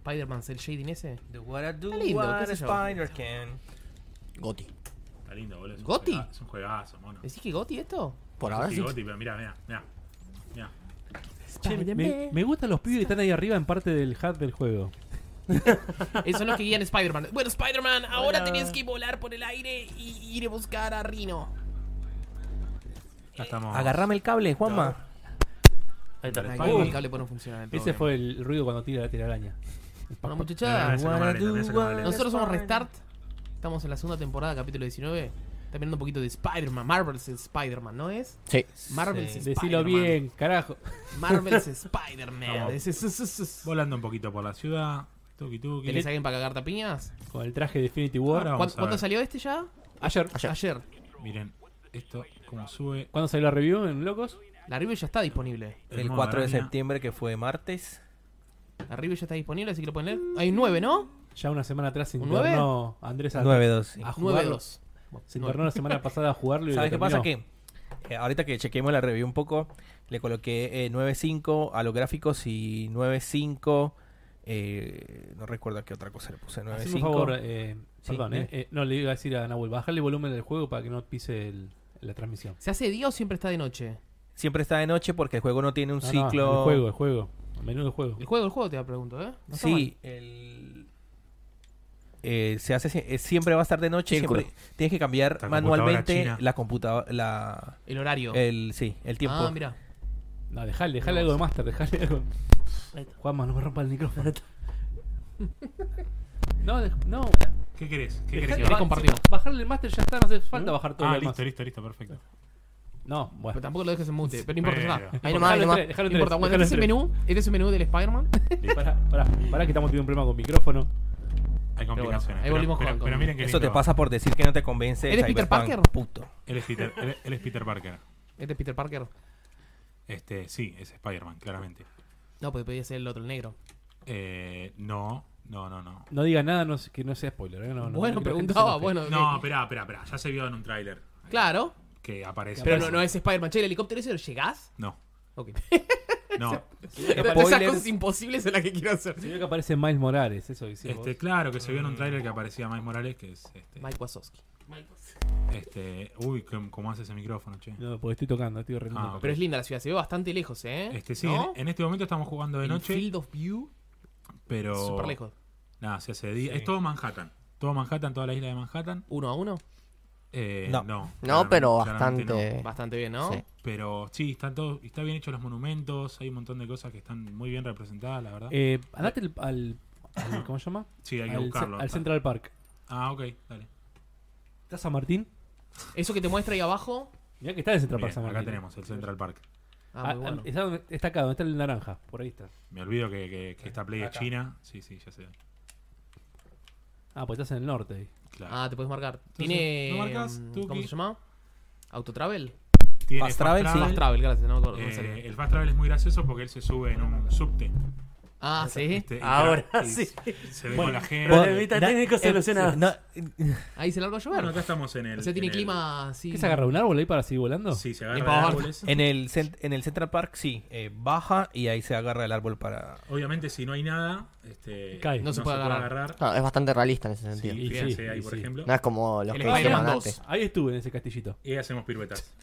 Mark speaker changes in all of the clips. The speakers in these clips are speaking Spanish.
Speaker 1: Spider-Man el shading ese.
Speaker 2: Do what I do,
Speaker 1: Está lindo,
Speaker 2: what
Speaker 1: qué
Speaker 2: a
Speaker 1: sé yo.
Speaker 2: spider can.
Speaker 3: Goti.
Speaker 4: Está lindo, boludo. Es un
Speaker 1: ¿Goti?
Speaker 4: juega- Es un juegazo, mono.
Speaker 1: ¿Decís que Gotti esto?
Speaker 3: Por ahora
Speaker 4: Sí,
Speaker 3: sí.
Speaker 4: Goti, pero mira, mira, mira. Mira.
Speaker 5: Che, me, me gustan los pibes que están ahí arriba en parte del HUD del juego.
Speaker 1: Esos son los que guían Spider-Man. Bueno, Spider-Man, ahora
Speaker 2: Hola.
Speaker 1: tenías que volar por el aire y ir a buscar a Rino.
Speaker 4: Ya estamos.
Speaker 2: Agarrame el cable, Juanma.
Speaker 1: Ahí está.
Speaker 4: Ahí
Speaker 1: el
Speaker 5: está.
Speaker 1: cable puede no funcionar.
Speaker 5: Ese fue el ruido cuando tira la telaraña.
Speaker 1: Bueno,
Speaker 4: Mira,
Speaker 1: muchachada,
Speaker 4: esa cámara lenta, mira esa cámara lenta.
Speaker 1: nosotros somos Restart. Estamos en la segunda temporada, capítulo 19. Está mirando un poquito de Spider-Man. Marvel's Spider-Man, ¿no es?
Speaker 3: Sí.
Speaker 1: Marvel's
Speaker 2: Sí.
Speaker 1: Spider-Man.
Speaker 5: Decilo bien, carajo.
Speaker 1: Marvel's Spider-Man.
Speaker 4: Vamos.
Speaker 1: Ese- ese- ese- ese.
Speaker 4: Volando un poquito por la ciudad. Tuki tuki.
Speaker 1: ¿Tenés alguien para cagarte a piñas?
Speaker 5: Con el traje de Infinity
Speaker 2: Ah,
Speaker 5: War.
Speaker 4: Ahora
Speaker 1: ¿Cuán-
Speaker 4: vamos a
Speaker 1: ¿Cuándo
Speaker 4: ver.
Speaker 1: salió este ya?
Speaker 5: Ayer.
Speaker 3: Ayer.
Speaker 1: Ayer.
Speaker 4: Miren, esto como sube.
Speaker 5: ¿Cuándo salió la review en Locos?
Speaker 1: La review ya está disponible.
Speaker 4: El
Speaker 2: El
Speaker 4: modo
Speaker 2: 4 de
Speaker 4: araña.
Speaker 2: septiembre, que fue martes.
Speaker 1: La review ya está disponible, así que lo pueden leer. Hay un 9, ¿no?
Speaker 5: Ya una semana atrás se
Speaker 1: ¿Un nueve?
Speaker 5: internó Andrés a,
Speaker 2: 9-2. sí.
Speaker 5: a jugarlo.
Speaker 1: 9-2.
Speaker 5: Se internó la semana pasada a jugarlo y
Speaker 2: ¿Sabes
Speaker 5: lo
Speaker 2: qué pasa?
Speaker 5: terminó.
Speaker 2: Que eh, ahorita que chequeemos la review un poco, le coloqué eh, 9.5 a los gráficos y 9.5. eh, no recuerdo a qué otra cosa le puse.
Speaker 5: Haceme
Speaker 2: 9.5.
Speaker 5: un favor, eh,
Speaker 2: Sí,
Speaker 5: perdón,
Speaker 2: dime.
Speaker 5: eh, eh, no le iba a decir a Nahuel, bajarle el volumen del juego para que no pise el- la transmisión.
Speaker 1: ¿Se hace de día o siempre está de noche?
Speaker 2: Siempre está de noche porque el juego no tiene un
Speaker 5: No, no,
Speaker 2: ciclo.
Speaker 5: el juego, el juego. El menú del juego.
Speaker 1: El juego, el juego te la pregunto, ¿eh? No está mal.
Speaker 2: Sí, el- eh, se hace sie- eh, siempre va a estar de noche.
Speaker 3: Círculo.
Speaker 2: Siempre tienes que cambiar
Speaker 4: Esta computadora
Speaker 2: manualmente
Speaker 4: china.
Speaker 2: la computadora, la,
Speaker 1: El horario.
Speaker 2: el, sí, el Eh, tiempo.
Speaker 1: Ah, mira.
Speaker 5: No, dejale, dejale algo de Master, dejale algo. Juanma, no me rompa el micrófono. no, dej- no.
Speaker 4: ¿Qué querés? ¿Qué querés? que
Speaker 5: dejale-
Speaker 1: querés
Speaker 5: ba-
Speaker 4: haga?
Speaker 1: compartir?
Speaker 5: Bajarle el Master ya está, no hace falta bajar todo
Speaker 4: Ah,
Speaker 5: lo demás.
Speaker 4: listo, listo, listo, perfecto.
Speaker 5: No,
Speaker 1: Pero
Speaker 5: bueno.
Speaker 1: tampoco lo dejes en mute, pero no importa, ya está.
Speaker 4: Pero-
Speaker 1: Ahí
Speaker 5: Dejalo
Speaker 1: nomás, ahí
Speaker 5: en
Speaker 1: nomás.
Speaker 5: tres, dejalo en
Speaker 1: No importa,
Speaker 5: tres,
Speaker 1: bueno,
Speaker 5: dejalo
Speaker 1: este es el
Speaker 5: en
Speaker 1: menú, este es el menú del Spider-Man.
Speaker 5: Pará, pará, pará que estamos teniendo un problema con micrófono.
Speaker 4: Hay
Speaker 1: bueno,
Speaker 4: complicaciones.
Speaker 1: ahí
Speaker 4: Pero-
Speaker 1: volvimos
Speaker 4: pero,
Speaker 1: con-
Speaker 4: pero
Speaker 1: con-
Speaker 4: miren que
Speaker 2: Eso te pasa por decir que no te convence.
Speaker 1: ¿Eres Peter
Speaker 2: Cyberpunk,
Speaker 1: Parker?
Speaker 2: Puto.
Speaker 4: Él es Peter, él- él es Peter Parker.
Speaker 1: Este es Peter Parker.
Speaker 4: Este, sí, es Spider-Man, claramente.
Speaker 1: No, porque podía ser el otro, el negro.
Speaker 4: Eh, no, no, no, no.
Speaker 5: No diga nada no, sé- que no sea spoiler. ¿eh? No, no,
Speaker 1: bueno,
Speaker 5: no quiero que la gente se
Speaker 1: preguntaba,
Speaker 5: enoje.
Speaker 1: bueno.
Speaker 4: No,
Speaker 1: que-
Speaker 4: espera, espera, espera. Ya se vio en un tráiler
Speaker 1: Claro,
Speaker 4: que aparece.
Speaker 1: pero no, no es Spider-Man. Che, el helicóptero ese lo llegás.
Speaker 4: No,
Speaker 1: Ok.
Speaker 4: no.
Speaker 1: Esas cosas imposibles es la que quiero hacer.
Speaker 5: Se vio que aparece Miles Morales, eso decís vos.
Speaker 4: Este, claro, que se vio en un tráiler que aparecía Miles Morales, que es este,
Speaker 1: Mike Wazowski.
Speaker 4: este uy, cómo, cómo hace ese micrófono, che.
Speaker 5: No, porque estoy tocando, estoy
Speaker 4: Ah,
Speaker 5: rendiendo.
Speaker 4: ok.
Speaker 1: Pero es linda la ciudad, se ve bastante lejos, ¿eh?
Speaker 4: Este, sí,
Speaker 1: ¿No?
Speaker 4: en, en este momento estamos jugando de
Speaker 1: El
Speaker 4: noche,
Speaker 1: Field of View,
Speaker 4: pero
Speaker 1: súper lejos.
Speaker 4: Nada, se hace de día. Es todo Manhattan. Todo Manhattan, toda la isla de Manhattan.
Speaker 1: Uno a uno.
Speaker 4: Eh, no,
Speaker 2: No.
Speaker 4: claramente-
Speaker 3: pero
Speaker 4: claramente no.
Speaker 3: bastante.
Speaker 1: Bastante bien, ¿no?
Speaker 3: Sí.
Speaker 4: Pero sí, están todos, está bien hechos los monumentos, hay un montón de cosas que están muy bien representadas, la verdad.
Speaker 5: Eh, andate al, al- al- ¿Cómo se llama?
Speaker 4: sí, hay que
Speaker 5: al,
Speaker 4: buscarlo.
Speaker 5: ce- al Central Park.
Speaker 4: Ah, ok, dale.
Speaker 5: ¿Estás San Martín?
Speaker 1: Eso que te muestra ahí abajo.
Speaker 5: Mirá que está en el Central
Speaker 4: Bien,
Speaker 5: Park San Martín. ¿eh?
Speaker 4: acá tenemos el Central Park.
Speaker 1: Ah,
Speaker 5: Ah,
Speaker 1: muy bueno.
Speaker 5: ah, está, donde- está acá, donde está el naranja. Por ahí está.
Speaker 4: Me olvido que, que- que esta play es china. Sí, sí, ya sé.
Speaker 5: Ah, pues estás en el norte. ahí.
Speaker 4: Claro.
Speaker 1: Ah, te puedes marcar.
Speaker 4: Entonces,
Speaker 1: Tiene.
Speaker 4: lo marcas,
Speaker 1: mm,
Speaker 4: Tuki.
Speaker 1: ¿Cómo se llama? Autotravel.
Speaker 4: Tiene
Speaker 2: Fast Travel, sí.
Speaker 1: Fast Travel, gracias, no me acuerdo.
Speaker 4: Eh,
Speaker 1: cómo salió.
Speaker 4: el Fast Travel es muy gracioso porque él se sube en un subte.
Speaker 1: ah, sí.
Speaker 4: Este, y
Speaker 6: Ahora
Speaker 4: tra- y
Speaker 6: sí.
Speaker 4: Se ve con
Speaker 5: Bueno,
Speaker 4: la gente.
Speaker 6: Problemita técnico
Speaker 2: eh,
Speaker 6: solucionado.
Speaker 1: Ahí se largó a llover.
Speaker 4: Bueno, acá estamos en el.
Speaker 1: o sea, tiene
Speaker 4: en el-
Speaker 1: clima así.
Speaker 5: ¿Qué se agarra un árbol ahí para seguir volando?
Speaker 4: Sí, se
Speaker 1: Y para
Speaker 4: agarra de
Speaker 1: abajo.
Speaker 4: árboles.
Speaker 2: En el, cent- en el Central Park, sí, eh, baja y ahí se agarra el árbol para.
Speaker 4: Obviamente, si no hay nada, este,
Speaker 5: Cae.
Speaker 4: no, se, puede agarrar.
Speaker 3: Claro, Ah, es bastante realista en ese
Speaker 4: Sí,
Speaker 3: sentido.
Speaker 5: Y
Speaker 4: fíjense
Speaker 5: sí,
Speaker 4: ahí,
Speaker 5: y
Speaker 4: por
Speaker 5: sí.
Speaker 4: ejemplo.
Speaker 3: No es como los
Speaker 1: El
Speaker 3: que hicieron
Speaker 1: Spider-Man
Speaker 3: antes.
Speaker 1: 2.
Speaker 5: Ahí estuve en ese castillito.
Speaker 4: Y hacemos piruetas.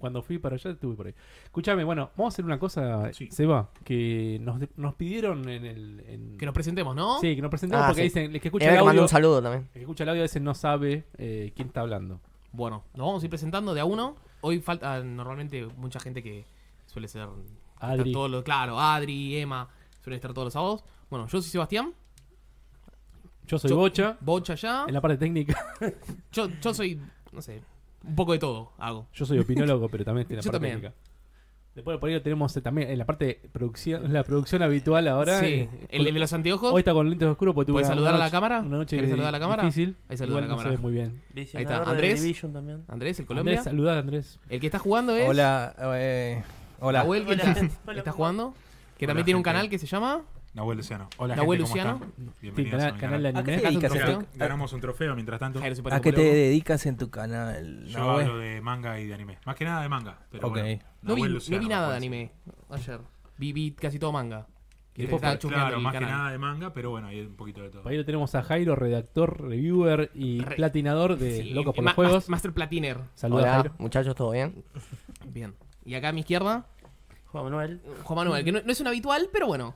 Speaker 5: Cuando fui para allá estuve por ahí. Escúchame, bueno, vamos a hacer una cosa,
Speaker 4: Sí.
Speaker 5: Seba, que nos, nos pidieron en el. en-
Speaker 1: Que nos presentemos, ¿no?
Speaker 5: Sí, que nos presentamos
Speaker 3: Ah,
Speaker 5: porque
Speaker 3: sí.
Speaker 5: dicen, el que
Speaker 3: Y
Speaker 5: escucha el
Speaker 3: había que mandar
Speaker 5: audio,
Speaker 3: un saludo también.
Speaker 5: el que escucha el audio a veces no sabe eh, quién está hablando.
Speaker 1: Bueno, nos vamos a ir presentando de a uno. Hoy falta ah, normalmente mucha gente que suele ser.
Speaker 5: Adri.
Speaker 1: estar todos los- claro, Adri, Emma, suelen estar todos los sábados. Bueno, yo soy Sebastián,
Speaker 5: Yo soy
Speaker 1: Yo- ¿Ah?
Speaker 5: Bocha,
Speaker 1: Bocha ya.
Speaker 5: en la parte técnica.
Speaker 1: Yo, yo soy, no sé, un poco de todo hago.
Speaker 5: Yo soy opinólogo, pero también estoy en la
Speaker 1: Yo
Speaker 5: parte
Speaker 1: también.
Speaker 5: técnica. Después por ahí lo tenemos eh, también en la parte de producción, la producción habitual ahora.
Speaker 1: sí,
Speaker 5: eh,
Speaker 1: el, el de los anteojos.
Speaker 5: Hoy está con lentes oscuros porque tuve
Speaker 1: ¿Puedes
Speaker 5: una-
Speaker 1: saludar
Speaker 5: una
Speaker 1: a la
Speaker 5: noche-
Speaker 1: cámara?
Speaker 5: Una noche
Speaker 1: ¿Querés saludar a la cámara?
Speaker 5: difícil.
Speaker 1: Ahí saluda
Speaker 5: Igual
Speaker 1: a la
Speaker 5: no
Speaker 1: cámara.
Speaker 5: se ve muy bien.
Speaker 1: Ahí está, Andrés. Andrés, el Colombia.
Speaker 5: Andrés, saludar Andrés.
Speaker 1: el que está jugando es.
Speaker 2: Hola, eh, hola.
Speaker 1: Nahuel, que
Speaker 6: Hola.
Speaker 1: está, que
Speaker 6: Hola,
Speaker 1: está
Speaker 6: ¿cómo
Speaker 1: jugando. Que
Speaker 4: Hola,
Speaker 1: también tiene un
Speaker 4: gente.
Speaker 1: canal que se llama.
Speaker 4: Nahuel Luciano. Hola,
Speaker 1: Nahuel
Speaker 4: gente, ¿cómo
Speaker 1: Luciano.
Speaker 4: están?
Speaker 5: Sí,
Speaker 4: Bienvenidos a
Speaker 5: canal,
Speaker 4: mi
Speaker 5: canal de
Speaker 2: ¿A qué
Speaker 5: anime.
Speaker 2: te dedicas?
Speaker 1: Acá
Speaker 4: Ga-
Speaker 1: canal.
Speaker 4: Ganamos un trofeo mientras tanto.
Speaker 1: Jairo
Speaker 2: ¿A qué
Speaker 1: Supercomunicador.
Speaker 2: Ah, te dedicas en tu canal? eh,
Speaker 4: Yo
Speaker 2: Nahuel?
Speaker 4: hablo de manga y de anime. Más que nada de manga. Pero
Speaker 2: Ok.
Speaker 4: bueno,
Speaker 1: No vi,
Speaker 4: Nahuel
Speaker 1: no
Speaker 4: Luciano,
Speaker 1: vi
Speaker 4: pues.
Speaker 1: nada de
Speaker 4: Nahuel.
Speaker 1: anime ayer. Vi, vi casi todo manga. Que
Speaker 5: Tipo,
Speaker 1: está chusmeando
Speaker 4: Este, claro,
Speaker 1: el
Speaker 4: más que
Speaker 1: canal.
Speaker 4: nada de manga, pero bueno, hay un poquito de todo.
Speaker 5: Por ahí lo tenemos a Jairo, redactor, reviewer y
Speaker 1: Re-
Speaker 5: platinador de
Speaker 1: Sí,
Speaker 5: Locos eh, por
Speaker 1: ma-
Speaker 5: los Juegos.
Speaker 1: mas- Master Platiner.
Speaker 5: Saludos a
Speaker 3: Hola,
Speaker 5: Jairo.
Speaker 3: muchachos, ¿todo bien?
Speaker 1: Bien. Y acá a mi izquierda,
Speaker 3: Juan Manuel.
Speaker 1: Juan Manuel, que no, no es un habitual, pero bueno.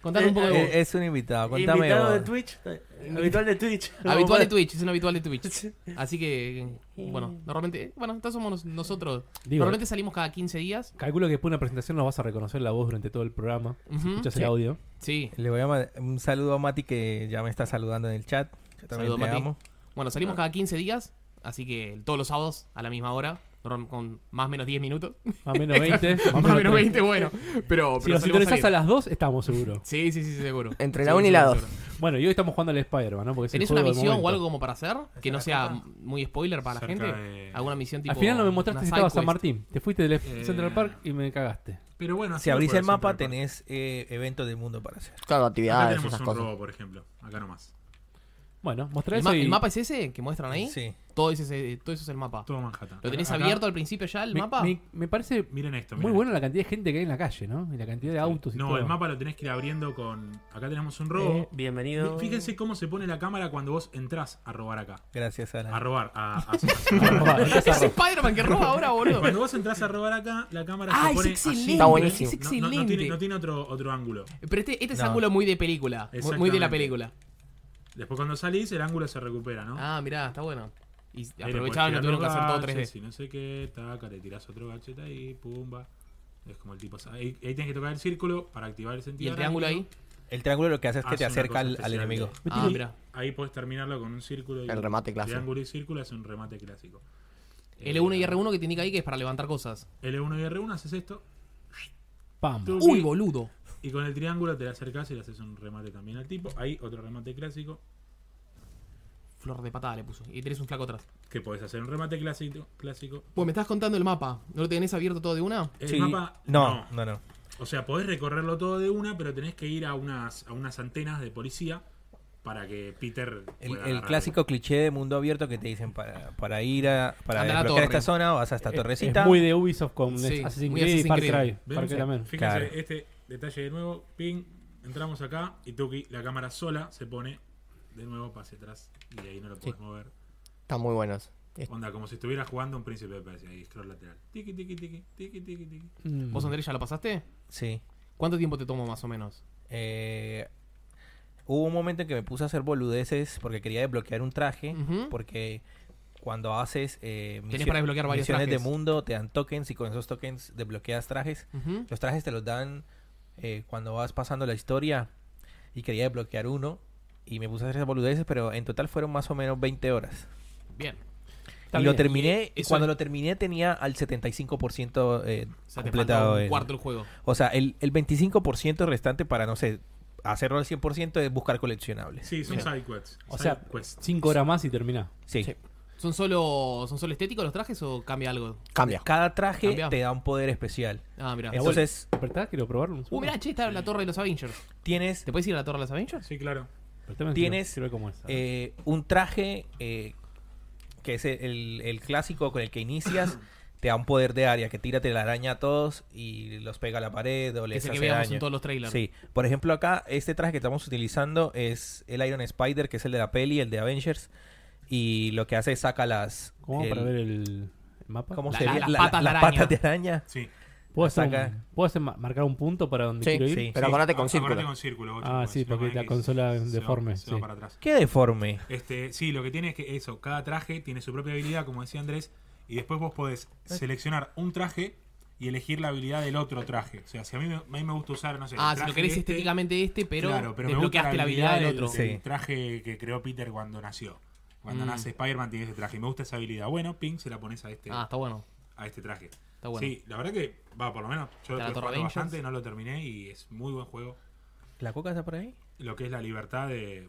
Speaker 1: Contame un poco de vos.
Speaker 2: eh, Es, es un invitado, contame.
Speaker 6: Invitado
Speaker 2: vos.
Speaker 6: de Twitch. eh, Habitual de Twitch.
Speaker 1: Habitual de Twitch, es un habitual de Twitch. Así que, bueno, normalmente, bueno, entonces somos nosotros.
Speaker 5: Digo,
Speaker 1: normalmente salimos cada 15 días.
Speaker 5: Calculo que después de una presentación nos vas a reconocer la voz durante todo el programa.
Speaker 1: Ujú, Mm,
Speaker 5: Escuchas
Speaker 1: sí.
Speaker 5: el audio.
Speaker 1: Sí.
Speaker 2: Le voy a mandar un saludo a Mati que ya me está saludando en el chat. Yo también
Speaker 1: Saludo,
Speaker 2: te
Speaker 1: Mati.
Speaker 2: amo.
Speaker 1: Bueno, salimos cada 15 días, así que todos los sábados a la misma hora, norm- con más o menos 10 minutos.
Speaker 5: Más o menos 20.
Speaker 1: Más o menos 20, bueno. Pero,
Speaker 5: Si
Speaker 1: pero
Speaker 5: nos
Speaker 1: salimos
Speaker 5: interesás a
Speaker 1: saliendo.
Speaker 5: las dos, estamos seguros.
Speaker 1: Sí, sí, sí, seguro.
Speaker 3: Entre la
Speaker 1: Seguro,
Speaker 3: una y la
Speaker 1: seguro,
Speaker 3: dos.
Speaker 1: seguro.
Speaker 5: Bueno, y hoy estamos jugando al Spider-Man, ¿no? Porque es el
Speaker 1: ¿Tenés una
Speaker 5: juego del
Speaker 1: misión o
Speaker 5: momento.
Speaker 1: algo como para hacer? Que no sea muy spoiler para la
Speaker 4: Cerca
Speaker 1: gente.
Speaker 4: de-
Speaker 1: ¿Alguna misión tipo.?
Speaker 5: Al final no me mostraste
Speaker 1: una
Speaker 5: si estabas
Speaker 1: side
Speaker 5: San
Speaker 1: quest?
Speaker 5: Martín. Te fuiste del
Speaker 4: Eh,
Speaker 5: Central Park y me cagaste.
Speaker 4: Pero
Speaker 1: Ah,
Speaker 4: bueno,
Speaker 2: Si abrís el mapa, tenés
Speaker 4: tenés
Speaker 2: eh, eventos del mundo para hacer.
Speaker 4: pues.
Speaker 3: Claro,
Speaker 4: Acá
Speaker 3: actividades,
Speaker 4: tenemos
Speaker 3: esas
Speaker 4: un
Speaker 3: cosas.
Speaker 4: robo, por ejemplo. Acá nomás.
Speaker 5: Bueno, mostré
Speaker 1: ¿El,
Speaker 5: eso
Speaker 1: ma-
Speaker 5: y...
Speaker 1: el mapa es ese que muestran ahí?
Speaker 2: Sí.
Speaker 1: Todo, es ese- todo eso es el mapa.
Speaker 4: Todo Manhattan.
Speaker 1: ¿Lo tenés
Speaker 4: Acá-
Speaker 1: abierto al principio ya el
Speaker 5: me,
Speaker 1: mapa?
Speaker 5: Me, me parece
Speaker 4: Miren esto.
Speaker 5: muy
Speaker 4: miren
Speaker 5: bueno
Speaker 4: esto.
Speaker 5: la cantidad de gente que hay en la calle, ¿no? Y la cantidad de autos y
Speaker 4: No,
Speaker 5: todo.
Speaker 4: el mapa lo tenés que ir abriendo con. Acá tenemos un robo.
Speaker 6: Eh,
Speaker 3: Eh,
Speaker 6: Bienvenido.
Speaker 4: Fíjense cómo se pone la cámara cuando vos entrás a robar acá.
Speaker 2: Gracias,
Speaker 4: A
Speaker 1: Ah,
Speaker 2: Ana.
Speaker 4: robar. A, a-
Speaker 1: Es Spider-Man que roba ahora, boludo.
Speaker 4: cuando vos entrás a robar acá, la cámara
Speaker 1: Ah,
Speaker 4: se
Speaker 1: es
Speaker 4: pone.
Speaker 1: excelente.
Speaker 4: así.
Speaker 3: Está buenísimo.
Speaker 1: Es
Speaker 4: No, no- no tiene-
Speaker 1: excelente.
Speaker 4: No, tiene otro, otro ángulo.
Speaker 1: Pero este, este es
Speaker 2: No.
Speaker 1: ángulo muy de película. muy- Muy de la
Speaker 4: Exactamente.
Speaker 1: película.
Speaker 4: Después cuando salís, el ángulo se recupera, ¿no?
Speaker 1: Ah, mirá, está bueno. Y
Speaker 4: Ahí le podés
Speaker 1: aprovecharon, no
Speaker 4: tirar
Speaker 1: tuvieron que
Speaker 4: los
Speaker 1: hacer todo
Speaker 4: gadgets
Speaker 1: 3D.
Speaker 4: Y no sé qué, taca, le tirás otro gadget ahí, pumba. Es como el tipo. Ahí, ahí tenés que tocar el círculo para activar el
Speaker 1: ¿Y
Speaker 4: sentido.
Speaker 1: el triángulo ahí?
Speaker 4: arácnido.
Speaker 2: El triángulo lo que hace es que
Speaker 4: Hace
Speaker 2: te
Speaker 4: una
Speaker 2: acerca
Speaker 4: cosa
Speaker 2: al,
Speaker 4: especial
Speaker 2: al enemigo.
Speaker 4: de-
Speaker 1: Ah, mirá.
Speaker 4: Ahí podés terminarlo con un círculo. Y
Speaker 3: El remate clásico.
Speaker 4: Triángulo y círculo es un remate clásico.
Speaker 1: L1 y
Speaker 4: Eh,
Speaker 1: R1 que te indica ahí que es para levantar cosas.
Speaker 4: L1 y R1 haces esto.
Speaker 5: Pam.
Speaker 4: tú,
Speaker 1: Uy, boludo.
Speaker 4: Y con el triángulo te le acercás y le haces un remate también al tipo. Ahí otro remate clásico.
Speaker 1: Flor de patada le puso. Y tenés un flaco atrás.
Speaker 4: Que podés hacer un remate clásico. clásico.
Speaker 1: Pues me estás contando el mapa. ¿No lo tenés abierto todo de una?
Speaker 4: El
Speaker 2: Sí.
Speaker 4: mapa.
Speaker 2: No, no, no.
Speaker 4: O sea, podés recorrerlo todo de una, pero tenés que ir a unas, a unas antenas de policía para que Peter.
Speaker 2: El,
Speaker 4: pueda
Speaker 2: el
Speaker 4: agarrar.
Speaker 2: clásico cliché de mundo abierto que te dicen para, para ir a para
Speaker 1: Anda a la
Speaker 2: desbloquear
Speaker 1: torre.
Speaker 2: esta zona vas a esta torrecita.
Speaker 5: Eh, Es muy de Ubisoft con
Speaker 1: Sí,
Speaker 5: Assassin's
Speaker 1: muy
Speaker 5: Creed y
Speaker 1: Assassin's
Speaker 5: Far
Speaker 1: Creed.
Speaker 5: Cry.
Speaker 4: ¿Ven?
Speaker 5: Far Cry también.
Speaker 4: Fíjense
Speaker 2: Claro.
Speaker 4: este detalle de nuevo. Ping. Entramos acá y Tuki, la cámara sola, se pone de nuevo para hacia atrás. Y ahí no lo podés mover.
Speaker 3: Está muy bueno eso. Es-
Speaker 4: Onda, como si estuviera jugando un príncipe de Persia. Ahí, scroll lateral. Tiki, tiki, tiki, tiki, tiki, tiki.
Speaker 5: Mm.
Speaker 1: ¿Vos, Andrés, ya lo pasaste?
Speaker 2: Sí.
Speaker 1: ¿Cuánto tiempo te tomó más o menos?
Speaker 2: Eh, hubo un momento en que me puse a hacer boludeces porque quería desbloquear un traje.
Speaker 1: Ujú.
Speaker 2: Porque cuando haces eh,
Speaker 1: Tenés para desbloquear varios
Speaker 2: misiones
Speaker 1: trajes.
Speaker 2: de mundo, te dan tokens y con esos tokens desbloqueas trajes.
Speaker 1: Ujú.
Speaker 2: Los trajes te los dan eh, cuando vas pasando la historia y quería desbloquear uno. Y me puse a hacer esas boludeces, pero en total fueron más o menos 20 horas.
Speaker 1: Bien.
Speaker 5: Está
Speaker 2: y
Speaker 5: bien.
Speaker 2: lo terminé,
Speaker 1: Y eso
Speaker 2: cuando
Speaker 1: es-
Speaker 2: lo terminé tenía al 75% eh,
Speaker 1: O sea, te falta
Speaker 2: completado.
Speaker 1: un
Speaker 2: el-
Speaker 1: cuarto el juego.
Speaker 2: o sea, el, el 25% restante para, no sé, hacerlo al 100% es buscar coleccionables.
Speaker 4: Sí, son
Speaker 1: Mira.
Speaker 4: side quests.
Speaker 5: O
Speaker 4: side
Speaker 5: sea,
Speaker 4: quests.
Speaker 5: Cinco horas más y termina.
Speaker 2: Sí.
Speaker 3: Sí.
Speaker 1: ¿Son solo, ¿Son solo estéticos los trajes o cambia algo?
Speaker 3: Cambia.
Speaker 2: Cada traje
Speaker 1: Cambia.
Speaker 2: te da un poder especial.
Speaker 1: Ah, mirá.
Speaker 5: Eh,
Speaker 2: Entonces,
Speaker 5: ¿Verdad? Quiero probarlo. un
Speaker 1: Uh,
Speaker 5: segundo.
Speaker 1: mirá, che, está la torre de los Avengers.
Speaker 2: tienes
Speaker 1: ¿Te puedes ir a la torre de los Avengers?
Speaker 4: Sí, claro.
Speaker 5: Apretame,
Speaker 2: tienes,
Speaker 5: quiero- quiero ver cómo es.
Speaker 2: eh, un traje eh, que es el, el clásico con el que inicias. Te da un poder de área que tira telaraña a todos y los pega a la pared o
Speaker 1: Que es
Speaker 2: les
Speaker 1: el que
Speaker 2: hace
Speaker 1: veamos
Speaker 2: daño.
Speaker 1: en todos los trailers.
Speaker 2: Sí, por ejemplo acá este traje que estamos utilizando es el Iron Spider, que es el de la peli, el de Avengers, y lo que hace es saca las...
Speaker 5: ¿Cómo
Speaker 2: el-
Speaker 5: para ver el, el mapa?
Speaker 2: ¿cómo
Speaker 1: La- la-
Speaker 2: sería?
Speaker 1: las
Speaker 2: La-
Speaker 1: patas de
Speaker 2: las
Speaker 1: araña.
Speaker 2: patas de araña.
Speaker 4: Sí.
Speaker 5: ¿Puedo, hacer un-
Speaker 2: Saca.
Speaker 5: ¿Puedo hacer ma- marcar un punto para donde
Speaker 3: Sí,
Speaker 5: quiero ir?
Speaker 2: sí.
Speaker 3: Pero acordate con
Speaker 4: acordate
Speaker 3: círculo.
Speaker 4: Ah, con círculo, vos,
Speaker 5: Ah,
Speaker 4: chicos,
Speaker 5: sí,
Speaker 4: si no,
Speaker 5: porque la
Speaker 4: X
Speaker 5: consola
Speaker 4: se va-
Speaker 5: deforme,
Speaker 4: se va
Speaker 5: sí.
Speaker 4: para atrás.
Speaker 2: Qué deforme.
Speaker 4: Este, sí, lo que tiene es que eso, cada traje tiene su propia habilidad, como decía Andrés, y después vos podés seleccionar un traje y elegir la habilidad del otro traje. O sea, si a mí me, a mí me gusta usar, no sé, el
Speaker 1: Ah, si
Speaker 4: traje
Speaker 1: lo querés
Speaker 4: este,
Speaker 1: estéticamente este, pero,
Speaker 4: claro, pero me gusta
Speaker 1: desbloqueaste la habilidad del otro.
Speaker 4: del
Speaker 2: Sí.
Speaker 4: traje que creó Peter cuando nació. Cuando
Speaker 1: Mm.
Speaker 4: nace Spider-Man tiene ese traje. Y me gusta esa habilidad. Bueno, ping, se la pones a este,
Speaker 1: Ah, está bueno.
Speaker 4: a este traje.
Speaker 1: Está bueno.
Speaker 4: Sí, la verdad que va, por lo menos yo lo
Speaker 1: Está la
Speaker 4: estoy
Speaker 1: Torre
Speaker 4: jugando
Speaker 1: Avengers.
Speaker 4: bastante, no lo terminé y es muy buen juego.
Speaker 2: ¿La coca está por ahí?
Speaker 4: Lo que es la libertad de,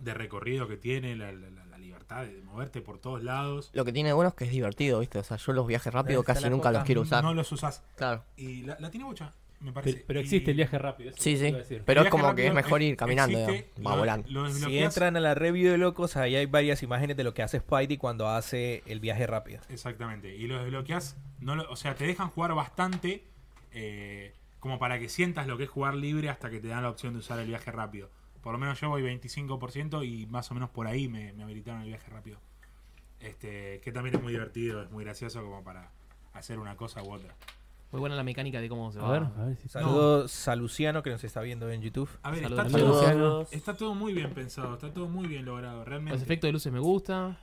Speaker 4: de recorrido que tiene, la, la- la- la libertad de moverte por todos lados.
Speaker 3: Lo que tiene de bueno es que es divertido, ¿viste? O sea, yo los viajes rápidos
Speaker 2: Está
Speaker 3: casi
Speaker 2: la
Speaker 3: nunca
Speaker 2: coca.
Speaker 3: los quiero usar.
Speaker 4: No los usas.
Speaker 3: Claro.
Speaker 4: Y la, la tiene mucha, me parece.
Speaker 5: Pero, pero
Speaker 4: Y-
Speaker 5: existe el viaje rápido. eso
Speaker 3: Sí,
Speaker 5: te
Speaker 3: sí.
Speaker 5: iba a decir.
Speaker 3: Pero
Speaker 4: el
Speaker 3: es
Speaker 4: viaje
Speaker 3: como que es
Speaker 4: rápido
Speaker 3: mejor
Speaker 4: ex-
Speaker 3: ir caminando,
Speaker 4: existe,
Speaker 3: digamos. va
Speaker 4: lo-
Speaker 3: volando.
Speaker 4: lo
Speaker 2: Si
Speaker 4: desbloqueas-
Speaker 2: entran a la review de locos, ahí hay varias imágenes de lo que hace Spidey cuando hace el viaje rápido.
Speaker 4: Exactamente. Y los desbloqueas, no lo- o sea, te dejan jugar bastante. eh, como para que sientas lo que es jugar libre hasta que te dan la opción de usar el viaje rápido. Por lo menos yo voy 25% y más o menos por ahí me, me habilitaron el viaje rápido. Este, que también es muy divertido, es muy gracioso como para hacer una cosa u otra.
Speaker 1: Muy buena la mecánica de cómo se
Speaker 5: A
Speaker 1: va.
Speaker 5: ver, a ver si
Speaker 2: Saludos a Luciano que nos está viendo en YouTube.
Speaker 4: A ver,
Speaker 1: Saludos.
Speaker 4: está
Speaker 1: Saludos.
Speaker 4: todo,
Speaker 3: Luciano.
Speaker 4: está todo muy bien pensado, está todo muy bien logrado,
Speaker 1: Los
Speaker 4: realmente.
Speaker 1: efectos de luces me gustan.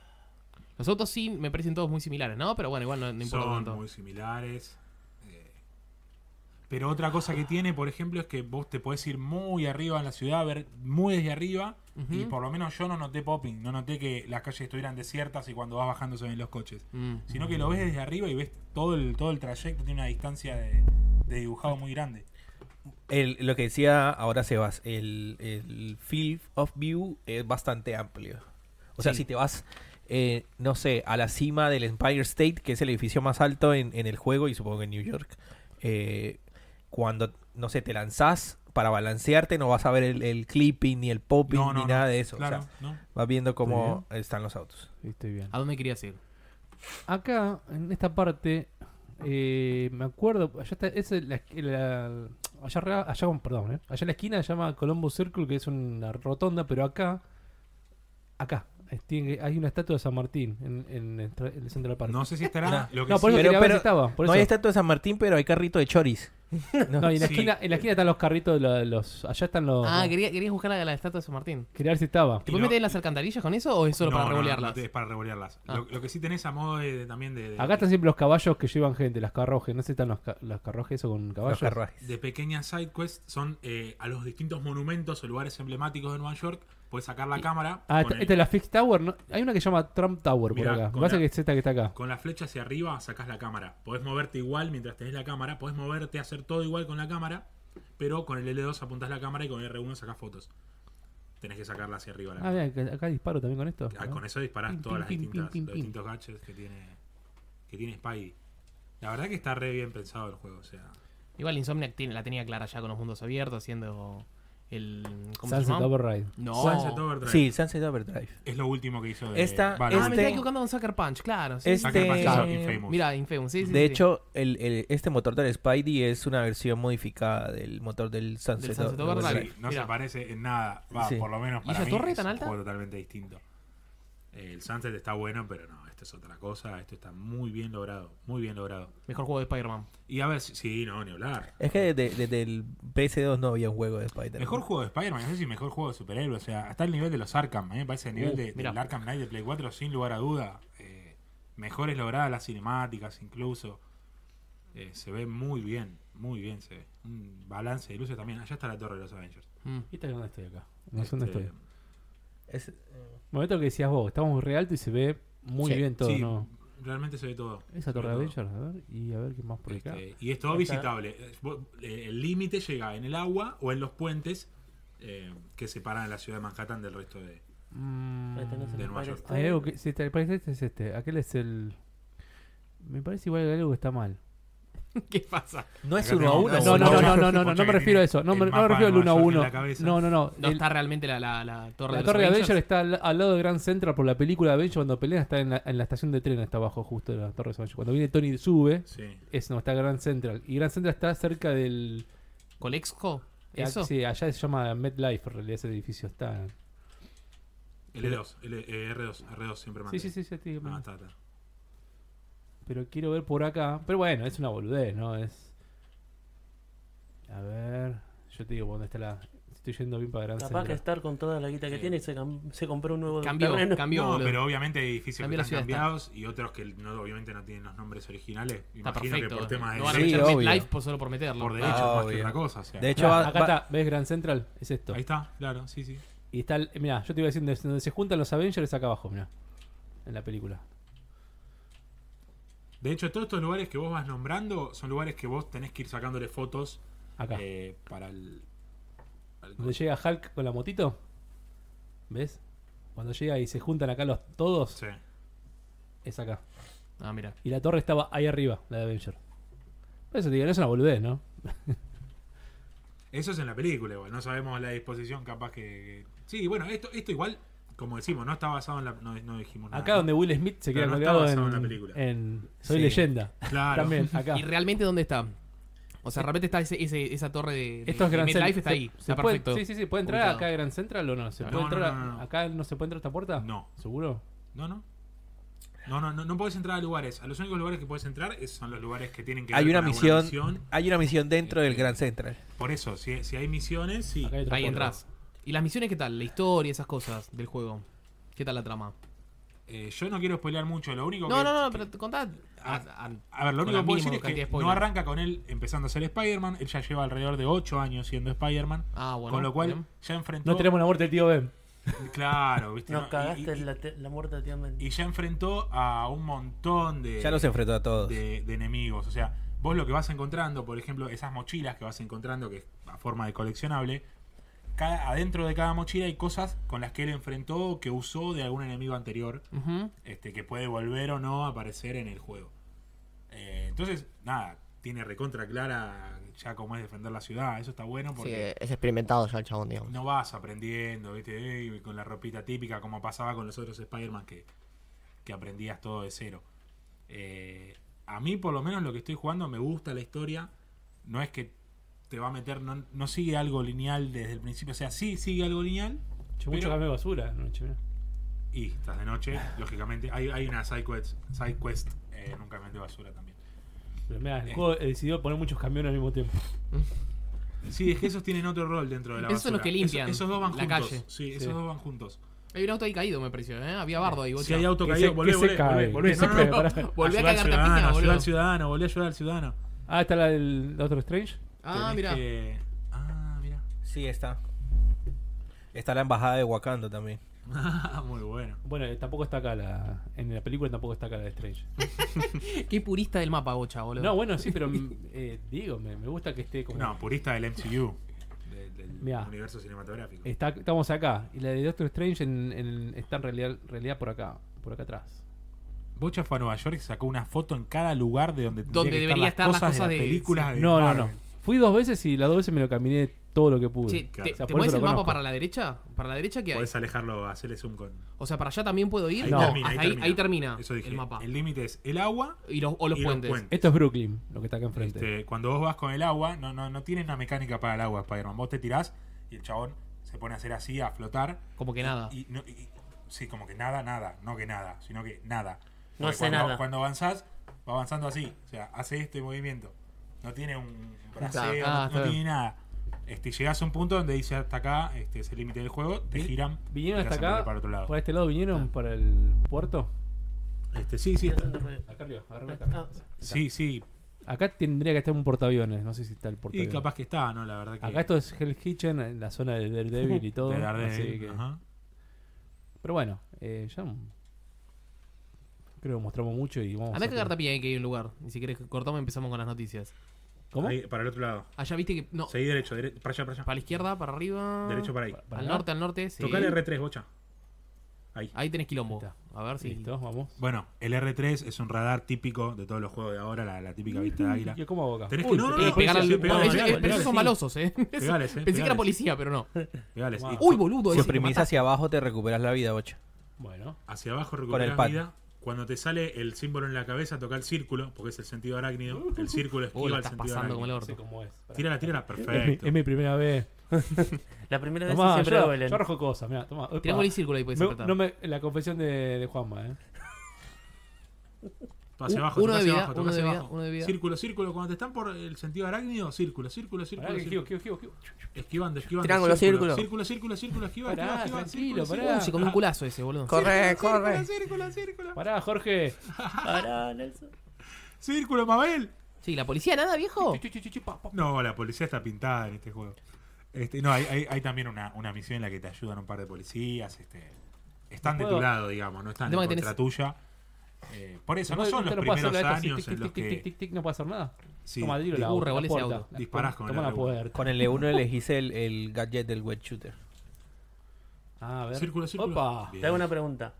Speaker 1: Los autos sí me parecen todos muy similares, ¿no? Pero bueno, igual no, no importa
Speaker 4: son
Speaker 1: tanto.
Speaker 4: muy similares. eh, Pero otra cosa que tiene, por ejemplo, es que vos te podés ir muy arriba en la ciudad, ver muy desde arriba. Y
Speaker 1: Ujú.
Speaker 4: por lo menos yo no noté popping, no noté que las calles estuvieran desiertas y cuando vas bajando se ven los coches.
Speaker 1: Mm.
Speaker 4: Sino que lo ves desde arriba y ves todo el, todo el trayecto, tiene una distancia de, de dibujado muy grande.
Speaker 2: El- lo que decía ahora Sebas, el, el field of view es bastante amplio. O sea,
Speaker 1: Sí.
Speaker 2: si te vas, eh, no sé, a la cima del Empire State, que es el edificio más alto en, en el juego y supongo que en New York, eh, cuando, no sé, te lanzás para balancearte, no vas a ver el, el clipping ni el popping
Speaker 4: No, no,
Speaker 2: ni
Speaker 4: no,
Speaker 2: nada de eso.
Speaker 4: Claro,
Speaker 2: O sea,
Speaker 4: ¿no?
Speaker 2: vas viendo cómo están los autos.
Speaker 5: Estoy bien.
Speaker 1: ¿A dónde querías ir?
Speaker 5: Acá, en esta parte, eh, me acuerdo, allá está, es la, la- allá, arri- allá, perdón, eh, allá en la esquina se llama Colombo Circle, que es una rotonda, pero acá, acá, es- tiene- hay una estatua de San Martín en, en el tra- el Central Park.
Speaker 4: No sé si estará. Lo que
Speaker 5: No, por
Speaker 2: Pero-
Speaker 4: sí-
Speaker 5: eso quería ver
Speaker 2: pero-
Speaker 5: si estaba. por
Speaker 2: no
Speaker 5: eso.
Speaker 2: hay estatua de San Martín, pero hay carrito de choris.
Speaker 5: No, y en la,
Speaker 4: Sí.
Speaker 5: esquina, en la esquina están los carritos, de la- los, allá están los...
Speaker 1: Ah, quería- querías buscar a la estatua de San Martín.
Speaker 5: quería ver si estaba.
Speaker 1: ¿Te puedes
Speaker 4: no-
Speaker 1: meter en las alcantarillas con eso o es solo
Speaker 4: No,
Speaker 1: para
Speaker 4: no, no,
Speaker 1: revolearlas?
Speaker 4: no, es para revolearlas.
Speaker 1: Ah.
Speaker 4: Lo, lo que sí tenés a modo de, de- también de, de-
Speaker 5: Acá están siempre los caballos que llevan gente, las carrojes. No sé si están los, ca- los carrojes o con
Speaker 2: Los
Speaker 5: caballos.
Speaker 2: carruajes.
Speaker 4: de pequeñas side quests son eh, a los distintos monumentos o lugares emblemáticos de Nueva York. Puedes sacar la cámara
Speaker 5: Ah,
Speaker 4: con,
Speaker 5: esta,
Speaker 4: el-
Speaker 5: esta es la Fix Tower. ¿no? Hay una que se llama Trump Tower
Speaker 4: Mirá,
Speaker 5: por acá. Me
Speaker 4: con
Speaker 5: parece
Speaker 4: la-
Speaker 5: que es esta que está acá.
Speaker 4: con la flecha hacia arriba, sacás la cámara. Podés moverte igual mientras tenés la cámara. Podés moverte, hacer todo igual con la cámara. Pero con el L2 apuntás la cámara y con el R1 sacás fotos. Tenés que sacarla hacia arriba. la
Speaker 5: Ah,
Speaker 4: cámara.
Speaker 5: mira, acá, acá disparo también con esto.
Speaker 4: Ah, con eso disparás
Speaker 1: Pim,
Speaker 4: todas
Speaker 1: pim,
Speaker 4: las
Speaker 1: pim, pim,
Speaker 4: distintas,
Speaker 1: pim,
Speaker 4: los
Speaker 1: pim.
Speaker 4: distintos gadgets que tiene, que tiene Spidey. La verdad que está re bien pensado el juego. O sea,
Speaker 1: Igual Insomniac tiene- la tenía clara ya con los mundos abiertos, haciendo el. ¿Cómo se
Speaker 5: Sunset
Speaker 1: llama?
Speaker 5: Override.
Speaker 1: No.
Speaker 4: Sunset Overdrive
Speaker 2: Sí, Sunset Overdrive.
Speaker 4: es lo último que hizo de
Speaker 2: Esta-
Speaker 1: Ah,
Speaker 4: Valorant.
Speaker 1: me
Speaker 2: Este-
Speaker 1: estaba equivocando con Sucker Punch, claro. sí, sí,
Speaker 4: Sucker Punch hizo
Speaker 2: Este-
Speaker 4: Infamous.
Speaker 1: Mira, Infamous, sí, sí.
Speaker 2: De
Speaker 1: sí.
Speaker 2: hecho, el, el- este motor del Spidey es una versión modificada del motor del Sunset,
Speaker 1: Del Sunset
Speaker 2: Overdrive.
Speaker 1: Overdrive.
Speaker 4: Sí, no
Speaker 1: Mirá.
Speaker 4: se parece en nada. Va,
Speaker 2: Pues Sí.
Speaker 4: por lo menos
Speaker 1: ¿Y
Speaker 4: para
Speaker 1: esa
Speaker 4: mí
Speaker 1: torre
Speaker 4: es
Speaker 1: tan
Speaker 4: un
Speaker 1: alta?
Speaker 4: juego totalmente distinto. El Sunset está bueno, pero no, esto es otra cosa. Esto está muy bien logrado, muy bien logrado.
Speaker 1: Mejor juego de Spider-Man.
Speaker 4: Y a ver, si- sí, no, ni hablar.
Speaker 2: Es que desde, desde el PS2 no había un juego de Spider-Man.
Speaker 4: Mejor juego de Spider-Man, no sé si mejor juego de superhéroe, o sea, hasta el nivel de los Arkham, a mí me parece el nivel
Speaker 1: Uh,
Speaker 4: de, del
Speaker 1: mirá.
Speaker 4: Arkham Knight de Play 4, sin lugar a duda. Eh, mejores logradas las cinemáticas, incluso. Eh, se ve muy bien, muy bien se ve. Un balance de luces también. Allá está la torre de los Avengers.
Speaker 1: Mm.
Speaker 5: ¿Y esta dónde estoy acá? No sé dónde
Speaker 4: Este,
Speaker 5: estoy.
Speaker 2: Es-
Speaker 5: Momento que decías vos, estamos re alto y se ve muy
Speaker 2: Sí,
Speaker 5: bien todo,
Speaker 4: sí,
Speaker 5: ¿no?
Speaker 4: realmente se ve todo. Se
Speaker 5: Esa
Speaker 4: ve
Speaker 5: torre de
Speaker 4: todo.
Speaker 5: Avengers, a ver, y a ver qué más por acá.
Speaker 4: Este, y es todo visitable. Eh, vos- eh, El límite llega en el agua o en los puentes eh, que separan la ciudad de Manhattan del resto de.
Speaker 5: Mm,
Speaker 6: Ahí tenés el
Speaker 4: De Nueva
Speaker 6: Empire
Speaker 4: York.
Speaker 6: State.
Speaker 5: hay algo que. Si te parece este es este. Aquel es el. Me parece igual que hay algo que está mal.
Speaker 1: ¿Qué pasa?
Speaker 2: no es
Speaker 4: Acá
Speaker 2: uno a
Speaker 4: tenemos-
Speaker 2: uno.
Speaker 5: No, no, no,
Speaker 4: Bocha-
Speaker 5: no, no, no, no,
Speaker 4: Bocha
Speaker 5: no me
Speaker 4: que
Speaker 5: refiero a
Speaker 4: tiene
Speaker 5: eso. No
Speaker 4: el
Speaker 5: me, no me
Speaker 4: mapa de
Speaker 5: refiero al
Speaker 4: Nueva
Speaker 5: 1 a
Speaker 4: York en
Speaker 5: 1.
Speaker 4: la cabeza.
Speaker 5: No, no, no.
Speaker 1: No
Speaker 5: el-
Speaker 1: está realmente la, la, la torre
Speaker 5: La
Speaker 1: de los
Speaker 5: torre de
Speaker 1: Avengers?
Speaker 5: Avenger está al, al lado de Grand Central por la película de Avenger cuando pelean está en la, en la estación de tren está abajo justo de la torre de Avenger. Cuando viene Tony y sube,
Speaker 4: Sí.
Speaker 5: es no está Grand Central. Y Grand Central está cerca del eh,
Speaker 1: ¿Colexco? ¿Eso?
Speaker 5: sí, allá se llama MedLife en realidad ese edificio está.
Speaker 4: L2, L- eh, R2, R2 siempre manda.
Speaker 5: Sí, sí, sí, sí, estoy-
Speaker 4: Ah, está, está.
Speaker 5: Pero quiero ver por acá. Pero bueno, es una boludez, ¿no? Es. A ver. Yo te digo por dónde está la. Estoy yendo bien para Grand
Speaker 6: Capaz que
Speaker 5: Central.
Speaker 6: estar con toda la guita que
Speaker 4: Sí.
Speaker 6: tiene y se, cam- se compró un nuevo
Speaker 1: Cambió,
Speaker 6: terreno.
Speaker 1: cambió,
Speaker 4: no,
Speaker 1: boludo.
Speaker 4: pero obviamente hay edificios que
Speaker 1: Cambió la
Speaker 4: están
Speaker 1: ciudad,
Speaker 4: cambiados y otros que no, obviamente no tienen los nombres originales.
Speaker 1: Está
Speaker 4: Imagino que
Speaker 1: perfecto.
Speaker 4: por temas de
Speaker 1: no van a
Speaker 2: Sí,
Speaker 1: meter
Speaker 4: derechos,
Speaker 2: obvio.
Speaker 1: MetLife por solo por meterlo.
Speaker 4: por
Speaker 1: Ah,
Speaker 4: derechos más que
Speaker 2: obvio.
Speaker 4: otra cosa. o sea.
Speaker 2: De hecho,
Speaker 5: Claro,
Speaker 2: va-
Speaker 5: acá
Speaker 2: va-
Speaker 5: está, ¿ves Grand Central? Es esto.
Speaker 4: Ahí está, claro, sí, sí.
Speaker 5: Y está, mira, yo te iba diciendo, es donde se juntan los Avengers acá abajo, mira. En la película.
Speaker 4: De hecho, todos estos lugares que vos vas nombrando son lugares que vos tenés que ir sacándole fotos
Speaker 5: Acá.
Speaker 4: eh, para el. al-
Speaker 5: Donde llega Hulk con la motito. ¿Ves? Cuando llega y se juntan acá los todos,
Speaker 4: Sí.
Speaker 5: es acá.
Speaker 1: Ah, mira.
Speaker 5: Y la torre estaba ahí arriba, la de Avenger. Por eso te digo, no es una boludez, ¿no?
Speaker 4: Eso es en la película, igual. No sabemos la disposición, capaz que. Sí, bueno, esto, esto igual, como decimos, no está basado en la. No, no dijimos nada.
Speaker 5: Acá donde Will Smith se
Speaker 4: Pero
Speaker 5: queda
Speaker 4: no está
Speaker 5: colgado
Speaker 4: basado
Speaker 5: en,
Speaker 4: en la película.
Speaker 5: en Soy
Speaker 2: Sí.
Speaker 5: leyenda.
Speaker 4: Claro.
Speaker 5: También, acá.
Speaker 1: ¿Y realmente dónde está? O sea, de repente está ese, ese- esa torre de, de-
Speaker 5: Esto es
Speaker 1: de
Speaker 5: Grand Central.
Speaker 1: MetLife está
Speaker 5: Se-
Speaker 1: ahí.
Speaker 5: se
Speaker 1: Está
Speaker 5: puede-
Speaker 1: perfecto.
Speaker 5: Sí, sí, sí. ¿Puede entrar
Speaker 1: ubicado.
Speaker 5: acá a Grand Central o no? ¿Se
Speaker 1: No,
Speaker 5: puede
Speaker 4: no,
Speaker 5: entrar?
Speaker 4: no, no, no.
Speaker 5: ¿Acá no se puede entrar a esta puerta?
Speaker 4: No.
Speaker 5: ¿Seguro?
Speaker 4: No, no. No, no, no, no puedes entrar a lugares. A los únicos lugares que puedes entrar es- son los lugares que tienen que
Speaker 2: Hay
Speaker 4: ver
Speaker 2: una
Speaker 4: con alguna
Speaker 2: misión, Hay una misión dentro del Grand Central.
Speaker 4: Por eso, si, si hay misiones, sí.
Speaker 5: Acá hay otra
Speaker 1: Ahí
Speaker 5: puerta.
Speaker 1: entras. ¿Y las misiones qué tal? La historia, esas cosas del juego. ¿Qué tal la trama?
Speaker 4: Eh, yo no quiero spoilear mucho, lo único
Speaker 1: No,
Speaker 4: que...
Speaker 1: no, no, pero te contá.
Speaker 4: Ah,
Speaker 1: Ah, ah,
Speaker 4: A ver, lo
Speaker 1: Con la
Speaker 4: único que puedo
Speaker 1: mínima
Speaker 4: decir es
Speaker 1: cantidad de
Speaker 4: que no
Speaker 1: spoiler.
Speaker 4: arranca con él empezando a ser Spider-Man. Él ya lleva alrededor de 8 años siendo Spider-man.
Speaker 1: Ah, bueno.
Speaker 4: con lo cual
Speaker 1: bien.
Speaker 4: ya enfrentó...
Speaker 5: No tenemos la muerte del tío Ben.
Speaker 4: Claro, viste.
Speaker 6: Nos
Speaker 4: ¿no? Y-
Speaker 6: cagaste
Speaker 4: y,
Speaker 6: la, te- la muerte de Tian Ben.
Speaker 4: y ya enfrentó a un montón de...
Speaker 2: Ya los enfrentó a todos.
Speaker 4: de, de enemigos. O sea, vos lo que vas encontrando, por ejemplo, esas mochilas que vas encontrando, que es a forma de coleccionable, cada, adentro de cada mochila hay cosas con las que él enfrentó o que usó de algún enemigo anterior,
Speaker 1: Ujú.
Speaker 4: este, que puede volver o no a aparecer en el juego. Eh, entonces, nada, tiene recontra clara ya cómo es defender la ciudad, eso está bueno
Speaker 3: Sí,
Speaker 4: porque...
Speaker 3: es experimentado ya el chabón, digamos.
Speaker 4: No vas aprendiendo, ¿viste? Ey, con la ropita típica, como pasaba con los otros Spider-Man que, que aprendías todo de cero. Eh, a mí, por lo menos, lo que estoy jugando me gusta la historia. No es que te va a meter, no, no sigue algo lineal desde el principio. O sea, sí sigue algo lineal.
Speaker 5: Che, mucho
Speaker 4: Pero-
Speaker 5: cambio de basura. No, che, mirá.
Speaker 4: Y estás de noche, lógicamente. Hay, hay una side quest, side quest eh, nunca me de basura también.
Speaker 5: Pero mirá, el
Speaker 4: Eh.
Speaker 5: juego decidió poner muchos camiones al mismo tiempo.
Speaker 4: Sí, es que esos tienen otro rol dentro de la
Speaker 1: Esos son los
Speaker 4: basura.
Speaker 1: que limpian
Speaker 4: esos, esos dos van
Speaker 1: la
Speaker 4: juntos.
Speaker 1: calle.
Speaker 4: Sí,
Speaker 5: Sí.
Speaker 4: esos dos van juntos.
Speaker 1: Hay un auto ahí caído, me pareció, ¿eh? Había bardo ahí, bocha.
Speaker 4: Si hay auto
Speaker 5: Que
Speaker 4: caído,
Speaker 5: se-
Speaker 4: volvé,
Speaker 5: que se
Speaker 4: volvé,
Speaker 5: cae,
Speaker 4: volvé, volvé.
Speaker 5: que se
Speaker 4: No, no,
Speaker 5: cae,
Speaker 4: no.
Speaker 5: pará.
Speaker 1: Volví a
Speaker 4: Ayudar al
Speaker 1: cagarte a
Speaker 4: ciudadano,
Speaker 1: piña,
Speaker 4: ayudar
Speaker 1: boludo.
Speaker 4: al ciudadano, volví a ayudar al ciudadano.
Speaker 5: Ah, está la del Doctor Strange.
Speaker 1: Ah,
Speaker 4: Tenés
Speaker 1: mira.
Speaker 4: que- Ah, mira.
Speaker 2: Sí, está. Está la embajada de Wakanda también.
Speaker 4: Ah, Muy bueno.
Speaker 5: Bueno, eh, tampoco está acá la. En la película tampoco está acá la de Strange.
Speaker 1: Qué purista del mapa, bocha, boludo.
Speaker 5: No, bueno, sí, pero mm, eh, digo, me, me gusta que esté como.
Speaker 4: No, purista del MCU. Del, del
Speaker 5: Mirá.
Speaker 4: universo cinematográfico.
Speaker 5: Está- estamos acá. Y la de Doctor Strange en, en- está en realidad, realidad por acá, por acá atrás.
Speaker 4: Bocha fue a Nueva York y sacó una foto en cada lugar de donde,
Speaker 1: Donde
Speaker 4: tendría que
Speaker 1: debería estar las
Speaker 4: las cosas
Speaker 1: cosas
Speaker 4: de
Speaker 1: de-
Speaker 4: las películas. de
Speaker 5: No, no, no.
Speaker 4: Marvel.
Speaker 5: Fui dos veces y las dos veces me lo caminé todo lo que pude.
Speaker 1: Che,
Speaker 4: claro.
Speaker 1: ¿te,
Speaker 4: O
Speaker 5: sea,
Speaker 1: te
Speaker 5: por
Speaker 1: mueves
Speaker 5: eso
Speaker 1: el
Speaker 5: lo
Speaker 1: mapa
Speaker 5: conozco.
Speaker 1: para la derecha? ¿Para la derecha qué hay?
Speaker 4: Podés alejarlo, hacerle zoom con.
Speaker 1: O sea, ¿para allá también puedo ir?
Speaker 4: Ahí
Speaker 5: No,
Speaker 4: termina,
Speaker 1: hasta
Speaker 4: ahí
Speaker 1: ahí,
Speaker 4: termina.
Speaker 1: ahí termina
Speaker 4: Eso dije.
Speaker 1: el mapa.
Speaker 4: El límite es el agua.
Speaker 1: Y los, o los
Speaker 4: y
Speaker 1: puentes.
Speaker 4: Los puentes.
Speaker 5: Esto es Brooklyn, lo que está acá enfrente.
Speaker 4: Este, cuando vos vas con el agua, no, no, no tienen una mecánica para el agua, Spider-Man. Vos te tirás y el chabón se pone a hacer así, a flotar.
Speaker 1: Como que nada.
Speaker 4: Y, no- y- sí, como que nada, nada, no que nada, sino que nada.
Speaker 6: No
Speaker 4: Porque
Speaker 6: hace
Speaker 4: cuando,
Speaker 6: nada.
Speaker 4: Cuando avanzás, va avanzando así. O sea, hace este movimiento. No tiene un braceo,
Speaker 1: Claro,
Speaker 4: no-
Speaker 1: ah,
Speaker 4: no,
Speaker 1: está bien.
Speaker 4: tiene nada. Este, llegás a un punto donde dice hasta acá, este es el límite del juego, te
Speaker 5: Vi-
Speaker 4: giran. y
Speaker 5: ¿Vinieron
Speaker 4: te
Speaker 5: hasta
Speaker 4: hacen correr
Speaker 5: acá?
Speaker 4: Para otro lado.
Speaker 5: ¿Por este lado vinieron? ¿Para el puerto?
Speaker 4: Este, sí, sí, está-
Speaker 5: Acá arriba, agarrame acá.
Speaker 6: Ah,
Speaker 4: sí, sí.
Speaker 5: Acá tendría que estar un portaaviones, no sé si está el
Speaker 4: Y
Speaker 5: portaaviones.
Speaker 4: capaz que está, ¿no? La verdad que.
Speaker 5: Acá esto es Hell Kitchen, en la zona de Daredevil y todo.
Speaker 4: de Daredevil,
Speaker 5: así que-
Speaker 4: ajá.
Speaker 5: Pero bueno, eh, ya mm, creo que mostramos mucho y vamos
Speaker 1: Andá a
Speaker 5: a-
Speaker 1: cagarte a piña ahí que hay un lugar. Y si querés cortamos empezamos con las noticias.
Speaker 5: ¿Cómo?
Speaker 4: Ahí, para el otro lado.
Speaker 1: Allá viste que. No,
Speaker 4: Seguí derecho, dere- para allá, para allá.
Speaker 1: para la izquierda, para arriba.
Speaker 4: Derecho para ahí.
Speaker 5: Para
Speaker 1: al
Speaker 5: acá.
Speaker 1: norte, al norte. Sí. Ah.
Speaker 4: Tocar R3, bocha. Ahí.
Speaker 1: Ahí tenés quilombo.
Speaker 5: Ahí
Speaker 1: A ver si.
Speaker 5: Listo, vamos.
Speaker 4: Bueno, el R3 es un radar típico de todos los juegos de ahora, la, la típica vista de águila.
Speaker 5: ¿Y cómo hago acá?
Speaker 4: Tenés
Speaker 5: Uy,
Speaker 4: que- no,
Speaker 5: se
Speaker 4: no,
Speaker 5: pega
Speaker 1: Eh,
Speaker 4: no,
Speaker 5: policía,
Speaker 1: pegar al-
Speaker 4: sí,
Speaker 5: se pega
Speaker 1: Bueno,
Speaker 4: pegale,
Speaker 1: eso-
Speaker 4: pegale,
Speaker 1: pero esos son
Speaker 4: sí.
Speaker 1: malosos, eh.
Speaker 4: Pegales,
Speaker 1: Pensé
Speaker 4: eh,
Speaker 1: que
Speaker 4: pegales.
Speaker 1: era policía, pero no.
Speaker 4: Pegales.
Speaker 5: Wow.
Speaker 4: Y
Speaker 1: Uy, boludo,
Speaker 2: Si
Speaker 1: ese que
Speaker 2: oprimís
Speaker 1: matás.
Speaker 2: hacia abajo, te recuperas la vida, bocha.
Speaker 5: Bueno,
Speaker 4: hacia abajo
Speaker 2: Con el
Speaker 4: recuperas
Speaker 2: pad.
Speaker 4: vida. Cuando te sale el símbolo en la cabeza, toca el círculo, porque es el sentido arácnido. El círculo esquiva
Speaker 1: Uy, la
Speaker 4: el
Speaker 1: estás
Speaker 4: sentido
Speaker 1: pasando como el
Speaker 4: arácnido.
Speaker 5: no sé
Speaker 1: orto.
Speaker 5: cómo es. Pará.
Speaker 4: Tírala, tírala,
Speaker 5: Es mi,
Speaker 4: perfecto.
Speaker 5: es mi primera vez.
Speaker 6: La primera vez
Speaker 5: Tomá,
Speaker 6: siempre
Speaker 5: yo,
Speaker 6: duelen.
Speaker 5: yo arrojo cosas, mira, toma. Opa.
Speaker 1: Triángulo y círculo ahí puedes
Speaker 5: Me-
Speaker 1: apretar.
Speaker 5: no me- la confesión de, de Juanma, eh.
Speaker 4: Hacia
Speaker 1: Un-
Speaker 4: abajo,
Speaker 1: uno
Speaker 4: toca
Speaker 1: de
Speaker 4: hacia
Speaker 1: vida,
Speaker 4: abajo, toca
Speaker 1: uno de
Speaker 4: hacia
Speaker 1: vida,
Speaker 4: abajo.
Speaker 1: uno de vida.
Speaker 4: Círculo, círculo. Cuando te están por el sentido arácnido, círculo, círculo,
Speaker 5: Pará,
Speaker 4: círculo.
Speaker 5: que esquivo,
Speaker 4: círculo.
Speaker 5: esquivo, esquivo, esquivo.
Speaker 4: Esquivando, esquivando.
Speaker 3: Triángulo,
Speaker 4: círculo.
Speaker 3: círculo.
Speaker 4: Círculo, círculo, círculo, esquiva,
Speaker 5: Pará,
Speaker 4: esquiva, esquiva, círculo,
Speaker 5: tranquilo, pará.
Speaker 4: círculo.
Speaker 1: Uy, se comió un culazo ese, boludo.
Speaker 3: Corre, corre.
Speaker 4: Círculo, círculo, círculo.
Speaker 5: Pará, Jorge.
Speaker 6: Pará, Nelson.
Speaker 4: Círculo, Mabel.
Speaker 1: Sí, la policía nada, viejo.
Speaker 5: Chu, chu, chu, chu, pa, pa.
Speaker 4: No, la policía está pintada en este juego. Este, no, hay, hay- hay también una, una misión en la que te ayudan un par de policías. Este, están de tu
Speaker 5: Puedo-
Speaker 4: lado, digamos, no están
Speaker 1: Tema
Speaker 4: en
Speaker 1: que tenés-
Speaker 4: contra tuya. Eh, por eso, no
Speaker 5: Después,
Speaker 4: son los
Speaker 5: ¿viste? puedo
Speaker 4: primeros
Speaker 5: hacerlo, esto, así,
Speaker 4: años
Speaker 5: tic,
Speaker 4: en los
Speaker 5: tic, tic,
Speaker 4: que
Speaker 5: tic, tic, no puedo hacer nada.
Speaker 4: Sí,
Speaker 5: Toma, dilo la,
Speaker 1: Uh,
Speaker 5: la
Speaker 1: revolé ese
Speaker 5: puerta.
Speaker 1: auto.
Speaker 5: La-
Speaker 4: Disparás con el
Speaker 5: Toma la
Speaker 4: revolver.
Speaker 5: puerta.
Speaker 2: Con el E1 elegís el, el gadget del wet shooter.
Speaker 5: Ah, a ver.
Speaker 4: Círculo, círculo.
Speaker 5: Opa.
Speaker 4: Bien.
Speaker 6: Te hago una pregunta.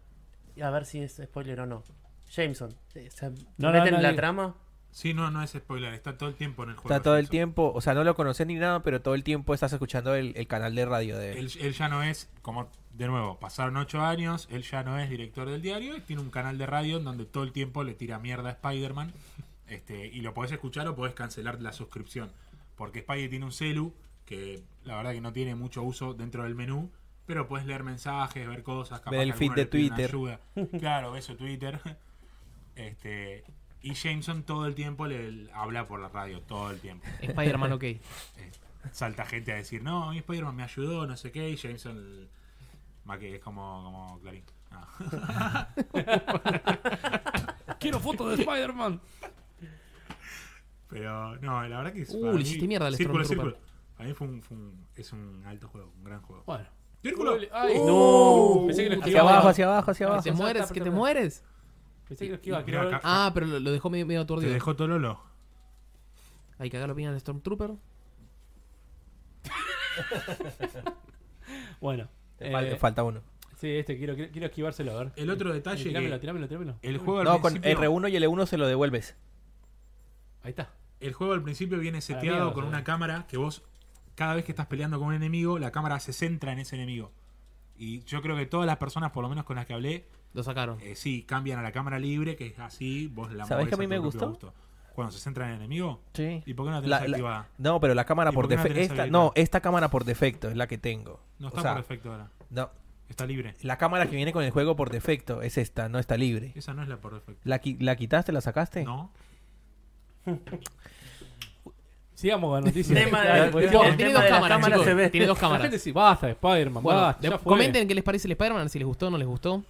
Speaker 6: Y A ver si es spoiler o no. Jameson, eh, ¿se
Speaker 5: no,
Speaker 6: mete
Speaker 5: no,
Speaker 6: en la
Speaker 5: digo.
Speaker 6: trama?
Speaker 4: sí, no, no es spoiler, está todo el tiempo en el juego.
Speaker 2: Está todo el
Speaker 4: Jameson.
Speaker 2: tiempo, o sea, no lo conoces ni nada, pero todo el tiempo estás escuchando el, el canal de radio de él.
Speaker 4: Él, él ya no es, como de nuevo, pasaron ocho años, él ya no es director del diario, y tiene un canal de radio en donde todo el tiempo le tira mierda a Spider-Man. Este, y lo podés escuchar o podés cancelar la suscripción. Porque Spidey tiene un celu que la verdad que no tiene mucho uso dentro del menú, pero puedes leer mensajes, ver cosas, capaz
Speaker 2: Ver el
Speaker 4: que
Speaker 2: feed
Speaker 4: alguno le
Speaker 2: de
Speaker 4: pide una
Speaker 2: Twitter.
Speaker 4: ayuda. Claro, ves su Twitter. Este, y Jameson todo el tiempo le habla por la radio, todo el tiempo.
Speaker 1: Spider-Man, ok.
Speaker 4: Eh, salta gente a decir, no, mi Spider-Man me ayudó, no sé qué, y Jameson el- va que es como, como Clarín. Ah.
Speaker 5: Quiero fotos de Spider-Man.
Speaker 4: Pero no, la verdad que es.
Speaker 1: Uh,
Speaker 4: para
Speaker 1: le
Speaker 4: mí-
Speaker 1: hiciste mierda al
Speaker 4: Círculo,
Speaker 1: Stormtrooper.
Speaker 4: Círculo. Para mí fue un, fue un- es un alto juego, un gran juego.
Speaker 5: Bueno.
Speaker 4: ¡Círculo!
Speaker 1: ah,
Speaker 5: Ay,
Speaker 6: No.
Speaker 5: Pensé que lo
Speaker 2: Uh. Hacia
Speaker 5: esquivaba.
Speaker 2: abajo, hacia abajo, hacia
Speaker 1: Que
Speaker 2: abajo.
Speaker 1: te mueres, que te mueres.
Speaker 5: Pensé que lo esquivaba.
Speaker 4: Mirá
Speaker 5: Quiero ver.
Speaker 4: acá.
Speaker 1: Ah, pero lo, lo dejó medio, medio
Speaker 4: Te
Speaker 1: aturdido.
Speaker 4: dejó Tololo.
Speaker 1: Hay que acá lo opinan de Stormtrooper.
Speaker 5: Bueno.
Speaker 2: Te fal-
Speaker 5: eh,
Speaker 2: te falta uno.
Speaker 5: sí, este quiero, quiero quiero esquivárselo, a ver. Eh,
Speaker 4: El otro detalle que
Speaker 5: Tirámelo, tirámelo, tirámelo.
Speaker 4: el juego al
Speaker 2: No, con
Speaker 4: principio,
Speaker 2: R1 y L1 se lo devuelves.
Speaker 5: Ahí está.
Speaker 4: el juego al principio viene seteado
Speaker 5: mierda,
Speaker 4: con
Speaker 5: sí.
Speaker 4: una cámara que vos cada vez que estás peleando con un enemigo, la cámara se centra en ese enemigo. Y yo creo que todas las personas, por lo menos con las que hablé,
Speaker 1: Lo sacaron.
Speaker 4: eh, sí cambian a la cámara libre, que es así, vos la
Speaker 2: ¿Sabés
Speaker 4: movés
Speaker 2: que a mí me
Speaker 4: tu propio
Speaker 2: gustó?
Speaker 4: gusto. Cuando se centra en el enemigo,
Speaker 2: Sí.
Speaker 4: ¿y por qué no la tenés
Speaker 2: La- la-
Speaker 4: activada?
Speaker 2: no, pero la cámara
Speaker 4: ¿Y
Speaker 2: por
Speaker 4: por qué no la
Speaker 2: defecto.
Speaker 4: tenés
Speaker 2: esta,
Speaker 4: habilitada?
Speaker 2: no, esta cámara por defecto es la que tengo. O
Speaker 4: No está
Speaker 2: sea,
Speaker 4: por defecto ahora,
Speaker 2: No,
Speaker 4: está libre.
Speaker 2: la cámara que viene con el juego por defecto es esta, no está libre.
Speaker 4: Esa no es la por defecto.
Speaker 2: ¿La, qui- la quitaste, la sacaste?
Speaker 4: ¿No?
Speaker 5: Sigamos con noticias.
Speaker 6: Tema
Speaker 5: Ya,
Speaker 6: de-
Speaker 5: pues,
Speaker 1: Bueno,
Speaker 5: ya.
Speaker 6: el tema
Speaker 1: tiene
Speaker 6: de
Speaker 1: dos
Speaker 6: las
Speaker 1: cámaras,
Speaker 6: cámaras
Speaker 1: chicos.
Speaker 6: se ve.
Speaker 1: Tiene dos
Speaker 5: La
Speaker 1: cámaras.
Speaker 5: gente dice, basta, Spider-Man,
Speaker 1: Bueno,
Speaker 5: basta.
Speaker 1: de-
Speaker 5: ya fue.
Speaker 1: comenten qué les parece el Spider-Man, si les gustó o no les gustó.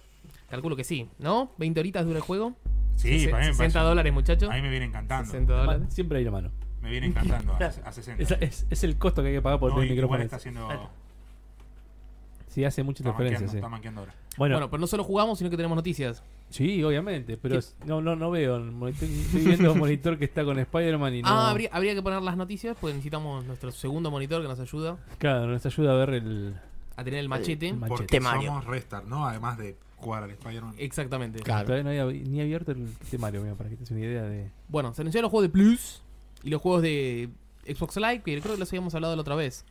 Speaker 1: Calculo que sí, ¿no? 20 horitas dura el juego.
Speaker 4: Sí,
Speaker 1: Se-
Speaker 4: para mí me
Speaker 1: 60
Speaker 4: parece-
Speaker 1: dólares, muchachos.
Speaker 4: A mí me viene encantando.
Speaker 1: 60
Speaker 5: La
Speaker 1: dólares.
Speaker 5: mano, Siempre hay la mano.
Speaker 4: Me viene encantando a,
Speaker 6: Claro.
Speaker 4: a 60.
Speaker 5: Esa- Es, es el costo que hay que pagar por
Speaker 4: No,
Speaker 5: tener
Speaker 4: igual
Speaker 5: micrófono.
Speaker 4: está haciendo.
Speaker 6: Ahí está.
Speaker 5: Sí, hace mucha
Speaker 4: Está manqueando,
Speaker 5: interferencia. Sí.
Speaker 4: está manqueando ahora.
Speaker 5: Bueno,
Speaker 1: Bueno, pero no solo jugamos, sino que tenemos noticias.
Speaker 5: sí, obviamente. Pero es- no, no, no veo. el monitor- Estoy viendo un monitor que está con Spider-Man y no.
Speaker 1: Ah, habría, habría que poner las noticias, pues necesitamos nuestro segundo monitor que nos ayuda
Speaker 5: Claro, nos ayuda a ver el.
Speaker 1: a tener el machete.
Speaker 5: El ma-
Speaker 4: Porque
Speaker 3: Temario.
Speaker 4: somos Restar, ¿no? Además de jugar al Spider-Man.
Speaker 1: Eh, Exactamente.
Speaker 3: Claro.
Speaker 5: Todavía no había ni abierto el temario, mira, para que te des una idea de.
Speaker 1: Bueno, se anunciaron los juegos de Plus y los juegos de Xbox Live, que creo que los habíamos hablado la otra vez.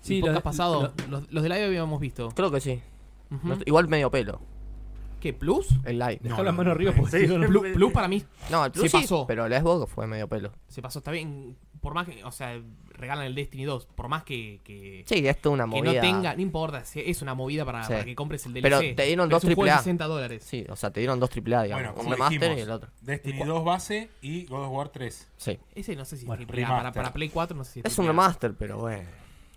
Speaker 5: Sí,
Speaker 1: Sí,
Speaker 5: los-
Speaker 1: podcast pasado.
Speaker 5: lo-
Speaker 1: Los, los de Live habíamos visto.
Speaker 3: Creo que sí.
Speaker 1: Ujú.
Speaker 3: No- igual medio pelo.
Speaker 1: ¿Qué? ¿Plus?
Speaker 3: El live.
Speaker 5: Dejá
Speaker 4: No,
Speaker 5: la
Speaker 4: no,
Speaker 5: mano arriba
Speaker 4: no,
Speaker 5: porque
Speaker 6: sí.
Speaker 5: si no, no-
Speaker 1: Plus, Plus para mí
Speaker 3: No, el
Speaker 1: Se
Speaker 3: Plus sí,
Speaker 1: pasó.
Speaker 3: Pero el Xbox fue medio pelo.
Speaker 1: se pasó. Está bien, por más que, o sea, regalan el Destiny 2, por más que, que,
Speaker 3: Sí, esto es una
Speaker 1: que
Speaker 3: movida.
Speaker 1: no tenga, no importa, si es una movida para,
Speaker 3: Sí.
Speaker 1: para que compres el DLC.
Speaker 3: Pero te dieron
Speaker 1: Pero
Speaker 3: dos
Speaker 1: es un juego de
Speaker 3: AAA.
Speaker 1: 60 dólares.
Speaker 3: Sí, o sea, te dieron dos AAA, digamos.
Speaker 4: Bueno,
Speaker 3: un
Speaker 4: como
Speaker 3: remaster y
Speaker 4: dijimos,
Speaker 3: el otro.
Speaker 4: Destiny
Speaker 3: ¿Y cuál?
Speaker 4: 2 base y God of War 3.
Speaker 3: Sí.
Speaker 1: Ese no sé si
Speaker 5: Bueno,
Speaker 1: es AAA. Para,
Speaker 4: remaster.
Speaker 1: para Play 4 no sé si es
Speaker 3: Es un
Speaker 1: AAA.
Speaker 3: remaster, pero bueno.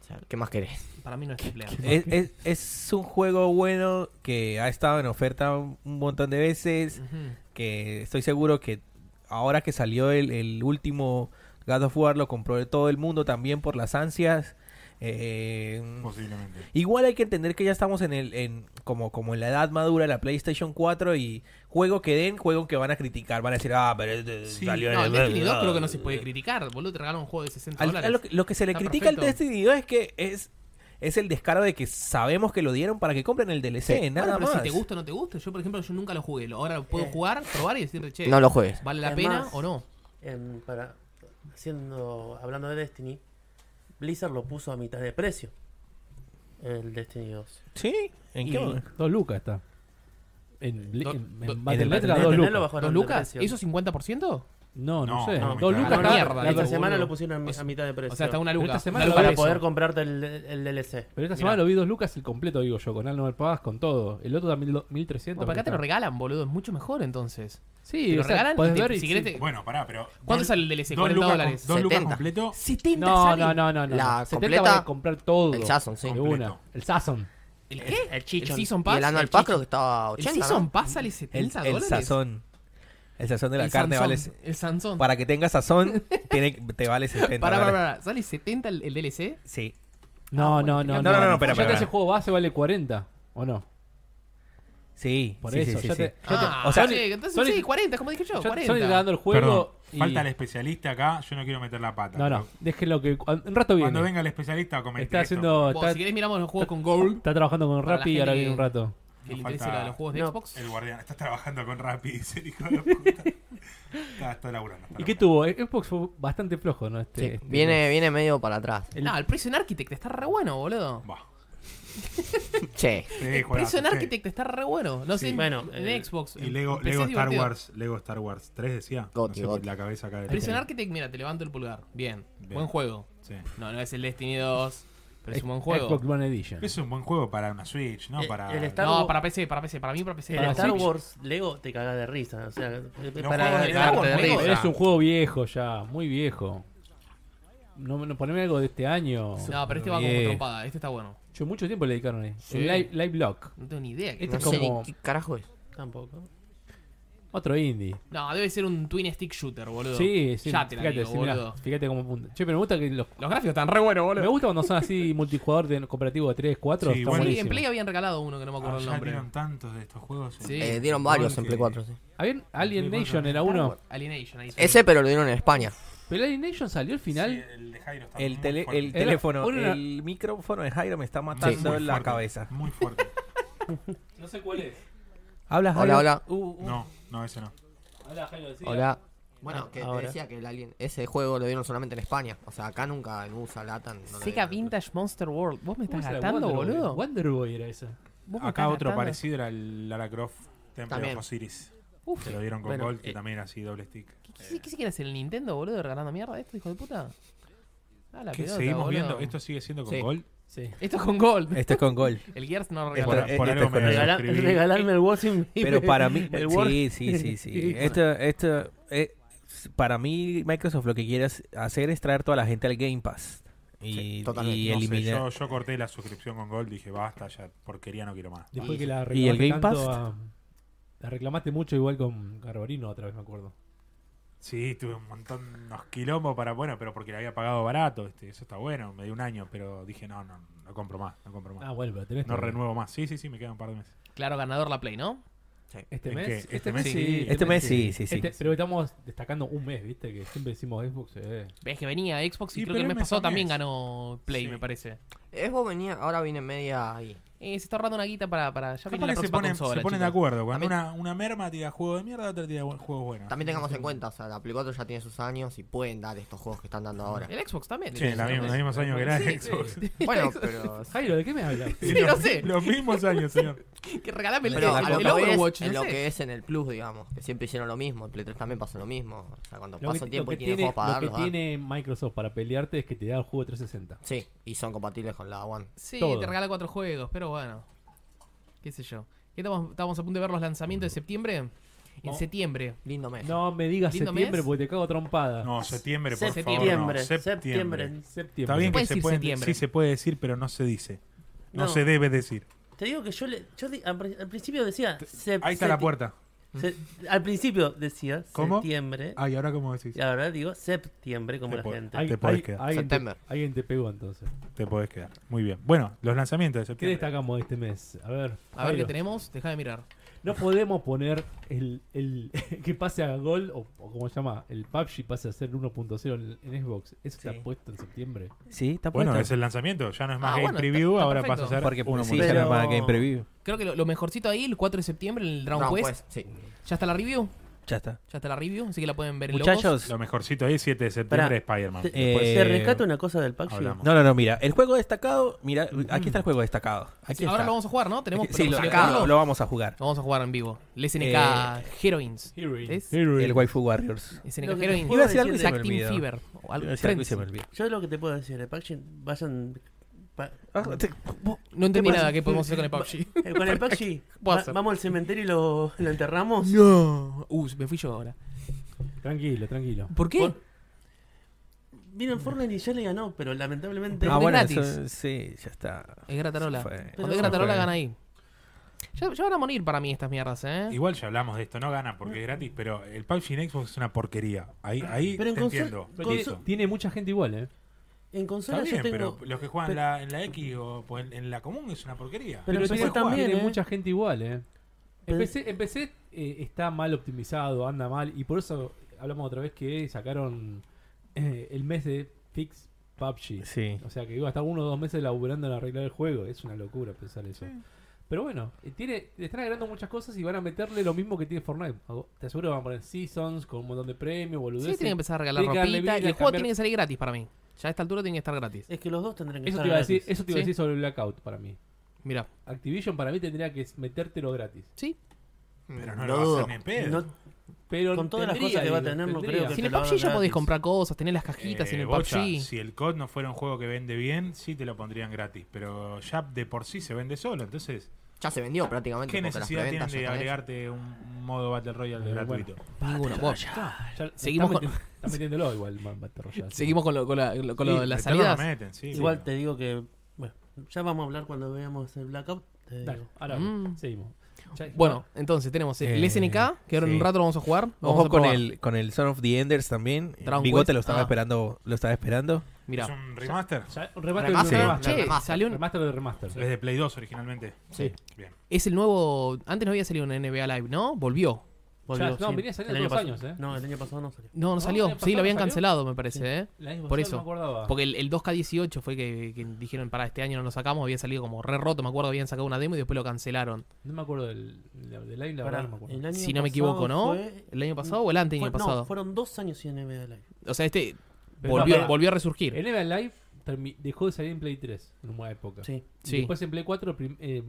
Speaker 3: O sea, ¿Qué más querés?
Speaker 1: Para mí no es AAA.
Speaker 2: Es, es- es un juego bueno que ha estado en oferta un un montón de veces.
Speaker 1: Ujú.
Speaker 2: Que estoy seguro que ahora que salió el, el último God of War lo compró todo el mundo también por las ansias. Eh,
Speaker 4: Posiblemente.
Speaker 2: Igual hay que entender que ya estamos en el en, como, como en la edad madura de la PlayStation 4 y juego que den, juego que van a criticar, van a decir, ah, pero eh,
Speaker 4: Sí,
Speaker 2: salió
Speaker 1: No, el
Speaker 2: en
Speaker 1: Destiny 2 creo que no se puede criticar, boludo. Te regalan un juego de 60
Speaker 2: Al-
Speaker 1: dólares.
Speaker 2: lo, que- lo que se le
Speaker 1: Está
Speaker 2: critica al
Speaker 1: perfecto.
Speaker 2: Destiny 2 es que es, es el descaro de que sabemos que lo dieron para que compren el DLC,
Speaker 3: Sí.
Speaker 2: nada
Speaker 1: Bueno, pero
Speaker 2: más.
Speaker 1: si te gusta o no te gusta, yo por ejemplo yo nunca lo jugué. Ahora lo puedo jugar, probar y decirle, che,
Speaker 3: No lo juegues.
Speaker 1: ¿vale la
Speaker 6: Es
Speaker 1: pena
Speaker 6: más,
Speaker 1: o no?
Speaker 6: Em, para, haciendo, hablando de Destiny, Blizzard lo puso a mitad de precio. El Destiny 2.
Speaker 2: ¿Sí? ¿En
Speaker 6: Y-
Speaker 2: qué momento?
Speaker 5: Dos lucas está. En,
Speaker 1: Do-
Speaker 5: en,
Speaker 1: do-
Speaker 5: en
Speaker 2: en
Speaker 5: Battle
Speaker 2: el
Speaker 5: Net
Speaker 2: Battle Net.
Speaker 5: era dos
Speaker 6: Internet
Speaker 5: lucas.
Speaker 6: lo bajaron
Speaker 1: ¿Dos
Speaker 6: de
Speaker 1: lucas?
Speaker 6: precio. Ah,
Speaker 1: ¿Hizo 50%?
Speaker 5: No, no,
Speaker 4: No,
Speaker 5: sé.
Speaker 4: no,
Speaker 5: dos
Speaker 4: mitad.
Speaker 5: lucas
Speaker 1: La
Speaker 5: está-
Speaker 1: mierda,
Speaker 6: La
Speaker 1: Dale,
Speaker 6: esta
Speaker 1: boludo.
Speaker 6: semana lo pusieron a-
Speaker 1: Es-
Speaker 6: a mitad de precio.
Speaker 1: O sea, hasta una luca.
Speaker 5: esta semana
Speaker 1: Una
Speaker 5: lo
Speaker 1: luca
Speaker 6: para
Speaker 1: de
Speaker 6: poder
Speaker 1: eso.
Speaker 6: comprarte el, el DLC.
Speaker 5: Pero esta
Speaker 6: Mirá,
Speaker 5: semana lo vi dos lucas el completo, digo yo, con Alno Paz, con todo. El otro también lo- 1300.
Speaker 1: Bueno, pero acá te lo
Speaker 5: porque
Speaker 1: regalan, boludo. Es mucho mejor entonces.
Speaker 5: está- Sí,
Speaker 1: te lo
Speaker 5: o sea,
Speaker 1: regalan
Speaker 5: podés
Speaker 1: y te-
Speaker 5: ver y
Speaker 1: si querés te-
Speaker 4: Bueno, pará, pero.
Speaker 1: ¿Cuánto
Speaker 4: dos-
Speaker 1: sale el DLC?
Speaker 4: dos
Speaker 1: 40
Speaker 4: lucas
Speaker 1: dólares.
Speaker 4: Con, ¿Dos lucas
Speaker 3: 70.
Speaker 4: completo?
Speaker 1: 70
Speaker 5: No,
Speaker 1: sale.
Speaker 5: no, no, no, no.
Speaker 3: La
Speaker 5: 70
Speaker 3: completa-
Speaker 5: vas a comprar todo.
Speaker 3: El Sazon, sí.
Speaker 5: De
Speaker 4: completo.
Speaker 5: una. El Sazon.
Speaker 1: ¿El qué?
Speaker 6: El chichón.
Speaker 1: ¿El Season
Speaker 3: Y
Speaker 1: Pass?
Speaker 3: el Annual
Speaker 1: El
Speaker 3: Pass
Speaker 1: chichón.
Speaker 3: creo que estaba
Speaker 1: El
Speaker 3: 80,
Speaker 1: Season
Speaker 3: ¿no?
Speaker 1: Pass sale
Speaker 2: El,
Speaker 1: 70
Speaker 2: el
Speaker 1: dólares.
Speaker 2: sazón. El sazón de la
Speaker 1: El
Speaker 2: carne
Speaker 1: Sansón,
Speaker 2: vale...
Speaker 1: El Sansón. Para,
Speaker 2: Para que tengas sazón, tiene- te vale 70
Speaker 1: para,
Speaker 2: dólares.
Speaker 1: para. ¿Sale 70 el, el DLC?
Speaker 2: Sí.
Speaker 1: Ah, bueno,
Speaker 5: No, no, no,
Speaker 1: no,
Speaker 5: no.
Speaker 2: no, no, no, espera,
Speaker 5: Ya
Speaker 2: espera,
Speaker 5: que ese
Speaker 2: espera.
Speaker 5: juego base vale 40, ¿o no?
Speaker 2: Sí,
Speaker 5: Por
Speaker 2: sí,
Speaker 5: eso,
Speaker 2: sí,
Speaker 5: ya
Speaker 2: sí,
Speaker 5: te-
Speaker 2: sí.
Speaker 5: Ya te-
Speaker 1: Ah,
Speaker 2: o sea,
Speaker 1: sí, entonces
Speaker 5: Sony-
Speaker 1: sí, 40, como dije yo,
Speaker 5: Yo
Speaker 1: 40.
Speaker 5: estoy dando el
Speaker 4: Perdón,
Speaker 5: juego y...
Speaker 4: falta el especialista acá. Yo no quiero meter la pata.
Speaker 5: No, no,
Speaker 4: pero
Speaker 5: déjenlo que... Un rato viene.
Speaker 4: Cuando venga el especialista, comenta.
Speaker 5: está haciendo...
Speaker 1: Vos,
Speaker 5: está,
Speaker 1: si querés miramos los juegos con Gold,
Speaker 5: está trabajando con
Speaker 1: Para la
Speaker 5: Rappi y ahora
Speaker 1: gente
Speaker 5: viene un
Speaker 1: que-
Speaker 5: rato.
Speaker 1: que le
Speaker 4: Nos
Speaker 1: interesa
Speaker 4: falta-
Speaker 1: los juegos de
Speaker 6: No,
Speaker 1: Xbox.
Speaker 4: El guardián. Estás trabajando con Rappi, dice el hijo de puta. está, está laburando. está
Speaker 5: ¿Y qué
Speaker 4: laburando.
Speaker 5: tuvo? Xbox fue bastante flojo, ¿no? Este,
Speaker 3: Sí,
Speaker 5: este-
Speaker 3: viene, viene medio para atrás.
Speaker 5: el-
Speaker 1: No, el Prison Architect está re bueno, boludo.
Speaker 4: Bah.
Speaker 3: Che.
Speaker 4: Sí, juegazo,
Speaker 1: Prison
Speaker 4: sí.
Speaker 1: Architect está re bueno. No sé,
Speaker 4: Sí.
Speaker 1: en-
Speaker 6: Bueno,
Speaker 1: en
Speaker 6: eh,
Speaker 1: Xbox.
Speaker 4: Y
Speaker 1: en-
Speaker 4: Lego,
Speaker 1: en PC
Speaker 4: Lego
Speaker 1: es
Speaker 4: Star
Speaker 1: divertido.
Speaker 4: Wars, Lego Star Wars 3 decía.
Speaker 3: Goti,
Speaker 4: no sé, por
Speaker 3: goti.
Speaker 4: La cabeza acá de
Speaker 1: Prison Architect, mira, te levanto el pulgar. Bien,
Speaker 4: Bien.
Speaker 1: buen juego.
Speaker 4: Sí.
Speaker 1: No, no es el Destiny 2, pero es un buen
Speaker 5: Xbox
Speaker 1: juego.
Speaker 5: One Edition.
Speaker 4: Es un buen juego para una Switch, ¿no?
Speaker 6: Eh,
Speaker 4: Para
Speaker 6: el Star
Speaker 1: No,
Speaker 6: Wars-
Speaker 1: para PC, para PC, para mí para PC.
Speaker 6: El
Speaker 1: Para
Speaker 6: Eh, Star
Speaker 1: Switch.
Speaker 6: Wars Lego te cagás de risa. O sea, eh,
Speaker 4: juegos
Speaker 6: para
Speaker 4: de Star
Speaker 6: cagarte de
Speaker 1: Wars,
Speaker 6: risa.
Speaker 1: Lego.
Speaker 5: Es un juego viejo ya, muy viejo. No, no poneme algo de este año.
Speaker 1: No, pero este va como
Speaker 2: Bien.
Speaker 1: trompada, este está bueno.
Speaker 5: Yo mucho tiempo le dedicaron a
Speaker 1: Sí.
Speaker 5: este. Live, Live Block.
Speaker 1: No tengo ni idea. qué-
Speaker 5: Este
Speaker 3: No
Speaker 5: es
Speaker 3: sé
Speaker 5: como-
Speaker 3: ni qué carajo es.
Speaker 6: Tampoco.
Speaker 5: Otro indie.
Speaker 1: No, debe ser un twin stick shooter, boludo.
Speaker 5: Sí, sí.
Speaker 1: Ya te la
Speaker 5: fíjate,
Speaker 1: digo,
Speaker 5: sí, mirá,
Speaker 1: boludo.
Speaker 5: fíjate cómo punta. Che, pero me gusta que los.
Speaker 1: Los gráficos están re buenos,
Speaker 5: Me
Speaker 1: boludo.
Speaker 5: gusta cuando son así multijugador de cooperativo de 3, 4.
Speaker 4: Sí,
Speaker 5: está
Speaker 1: Sí,
Speaker 4: bueno.
Speaker 5: buenísimo.
Speaker 1: en Play habían regalado uno que no me acuerdo
Speaker 4: Ah,
Speaker 1: el
Speaker 4: ya
Speaker 1: nombre.
Speaker 4: dieron tantos de estos juegos.
Speaker 1: Sí.
Speaker 3: Eh, dieron varios en
Speaker 4: Porque-
Speaker 3: Plple 4, sí.
Speaker 5: Habían Alien
Speaker 4: Sí, bueno,
Speaker 5: Nation era uno.
Speaker 1: Alienation, ahí está.
Speaker 3: Ese, pero lo dieron en España.
Speaker 5: Pero Alien Nation salió al
Speaker 4: Sí,
Speaker 5: final.
Speaker 4: el de Jairo está
Speaker 2: El,
Speaker 4: muy
Speaker 2: tele-
Speaker 4: fuerte.
Speaker 2: el
Speaker 5: Era-
Speaker 2: teléfono,
Speaker 5: una-
Speaker 2: el micrófono de Jairo me está
Speaker 4: Está
Speaker 2: matando
Speaker 4: muy
Speaker 2: en la
Speaker 4: fuerte,
Speaker 2: cabeza.
Speaker 4: Muy fuerte.
Speaker 5: No sé cuál es.
Speaker 2: Hablas,
Speaker 3: Hola,
Speaker 2: Jairo?
Speaker 3: hola.
Speaker 4: No, no, ese no.
Speaker 5: Hola, Jairo, decía.
Speaker 3: Hola. Bueno,
Speaker 6: Ah,
Speaker 3: que
Speaker 6: ahora.
Speaker 3: te decía que el Alien, ese juego lo dieron solamente en España. O sea, acá nunca en USA, Latan. No lo
Speaker 1: Sega
Speaker 3: dieron.
Speaker 1: Vintage Monster World. ¿Vos me
Speaker 5: ¿Cómo
Speaker 1: estás
Speaker 5: se llama?
Speaker 1: gastando,
Speaker 5: Wonderboy.
Speaker 1: boludo?
Speaker 5: Wonderboy era esa.
Speaker 1: ¿Vos me
Speaker 4: Acá
Speaker 1: estás
Speaker 4: otro
Speaker 1: gastando?
Speaker 4: parecido era el Lara Croft Temple
Speaker 3: También.
Speaker 4: of Osiris.
Speaker 1: Uf.
Speaker 4: Se lo dieron con
Speaker 3: Bueno,
Speaker 4: Gold, que
Speaker 3: eh,
Speaker 4: también era así, doble stick.
Speaker 1: ¿Qué, qué, qué se quiere hacer el Nintendo, boludo? ¿Regalando mierda esto, hijo de puta? Ah, la
Speaker 4: Que
Speaker 1: pelota,
Speaker 4: seguimos
Speaker 1: boludo.
Speaker 4: viendo, esto Eh, sigue siendo con
Speaker 3: Sí.
Speaker 4: Gold.
Speaker 5: Sí.
Speaker 1: Esto es con Gold.
Speaker 2: Este es con gol.
Speaker 1: El Gears no
Speaker 2: Esto-
Speaker 1: regala.
Speaker 4: Por,
Speaker 2: eh,
Speaker 4: por
Speaker 2: esto
Speaker 4: algo
Speaker 2: es con
Speaker 4: me
Speaker 2: el-
Speaker 6: Regala-
Speaker 4: suscribí.
Speaker 6: regalarme el Wars in-
Speaker 2: Pero para mí,
Speaker 6: el Word.
Speaker 2: sí, sí, sí, sí. Esto, esto, eh, para mí, Microsoft lo que quiere es- hacer es traer toda la gente al Game Pass y,
Speaker 3: Sí, totalmente.
Speaker 2: y
Speaker 4: No sé,
Speaker 2: eliminar.
Speaker 4: yo, yo corté la suscripción con Gold, dije basta, ya porquería no quiero más.
Speaker 5: Después
Speaker 3: Y-
Speaker 5: que la reclamaste
Speaker 2: ¿y el Game
Speaker 5: tanto
Speaker 2: Pass?
Speaker 5: a- la reclamaste mucho igual con Garbarino otra vez, me acuerdo.
Speaker 4: Sí, tuve un montón, unos quilombos para, bueno, pero porque la había pagado barato, este, eso está bueno, me dio un año, pero dije no, no, no compro más, no compro más.
Speaker 5: Ah, bueno, pero tenés
Speaker 4: no
Speaker 5: todo.
Speaker 4: renuevo más. Sí, sí, sí, me quedan un par de meses.
Speaker 1: Claro, ganador la Play, ¿no?
Speaker 5: Este
Speaker 4: ¿En
Speaker 5: mes,
Speaker 4: qué?
Speaker 5: este,
Speaker 4: ¿Este
Speaker 5: mes
Speaker 4: mes?
Speaker 5: sí.
Speaker 4: Sí,
Speaker 2: Este mes sí, sí, sí.
Speaker 5: Este- Pero estamos destacando un mes, ¿viste? Que siempre decimos Xbox. eh.
Speaker 1: Ves que venía Xbox y
Speaker 4: Sí,
Speaker 1: creo
Speaker 4: pero
Speaker 1: que el
Speaker 4: es
Speaker 1: mes
Speaker 4: mes a
Speaker 1: pasado también
Speaker 4: mes.
Speaker 1: ganó Play,
Speaker 4: Sí.
Speaker 1: me parece.
Speaker 3: Es vos venía, ahora viene media ahí.
Speaker 1: Eh, se está ahorrando una guita para, para ya viene
Speaker 4: Capaz
Speaker 1: la
Speaker 4: que se
Speaker 1: próxima
Speaker 4: ponen,
Speaker 1: consola,
Speaker 4: se ponen de
Speaker 1: chicos.
Speaker 4: acuerdo. Cuando
Speaker 3: También-
Speaker 4: una, una merma tira juego de mierda, otra tira bu- juegos buenos.
Speaker 3: También tengamos en cuenta, o sea, la Play 4 ya tiene sus años y pueden dar estos juegos que están dando ahora.
Speaker 1: El Xbox también.
Speaker 4: Sí, la misma- los mismos años que la
Speaker 1: Sí,
Speaker 4: Xbox.
Speaker 1: sí.
Speaker 3: Bueno, pero.
Speaker 5: Jairo, ¿de qué me hablas?
Speaker 1: Sí,
Speaker 4: Los-
Speaker 1: no sé.
Speaker 4: Los mismos años, señor.
Speaker 1: Que regalame el,
Speaker 3: Pero
Speaker 1: el-
Speaker 3: a lo
Speaker 1: el
Speaker 3: que voy es
Speaker 1: Overwatch,
Speaker 3: en
Speaker 1: no
Speaker 3: lo
Speaker 1: sé.
Speaker 3: que es en el Plus, digamos, que siempre hicieron lo mismo. En Play 3 también pasó lo mismo. O sea, cuando
Speaker 5: Lo
Speaker 3: pasa
Speaker 5: que-
Speaker 3: el tiempo
Speaker 5: lo
Speaker 3: y
Speaker 5: que
Speaker 3: tienen juegos para ah.
Speaker 5: Lo
Speaker 3: darlos.
Speaker 5: que
Speaker 3: dan.
Speaker 5: tiene Microsoft para pelearte es que te da el juego 360.
Speaker 3: Sí, y son compatibles con la One.
Speaker 1: Sí,
Speaker 5: todo.
Speaker 1: te regala cuatro juegos, pero bueno. Qué sé yo. ¿Qué estamos, estamos a punto de ver los lanzamientos de septiembre? En
Speaker 5: No.
Speaker 1: septiembre.
Speaker 3: Lindo mes.
Speaker 5: No me digas
Speaker 1: Lindo
Speaker 5: septiembre
Speaker 1: mes.
Speaker 5: porque te cago trompada.
Speaker 4: No, septiembre, por
Speaker 1: Septiembre,
Speaker 4: favor. no,
Speaker 6: septiembre.
Speaker 5: Septiembre.
Speaker 4: Está bien
Speaker 1: puede
Speaker 4: que se
Speaker 1: decir
Speaker 4: puede,
Speaker 1: septiembre.
Speaker 4: sí se puede decir, pero no se dice. No,
Speaker 6: No.
Speaker 4: se debe decir.
Speaker 6: Te digo que yo, le, yo di- al, pri- al principio decía. sep-
Speaker 4: Ahí está la
Speaker 6: septi-
Speaker 4: puerta.
Speaker 6: se- al principio decía
Speaker 4: ¿Cómo?
Speaker 6: septiembre.
Speaker 4: Ay, ahora cómo decís.
Speaker 6: Y ahora digo septiembre, como
Speaker 4: Te
Speaker 6: la
Speaker 4: puedo-
Speaker 6: gente.
Speaker 5: Alguien-
Speaker 4: te podés
Speaker 5: alguien-
Speaker 4: quedar.
Speaker 5: Alguien te,
Speaker 3: September.
Speaker 5: alguien te pegó entonces.
Speaker 4: Te podés quedar. Muy bien. Bueno, los lanzamientos de
Speaker 5: ¿Qué
Speaker 4: septiembre.
Speaker 5: destacamos de este mes? A ver.
Speaker 1: A ver qué
Speaker 5: Jairo.
Speaker 1: tenemos. Deja de mirar.
Speaker 5: No podemos poner el, el que pase a gol, o, o como se llama, el PUBG pase a ser 1.0 en, en Xbox. Eso está
Speaker 2: Sí.
Speaker 5: puesto en septiembre.
Speaker 2: Sí, está
Speaker 4: Bueno,
Speaker 2: puesto.
Speaker 4: es el lanzamiento. Ya no es más
Speaker 1: Ah,
Speaker 4: Game
Speaker 1: bueno,
Speaker 4: Preview,
Speaker 1: está- está
Speaker 4: ahora
Speaker 1: perfecto.
Speaker 4: pasa a ser
Speaker 2: porque pues,
Speaker 4: uno
Speaker 2: sí,
Speaker 4: mundial.
Speaker 2: ya no es
Speaker 6: Pero-
Speaker 2: más Game Preview.
Speaker 1: Creo que lo, lo mejorcito ahí, el 4 de septiembre, el Round
Speaker 3: Round
Speaker 1: Quest.
Speaker 3: Quest, pues, sí.
Speaker 1: Ya está la review.
Speaker 2: Ya está.
Speaker 1: Ya está la review, así que la pueden ver en Locos.
Speaker 2: Muchachos,
Speaker 4: Lo mejorcito ahí, 7 de septiembre, Spider-Man.
Speaker 6: Te,
Speaker 2: Eh,
Speaker 6: te rescato una cosa del pack
Speaker 4: hablamos.
Speaker 2: no, no, no, mira. El juego destacado, mira, aquí está el juego destacado. Aquí
Speaker 1: Ahora
Speaker 2: está.
Speaker 1: lo vamos a jugar, ¿no? Tenemos
Speaker 2: Sí, lo,
Speaker 1: ¿tenemos
Speaker 2: acá
Speaker 1: jugarlo?
Speaker 2: lo vamos a jugar.
Speaker 1: Lo vamos a jugar en vivo. El SNK
Speaker 2: Eh,
Speaker 1: Heroines.
Speaker 5: Heroines.
Speaker 1: ¿Es?
Speaker 2: El Waifu Warriors.
Speaker 1: SNK
Speaker 6: Lo que-
Speaker 1: Heroines.
Speaker 2: Iba a decir algo y
Speaker 1: Es
Speaker 2: se me
Speaker 1: Acting
Speaker 2: olvidó.
Speaker 1: Fever. O algo-
Speaker 2: Iba a decir algo y se me
Speaker 1: Frenzy.
Speaker 2: olvidó.
Speaker 6: Yo lo que te puedo decir, el PUBG, vayan. pa-
Speaker 2: Ah, te-
Speaker 1: No entendí
Speaker 6: ¿Qué pasa?
Speaker 1: nada que podemos hacer con el PUBG.
Speaker 6: eh, con el PUBG,
Speaker 1: puedo
Speaker 6: va-
Speaker 1: hacer?
Speaker 6: vamos al cementerio y lo, lo enterramos.
Speaker 1: No. Uh, me fui yo ahora.
Speaker 5: Tranquilo, tranquilo.
Speaker 1: ¿Por qué?
Speaker 6: Por- Vino el Fortnite y ya le ganó, pero lamentablemente.
Speaker 2: Ah, bueno,
Speaker 1: gratis.
Speaker 2: eso- sí, ya está.
Speaker 1: Es Gratarola.
Speaker 2: Fue-
Speaker 1: Cuando es
Speaker 6: Pero-
Speaker 1: Gratarola
Speaker 2: fue-
Speaker 1: gana ahí. Ya, ya van a morir para mí estas mierdas, ¿eh?
Speaker 4: Igual ya hablamos de esto, no gana porque es gratis, pero el PUBG en Xbox es una porquería. Ahí, ahí
Speaker 6: Pero en
Speaker 4: te
Speaker 6: consol-
Speaker 4: entiendo.
Speaker 6: Pero
Speaker 5: Tiene-
Speaker 4: Eso.
Speaker 5: Tiene mucha gente igual, ¿eh?
Speaker 6: En
Speaker 4: Está
Speaker 6: consola
Speaker 4: bien,
Speaker 6: yo tengo.
Speaker 4: pero los que juegan en la- en la X o pues, en, en la común es una porquería.
Speaker 6: Pero
Speaker 4: No
Speaker 6: en
Speaker 4: se
Speaker 5: tiene,
Speaker 4: puede
Speaker 6: PC
Speaker 4: jugar.
Speaker 6: también,
Speaker 5: tiene
Speaker 6: ¿eh?
Speaker 5: mucha gente igual, ¿eh?
Speaker 6: Pero-
Speaker 5: Empecé, empecé eh, está mal optimizado, anda mal, y por eso hablamos otra vez que sacaron eh, el mes de Fix PUBG.
Speaker 1: Pues,
Speaker 2: Sí.
Speaker 5: O sea que iba a estar uno o dos meses laburando en arreglar el juego. Es una locura pensar eso. Pero bueno, eh, tiene, le están agregando muchas cosas y van a meterle lo mismo que tiene Fortnite. Algo- Te aseguro que van a poner seasons con un montón de premios,
Speaker 1: Sí,
Speaker 5: boludeces.
Speaker 1: tienen que empezar a regalar
Speaker 5: Tiene que darle
Speaker 1: ropita. Y
Speaker 5: vida,
Speaker 1: el juego
Speaker 5: cambiar-
Speaker 1: tiene que salir gratis para mí. Ya a esta altura tiene que estar gratis.
Speaker 6: Es que los dos tendrán que
Speaker 5: Eso
Speaker 6: estar
Speaker 5: te iba a decir,
Speaker 6: gratis.
Speaker 5: eso te iba a
Speaker 1: Sí.
Speaker 5: decir sobre el Blackout para mí.
Speaker 1: Mira,
Speaker 5: Activision para mí tendría que metértelo gratis.
Speaker 1: sí.
Speaker 4: Pero no,
Speaker 3: No
Speaker 4: lo va a
Speaker 3: dudo.
Speaker 4: hacer ni en pedo.
Speaker 6: No-
Speaker 5: Pero
Speaker 6: Con todas las
Speaker 5: tendría,
Speaker 6: cosas que va a
Speaker 5: digo,
Speaker 6: tener, no
Speaker 5: tendría.
Speaker 6: creo que-
Speaker 1: Si en
Speaker 6: te
Speaker 1: el
Speaker 6: lo
Speaker 1: PUBG ya podés
Speaker 6: hagan gratis.
Speaker 1: comprar cosas, tenés las cajitas
Speaker 4: Eh,
Speaker 1: en el
Speaker 4: bocha,
Speaker 1: PUBG.
Speaker 4: Si el COD no fuera un juego que vende bien, sí te lo pondrían gratis. Pero ya de por sí se vende solo. Entonces,
Speaker 3: Ya se vendió prácticamente.
Speaker 4: ¿qué
Speaker 3: porque las
Speaker 4: necesidad tienen
Speaker 3: preventas ya
Speaker 4: de
Speaker 3: están
Speaker 4: agregarte un modo Battle Royale
Speaker 5: Eh,
Speaker 4: gratuito?
Speaker 1: Ninguno, bocha.
Speaker 5: Ya-
Speaker 1: Seguimos
Speaker 5: está, meti- está metiéndolo igual, Man Battle Royale.
Speaker 1: Seguimos con, lo- con la- con lo-
Speaker 4: Sí,
Speaker 1: las
Speaker 4: meterlo
Speaker 1: salidas.
Speaker 4: lo meten, sí,
Speaker 6: Igual
Speaker 4: sí.
Speaker 6: te digo que. Bueno, ya vamos a hablar cuando veamos el Blackout. Te
Speaker 5: Dale,
Speaker 6: digo.
Speaker 5: ahora
Speaker 1: Mm.
Speaker 5: seguimos. Ya-
Speaker 1: Bueno, entonces tenemos el
Speaker 2: Eh,
Speaker 1: SNK, que ahora en
Speaker 2: sí.
Speaker 1: un rato lo vamos a jugar. lo Vamos
Speaker 2: Ojo
Speaker 1: a
Speaker 2: con
Speaker 1: probar.
Speaker 2: el, con el Son of the Enders también.
Speaker 1: Dragon
Speaker 2: Bigote
Speaker 1: Quest.
Speaker 2: lo estaba
Speaker 1: Ah.
Speaker 2: esperando. Lo estaba esperando.
Speaker 1: Mirá.
Speaker 4: ¿Es un remaster?
Speaker 5: ya- un remaster,
Speaker 3: Remaster,
Speaker 5: de
Speaker 1: Che,
Speaker 5: remaster.
Speaker 3: remaster.
Speaker 1: salió un-
Speaker 5: Remaster de remaster.
Speaker 4: Es de Play 2 originalmente.
Speaker 5: Sí.
Speaker 4: Bien.
Speaker 1: es el nuevo. Antes no había salido en NBA Live, ¿no? Volvió.
Speaker 6: Volvió,
Speaker 5: Ya, no, venía saliendo
Speaker 6: El año
Speaker 5: todos
Speaker 6: pasado-
Speaker 5: los años, ¿eh?
Speaker 6: No, el año pasado no salió.
Speaker 1: No, no
Speaker 5: No,
Speaker 1: salió.
Speaker 5: el año
Speaker 1: Sí, lo
Speaker 5: pasado
Speaker 1: habían
Speaker 5: salió.
Speaker 1: cancelado, me parece, ¿eh?
Speaker 5: La Xbox
Speaker 1: Por
Speaker 5: One
Speaker 1: eso.
Speaker 5: No me acordaba.
Speaker 1: Porque el, el 2K18 fue que, que dijeron para este año no lo sacamos, había salido como re roto, me acuerdo, habían sacado una demo y después lo cancelaron.
Speaker 5: No me acuerdo del, del, del live, la
Speaker 6: Pará,
Speaker 5: verdad no me acuerdo.
Speaker 6: el año
Speaker 1: Si no me
Speaker 6: pasado
Speaker 1: equivoco, ¿no?
Speaker 6: fue-
Speaker 1: ¿El año pasado o el antes
Speaker 6: fue-
Speaker 1: año pasado?
Speaker 6: No, fueron dos años sin NBA Live.
Speaker 1: O sea, este
Speaker 5: Pero
Speaker 1: volvió,
Speaker 5: no, pará.
Speaker 1: volvió a resurgir.
Speaker 5: El NBA Live termi- dejó de salir en Play 3 en una época.
Speaker 6: Sí.
Speaker 5: Y
Speaker 1: Sí.
Speaker 5: Después en Play 4 prim- eh,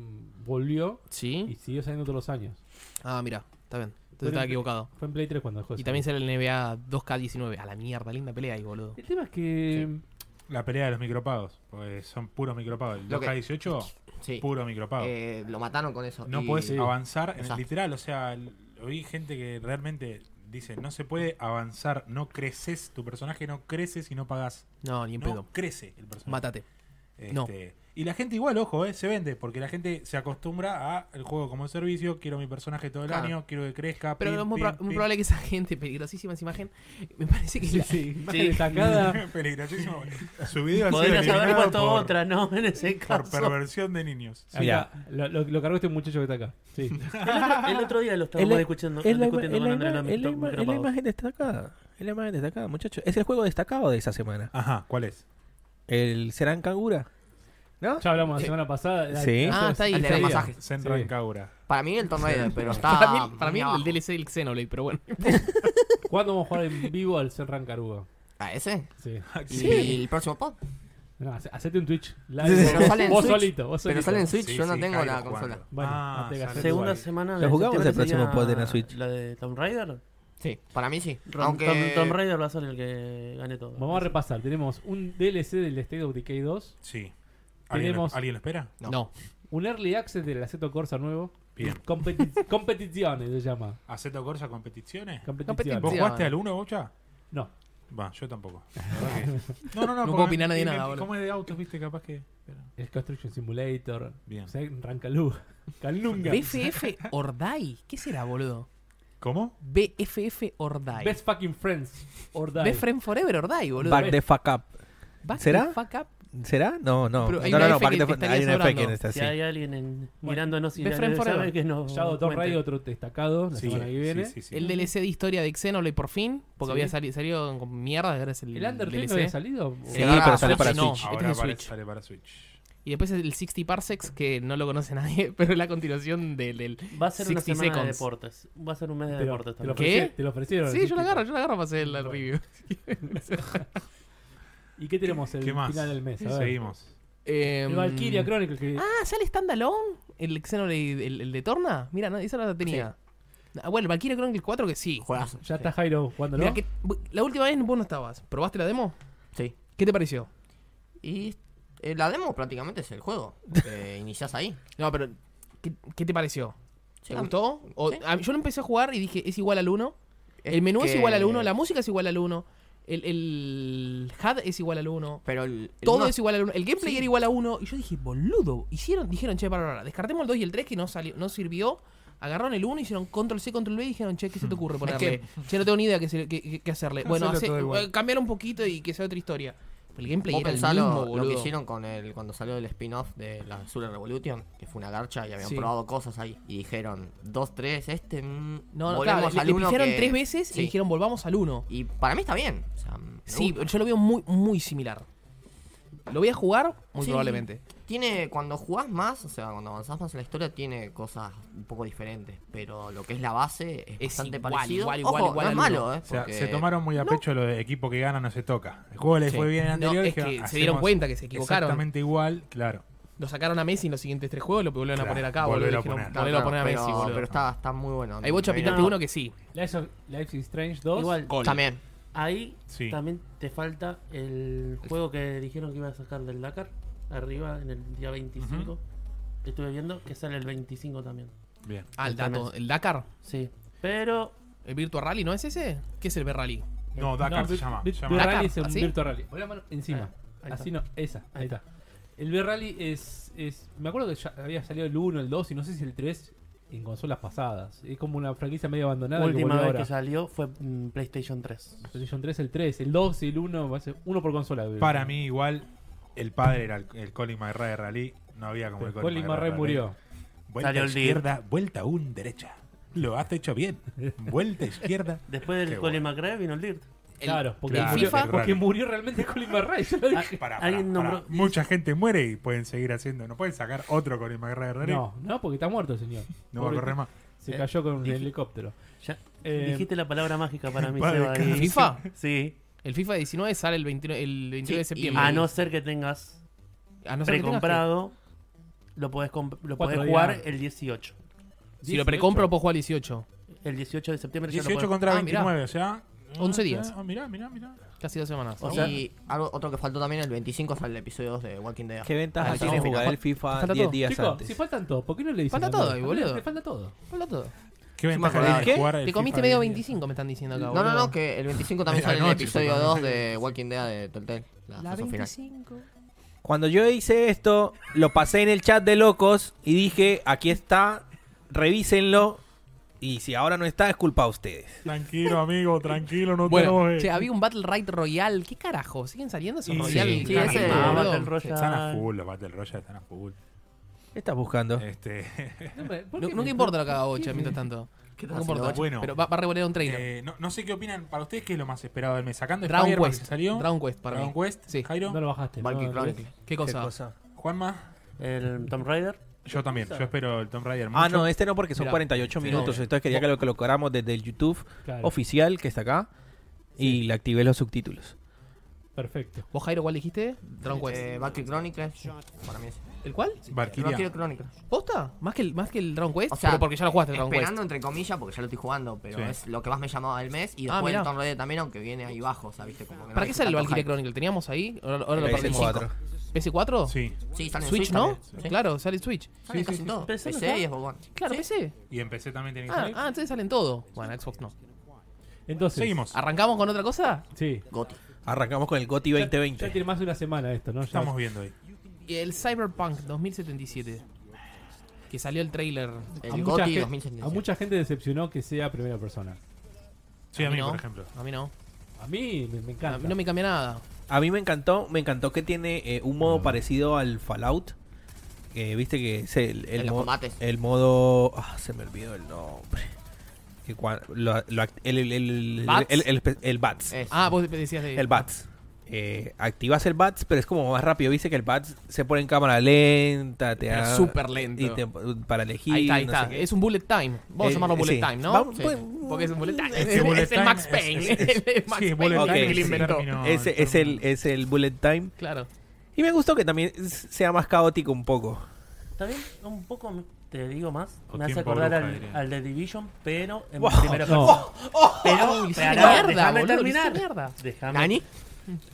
Speaker 5: volvió y
Speaker 1: ¿Sí?
Speaker 5: siguió saliendo todos los años.
Speaker 1: Ah, mira, está bien. Entonces
Speaker 5: Pero
Speaker 1: estaba
Speaker 5: en-
Speaker 1: equivocado.
Speaker 5: Fue en Play 3 cuando dejó de
Speaker 1: Y también
Speaker 5: salir.
Speaker 1: sale el NBA 2K19. A la mierda, linda pelea ahí, boludo.
Speaker 5: El tema es que...
Speaker 4: La pelea de los micropagos. Porque son puros micropagos. El
Speaker 3: Lo que-
Speaker 4: 2K18,
Speaker 3: Sí.
Speaker 4: puro micropago.
Speaker 3: Eh, lo mataron con eso.
Speaker 4: no
Speaker 3: y-
Speaker 4: puedes avanzar en el
Speaker 3: eh, Exacto.
Speaker 4: literal. O sea, l- oí gente que realmente dice: No se puede avanzar, no creces. Tu personaje no crece si no pagas.
Speaker 1: No, ni en pedo.
Speaker 4: No crece el personaje.
Speaker 1: Mátate.
Speaker 4: Este,
Speaker 1: no.
Speaker 4: Y la gente, igual, ojo, eh, se vende. Porque la gente se acostumbra a el juego como servicio. Quiero mi personaje todo el
Speaker 3: Claro.
Speaker 4: año, quiero que crezca.
Speaker 1: Pero
Speaker 4: pim,
Speaker 1: es muy,
Speaker 4: pim,
Speaker 1: proba- muy
Speaker 4: pim.
Speaker 1: probable que esa gente, peligrosísima esa imagen, me parece que la-
Speaker 5: Destacada.
Speaker 4: Peligrosísimo. Su video ha sido
Speaker 6: Podrías haber
Speaker 4: eliminado
Speaker 6: puesto
Speaker 4: por,
Speaker 6: otra, ¿no? En ese
Speaker 4: por
Speaker 6: caso.
Speaker 4: perversión de niños.
Speaker 5: Mira, lo, lo, lo cargó este muchacho que está acá. Sí.
Speaker 6: El otro día lo estábamos discutiendo,
Speaker 2: Es la, ima-
Speaker 6: discutiendo
Speaker 2: es la
Speaker 6: con
Speaker 2: ima-
Speaker 6: Andrea
Speaker 2: es la
Speaker 6: Lamento-
Speaker 2: ima- es la
Speaker 6: Grapados.
Speaker 2: imagen destacada. Es la imagen destacada, muchachos. Es el juego destacado de esa semana.
Speaker 4: Ajá, ¿cuál es?
Speaker 2: El Serán Kangura. ¿No?
Speaker 5: Ya hablamos la semana pasada. la-
Speaker 2: Sí.
Speaker 1: Ah, está ahí,
Speaker 3: El de
Speaker 1: está
Speaker 3: los
Speaker 1: ahí.
Speaker 3: masajes.
Speaker 4: Zen
Speaker 5: Sí.
Speaker 4: Rancaura.
Speaker 3: Para mí el Tomb Raider, pero está.
Speaker 1: Para mí, para mí
Speaker 3: muy
Speaker 1: el
Speaker 3: abajo.
Speaker 1: DLC del Xenoblade, pero bueno.
Speaker 5: ¿Cuándo vamos a jugar en vivo al Serran Caruga?
Speaker 3: ¿A Ah, ese?
Speaker 5: Sí.
Speaker 3: ¿Y el próximo pod?
Speaker 5: No, hace- hacete un Twitch. Live.
Speaker 3: Pero sale en
Speaker 5: vos
Speaker 3: Switch.
Speaker 5: solito, vos
Speaker 3: Pero
Speaker 5: solito.
Speaker 3: sale en Switch,
Speaker 4: Sí,
Speaker 3: yo no
Speaker 4: sí,
Speaker 3: tengo la
Speaker 4: Hyrule
Speaker 3: consola.
Speaker 4: cuatro.
Speaker 5: Bueno,
Speaker 4: Ah,
Speaker 5: no te
Speaker 4: sale
Speaker 5: gastes.
Speaker 6: Segunda
Speaker 4: igual.
Speaker 6: semana
Speaker 2: Lo
Speaker 6: de
Speaker 2: jugamos
Speaker 6: septiembre
Speaker 2: el próximo
Speaker 6: sería
Speaker 2: pod en la Switch.
Speaker 6: ¿La de Tomb Raider?
Speaker 3: Sí, para mí sí.
Speaker 6: Ron-
Speaker 3: Aunque.
Speaker 6: Tom- Tomb Raider va a ser el que gane todo.
Speaker 5: Vamos a repasar. Tenemos un DLC del State of Decay 2.
Speaker 4: Sí. ¿Alguien,
Speaker 5: Tenemos-
Speaker 4: lo, ¿Alguien lo espera?
Speaker 1: No.
Speaker 3: No.
Speaker 5: Un Early Access del Aceto Corsa nuevo.
Speaker 4: Bien.
Speaker 5: Competi- competiciones se llama.
Speaker 4: ¿Aceto Corsa competiciones?
Speaker 5: Competiciones.
Speaker 4: ¿Vos
Speaker 1: Sí,
Speaker 4: jugaste
Speaker 1: ah.
Speaker 4: al 1, Bocha?
Speaker 5: No.
Speaker 4: Va, yo tampoco. La verdad que- No, no, no.
Speaker 1: No
Speaker 4: porque
Speaker 1: puedo opinar de
Speaker 4: y-
Speaker 1: nada,
Speaker 4: y-
Speaker 1: boludo.
Speaker 4: ¿Cómo es de autos, viste? Capaz que... pero-
Speaker 5: El Construction Simulator.
Speaker 4: Bien.
Speaker 5: Rancalú. Calunga.
Speaker 1: BFF Ordai. ¿Qué será, boludo?
Speaker 4: ¿Cómo?
Speaker 1: BFF Ordai.
Speaker 5: Best fucking friends. Or die.
Speaker 1: Best Friend Forever Ordai, boludo.
Speaker 2: Back the fuck up.
Speaker 1: Back the
Speaker 2: ¿Será?
Speaker 1: fuck up.
Speaker 2: ¿Será? No, no.
Speaker 1: Pero hay
Speaker 2: no,
Speaker 1: una
Speaker 2: no, no.
Speaker 1: F
Speaker 2: Back
Speaker 1: que
Speaker 2: the
Speaker 1: te
Speaker 2: fuck-
Speaker 1: estaría
Speaker 2: Hay una F que
Speaker 1: sobrando.
Speaker 2: no está
Speaker 6: Si
Speaker 2: así.
Speaker 6: hay alguien en- mirándonos y
Speaker 1: Best Friend Forever.
Speaker 6: sabe que nos
Speaker 5: Shadow Tomb
Speaker 6: cuente.
Speaker 5: Raider, otro destacado. La semana que viene.
Speaker 4: sí, sí.
Speaker 1: El DLC de historia de Xenoblade por fin. Porque
Speaker 5: Sí.
Speaker 1: había sali- salido con mierda. Ahora es el,
Speaker 5: ¿El Undertale no
Speaker 1: DLC.
Speaker 5: había salido?
Speaker 2: Sí,
Speaker 1: ahora
Speaker 2: pero sale
Speaker 1: Switch
Speaker 2: para
Speaker 1: no,
Speaker 2: Switch.
Speaker 1: este
Speaker 4: Ahora
Speaker 1: es de
Speaker 4: pare-
Speaker 1: Switch.
Speaker 4: sale para Switch.
Speaker 1: Y después el 60 Parsecs, que no lo conoce nadie, pero es la continuación del... del-
Speaker 6: Va a ser una
Speaker 1: 60
Speaker 6: semana de
Speaker 1: seconds.
Speaker 6: deportes. Va a ser un mes de
Speaker 5: Te lo,
Speaker 6: deportes
Speaker 5: te lo
Speaker 6: también.
Speaker 1: ¿Qué?
Speaker 5: ofreci- te lo ofrecieron.
Speaker 1: Sí,
Speaker 5: así
Speaker 1: yo la
Speaker 5: que-
Speaker 1: agarro, yo la agarro para hacer la
Speaker 5: Bueno.
Speaker 1: review.
Speaker 5: ¿Y qué tenemos el
Speaker 4: ¿Qué más?
Speaker 5: final del mes? A ver.
Speaker 4: Seguimos.
Speaker 5: El Valkyria Chronicles. Que...
Speaker 1: Em, Ah, ¿sale standalone? ¿El Xenoblade, el, el de Torna? Mira, no, esa no la tenía. Ah, bueno, el Valkyria Chronicles 4 que sí.
Speaker 3: Juegazo.
Speaker 5: Ya está Jairo jugándolo.
Speaker 1: Mira, que, la última vez vos no estabas. ¿Probaste la demo?
Speaker 3: Sí.
Speaker 1: ¿Qué te pareció?
Speaker 3: Y eh, la demo prácticamente es el juego. Porque iniciás ahí.
Speaker 1: No, pero ¿qué, qué te pareció? ¿Te
Speaker 3: Sí,
Speaker 1: gustó? O-
Speaker 3: sí.
Speaker 1: a- yo lo empecé a jugar y dije, es igual al 1.
Speaker 3: Es
Speaker 1: el menú es
Speaker 3: que-
Speaker 1: igual al 1, la música es igual al 1. El, el HUD es igual al 1.
Speaker 3: Pero el. el
Speaker 1: Todo
Speaker 3: uno-
Speaker 1: es igual al 1. El gameplay
Speaker 3: Sí.
Speaker 1: era igual a 1. Y yo dije, boludo. Hicieron, dijeron, che, para, para, para, descartemos el 2 y el 3 que no, salió, no sirvió. Agarraron el 1, hicieron control C, control B y dijeron, che, ¿qué se te
Speaker 3: Mm.
Speaker 1: ocurre ponerle? Che, no tengo ni idea qué, se- qué- qué- qué hacerle. Bueno,
Speaker 4: Hacelo
Speaker 1: hace-
Speaker 4: todo igual.
Speaker 1: eh, cambiar un poquito y que sea otra historia. Pero el gameplay
Speaker 3: Vos
Speaker 1: era el
Speaker 3: pensá
Speaker 1: mismo,
Speaker 3: lo, lo
Speaker 1: boludo.
Speaker 3: que hicieron con el, cuando salió el spin-off de la Azul Revolution, que fue una garcha y habían
Speaker 1: Sí.
Speaker 3: probado cosas ahí. Y dijeron, dos, tres, este. mm,
Speaker 1: no, no, claro,
Speaker 3: volvemos
Speaker 1: le,
Speaker 3: al
Speaker 1: le
Speaker 3: uno
Speaker 1: pifiaron
Speaker 3: que-
Speaker 1: tres veces
Speaker 3: Sí.
Speaker 1: y dijeron, volvamos al 1.
Speaker 3: Y para mí está bien. o sea, me
Speaker 1: Sí,
Speaker 3: gusta.
Speaker 1: yo lo veo muy, muy similar. ¿Lo voy a jugar? Muy
Speaker 3: Sí.
Speaker 1: probablemente.
Speaker 3: Tiene, cuando jugás más, o sea, cuando avanzás más en la historia, tiene cosas un poco diferentes. Pero lo que es la base es,
Speaker 1: Es
Speaker 3: bastante
Speaker 1: igual,
Speaker 3: parecido.
Speaker 1: igual, igual,
Speaker 3: Ojo,
Speaker 1: igual
Speaker 3: no
Speaker 1: al
Speaker 3: es malo,
Speaker 1: uno.
Speaker 3: ¿eh?
Speaker 4: O sea,
Speaker 3: porque-
Speaker 4: se tomaron muy a pecho lo de equipo que gana no se toca. El juego le
Speaker 3: Sí.
Speaker 4: fue bien el
Speaker 1: No,
Speaker 4: anterior. y
Speaker 1: es
Speaker 4: dijeron,
Speaker 1: que se dieron
Speaker 4: "Hacemos
Speaker 1: cuenta que se equivocaron.
Speaker 4: Exactamente igual, claro.
Speaker 1: Lo sacaron a Messi en los siguientes tres juegos, lo volvieron
Speaker 4: Claro,
Speaker 1: a poner acá,
Speaker 4: volver
Speaker 1: boludo.
Speaker 4: a
Speaker 1: dijeron,
Speaker 4: poner.
Speaker 1: volverlo a poner a
Speaker 3: pero,
Speaker 1: Messi, boludo.
Speaker 3: pero está, está muy bueno.
Speaker 1: Hay bocha
Speaker 3: Pero-
Speaker 1: pitaste
Speaker 6: No.
Speaker 1: uno que sí.
Speaker 5: Life is, Life is Strange 2.
Speaker 6: Igual,
Speaker 7: Gol.
Speaker 3: También.
Speaker 6: ahí
Speaker 4: Sí.
Speaker 6: también te falta el juego que dijeron que iba a sacar del Dakar, arriba, en el día 25. que Estuve viendo que sale el 25 también.
Speaker 4: Bien.
Speaker 1: Ah, el dato. El Dakar.
Speaker 6: Sí. Pero
Speaker 1: ¿El Virtua Rally no es ese? ¿Qué es el B-Rally?
Speaker 4: No, Dakar se
Speaker 5: Vir-
Speaker 4: llama.
Speaker 5: Vir-
Speaker 4: se llama.
Speaker 5: Virtual Rally es
Speaker 1: Dakar,
Speaker 5: un
Speaker 1: ¿así?
Speaker 5: Virtual Rally. Pon la mano encima.
Speaker 6: Ah, ahí
Speaker 5: Así
Speaker 6: está.
Speaker 5: no, esa, ahí
Speaker 6: Ahí
Speaker 5: está. El B-Rally es, es. Me acuerdo que ya había salido el 1, el 2 y no sé si el 3 en consolas pasadas. Es como una franquicia medio abandonada.
Speaker 6: la última
Speaker 5: que
Speaker 6: vez
Speaker 5: volvió
Speaker 6: que
Speaker 5: ahora.
Speaker 6: salió fue mm, PlayStation 3.
Speaker 5: PlayStation 3, el 3, el 2 y el 1, va a ser uno por consola. creo.
Speaker 4: Para mí, igual, el padre era el, el Colin McRae de Rally. No había como
Speaker 5: Pero
Speaker 4: el Colin,
Speaker 5: Colin
Speaker 4: McRae
Speaker 5: Murray
Speaker 4: de Rally.
Speaker 5: murió.
Speaker 4: Vuelta
Speaker 6: Salió el día.
Speaker 4: izquierda, vuelta un derecha. Lo has hecho bien. Vuelta izquierda.
Speaker 6: Después del
Speaker 4: Qué
Speaker 6: Colin McRae vino el Ah. Dirt.
Speaker 5: claro, porque,
Speaker 4: claro,
Speaker 5: murió,
Speaker 1: FIFA-
Speaker 5: porque murió realmente Colin Murray. Yo lo dije.
Speaker 4: Pará, pará,
Speaker 6: Alguien nombró-
Speaker 4: pará. Mucha gente muere y pueden seguir haciendo. No pueden sacar otro Colin McRae de Rally.
Speaker 5: No, no, porque está muerto el señor.
Speaker 4: No va a
Speaker 5: Pobre-
Speaker 4: correr más.
Speaker 5: Se
Speaker 6: Eh,
Speaker 5: cayó con un
Speaker 6: dije-
Speaker 5: helicóptero.
Speaker 6: Ya,
Speaker 5: Eh,
Speaker 6: dijiste la palabra mágica para mí,
Speaker 4: Padre,
Speaker 6: Seba,
Speaker 4: ¿qué
Speaker 6: ahí.
Speaker 1: ¿El FIFA?
Speaker 6: Sí.
Speaker 1: El FIFA 19 sale el 29, el 29 de
Speaker 3: Sí, y- ah,
Speaker 1: septiembre.
Speaker 6: A no ser que tengas
Speaker 1: A no ser que tengas que-
Speaker 6: precomprado, lo podés, comp- lo
Speaker 5: Cuatro
Speaker 6: podés
Speaker 5: días.
Speaker 6: jugar el 18.
Speaker 1: Si lo precompro, puedo jugar 18.
Speaker 6: El 18 de septiembre ya lo
Speaker 4: 18
Speaker 6: podés-
Speaker 4: contra
Speaker 1: Ah, mirá.
Speaker 4: 29, o sea.
Speaker 1: 11 días.
Speaker 4: Ah, mirá, mirá, mirá.
Speaker 1: Casi dos semanas.
Speaker 6: O sea-
Speaker 3: y algo, otro que faltó también, el 25 sale el episodio 2 de Walking Dead.
Speaker 2: ¿Qué
Speaker 3: Ah,
Speaker 2: ventaja
Speaker 3: sí,
Speaker 2: tiene
Speaker 3: sí,
Speaker 2: jugar
Speaker 3: mira.
Speaker 2: el FIFA
Speaker 1: Falta
Speaker 2: 10
Speaker 1: todo.
Speaker 2: días
Speaker 5: Chicos,
Speaker 2: antes?
Speaker 5: si faltan todos, ¿por qué no le dicen?
Speaker 1: Falta
Speaker 5: a
Speaker 1: todo,
Speaker 5: todos?
Speaker 1: ahí, boludo.
Speaker 5: Le falta todo.
Speaker 1: Hola a todos.
Speaker 4: ¿Qué
Speaker 3: me
Speaker 4: ventaja
Speaker 3: acordaba.
Speaker 4: tiene
Speaker 2: ¿Qué?
Speaker 4: jugar Ah, el
Speaker 1: Te comiste
Speaker 4: FIFA
Speaker 1: medio
Speaker 4: 10?
Speaker 1: 25, me están diciendo acá.
Speaker 3: No, no,
Speaker 1: boludo.
Speaker 3: no, que el 25 también sale el
Speaker 4: Medianoche,
Speaker 3: episodio
Speaker 4: papá.
Speaker 3: 2 de Walking Dead de Telltale. La,
Speaker 1: La
Speaker 3: sesión final.
Speaker 1: 25.
Speaker 2: Cuando yo hice esto, lo pasé en el chat de locos y dije, aquí está, revísenlo. Y si ahora no está, es culpa de ustedes.
Speaker 4: Tranquilo, amigo, tranquilo, no te
Speaker 1: Bueno,
Speaker 4: enojes.
Speaker 1: che, había un Battle Right Royale. ¿Qué carajo? ¿Siguen saliendo esos
Speaker 4: Y
Speaker 1: Royale?
Speaker 4: sí.
Speaker 3: Sí,
Speaker 1: Carajo,
Speaker 3: ese-
Speaker 1: boludo.
Speaker 6: Ah, Battle Royale.
Speaker 4: Están a full, los Battle Royale están a full.
Speaker 2: ¿Qué estás buscando?
Speaker 1: Eh,
Speaker 4: Este,
Speaker 5: No, me- ¿por
Speaker 1: No-
Speaker 5: qué
Speaker 1: Nunca
Speaker 5: me-
Speaker 1: importa lo que haga
Speaker 5: ¿por qué
Speaker 1: Bocha,
Speaker 5: me-
Speaker 1: mientras tanto.
Speaker 3: ¿Qué
Speaker 1: No
Speaker 3: tal,
Speaker 1: importa.
Speaker 3: Silo?
Speaker 4: Bueno.
Speaker 1: pero va, va a revolear un trailer.
Speaker 4: eh, no, no sé qué opinan para ustedes qué es lo más esperado del mes. Sacando
Speaker 1: Dragon
Speaker 4: Spider-Man que
Speaker 1: Quest.
Speaker 4: salió.
Speaker 1: Dragon Quest para
Speaker 4: Dragon
Speaker 1: mí.
Speaker 4: Quest,
Speaker 1: Sí.
Speaker 4: Jairo.
Speaker 5: No lo bajaste.
Speaker 3: Valkyrie
Speaker 5: no,
Speaker 3: Chronicles.
Speaker 1: ¿Qué
Speaker 2: ¿Qué
Speaker 1: cosa?
Speaker 2: cosa?
Speaker 4: Juanma.
Speaker 6: El Tomb Raider.
Speaker 4: Yo también, yo espero el Tomb Raider mucho.
Speaker 2: Ah, no, este no porque son
Speaker 1: Mirá.
Speaker 2: 48
Speaker 1: Sí,
Speaker 2: minutos.
Speaker 1: no.
Speaker 2: Entonces quería que lo colocáramos desde el YouTube
Speaker 5: Claro,
Speaker 2: oficial que está acá. Y le activé los subtítulos.
Speaker 5: perfecto.
Speaker 1: ¿Vos, Jairo, cuál dijiste? Dragon Quest.
Speaker 3: Eh, Valkyrie Chronicles. Para mí es.
Speaker 1: ¿El cuál?
Speaker 4: Valkyria.
Speaker 3: Valkyrie Chronicles.
Speaker 1: ¿Posta? ¿Más que el, más que el Dragon Quest?
Speaker 3: O sea,
Speaker 1: pero porque ya lo jugaste, Dragon Quest.
Speaker 3: Esperando entre comillas, porque ya lo estoy jugando, pero
Speaker 4: Sí.
Speaker 3: es lo que más me llamaba del mes. Y
Speaker 1: Ah,
Speaker 3: después
Speaker 1: mirá.
Speaker 3: el Tomb Raider también, aunque viene ahí bajo, o sea, viste como que no
Speaker 1: ¿Para
Speaker 3: le
Speaker 1: qué
Speaker 3: hice
Speaker 1: sale el
Speaker 3: tanto
Speaker 1: Valkyrie
Speaker 3: hype.
Speaker 1: Chronicle? ¿Teníamos ahí, ahora, ahora lo
Speaker 2: Ahí
Speaker 1: perdimos.
Speaker 2: Eh, cuatro.
Speaker 1: ¿PS4?
Speaker 4: Sí,
Speaker 3: Sí, sale en
Speaker 1: ¿Switch, no?
Speaker 3: también. Sí.
Speaker 1: Claro, sale Switch.
Speaker 3: Sale casi en todo.
Speaker 6: ¿PC no
Speaker 3: PC y
Speaker 6: está?
Speaker 3: Xbox One.
Speaker 1: Claro, PC.
Speaker 4: y empecé también tiene que
Speaker 1: Ah,
Speaker 4: salir.
Speaker 1: ah, entonces salen todo. Bueno, Xbox no.
Speaker 5: Entonces,
Speaker 4: Seguimos.
Speaker 1: ¿Arrancamos con otra cosa?
Speaker 5: Sí.
Speaker 3: Goti.
Speaker 2: Arrancamos con el GOTI
Speaker 5: Ya- Ya
Speaker 2: 2020.
Speaker 5: tiene más de una semana esto, ¿no? Ya-
Speaker 1: pues.
Speaker 4: Estamos viendo ahí.
Speaker 1: Y el Cyberpunk 2077. Que salió el trailer.
Speaker 5: a,
Speaker 3: El
Speaker 5: mucha
Speaker 3: Goti
Speaker 5: gente,
Speaker 3: 2017.
Speaker 5: a mucha gente decepcionó que sea primera persona.
Speaker 4: Sí, a mí,
Speaker 1: Ah, no.
Speaker 4: por ejemplo.
Speaker 1: A mí no.
Speaker 5: A mí me, me encanta.
Speaker 1: A mí no me cambia nada.
Speaker 2: A mí me encantó, me encantó que tiene eh, un
Speaker 1: Mm.
Speaker 2: modo parecido al Fallout. que Viste que es el, el
Speaker 3: En los
Speaker 2: mo-
Speaker 3: combates.
Speaker 2: el modo... Ah, se me olvidó el nombre. Que cua- lo- lo act- el, el, el-
Speaker 1: ¿Bats?
Speaker 2: el- el- el Bats.
Speaker 3: Es.
Speaker 1: Ah, vos decías de.
Speaker 2: El Bats. Eh, activas el Bats, pero es como más rápido. Viste que el Bats se pone en cámara lenta, te
Speaker 1: Pero
Speaker 2: da-
Speaker 1: súper lento.
Speaker 2: y te- para elegir.
Speaker 1: Ahí está, ahí
Speaker 2: no
Speaker 1: está.
Speaker 2: sé qué.
Speaker 1: Es un bullet time. Vamos a
Speaker 2: Eh,
Speaker 1: llamarlo bullet
Speaker 2: sí.
Speaker 1: time, ¿no?
Speaker 2: Vamos,
Speaker 1: Sí.
Speaker 2: pues,
Speaker 1: Porque es un bullet time.
Speaker 4: Ese
Speaker 1: Es,
Speaker 4: bullet
Speaker 1: es el
Speaker 4: time
Speaker 1: Max
Speaker 4: es-
Speaker 1: Payne.
Speaker 4: es- es-
Speaker 1: el Max
Speaker 4: sí, bullet
Speaker 1: Payne
Speaker 2: time
Speaker 1: que
Speaker 2: es
Speaker 1: lo
Speaker 2: el
Speaker 1: inventó.
Speaker 4: término.
Speaker 2: Ese es el, es el bullet time.
Speaker 1: Claro.
Speaker 2: Y me gustó que también s- sea más caótico un poco.
Speaker 6: Está bien, un poco me- te digo más.
Speaker 4: O
Speaker 6: Me hace
Speaker 4: tiempo
Speaker 6: acordar
Speaker 4: bruja,
Speaker 6: al,
Speaker 4: diría.
Speaker 6: al de Division, pero en
Speaker 2: Wow.
Speaker 6: primera
Speaker 5: No.
Speaker 6: persona. Pero,
Speaker 1: Uy,
Speaker 6: pará,
Speaker 1: mierda,
Speaker 6: déjame
Speaker 1: boludo,
Speaker 6: terminar.
Speaker 1: hiciste mierda.
Speaker 6: Déjame,
Speaker 3: ¿Nani?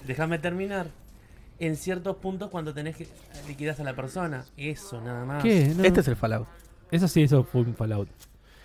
Speaker 6: déjame terminar. En ciertos puntos cuando tenés que liquidas a la persona. Eso, nada más.
Speaker 5: ¿Qué? No,
Speaker 2: Este
Speaker 5: no.
Speaker 2: es el Fallout.
Speaker 5: Eso sí, eso fue un Fallout.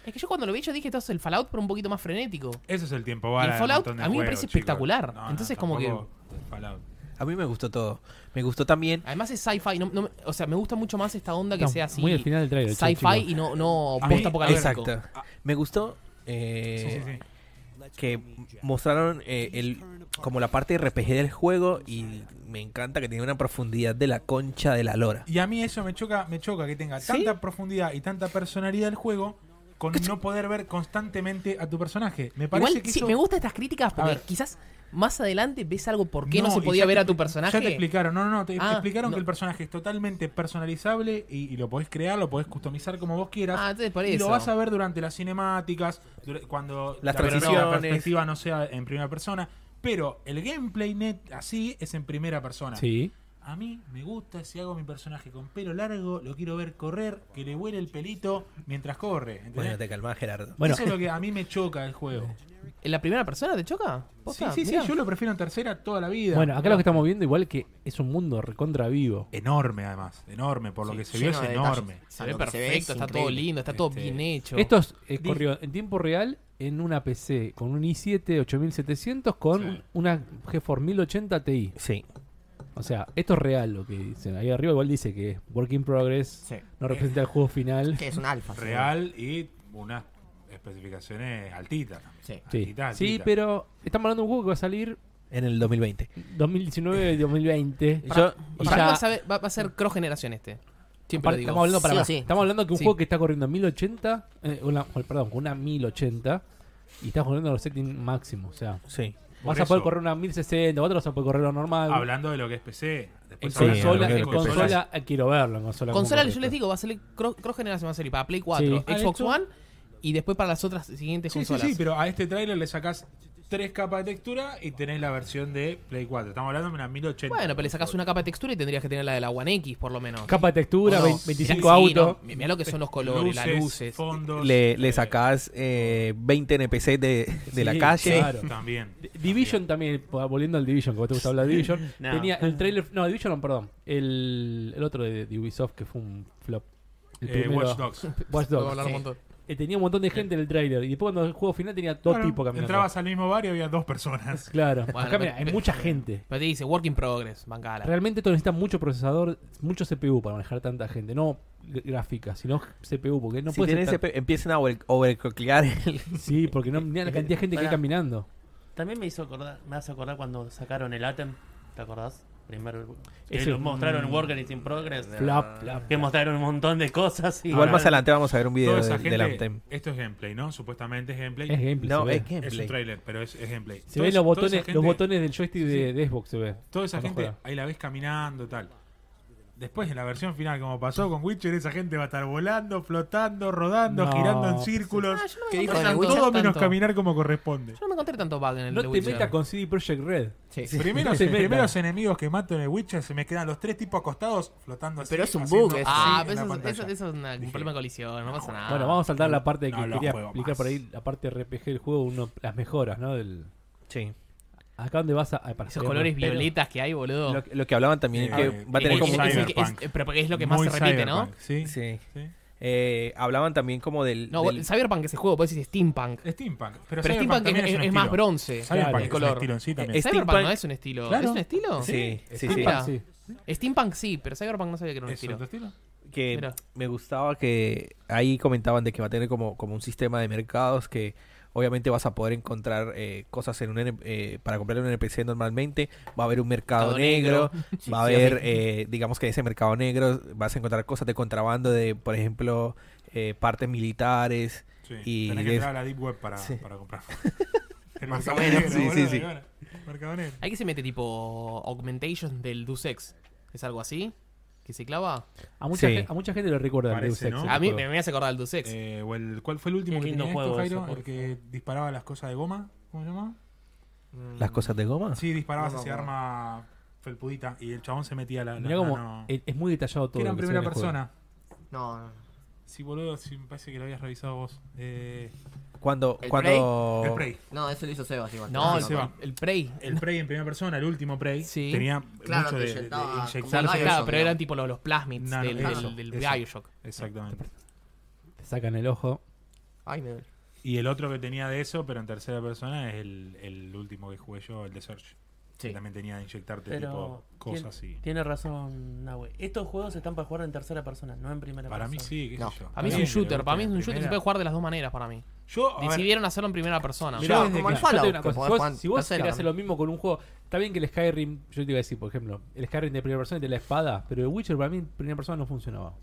Speaker 1: Es que yo cuando lo vi, yo dije, esto es el Fallout, pero un poquito más frenético.
Speaker 4: Eso es el tiempo bala.
Speaker 1: El
Speaker 4: de un
Speaker 1: Fallout,
Speaker 4: montón de
Speaker 1: a mí me
Speaker 4: juegos,
Speaker 1: parece
Speaker 4: chicos.
Speaker 1: espectacular. Entonces, como que-
Speaker 4: tampoco el Fallout.
Speaker 2: A mí me gustó todo. Me gustó también.
Speaker 1: Además es sci-fi. no- no me- o sea, me gusta mucho más esta onda que
Speaker 5: No,
Speaker 1: sea así.
Speaker 5: muy al final del trailer, che,
Speaker 1: Sci-fi
Speaker 5: chicos.
Speaker 1: y no, no
Speaker 4: A mí-
Speaker 1: post-apocalíptico.
Speaker 2: Ah, Exacto.
Speaker 5: Ah.
Speaker 2: Me gustó
Speaker 4: Sí,
Speaker 2: eh,
Speaker 4: sí, sí.
Speaker 2: que mostraron eh, el como la parte RPG del juego y me encanta que tiene una profundidad de la concha de la lora.
Speaker 4: Y a mí eso me choca, me choca que tenga tanta profundidad y tanta personalidad el juego con no poder ver constantemente a tu personaje. Me parece
Speaker 1: Igual,
Speaker 4: que
Speaker 1: sí,
Speaker 4: eso-
Speaker 1: me gustan estas críticas porque
Speaker 4: ver.
Speaker 1: quizás más adelante ves algo por qué no, se
Speaker 4: y
Speaker 1: podía
Speaker 4: ya
Speaker 1: ver
Speaker 4: te
Speaker 1: a tu
Speaker 4: expli-
Speaker 1: personaje.
Speaker 4: Ya te explicaron, no, no, no, te
Speaker 1: Ah,
Speaker 4: te explicaron
Speaker 1: no.
Speaker 4: que el personaje es totalmente personalizable y, y lo podés crear, lo podés customizar como vos quieras.
Speaker 1: Ah, entonces por
Speaker 4: Y
Speaker 1: eso.
Speaker 4: lo vas a ver durante las cinemáticas, dura- cuando
Speaker 2: Las
Speaker 4: la-
Speaker 2: transiciones.
Speaker 4: la perspectiva no sea en primera persona. Pero el gameplay net así es en primera persona.
Speaker 5: Sí.
Speaker 4: A a mí me gusta si hago mi personaje con pelo largo, lo quiero ver correr, que le huele el pelito mientras corre. ¿entendés?
Speaker 2: Bueno, te calmás, Gerardo.
Speaker 5: bueno.
Speaker 4: Eso es lo que a mí me choca del juego.
Speaker 1: ¿En la primera persona te choca?
Speaker 4: Sí,
Speaker 1: ¿Posta?
Speaker 4: sí, sí,
Speaker 1: Mirá.
Speaker 4: yo lo prefiero en tercera toda la vida.
Speaker 5: Bueno, acá lo que estamos viendo igual que es un mundo recontra vivo.
Speaker 4: Enorme, además. Enorme, por lo que se vio es
Speaker 3: Lleno de
Speaker 4: enorme.
Speaker 3: detalles. O
Speaker 1: Se
Speaker 3: sea,
Speaker 1: ve
Speaker 3: lo que
Speaker 1: perfecto,
Speaker 3: es
Speaker 1: está todo
Speaker 3: increíble.
Speaker 1: lindo, está todo
Speaker 4: Este,
Speaker 1: bien hecho.
Speaker 5: Esto es- eh, corrió en tiempo real en una PC con un i7 8700 con
Speaker 4: Sí.
Speaker 5: una GeForce 1080 Ti.
Speaker 2: Sí.
Speaker 5: O sea, esto es real lo que dicen. Ahí arriba igual dice que es work in progress
Speaker 3: Sí.
Speaker 5: no representa el juego final.
Speaker 3: Que es un alfa. seguro.
Speaker 4: Real y unas especificaciones altitas. también.
Speaker 3: Sí.
Speaker 5: Sí.
Speaker 4: Altita,
Speaker 5: Sí,
Speaker 4: altita.
Speaker 5: pero estamos hablando de un juego que va a salir
Speaker 2: En el 2020.
Speaker 5: 2019
Speaker 2: Yo,
Speaker 5: 2020. Y
Speaker 1: Para mí
Speaker 5: ya-
Speaker 1: va, a saber- va- va a ser cross generación este. Siempre lo
Speaker 5: Aparte,
Speaker 1: digo.
Speaker 5: estamos hablando para
Speaker 3: Sí o
Speaker 5: más.
Speaker 3: sí.
Speaker 5: Estamos hablando que un
Speaker 1: Sí.
Speaker 5: juego que está corriendo en 1080, eh, una- perdón, con una 1080 y estás corriendo los settings máximos, o sea,
Speaker 2: sí.
Speaker 4: Por
Speaker 5: vas a poder
Speaker 4: eso,
Speaker 5: correr una 1060, otra vas a poder correr lo normal.
Speaker 4: Hablando de lo que es PC.
Speaker 5: en
Speaker 4: después hablamos de
Speaker 5: consola,
Speaker 4: lo que
Speaker 5: en
Speaker 4: es consola.
Speaker 5: consola eh, quiero verlo en consola. como
Speaker 1: Consola, yo
Speaker 5: correcto.
Speaker 1: les digo, va a salir cross, cross generación, va a salir para Play 4,
Speaker 5: Sí.
Speaker 1: Xbox
Speaker 4: Ah, esto-
Speaker 1: One y después para las otras siguientes
Speaker 4: Sí, sí,
Speaker 1: consolas.
Speaker 4: sí, pero a este tráiler le sacás tres capas de textura y tenés la versión de Play 4. Estamos hablando de una 1080.
Speaker 1: Bueno, pero le sacas una capa de textura y tendrías que tener la de la One X por lo menos.
Speaker 5: Capa de textura,
Speaker 1: No,
Speaker 5: vein- 25
Speaker 1: mirá- sí,
Speaker 5: autos.
Speaker 1: no, mirá lo que son los colores,
Speaker 4: luces,
Speaker 1: las luces.
Speaker 4: fondos.
Speaker 2: Le,
Speaker 4: eh,
Speaker 2: le sacás eh, 20 NPC de, de la
Speaker 5: Sí,
Speaker 2: calle.
Speaker 5: claro.
Speaker 4: También.
Speaker 5: Division también, po- volviendo al Division, como te gusta hablar de Division,
Speaker 6: No.
Speaker 5: tenía el trailer, no, Division no, perdón, el, el otro de, de Ubisoft que fue un flop. El
Speaker 4: Eh,
Speaker 5: primero,
Speaker 4: Watch Dogs.
Speaker 5: Watch Dogs.
Speaker 1: Podemos hablar un montón.
Speaker 5: Eh, tenía un montón de gente en el trailer y después cuando el juego final tenía dos
Speaker 4: Bueno,
Speaker 5: tipos caminando.
Speaker 4: Entrabas al mismo bar y había dos personas.
Speaker 5: Claro,
Speaker 1: Bueno,
Speaker 5: acá mira,
Speaker 1: pero-
Speaker 5: hay
Speaker 1: pero-
Speaker 5: mucha gente.
Speaker 1: Pero te dice, work in progress, bancala.
Speaker 5: Realmente esto necesita mucho procesador, mucho CPU para manejar tanta gente, no g- gráfica, sino CPU, porque no
Speaker 2: si
Speaker 5: puede
Speaker 2: tenés
Speaker 5: ser tan-
Speaker 2: CP empiecen a over- overclockear el-
Speaker 5: Sí, porque no mira la cantidad de gente que hay
Speaker 6: Pará.
Speaker 5: caminando.
Speaker 6: También me hizo acordar, me hace acordar cuando sacaron el Atem, ¿te acordás? Primero que
Speaker 5: Ese-
Speaker 6: lo mostraron en Worker It's in Progress.
Speaker 5: Flap, flap.
Speaker 6: Que mostraron un montón de cosas y
Speaker 2: Igual
Speaker 4: Ahora,
Speaker 2: más adelante vamos a ver un video
Speaker 4: Toda
Speaker 2: de,
Speaker 4: esa
Speaker 2: del
Speaker 4: gente-
Speaker 2: Anthem.
Speaker 4: Esto es gameplay, ¿no? Supuestamente es gameplay.
Speaker 5: Es gameplay.
Speaker 2: No,
Speaker 5: se ve.
Speaker 2: es
Speaker 4: Es un
Speaker 2: gameplay.
Speaker 4: trailer, pero es, es gameplay.
Speaker 5: Se
Speaker 4: Toda
Speaker 5: ven
Speaker 4: esa-
Speaker 5: los
Speaker 4: toda esa
Speaker 5: botones, los
Speaker 4: gente-
Speaker 5: botones del joystick de, de Xbox se ve.
Speaker 4: Toda esa
Speaker 5: cuando
Speaker 4: gente
Speaker 5: juega.
Speaker 4: ahí la ves caminando, tal. Después en la versión final, como pasó con Witcher, esa gente va a estar volando, flotando, rodando,
Speaker 5: No,
Speaker 4: girando en
Speaker 5: pues,
Speaker 4: círculos.
Speaker 1: Ah, yo no
Speaker 3: ¿Qué
Speaker 1: me
Speaker 3: dijo
Speaker 1: encontré
Speaker 3: de
Speaker 1: tanto,
Speaker 3: Witcher?
Speaker 4: Todo menos
Speaker 1: tanto.
Speaker 4: caminar como corresponde.
Speaker 1: Yo no me encontré tanto bug en el de
Speaker 5: No te
Speaker 1: Witcher.
Speaker 5: metas con CD Projekt Red.
Speaker 3: Sí.
Speaker 4: Primero,
Speaker 5: No se
Speaker 4: los
Speaker 5: metan.
Speaker 4: primeros enemigos que mato en el Witcher se me quedan los tres tipos acostados flotando así.
Speaker 3: Pero es un
Speaker 4: haciendo
Speaker 3: bug eso.
Speaker 4: así
Speaker 1: Ah,
Speaker 4: en
Speaker 1: pero
Speaker 4: la
Speaker 1: eso,
Speaker 4: pantalla.
Speaker 1: eso- eso es una- un
Speaker 4: Dije,
Speaker 1: problema de colisión, Ah, no pasa nada.
Speaker 5: Bueno, vamos a saltar la parte que
Speaker 4: no lo
Speaker 5: quería
Speaker 4: juego
Speaker 5: explicar
Speaker 4: más.
Speaker 5: por ahí, la parte RPG del juego, uno, las mejoras, ¿no? Del,
Speaker 2: Sí.
Speaker 5: acá donde vas a... ay, para
Speaker 1: Esos
Speaker 5: que-
Speaker 1: colores
Speaker 5: pero-
Speaker 1: violetas que hay, boludo.
Speaker 2: Lo, lo que hablaban también
Speaker 4: Eh,
Speaker 2: que
Speaker 4: eh,
Speaker 2: va a tener
Speaker 1: es,
Speaker 4: como
Speaker 1: es-
Speaker 2: como...
Speaker 1: es- es-
Speaker 4: Cyberpunk.
Speaker 1: es- pero es lo que más
Speaker 4: muy
Speaker 1: se repite, ¿no?
Speaker 4: cyberpunk, Sí.
Speaker 2: Sí.
Speaker 4: sí.
Speaker 2: Eh, hablaban también como del...
Speaker 1: No,
Speaker 2: del-
Speaker 1: el Cyberpunk es el juego, podés decir Steampunk.
Speaker 4: Steampunk. Pero,
Speaker 1: Pero Steampunk es,
Speaker 4: también
Speaker 1: es-
Speaker 4: un
Speaker 1: es más
Speaker 4: estilo.
Speaker 1: bronce.
Speaker 4: Cyberpunk
Speaker 5: Claro.
Speaker 1: el
Speaker 4: es un
Speaker 1: color.
Speaker 4: estilo en sí también.
Speaker 1: Eh, Cyberpunk
Speaker 2: Steampunk-
Speaker 1: no es un estilo.
Speaker 4: Claro.
Speaker 1: ¿Es un estilo?
Speaker 2: Sí, sí, sí.
Speaker 1: mira.
Speaker 5: Sí.
Speaker 1: Steampunk sí, pero Cyberpunk no sabía que era un
Speaker 4: ¿Es
Speaker 1: estilo.
Speaker 4: otro estilo?
Speaker 2: que
Speaker 1: Mira.
Speaker 2: me gustaba que ahí comentaban de que va a tener como, como un sistema de mercados que obviamente vas a poder encontrar eh, cosas en un N- eh, para comprar en un NPC normalmente va a haber un mercado
Speaker 1: Mercado
Speaker 2: negro,
Speaker 3: Sí,
Speaker 2: va a
Speaker 3: sí,
Speaker 2: haber
Speaker 3: sí.
Speaker 2: eh, digamos que en ese mercado negro vas a encontrar cosas de contrabando de por ejemplo eh, partes militares
Speaker 4: Sí.
Speaker 2: Y
Speaker 4: Tenés que
Speaker 2: de-
Speaker 4: entrar a la Deep Web para,
Speaker 2: Sí.
Speaker 4: para comprar. El
Speaker 3: Más
Speaker 4: Mercado
Speaker 3: o menos.
Speaker 4: Negro,
Speaker 2: Sí, sí,
Speaker 4: boludo,
Speaker 2: sí.
Speaker 4: y bueno, Mercado Negro.
Speaker 1: Hay que se mete tipo Augmentation del Deus Ex. ¿Es algo así? ¿Que se clava?
Speaker 5: A mucha,
Speaker 2: Sí.
Speaker 5: gen- a mucha gente lo recuerda. el
Speaker 4: Parece,
Speaker 5: Deus Ex,
Speaker 4: ¿no?
Speaker 5: ese
Speaker 1: A mí
Speaker 5: juego.
Speaker 1: me, me hace acordar del Deus Ex.
Speaker 4: Eh, o el- ¿Cuál fue el último
Speaker 6: Qué
Speaker 4: que
Speaker 6: lindo
Speaker 4: tenía esto,
Speaker 6: juego ese,
Speaker 4: Jairo?
Speaker 6: por
Speaker 4: el que disparaba las cosas de goma. ¿Cómo se llama?
Speaker 3: Mm.
Speaker 2: las cosas de goma
Speaker 4: Sí, disparabas
Speaker 3: No me
Speaker 4: hacia
Speaker 3: acuerdo.
Speaker 4: arma felpudita y el chabón se metía la. la
Speaker 5: Mirá como
Speaker 4: mano-
Speaker 5: es, es muy detallado
Speaker 4: Que
Speaker 5: todo.
Speaker 4: era
Speaker 5: lo
Speaker 4: en
Speaker 5: que se
Speaker 4: primera
Speaker 5: ve en el juego.
Speaker 4: persona.
Speaker 3: No, no.
Speaker 4: Sí, boludo, sí, me parece que lo habías revisado vos. Eh,
Speaker 2: cuando
Speaker 3: ¿El
Speaker 2: cuando
Speaker 4: el Prey.
Speaker 3: No, eso lo hizo Sebas igual.
Speaker 1: no,
Speaker 4: Ah,
Speaker 1: el,
Speaker 4: se va.
Speaker 1: el Prey.
Speaker 4: El Prey en primera persona, el último Prey,
Speaker 1: Sí.
Speaker 4: tenía
Speaker 3: Claro,
Speaker 4: mucho
Speaker 3: te
Speaker 4: de, de- de
Speaker 3: inyectaba
Speaker 1: Claro,
Speaker 4: inyectarse.
Speaker 3: como
Speaker 1: claro,
Speaker 3: Bioshock,
Speaker 1: pero
Speaker 3: digamos.
Speaker 1: eran tipo los, los plasmids
Speaker 4: Nano,
Speaker 1: del,
Speaker 4: eso,
Speaker 1: del, del
Speaker 4: eso.
Speaker 1: Bioshock.
Speaker 4: Exactamente.
Speaker 5: Te sacan el ojo.
Speaker 3: Ay, me duele.
Speaker 4: Y el otro que tenía de eso, pero en tercera persona, es el, el último que jugué yo, el de Search.
Speaker 3: Sí.
Speaker 4: Que también tenía de inyectarte
Speaker 6: Pero
Speaker 4: tipo cosas y.
Speaker 6: tiene razón Nahue. Estos juegos están para jugar en tercera persona, no en primera
Speaker 4: Para mí
Speaker 6: persona.
Speaker 4: sí, qué
Speaker 3: No.
Speaker 4: sé yo.
Speaker 1: Para mí es
Speaker 4: Bien,
Speaker 1: un
Speaker 4: que le
Speaker 1: shooter.
Speaker 4: guste
Speaker 1: Para mí es
Speaker 4: la
Speaker 1: un shooter que se
Speaker 4: primera.
Speaker 1: puede jugar de las dos maneras para mí.
Speaker 4: Yo, a ver,
Speaker 1: Decidieron hacerlo en primera persona.
Speaker 4: Mirá,
Speaker 3: No,
Speaker 4: desde
Speaker 3: como el
Speaker 4: que-
Speaker 5: Yo te digo
Speaker 3: Fallout,
Speaker 5: una
Speaker 3: que
Speaker 5: cosa,
Speaker 3: podés
Speaker 5: si
Speaker 3: jugar
Speaker 5: vos, si vos
Speaker 3: tercera,
Speaker 5: querés hacer
Speaker 3: ¿no?
Speaker 5: lo mismo con un juego, está bien que el Skyrim, yo te iba a decir, por ejemplo, el Skyrim de primera persona y de la espada, pero el Witcher para mí en primera persona no funcionaba.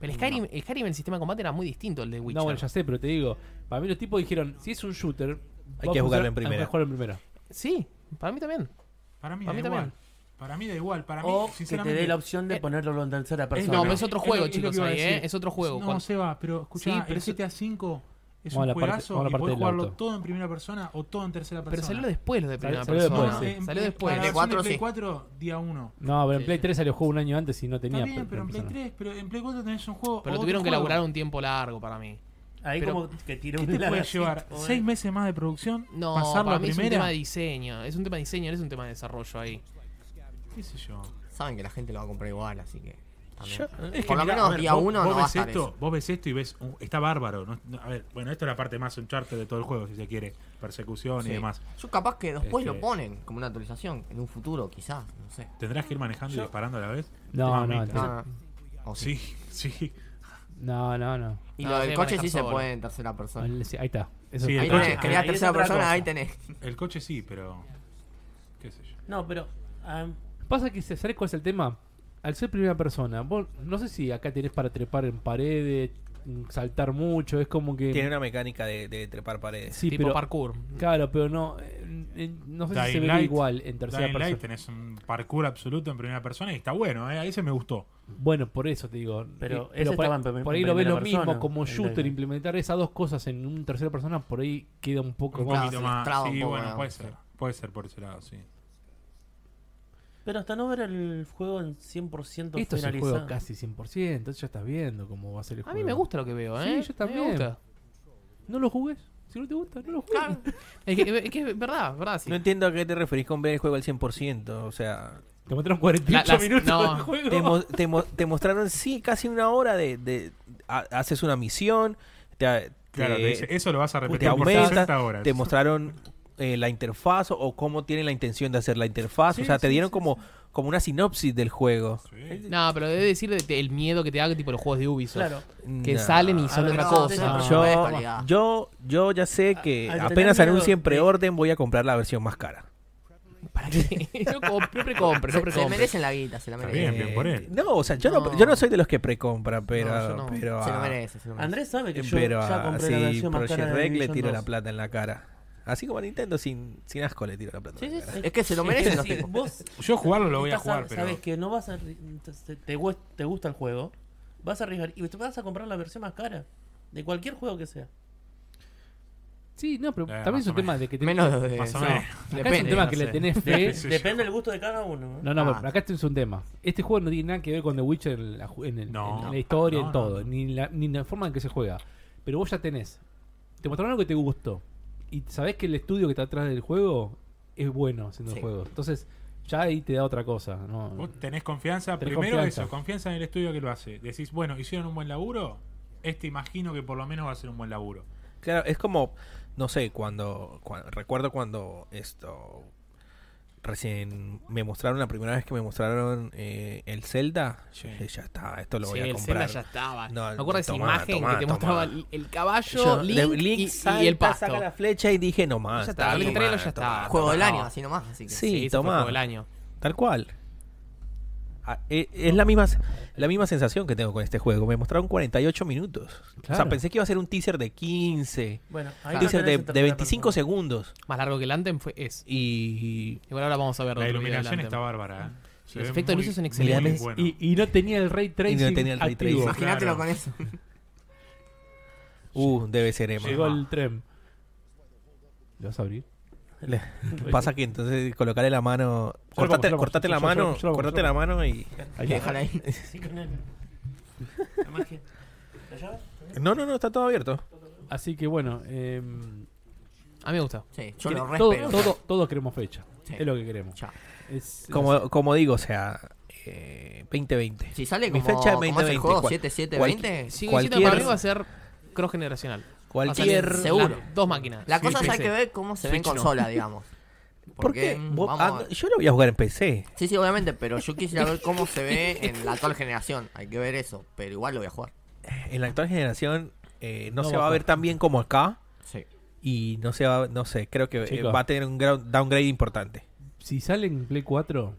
Speaker 1: Pero el Skyrim, el Skyrim, el sistema de combate era muy distinto al de Witcher.
Speaker 5: No, bueno, ya sé, pero te digo, para mí los tipos dijeron, si es un shooter,
Speaker 2: que
Speaker 5: vamos a
Speaker 2: jugarlo
Speaker 5: usar-
Speaker 2: en primera.
Speaker 5: hay que jugarlo en primera.
Speaker 1: Sí, para mí también.
Speaker 4: Para mí,
Speaker 1: Para mí
Speaker 4: da igual.
Speaker 1: también.
Speaker 4: Para mí da igual. Para mí,
Speaker 6: O que te
Speaker 4: sinceramente.
Speaker 6: dé la opción de
Speaker 1: Eh,
Speaker 6: ponerlo en tercera persona.
Speaker 1: no, pero es otro
Speaker 4: lo-
Speaker 1: juego,
Speaker 4: lo que
Speaker 1: chicos,
Speaker 4: iba a
Speaker 1: ahí, ¿eh?
Speaker 4: decir.
Speaker 1: Es otro juego.
Speaker 4: No,
Speaker 1: Cuando-
Speaker 4: Seba, pero escuchá,
Speaker 1: Sí, pero
Speaker 4: el
Speaker 1: eso-
Speaker 4: GTA V Es
Speaker 5: Vamos a la
Speaker 4: un
Speaker 5: parte-
Speaker 4: juegazo
Speaker 5: vamos a la
Speaker 4: y
Speaker 5: parte
Speaker 4: podés
Speaker 5: del
Speaker 4: jugarlo
Speaker 5: auto.
Speaker 4: todo en primera persona o todo en tercera persona. eh,
Speaker 1: Pero salió después lo de primera
Speaker 5: Salió
Speaker 1: persona.
Speaker 5: después,
Speaker 1: Salió
Speaker 5: sí.
Speaker 1: después.
Speaker 4: En,
Speaker 3: Play
Speaker 4: en,
Speaker 3: cuatro,
Speaker 4: Play
Speaker 3: sí.
Speaker 4: 4, día 1.
Speaker 5: No, pero en
Speaker 3: Sí.
Speaker 5: Play 3 salió juego un año antes y no tenía.
Speaker 4: Está bien,
Speaker 5: pe-
Speaker 4: pero en Play
Speaker 5: persona.
Speaker 4: 3, pero en Play 4 tenés un juego.
Speaker 1: Pero
Speaker 4: otro
Speaker 1: tuvieron que
Speaker 4: juego.
Speaker 1: laburar un tiempo largo para mí.
Speaker 6: Ahí
Speaker 1: Pero,
Speaker 6: como que tiene
Speaker 4: ¿Qué
Speaker 6: un eh,
Speaker 4: te puede
Speaker 6: largacito,
Speaker 4: llevar?
Speaker 6: bueno.
Speaker 4: ¿Seis meses más de producción?
Speaker 1: No,
Speaker 4: ¿Pasar
Speaker 1: para
Speaker 4: la
Speaker 1: mí es un tema
Speaker 4: primera?
Speaker 1: de diseño. Es un tema de diseño, no es un tema de desarrollo ahí.
Speaker 4: ¿Qué sé yo?
Speaker 3: Saben que la gente lo va a comprar igual, así que. también.
Speaker 4: Es
Speaker 3: Por lo
Speaker 4: mirá,
Speaker 3: menos
Speaker 4: a ver,
Speaker 3: día
Speaker 4: vos-
Speaker 3: uno
Speaker 4: vos
Speaker 3: no va a
Speaker 4: ves
Speaker 3: estar
Speaker 4: esto,
Speaker 3: eso.
Speaker 4: Vos ves esto y ves, un- está bárbaro. no- no- a ver, bueno, esto es la parte más uncharted de todo el juego, si se quiere. Persecución
Speaker 3: Sí.
Speaker 4: y demás.
Speaker 3: Yo capaz que después
Speaker 4: Este-
Speaker 3: lo ponen como una actualización, en un futuro quizás, no sé.
Speaker 4: ¿Tendrás que ir manejando y disparando a la vez?
Speaker 5: No,
Speaker 4: Mamita.
Speaker 5: no, entonces-
Speaker 3: Ah, o sí.
Speaker 4: Sí, sí.
Speaker 5: No, no, no.
Speaker 3: Y
Speaker 1: No,
Speaker 3: lo
Speaker 1: se
Speaker 3: del
Speaker 1: debe
Speaker 3: coche
Speaker 1: manejar
Speaker 3: sí se
Speaker 1: solo.
Speaker 3: puede en tercera persona.
Speaker 5: Ahí está. Eso
Speaker 4: Sí,
Speaker 5: es-
Speaker 4: el
Speaker 3: Ahí
Speaker 4: coche-
Speaker 3: tenés,
Speaker 6: ahí
Speaker 3: crear
Speaker 6: es
Speaker 3: tercera
Speaker 6: otra
Speaker 3: persona,
Speaker 6: cosa.
Speaker 3: ahí tenés.
Speaker 4: El coche sí, pero. ¿Qué sé yo?
Speaker 6: No, pero. ah,
Speaker 5: Pasa que, ¿sabes cuál es el tema? Al ser primera persona, vos, no sé si acá tenés para trepar en paredes, mm, saltar mucho, es como que...
Speaker 2: Tiene una mecánica de, de trepar paredes.
Speaker 5: sí,
Speaker 1: tipo
Speaker 5: pero...
Speaker 1: parkour.
Speaker 5: Claro, pero no... eh, eh, no sé si se
Speaker 4: Dying
Speaker 5: ve
Speaker 4: Light-
Speaker 5: igual en tercera
Speaker 4: Dying Light
Speaker 5: persona.
Speaker 4: tenés un parkour absoluto en primera persona y está bueno, ¿eh? ahí se me gustó.
Speaker 5: Bueno, por eso te digo.
Speaker 6: Pero
Speaker 5: eh,
Speaker 6: ese
Speaker 5: por,
Speaker 6: estaba en primer-
Speaker 5: por ahí lo ves lo
Speaker 6: primera
Speaker 5: mismo
Speaker 6: persona,
Speaker 5: como
Speaker 6: el
Speaker 5: shooter,
Speaker 6: Dying.
Speaker 5: implementar esas dos cosas en un tercera persona, por ahí queda un poco
Speaker 4: Un
Speaker 5: más...
Speaker 4: poquito
Speaker 3: se
Speaker 4: más.
Speaker 3: traba un
Speaker 4: Sí,
Speaker 3: poco,
Speaker 4: bueno,
Speaker 3: ¿no?
Speaker 4: puede ser. Puede ser por ese lado, sí.
Speaker 6: pero hasta no ver el juego en 100%
Speaker 5: Esto es el
Speaker 6: finalizado.
Speaker 5: juego casi 100%, entonces ya estás viendo cómo va a ser el
Speaker 1: A
Speaker 5: juego.
Speaker 1: mí me gusta lo que veo, ¿eh?
Speaker 5: Sí, yo
Speaker 1: A mí me
Speaker 5: también.
Speaker 1: gusta.
Speaker 5: No lo jugues. Si no te gusta, no lo jugues.
Speaker 1: Es que es, que es verdad, verdad. sí.
Speaker 2: No entiendo a qué te referís con ver el juego al 100%. O sea,
Speaker 5: Te mostraron 48
Speaker 1: La- las-
Speaker 5: minutos
Speaker 1: no.
Speaker 5: de juego.
Speaker 2: te, mo- te mo- te mostraron, sí, casi una hora de... de- ha- haces una misión, te,
Speaker 4: Claro,
Speaker 2: te-
Speaker 4: te dice, eso lo vas a
Speaker 2: te
Speaker 4: repetir por
Speaker 2: aumenta,
Speaker 4: 60 horas.
Speaker 2: te mostraron eh, la interfaz o, o cómo tienen la intención de hacer la interfaz. o sea, te dieron como, como una sinopsis del juego.
Speaker 4: Sí.
Speaker 1: No, pero debe decir de- de- el miedo que te da tipo los juegos de Ubisoft.
Speaker 6: Claro.
Speaker 1: Que
Speaker 2: Nah.
Speaker 1: salen y son
Speaker 6: Ah,
Speaker 1: otra
Speaker 6: no,
Speaker 1: cosa.
Speaker 5: sí,
Speaker 2: Yo,
Speaker 3: No es calidad.
Speaker 2: yo, yo ya sé
Speaker 4: Ah,
Speaker 2: que
Speaker 6: al tener
Speaker 2: apenas
Speaker 6: miedo
Speaker 2: anuncien
Speaker 6: de-
Speaker 2: preorden voy a comprar la versión más cara.
Speaker 1: ¿Para qué? No compre, no precompre, no
Speaker 3: Se, se
Speaker 1: precompre.
Speaker 3: merecen la guita, se la
Speaker 4: Está
Speaker 3: merecen.
Speaker 4: bien, bien por él.
Speaker 2: Eh, No, o sea, yo no,
Speaker 1: No.
Speaker 2: yo no soy de los que precompra, pero,
Speaker 1: No, yo no.
Speaker 2: pero,
Speaker 3: Se lo
Speaker 2: a-
Speaker 3: merece, se lo merece.
Speaker 6: Andrés sabe
Speaker 4: Eh,
Speaker 6: que yo
Speaker 2: pero
Speaker 6: ya
Speaker 2: a-
Speaker 6: compré
Speaker 2: sí,
Speaker 6: la versión más
Speaker 2: Project
Speaker 6: cara de
Speaker 2: Red le
Speaker 6: Division
Speaker 2: tiro
Speaker 6: 2.
Speaker 2: la plata en la cara. Así como a Nintendo sin, sin asco le tiro la plata.
Speaker 6: Sí,
Speaker 2: en
Speaker 6: sí,
Speaker 2: la
Speaker 6: sí.
Speaker 2: cara.
Speaker 3: Es que se lo merecen los
Speaker 6: Sí,
Speaker 3: tipos.
Speaker 6: vos
Speaker 4: Yo jugarlo lo voy a
Speaker 6: estás-
Speaker 4: jugar, pero.
Speaker 6: Sabes que no vas a te, te gust- te gusta el juego, vas a arriesgar y te vas a comprar la versión más cara de cualquier juego que sea.
Speaker 5: Sí, no, pero
Speaker 4: Eh,
Speaker 5: también
Speaker 4: más
Speaker 5: es un
Speaker 4: o
Speaker 5: tema de que te...
Speaker 3: Menos de.
Speaker 4: Más o
Speaker 3: no,
Speaker 4: menos.
Speaker 5: Acá es un tema
Speaker 3: no
Speaker 5: que
Speaker 3: sé.
Speaker 5: le tenés fe.
Speaker 4: Sí,
Speaker 6: Depende del gusto de cada uno. ¿eh?
Speaker 5: No, no,
Speaker 3: Ah.
Speaker 5: pero acá este es un tema. Este juego no tiene nada que ver con The Witcher en la, ju- en el-
Speaker 4: No.
Speaker 5: en la historia,
Speaker 4: No,
Speaker 5: en
Speaker 4: no,
Speaker 5: todo,
Speaker 4: no.
Speaker 5: Ni, la, ni la forma en que se juega. Pero vos ya tenés. Te mostraron algo que te gustó. Y sabés que el estudio que está atrás del juego es bueno haciendo
Speaker 3: Sí.
Speaker 5: el juego. Entonces, ya ahí te da otra cosa. ¿no?
Speaker 4: Vos tenés confianza,
Speaker 5: Tenés
Speaker 4: primero
Speaker 5: confianza.
Speaker 4: eso, confianza en el estudio que lo hace. Decís, bueno, hicieron un buen laburo, este imagino que por lo menos va a ser un buen laburo.
Speaker 2: Claro, es como, no sé, cuando, cua- recuerdo cuando esto recién me mostraron la primera vez que me mostraron eh, el Zelda,
Speaker 4: Sí.
Speaker 2: dije, ya está, esto lo
Speaker 1: Sí,
Speaker 2: voy a
Speaker 1: el
Speaker 2: comprar.
Speaker 1: Zelda ya estaba.
Speaker 2: No,
Speaker 1: ¿Me acuerdas de esa
Speaker 2: tomá,
Speaker 1: imagen
Speaker 2: tomá,
Speaker 1: que te
Speaker 2: tomá.
Speaker 1: mostraba el, el caballo,
Speaker 2: Yo-
Speaker 1: Link,
Speaker 2: de-
Speaker 1: y- y,
Speaker 2: salta,
Speaker 1: el pasto?
Speaker 2: saca la flecha y dije, no más.
Speaker 1: Ya está,
Speaker 2: dale,
Speaker 1: Link Trailer
Speaker 2: tomá,
Speaker 1: ya está.
Speaker 2: tomá,
Speaker 3: Juego del
Speaker 1: No.
Speaker 3: año, así nomás. Así que.
Speaker 2: Sí,
Speaker 1: ese fue el
Speaker 2: tomá.
Speaker 1: juego del año.
Speaker 2: Tal cual. Ah, eh, Es la misma, la misma sensación que tengo con este juego. Me mostraron 48 minutos. O sea,
Speaker 5: Claro.
Speaker 2: pensé que iba a ser un teaser de 15,
Speaker 6: Bueno,
Speaker 2: un
Speaker 6: ahí
Speaker 4: Ah.
Speaker 6: no
Speaker 2: teaser de,
Speaker 6: tenés
Speaker 2: de
Speaker 6: tercera
Speaker 2: 25
Speaker 6: persona.
Speaker 2: segundos.
Speaker 1: Más largo que el Anthem fue, es.
Speaker 2: Y
Speaker 1: Igual ahora vamos a ver
Speaker 4: La
Speaker 1: otro video del
Speaker 4: iluminación
Speaker 1: Anthem.
Speaker 4: está bárbara. ¿eh? Se
Speaker 1: Los
Speaker 4: ve
Speaker 1: efectos de
Speaker 4: muy-
Speaker 1: luces son
Speaker 4: muy
Speaker 2: excelentes.
Speaker 4: bueno.
Speaker 5: Y, y no tenía el ray tracing.
Speaker 2: tenía el ray
Speaker 5: activo.
Speaker 4: tracing.
Speaker 3: Imagínatelo
Speaker 4: Claro.
Speaker 3: con eso.
Speaker 2: Uh, debe ser Emma.
Speaker 5: Llegó el tren. ¿Lo vas a abrir?
Speaker 2: Le- Pasa que entonces colocarle la mano.
Speaker 5: lo
Speaker 2: Cortate,
Speaker 5: pongo,
Speaker 2: cortate
Speaker 5: yo
Speaker 2: la
Speaker 5: lo pongo,
Speaker 2: mano.
Speaker 5: yo lo pongo,
Speaker 2: Cortate
Speaker 5: yo
Speaker 2: la
Speaker 5: lo
Speaker 2: mano y.
Speaker 5: Ahí está.
Speaker 3: Déjala ahí.
Speaker 6: Sí, con él. La magia. ¿La llave?
Speaker 2: No, no, no, está todo abierto.
Speaker 5: Así que bueno, em,
Speaker 1: A mí me gusta.
Speaker 3: Sí, yo
Speaker 5: que-
Speaker 3: lo
Speaker 5: todo-
Speaker 3: respeto.
Speaker 5: todo- todos queremos fecha.
Speaker 3: Sí.
Speaker 5: Es lo que queremos.
Speaker 3: Ya.
Speaker 5: Es-
Speaker 2: Como, como digo, o sea, eh, 2020.
Speaker 3: Si sale
Speaker 2: Mi
Speaker 3: como,
Speaker 2: fecha es
Speaker 3: como hace el
Speaker 2: 20,
Speaker 3: juego
Speaker 2: cual-
Speaker 3: 7720,
Speaker 1: Sigo
Speaker 2: Cualquier-
Speaker 1: diciendo para mí va a ser cross-generacional. Va a salir
Speaker 2: Cualquier.
Speaker 3: Sale- seguro.
Speaker 1: las Dos máquinas.
Speaker 3: la
Speaker 1: Sí,
Speaker 3: cosa es
Speaker 1: sí,
Speaker 3: hay
Speaker 1: sí.
Speaker 3: que ver cómo se ve en
Speaker 1: Switch no.
Speaker 3: consola, digamos.
Speaker 2: ¿Por qué?
Speaker 3: mm,
Speaker 2: Vos-
Speaker 3: vamos
Speaker 2: ah,
Speaker 3: a-
Speaker 2: yo lo voy a jugar en PC.
Speaker 3: Sí, sí, obviamente, pero yo quisiera ver cómo se ve en la actual generación. Hay que ver eso, pero igual lo voy a jugar.
Speaker 2: En la actual generación eh, no,
Speaker 5: No
Speaker 2: se
Speaker 5: va
Speaker 2: va
Speaker 5: a
Speaker 2: a ver tan bien como acá.
Speaker 3: Sí.
Speaker 2: Y no se va, no sé, creo que eh,
Speaker 5: Chicos.
Speaker 2: va a tener un grau- downgrade importante.
Speaker 5: Si salen Play 4,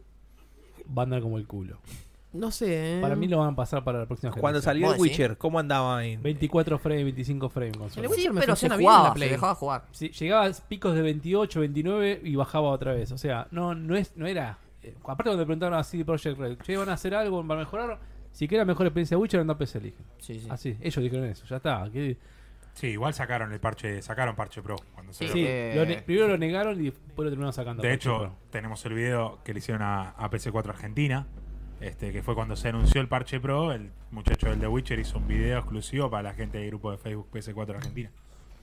Speaker 5: va a andar como el culo.
Speaker 1: No sé. eh.
Speaker 5: Para mí lo van a pasar para la próxima
Speaker 2: Cuando
Speaker 5: generación.
Speaker 2: salió
Speaker 3: ¿Vos
Speaker 2: el
Speaker 3: decís?
Speaker 2: Witcher, ¿cómo andaba en.
Speaker 5: 24 frames, 25 frames. consola.
Speaker 1: El Witcher me
Speaker 3: pero se
Speaker 1: funciona bien en la
Speaker 3: jugaba, se
Speaker 1: Play.
Speaker 3: dejaba jugar.
Speaker 5: Sí, llegaba a picos de 28, 29 y bajaba otra vez. O sea, no no es no era. eh, Aparte, cuando preguntaron a CD Projekt Red, che, ¿van a hacer algo para mejorar? Si quieren mejor experiencia de Witcher, anda a PC, le dije.
Speaker 3: Sí, sí.
Speaker 5: Así, ellos dijeron eso, ya está. que-
Speaker 4: Sí, igual sacaron el parche, sacaron parche pro cuando se
Speaker 3: Sí.
Speaker 4: lo-
Speaker 5: Sí,
Speaker 3: Eh.
Speaker 5: lo ne- primero lo negaron y después lo terminaron sacando.
Speaker 4: De hecho, tenemos el video que le hicieron a, a PC4 Argentina, este, que fue cuando se anunció el parche pro. El muchacho del The Witcher hizo un video exclusivo para la gente del grupo de Facebook PC4 Argentina.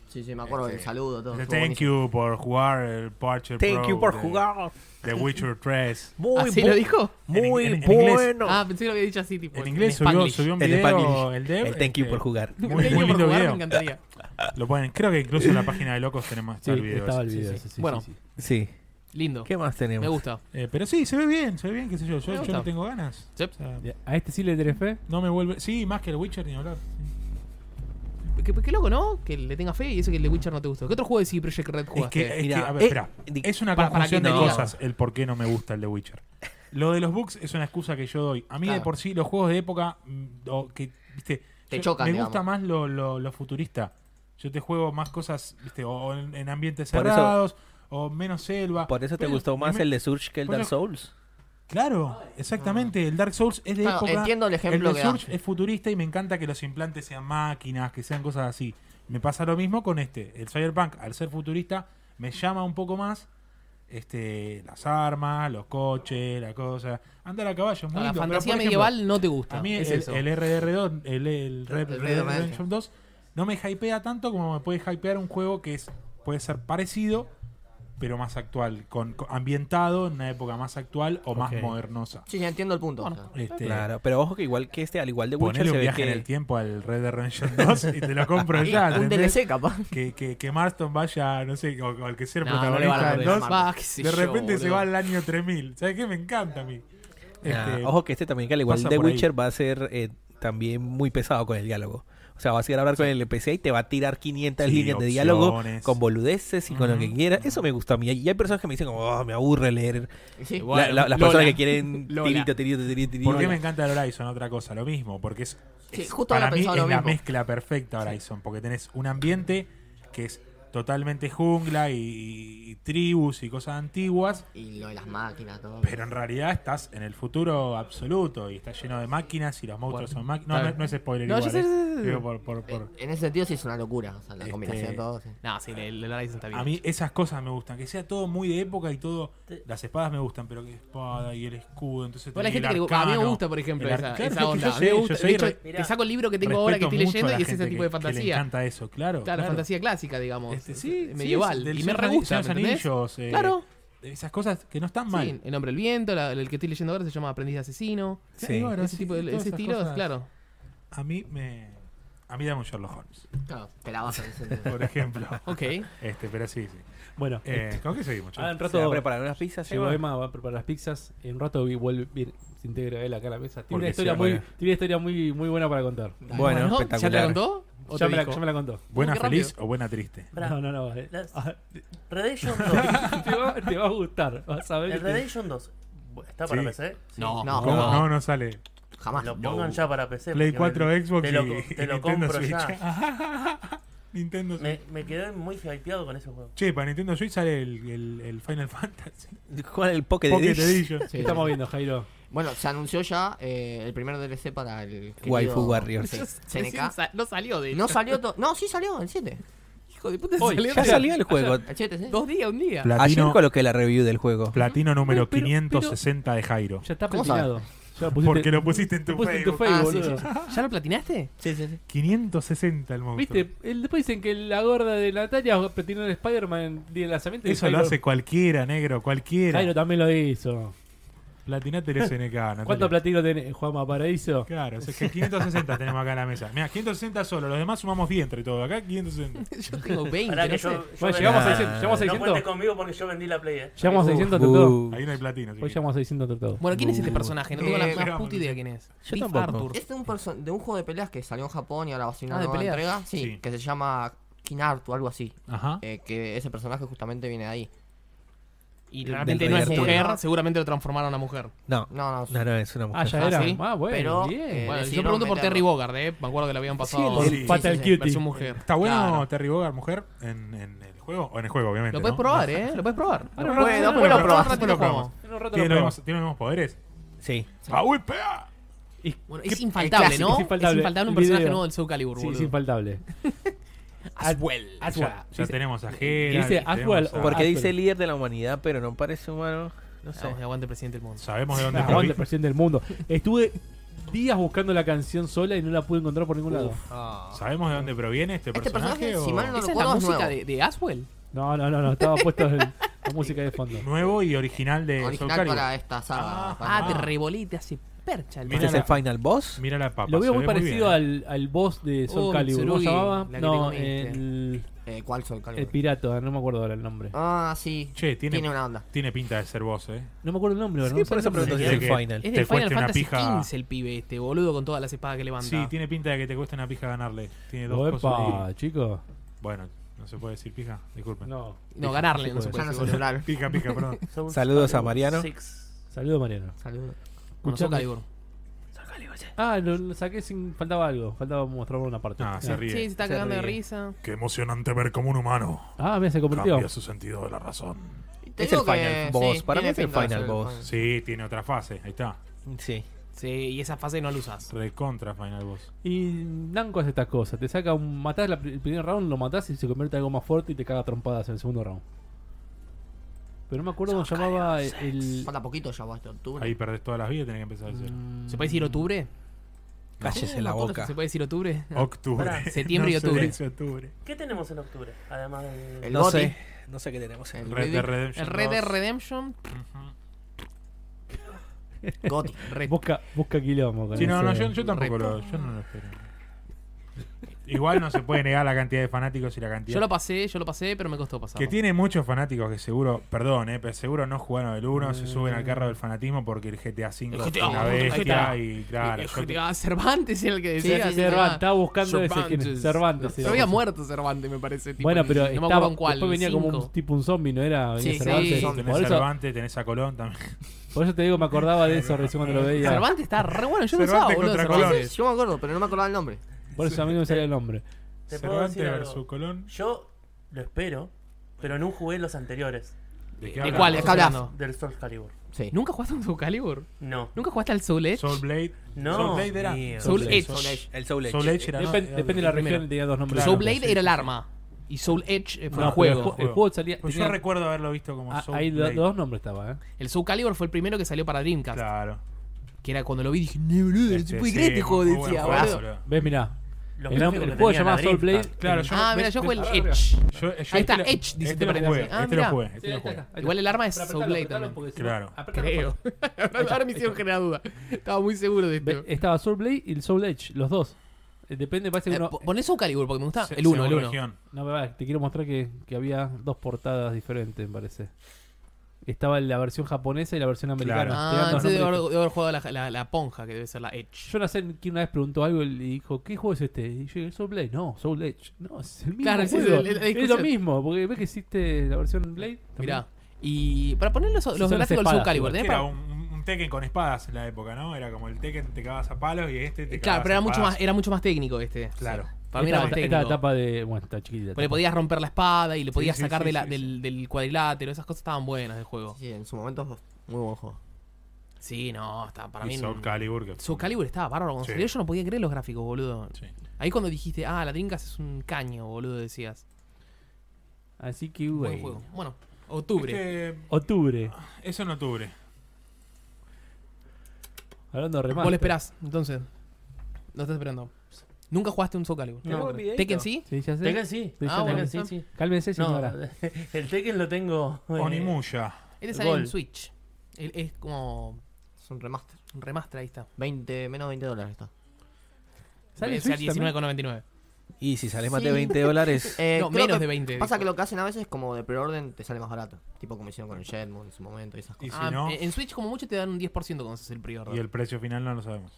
Speaker 3: Sí, sí, me acuerdo del saludo. Todo,
Speaker 4: Dice,
Speaker 3: estuvo
Speaker 4: Thank
Speaker 3: buenísimo.
Speaker 4: you por jugar el parche pro.
Speaker 2: Thank you por
Speaker 4: de
Speaker 2: jugar.
Speaker 4: The Witcher 3.
Speaker 2: Muy
Speaker 1: ¿Así
Speaker 2: bu-
Speaker 1: lo dijo?
Speaker 2: Muy
Speaker 4: En- en- en
Speaker 2: bueno.
Speaker 1: Ah, pensé que lo había dicho así, tipo.
Speaker 4: En inglés subió,
Speaker 1: Spanglish.
Speaker 4: subió un
Speaker 2: El de
Speaker 4: video.
Speaker 2: Spanglish.
Speaker 4: dev,
Speaker 2: El thank you
Speaker 4: este,
Speaker 2: por jugar.
Speaker 4: Muy,
Speaker 1: Thank you por
Speaker 4: muy lindo
Speaker 1: jugar,
Speaker 4: video.
Speaker 1: me encantaría.
Speaker 4: Lo pueden, creo que incluso en la página de Locos tenemos está
Speaker 5: Sí,
Speaker 4: el video.
Speaker 5: estaba el
Speaker 4: ese.
Speaker 5: video.
Speaker 1: sí,
Speaker 5: sí,
Speaker 1: sí.
Speaker 5: sí,
Speaker 1: Bueno.
Speaker 5: sí, sí.
Speaker 2: Sí.
Speaker 1: Lindo.
Speaker 2: ¿Qué más tenemos?
Speaker 1: Me gusta.
Speaker 4: Eh, pero sí, se ve bien, se ve bien, qué sé yo.
Speaker 1: Me
Speaker 4: Yo, yo
Speaker 1: gusta.
Speaker 4: le tengo ganas.
Speaker 1: Sí.
Speaker 4: O sea,
Speaker 5: ¿A este sí le tenés fe?
Speaker 4: no me vuelve. Sí, más que el Witcher ni hablar.
Speaker 1: Qué, qué loco, ¿no? Que le tenga fe y eso que el de Witcher no te gustó. ¿Qué otro juego de CD Projekt Red
Speaker 4: Es
Speaker 1: jugaste?
Speaker 4: que, es
Speaker 2: Mira,
Speaker 4: que- a ver,
Speaker 2: eh,
Speaker 4: espera.
Speaker 2: di-
Speaker 4: Es una
Speaker 1: para- para
Speaker 4: conjunción
Speaker 1: que
Speaker 4: de
Speaker 1: no.
Speaker 4: cosas el por qué no me gusta el de Witcher. Lo de los bugs es una excusa que yo doy. A mí de
Speaker 3: Claro.
Speaker 4: por sí los juegos de época mm, o que viste
Speaker 3: Te
Speaker 4: yo-
Speaker 3: chocan,
Speaker 4: Me
Speaker 3: digamos.
Speaker 4: gusta más lo, lo, lo futurista. Yo te juego más cosas, viste, o- o en, en ambientes
Speaker 2: Por eso-
Speaker 4: cerrados o menos selva.
Speaker 2: ¿Por eso te
Speaker 4: Pero-
Speaker 2: gustó más
Speaker 4: me-
Speaker 2: el de Surge que el
Speaker 4: por
Speaker 2: Dark
Speaker 4: eso-
Speaker 2: Souls?
Speaker 4: Claro, exactamente. El Dark Souls es de
Speaker 3: Claro,
Speaker 4: época.
Speaker 3: entiendo el ejemplo
Speaker 4: de
Speaker 3: que
Speaker 4: Surge
Speaker 3: daste.
Speaker 4: es futurista y me encanta que los implantes sean máquinas, que sean cosas así. Me pasa lo mismo con este. El Cyberpunk, al ser futurista, me llama un poco más este las armas, los coches, la cosa. Andar a caballo, es muy
Speaker 1: A la
Speaker 4: lindo, pero,
Speaker 1: fantasía
Speaker 4: por ejemplo,
Speaker 1: medieval no te gusta.
Speaker 4: a mí
Speaker 1: es
Speaker 4: el,
Speaker 1: eso.
Speaker 4: el RDR2, el, el Red Red
Speaker 3: El Red
Speaker 4: Dead
Speaker 3: Redemption.
Speaker 4: Redemption 2, no me hypea tanto como me puede hypear un juego que es, puede ser parecido, pero más actual, con, con- ambientado en una época más actual o más
Speaker 2: Ok.
Speaker 4: modernosa.
Speaker 3: Sí, ya entiendo el punto. o sea.
Speaker 4: Este,
Speaker 2: Claro, pero ojo que igual que este, al igual de Witcher,
Speaker 4: Ponele
Speaker 2: se
Speaker 4: un
Speaker 2: ve
Speaker 4: viaje
Speaker 2: que-
Speaker 4: en el tiempo al Red Dead Redemption 2 y te lo compro ya.
Speaker 3: un
Speaker 4: ¿entendés?
Speaker 3: DLC capaz.
Speaker 4: Que, que, que Marston vaya, no sé, o, o al que sea el
Speaker 1: No, no le va a
Speaker 4: protagonista
Speaker 1: dar
Speaker 4: del
Speaker 1: por
Speaker 4: 2,
Speaker 1: eso. Va, qué sé
Speaker 4: de
Speaker 1: yo,
Speaker 4: repente se
Speaker 1: boludo.
Speaker 4: va al año 3000. ¿Sabes qué? Me encanta a mí.
Speaker 2: Nah,
Speaker 4: Este,
Speaker 2: ojo que este también, que al igual
Speaker 4: pasa
Speaker 2: de
Speaker 4: por ahí.
Speaker 2: Witcher, va a ser eh, también muy pesado con el diálogo. O sea, vas a ir a hablar con el NPC y te va a tirar 500
Speaker 4: Sí,
Speaker 2: líneas de diálogo
Speaker 4: opciones.
Speaker 2: con boludeces y con lo que
Speaker 4: Ujú,
Speaker 2: quieras. Eso me gusta a mí. Y hay personas que me dicen, como, "Oh, me aburre leer.
Speaker 3: Sí.
Speaker 2: La- la-
Speaker 1: Lola.
Speaker 2: las personas que quieren
Speaker 1: Lola.
Speaker 2: tirito, tirito, tirito, tirito.
Speaker 4: ¿Por qué me encanta el Horizon? Otra cosa, lo mismo, porque es,
Speaker 3: Sí,
Speaker 4: es-
Speaker 3: justo
Speaker 4: para
Speaker 3: ahora
Speaker 4: mí es
Speaker 3: pensaba lo
Speaker 4: la
Speaker 3: mismo.
Speaker 4: mezcla perfecta Horizon, porque tenés un ambiente que es totalmente jungla y, y- y tribus y cosas antiguas,
Speaker 3: Y lo de las máquinas, todo.
Speaker 4: pero en realidad estás en el futuro absoluto y está lleno de máquinas y los monstruos son máquinas.
Speaker 1: está
Speaker 4: No, no,
Speaker 1: bien.
Speaker 4: no es spoiler
Speaker 1: No, ya
Speaker 4: igual,
Speaker 1: sé,
Speaker 4: eh.
Speaker 1: ya sé, Eh, ya sé.
Speaker 4: Digo, por- por- por-
Speaker 3: En ese sentido sí es una locura. O sea, la
Speaker 4: Este-
Speaker 3: combinación de todo. sí.
Speaker 1: No, sí, el, el Horizon está bien.
Speaker 4: A mí esas cosas me gustan, que sea todo muy de época y todo. Las espadas me gustan, pero que espada y el escudo, entonces
Speaker 1: Igual hay
Speaker 4: tenés
Speaker 1: gente
Speaker 4: el
Speaker 1: que le- a mí me
Speaker 4: arcano,
Speaker 1: gusta, por ejemplo,
Speaker 4: el ar-
Speaker 1: esa,
Speaker 4: Claro,
Speaker 1: esa
Speaker 4: es que
Speaker 1: onda.
Speaker 4: yo
Speaker 1: A mí
Speaker 4: sé,
Speaker 1: me
Speaker 4: yo
Speaker 1: gusta-
Speaker 4: soy
Speaker 1: de hecho,
Speaker 4: re-
Speaker 1: te saco el libro que tengo ahora que
Speaker 4: respeto
Speaker 1: estoy
Speaker 4: mucho a
Speaker 1: leyendo
Speaker 4: la
Speaker 1: y es ese
Speaker 4: gente
Speaker 1: tipo
Speaker 4: que-
Speaker 1: de
Speaker 4: Que le
Speaker 1: fantasía.
Speaker 4: encanta eso, claro.
Speaker 1: Claro, la fantasía clásica, digamos.
Speaker 4: Este, sí, sí,
Speaker 1: medieval.
Speaker 4: es del
Speaker 1: y me
Speaker 4: Señor
Speaker 1: re
Speaker 4: de-
Speaker 1: gusta,
Speaker 4: Señor
Speaker 1: ¿me
Speaker 4: de
Speaker 1: entendés?
Speaker 4: los Anillos, eh,
Speaker 1: Claro.
Speaker 4: Esas cosas que no están mal.
Speaker 1: Sí, el nombre del viento, la- el que estoy leyendo ahora se llama Aprendiz de Asesino.
Speaker 4: Sí,
Speaker 2: Sí.
Speaker 4: bueno,
Speaker 1: ese
Speaker 4: sí,
Speaker 1: tipo de-
Speaker 4: todas
Speaker 1: ese
Speaker 4: esas
Speaker 1: estilo,
Speaker 4: cosas.
Speaker 1: claro.
Speaker 4: A mí me. A mí dame un Sherlock Holmes,
Speaker 3: Claro, te la vas a hacer.
Speaker 4: por ejemplo.
Speaker 1: Ok.
Speaker 4: este, pero sí, sí.
Speaker 5: Bueno,
Speaker 4: Eh,
Speaker 1: Este.
Speaker 4: ¿Con qué seguimos,
Speaker 5: ahora
Speaker 4: chicos?
Speaker 5: en
Speaker 2: Se va a
Speaker 5: rato
Speaker 2: preparar unas pizzas.
Speaker 5: llegó
Speaker 2: Emma.
Speaker 5: Emma, va a preparar las pizzas. En un rato vi- vuelve, viene, se integra él acá a la mesa. Tiene
Speaker 4: Porque
Speaker 5: una historia,
Speaker 4: sí,
Speaker 5: muy,
Speaker 4: bueno.
Speaker 5: tiene una historia muy, muy buena para contar.
Speaker 2: Bueno,
Speaker 1: ¿Ya te la
Speaker 2: espectacular.
Speaker 1: contó? ¿O
Speaker 5: Ya
Speaker 1: te
Speaker 5: me, la,
Speaker 1: dijo?
Speaker 5: ya me la contó.
Speaker 4: ¿Buena
Speaker 1: qué
Speaker 4: feliz o buena triste?
Speaker 6: Pará,
Speaker 5: No, no, no. eh.
Speaker 6: Las-
Speaker 5: Ah,
Speaker 6: Redemption 2.
Speaker 5: te, va, te va a gustar. Vas a ver. este.
Speaker 6: El
Speaker 5: que te-
Speaker 6: Redemption 2. bu- ¿Está para
Speaker 4: Sí.
Speaker 6: PC? Sí.
Speaker 1: No,
Speaker 3: No,
Speaker 4: ¿Cómo? No, no sale.
Speaker 3: Jamás.
Speaker 6: Lo pongan ya para PC.
Speaker 4: Play
Speaker 6: porque
Speaker 4: 4,
Speaker 6: me-
Speaker 4: Xbox
Speaker 6: te lo,
Speaker 4: y,
Speaker 6: co- te lo
Speaker 4: y Nintendo
Speaker 6: compro
Speaker 4: Switch.
Speaker 6: ya.
Speaker 4: Nintendo Switch.
Speaker 6: Me, me quedé muy hypeado con ese juego.
Speaker 4: Che, para Nintendo Switch sale el, el- el Final Fantasy.
Speaker 2: Juega el Pocket
Speaker 4: Pocket
Speaker 2: Edition.
Speaker 4: Edition.
Speaker 5: ¿Qué estamos viendo, Jairo?
Speaker 3: Bueno, se anunció ya eh, el primer DLC para el. querido-
Speaker 2: Waifu Warrior.
Speaker 3: Sí,
Speaker 1: Recién
Speaker 3: CNK.
Speaker 1: sa- No salió de
Speaker 3: No
Speaker 1: hecho.
Speaker 3: salió todo. No, sí salió, el 7.
Speaker 1: Hijo de puta,
Speaker 5: Hoy,
Speaker 1: salió
Speaker 2: Ya
Speaker 1: de-
Speaker 2: salió el juego.
Speaker 3: El 7, sí.
Speaker 1: Dos días, un día.
Speaker 2: Ayer
Speaker 4: Platino,
Speaker 2: coloqué la review del juego.
Speaker 4: platino número
Speaker 5: Pero- pero-
Speaker 4: 560 de Jairo.
Speaker 5: Ya está
Speaker 3: ¿Cómo
Speaker 5: platinado. Ya lo pusiste,
Speaker 4: Porque lo pusiste en
Speaker 5: lo
Speaker 4: tu
Speaker 5: pusiste en tu
Speaker 4: Facebook.
Speaker 5: Facebook,
Speaker 3: Ah, sí,
Speaker 5: boludo.
Speaker 3: sí,
Speaker 1: ¿Ya lo platinaste?
Speaker 3: Sí, sí, sí.
Speaker 4: 560 el monstruo.
Speaker 5: Viste, el- después dicen que la gorda de Natalia platinó el Spider-Man en día de lanzamiento. y
Speaker 4: Eso lo
Speaker 5: Jairo-
Speaker 4: hace cualquiera, negro, cualquiera.
Speaker 5: Jairo también lo hizo.
Speaker 4: Platinate el SNK, Natalia.
Speaker 5: ¿Cuántos platinos tenés, Juanma Paraíso?
Speaker 4: Claro, o sea, que 560 tenemos acá en la mesa. Mira, 560 solo, los demás sumamos 10 entre todo. Acá 560.
Speaker 1: Yo tengo 20.
Speaker 6: Pará, que
Speaker 1: no
Speaker 6: yo,
Speaker 1: sé.
Speaker 6: yo
Speaker 5: Bueno,
Speaker 6: vendí-
Speaker 5: llegamos a
Speaker 2: Ah.
Speaker 5: 600. Llegamos a
Speaker 6: No cuentes
Speaker 5: 600.
Speaker 6: conmigo porque yo vendí la Play. eh.
Speaker 5: Llegamos a 600 entre todos.
Speaker 2: Uh,
Speaker 4: Ahí no hay platino. así
Speaker 5: Hoy
Speaker 4: que-
Speaker 5: llegamos a 600 entre todos.
Speaker 1: Bueno, ¿quién es este personaje? No tengo
Speaker 3: Eh,
Speaker 1: la más
Speaker 4: esperamos.
Speaker 1: puta idea quién es.
Speaker 2: Yo
Speaker 1: Cliff
Speaker 2: tampoco.
Speaker 1: Arthur.
Speaker 3: Es de un, perso- de un juego de peleas que salió en Japón y ahora va a salir
Speaker 1: Ah,
Speaker 3: una
Speaker 1: de
Speaker 3: nueva
Speaker 1: peleas.
Speaker 3: entrega. Sí,
Speaker 4: Sí.
Speaker 3: que se llama Kinartu o algo así.
Speaker 4: Ajá.
Speaker 3: Eh, que ese personaje justamente viene de ahí.
Speaker 1: Y
Speaker 2: Del
Speaker 1: realmente no es
Speaker 2: Rey
Speaker 1: mujer,
Speaker 3: Arturo.
Speaker 1: seguramente lo transformaron a mujer.
Speaker 2: No,
Speaker 3: No, no,
Speaker 2: no, no, es una
Speaker 5: Ah,
Speaker 2: mujer.
Speaker 5: ya
Speaker 1: Ah,
Speaker 5: era.
Speaker 1: ¿sí?
Speaker 5: Ah, bueno,
Speaker 3: Pero,
Speaker 5: bien.
Speaker 3: eh,
Speaker 1: Bueno, yo
Speaker 3: decidieron
Speaker 1: pregunto por
Speaker 3: meterlo.
Speaker 1: Terry Bogard, ¿eh? Me acuerdo que lo habían pasado
Speaker 4: el
Speaker 1: en
Speaker 4: sí,
Speaker 5: Fatal
Speaker 3: sí, sí.
Speaker 5: Cutie.
Speaker 1: versión mujer.
Speaker 4: ¿Está bueno
Speaker 1: Claro.
Speaker 4: Terry Bogard, mujer, en, en el juego? O en el juego, obviamente.
Speaker 1: Lo puedes
Speaker 4: ¿no?
Speaker 1: probar, ¿eh? Lo puedes probar.
Speaker 5: Ahora
Speaker 1: Lo
Speaker 5: un
Speaker 1: puedes-
Speaker 5: rato-
Speaker 1: lo
Speaker 5: ahora
Speaker 1: puedes
Speaker 5: un
Speaker 1: probar,
Speaker 4: rato-
Speaker 1: un rato
Speaker 4: después
Speaker 1: lo
Speaker 4: lo probamos.
Speaker 1: jugamos.
Speaker 5: En un rato eh, lo
Speaker 4: ¿Tiene los,
Speaker 5: probamos.
Speaker 4: mismos, tiene los mismos poderes?
Speaker 2: Sí.
Speaker 4: ¡Paui, pea!
Speaker 1: Bueno, es infaltable,
Speaker 3: clásico,
Speaker 1: ¿no?
Speaker 5: es infaltable.
Speaker 1: Es infaltable un
Speaker 5: El
Speaker 1: personaje
Speaker 5: video.
Speaker 1: nuevo del Soul Calibur,
Speaker 5: Sí,
Speaker 1: boludo.
Speaker 5: es infaltable. Aswell. Aswell.
Speaker 4: Ya, ya
Speaker 5: Dice-
Speaker 4: tenemos a Hera.
Speaker 5: dice Aswell o-
Speaker 2: Porque
Speaker 5: Ah,
Speaker 2: dice
Speaker 5: pero-
Speaker 2: líder de la humanidad, pero no parece humano. No sé. Este
Speaker 1: Vamos, aguante presidente del mundo.
Speaker 4: Sabemos de dónde
Speaker 5: Ah, aguante,
Speaker 4: proviene.
Speaker 5: presidente del mundo. Estuve días buscando la canción sola y no la pude encontrar por ningún lado.
Speaker 4: ¿Sabemos de dónde proviene este
Speaker 3: Este
Speaker 4: personaje?
Speaker 3: personaje,
Speaker 4: o-
Speaker 3: si mal no
Speaker 1: ¿Esa es
Speaker 3: recuerdo,
Speaker 1: la
Speaker 3: es
Speaker 1: música
Speaker 3: nuevo.
Speaker 1: de, de Aswell?
Speaker 5: No, no, no, no. Estaba puesto el- la música de fondo.
Speaker 4: Nuevo y original de Soul
Speaker 3: Original
Speaker 4: Calibur.
Speaker 3: para esta saga.
Speaker 4: Ah,
Speaker 3: para-
Speaker 1: Ah, te revolí, te hace percha el
Speaker 4: Mira
Speaker 2: ¿Este es
Speaker 1: man.
Speaker 2: el final boss?
Speaker 4: Mira la papa.
Speaker 5: Lo veo
Speaker 4: se
Speaker 5: muy
Speaker 4: ve
Speaker 5: parecido
Speaker 4: bien. ¿eh?
Speaker 5: al, al boss de Soul
Speaker 1: Oh,
Speaker 5: Calibur. ¿Cómo se
Speaker 1: Mitsurugi,
Speaker 5: llamaba?
Speaker 1: la que
Speaker 5: No,
Speaker 1: te comiste.
Speaker 5: el,
Speaker 3: Eh, ¿Cuál Soul
Speaker 5: el
Speaker 3: Calibur?
Speaker 5: pirata, no me acuerdo ahora el nombre.
Speaker 3: Ah, sí.
Speaker 4: Che, tiene,
Speaker 3: Tiene una onda.
Speaker 4: tiene pinta de ser vos, eh.
Speaker 5: No me acuerdo el nombre,
Speaker 2: Sí,
Speaker 5: ¿verdad? No sé
Speaker 2: por
Speaker 5: el
Speaker 2: eso
Speaker 5: nombre.
Speaker 2: pregunto si es
Speaker 4: Tiene
Speaker 2: el
Speaker 4: que-
Speaker 2: final.
Speaker 1: Es
Speaker 4: Te
Speaker 1: del Final
Speaker 4: cueste una
Speaker 1: Fantasy
Speaker 4: pija.
Speaker 1: XV el pibe este, boludo, con todas las espadas que levanta.
Speaker 4: Sí, tiene pinta de que te cuesta una pija ganarle. Tiene dos cosas.
Speaker 5: Opa, chicos.
Speaker 4: y- Bueno, no se puede decir pija, disculpen.
Speaker 5: No.
Speaker 1: No, ganarle, no se
Speaker 3: Ya
Speaker 1: puede.
Speaker 3: no
Speaker 1: decir,
Speaker 3: se
Speaker 1: boludo.
Speaker 3: lograron.
Speaker 4: Pija, pija, perdón.
Speaker 6: Soul
Speaker 2: Saludos a
Speaker 6: Calibur
Speaker 2: Mariano.
Speaker 6: Six.
Speaker 5: Saludos, Mariano.
Speaker 3: Saludos.
Speaker 1: Con Soul
Speaker 5: Escuchame.
Speaker 1: Calibur.
Speaker 5: Ah, lo, lo saqué sin. Faltaba algo. Faltaba mostrar una parte.
Speaker 4: Ah, se
Speaker 5: Ah.
Speaker 1: Sí, se
Speaker 4: ríe.
Speaker 1: está
Speaker 2: Se
Speaker 1: cagando de
Speaker 2: ríe.
Speaker 1: risa.
Speaker 4: Qué emocionante ver como un humano
Speaker 5: Ah, mira, se convirtió.
Speaker 4: su sentido de la razón.
Speaker 3: Te
Speaker 2: Es el
Speaker 3: digo que
Speaker 2: final boss,
Speaker 3: sí,
Speaker 2: para mí
Speaker 3: tiene
Speaker 2: es el
Speaker 3: pinta de
Speaker 2: final
Speaker 3: ser el
Speaker 2: boss.
Speaker 3: final.
Speaker 4: Sí, tiene otra fase. Ahí está.
Speaker 2: Sí.
Speaker 1: Sí, y esa fase no la usás.
Speaker 4: Recontra Final Boss.
Speaker 5: Y Namco hace estas cosas. Te saca un. Matás la pri- el primer round, lo matás y se convierte en algo más fuerte y te caga a trompadas en el segundo round. Pero no me acuerdo cómo llamaba el.
Speaker 3: Falta poquito ya, va este octubre.
Speaker 4: Ahí perdés todas las vidas, tenés que empezar a cero.
Speaker 1: ¿Se puede decir octubre?
Speaker 2: Cállese
Speaker 1: Uh,
Speaker 2: la
Speaker 1: ¿no?
Speaker 2: boca.
Speaker 1: ¿Se puede decir octubre?
Speaker 4: Octubre.
Speaker 1: Septiembre y
Speaker 4: No se
Speaker 1: octubre.
Speaker 4: dice octubre.
Speaker 6: ¿Qué tenemos en octubre? Además de.
Speaker 3: El
Speaker 2: No
Speaker 3: Goti,
Speaker 2: sé. No sé qué tenemos.
Speaker 3: El
Speaker 4: Red Dead Redemption.
Speaker 1: El Red Dead
Speaker 4: 2.
Speaker 1: Redemption.
Speaker 3: Goti.
Speaker 1: Red.
Speaker 5: Busca, busca quilombo. con
Speaker 4: Sí, no, no,
Speaker 5: ese-
Speaker 4: yo, yo tampoco lo, yo no lo espero. Igual no se puede negar la cantidad de fanáticos y la cantidad.
Speaker 1: Yo lo pasé, yo lo pasé, pero me costó pasarlo.
Speaker 4: que tiene muchos fanáticos que seguro, perdón, eh, pero seguro no jugaron el 1, se suben al carro del fanatismo porque el GTA
Speaker 1: Eh.
Speaker 4: V
Speaker 1: El
Speaker 4: es
Speaker 1: GTA,
Speaker 4: una
Speaker 1: el
Speaker 4: bestia
Speaker 1: GTA.
Speaker 4: y claro.
Speaker 1: Eh,
Speaker 4: yo-
Speaker 1: ah, Cervantes el que
Speaker 5: Sí,
Speaker 1: decía.
Speaker 5: sí, Cervantes, estaba buscando ese, ¿quién es? Cervantes, sí.
Speaker 1: Se había muerto Cervantes, me parece. tipo,
Speaker 5: Bueno,
Speaker 1: en-
Speaker 5: pero
Speaker 1: no me
Speaker 5: estaba,
Speaker 1: acuerdo en cuál.
Speaker 5: después venía
Speaker 1: el
Speaker 5: como un
Speaker 1: cinco.
Speaker 5: tipo un zombie, ¿no era? Venía
Speaker 1: Sí,
Speaker 5: Cervantes.
Speaker 1: sí.
Speaker 4: Tenés
Speaker 5: Por,
Speaker 4: a
Speaker 5: eso,
Speaker 4: Cervantes, tenés a Colón también.
Speaker 5: por eso te digo, me acordaba de eso recién cuando lo veía.
Speaker 1: Cervantes está re bueno. Yo
Speaker 4: Cervantes
Speaker 1: no usaba, boludo.
Speaker 4: contra
Speaker 1: Cervantes.
Speaker 4: Colón.
Speaker 3: Yo me acuerdo, pero no me acordaba el nombre.
Speaker 5: Por eso a mí no me salía el nombre.
Speaker 6: Te puedo
Speaker 4: Cervantes
Speaker 6: decir algo.
Speaker 4: versus Colón.
Speaker 6: Yo lo espero, pero no jugué los anteriores
Speaker 4: ¿De
Speaker 1: ¿De
Speaker 4: hablas?
Speaker 1: cuál?
Speaker 3: ¿De
Speaker 1: estás
Speaker 3: qué hablas?
Speaker 1: hablando?
Speaker 6: del Soul Calibur.
Speaker 3: Sí.
Speaker 1: ¿Nunca jugaste un Soul Calibur?
Speaker 6: No.
Speaker 1: ¿Nunca jugaste al Soul Edge?
Speaker 4: Soul Blade.
Speaker 6: No.
Speaker 4: Soul Blade era.
Speaker 6: Mierda.
Speaker 1: Soul Edge.
Speaker 3: Soul Edge.
Speaker 2: El Soul Edge. Eh,
Speaker 4: Soul Edge era.
Speaker 5: Depen-
Speaker 4: era-
Speaker 5: depende de la
Speaker 1: primero.
Speaker 5: región, tenía dos nombres.
Speaker 1: Soul
Speaker 4: Claro,
Speaker 1: Blade
Speaker 4: sí,
Speaker 1: era el
Speaker 4: sí.
Speaker 1: arma. Y Soul Edge eh, fue
Speaker 5: No,
Speaker 1: un
Speaker 5: pero
Speaker 1: juego.
Speaker 5: el ju-
Speaker 4: juego.
Speaker 5: El juego salía.
Speaker 4: Pues yo
Speaker 5: tenía-
Speaker 4: recuerdo haberlo visto como
Speaker 5: ah,
Speaker 4: Soul
Speaker 5: ahí do-
Speaker 4: Blade.
Speaker 5: dos nombres estaba, ¿eh?
Speaker 1: El Soul Calibur fue el primero que salió para Dreamcast.
Speaker 4: Claro.
Speaker 1: Que era cuando lo vi dije, no, boludo, no
Speaker 4: Este,
Speaker 1: se puede
Speaker 4: sí,
Speaker 1: creer este juego,
Speaker 4: muy buen
Speaker 1: decía,
Speaker 4: juego,
Speaker 1: boludo.
Speaker 4: boludo.
Speaker 5: ¿Ves? Mirá.
Speaker 6: Los
Speaker 5: El,
Speaker 6: gráficos
Speaker 5: nombre-
Speaker 6: que
Speaker 5: el juego
Speaker 6: tenía
Speaker 5: se llamaba
Speaker 6: la
Speaker 5: Soul
Speaker 6: Dreamcast.
Speaker 5: Blade.
Speaker 4: Claro, yo
Speaker 1: Ah,
Speaker 4: no-
Speaker 1: mira,
Speaker 4: ves-
Speaker 1: yo jugué el
Speaker 5: Ah,
Speaker 1: Edge.
Speaker 4: Yo, yo este
Speaker 1: Ahí está,
Speaker 4: lo-
Speaker 1: Edge, dice,
Speaker 4: este
Speaker 1: ¿te
Speaker 4: lo
Speaker 1: parece?
Speaker 4: jugué,
Speaker 1: Ah,
Speaker 4: este lo
Speaker 1: mirá.
Speaker 4: jugué, este lo jugué.
Speaker 1: Igual el arma es Soul Blade también.
Speaker 4: Claro.
Speaker 1: Creo. Ahora me hicieron generar duda. Estaba muy seguro de esto.
Speaker 5: Ve- Estaba Soul Blade y el Soul Edge, los dos. Eh, Depende, parece que
Speaker 1: Eh,
Speaker 5: uno.
Speaker 1: po- Poné Soul Calibur porque me gusta.
Speaker 4: Se-
Speaker 1: El 1, el
Speaker 4: según
Speaker 1: 1.
Speaker 4: región.
Speaker 5: No, me va, te quiero mostrar que, que había dos portadas diferentes, me parece. Estaba la versión japonesa y la versión americana.
Speaker 4: Claro.
Speaker 5: Tenían
Speaker 1: Ah,
Speaker 5: dos
Speaker 1: antes de
Speaker 5: nombres
Speaker 1: haber, de haber jugado la, la, la ponja, que debe ser la Edge.
Speaker 5: Yo no sé quién una vez preguntó algo y le dijo, ¿qué juego es este? Y yo dije, Soul Blade. No, Soul Edge. No, es el mismo.
Speaker 1: Claro, esa es
Speaker 5: juego.
Speaker 1: la- la- la
Speaker 5: es lo
Speaker 1: discusión.
Speaker 5: mismo, porque ves que hiciste la versión Blade. también.
Speaker 1: Mirá. Y para poner los, los
Speaker 5: son las
Speaker 1: gráficos del Soul
Speaker 5: espadas,
Speaker 1: Calibur,
Speaker 4: Que
Speaker 1: ¿tenés
Speaker 4: Era
Speaker 1: para-
Speaker 4: un, un Tekken con espadas en la época, ¿no? Era como el Tekken te cagabas a palos y este te
Speaker 1: Claro,
Speaker 4: cagabas
Speaker 1: pero
Speaker 4: a
Speaker 1: era mucho,
Speaker 4: palos.
Speaker 1: más, era mucho más técnico este.
Speaker 4: Claro.
Speaker 1: Para mí era
Speaker 5: esta,
Speaker 1: más
Speaker 5: esta- esta
Speaker 1: técnico.
Speaker 5: etapa de. Bueno, está chiquita.
Speaker 1: Porque le
Speaker 5: etapa.
Speaker 1: podías romper la espada y le podías
Speaker 4: sí,
Speaker 1: sacar
Speaker 4: sí,
Speaker 1: de la-
Speaker 4: sí,
Speaker 1: del, del cuadrilátero. Esas cosas estaban buenas del juego.
Speaker 3: Sí, en su momento fue muy buen juego.
Speaker 1: Sí, no, estaba para
Speaker 4: Y
Speaker 1: mí.
Speaker 4: Soul Calibur. que-
Speaker 1: Soul Calibur estaba bárbaro. Cuando
Speaker 4: Sí.
Speaker 1: salió yo no podía creer los gráficos, boludo.
Speaker 4: Sí.
Speaker 1: Ahí cuando dijiste, ah, la Dreamcast es un caño, boludo, decías.
Speaker 5: Así que,
Speaker 1: Buen
Speaker 5: güey.
Speaker 1: juego. Bueno, octubre.
Speaker 4: Este,
Speaker 5: Octubre.
Speaker 4: eso en octubre.
Speaker 5: Hablando de remaster.
Speaker 1: Vos lo esperás, entonces. Lo estás esperando. Nunca jugaste un Soul Calibur.
Speaker 6: No,
Speaker 2: Tenemos videíto.
Speaker 1: ¿Tekken sí?
Speaker 5: Sí, ya sé.
Speaker 6: Tekken sí.
Speaker 5: Sí,
Speaker 1: Ah,
Speaker 5: ya
Speaker 1: bueno,
Speaker 5: sé.
Speaker 6: Tekken sí, sí.
Speaker 5: Cálmense si no,
Speaker 6: No,
Speaker 5: ahora.
Speaker 6: el Tekken lo tengo. eh,
Speaker 4: Onimusha.
Speaker 1: Este sale en
Speaker 6: Gol.
Speaker 1: Switch. Él es como
Speaker 3: Es un remaster.
Speaker 1: un remaster, ahí está.
Speaker 3: 20, menos 20 dólares está.
Speaker 5: ¿Sale en
Speaker 1: Sale
Speaker 5: Switch también?
Speaker 1: 19,99.
Speaker 2: Y si sale más de
Speaker 3: Sí.
Speaker 2: 20 dólares.
Speaker 3: Eh,
Speaker 1: No,
Speaker 3: creo
Speaker 1: menos
Speaker 3: que
Speaker 1: de 20.
Speaker 3: Pasa que
Speaker 1: dijo.
Speaker 3: lo que hacen a veces como de preorden te sale más barato. Tipo como hicieron con el Shenmue en su momento y esas
Speaker 4: Y
Speaker 3: cosas.
Speaker 4: si
Speaker 1: Ah,
Speaker 4: no,
Speaker 1: En en Switch como mucho te dan un 10% cuando haces el pre-order.
Speaker 4: y el precio final no lo sabemos.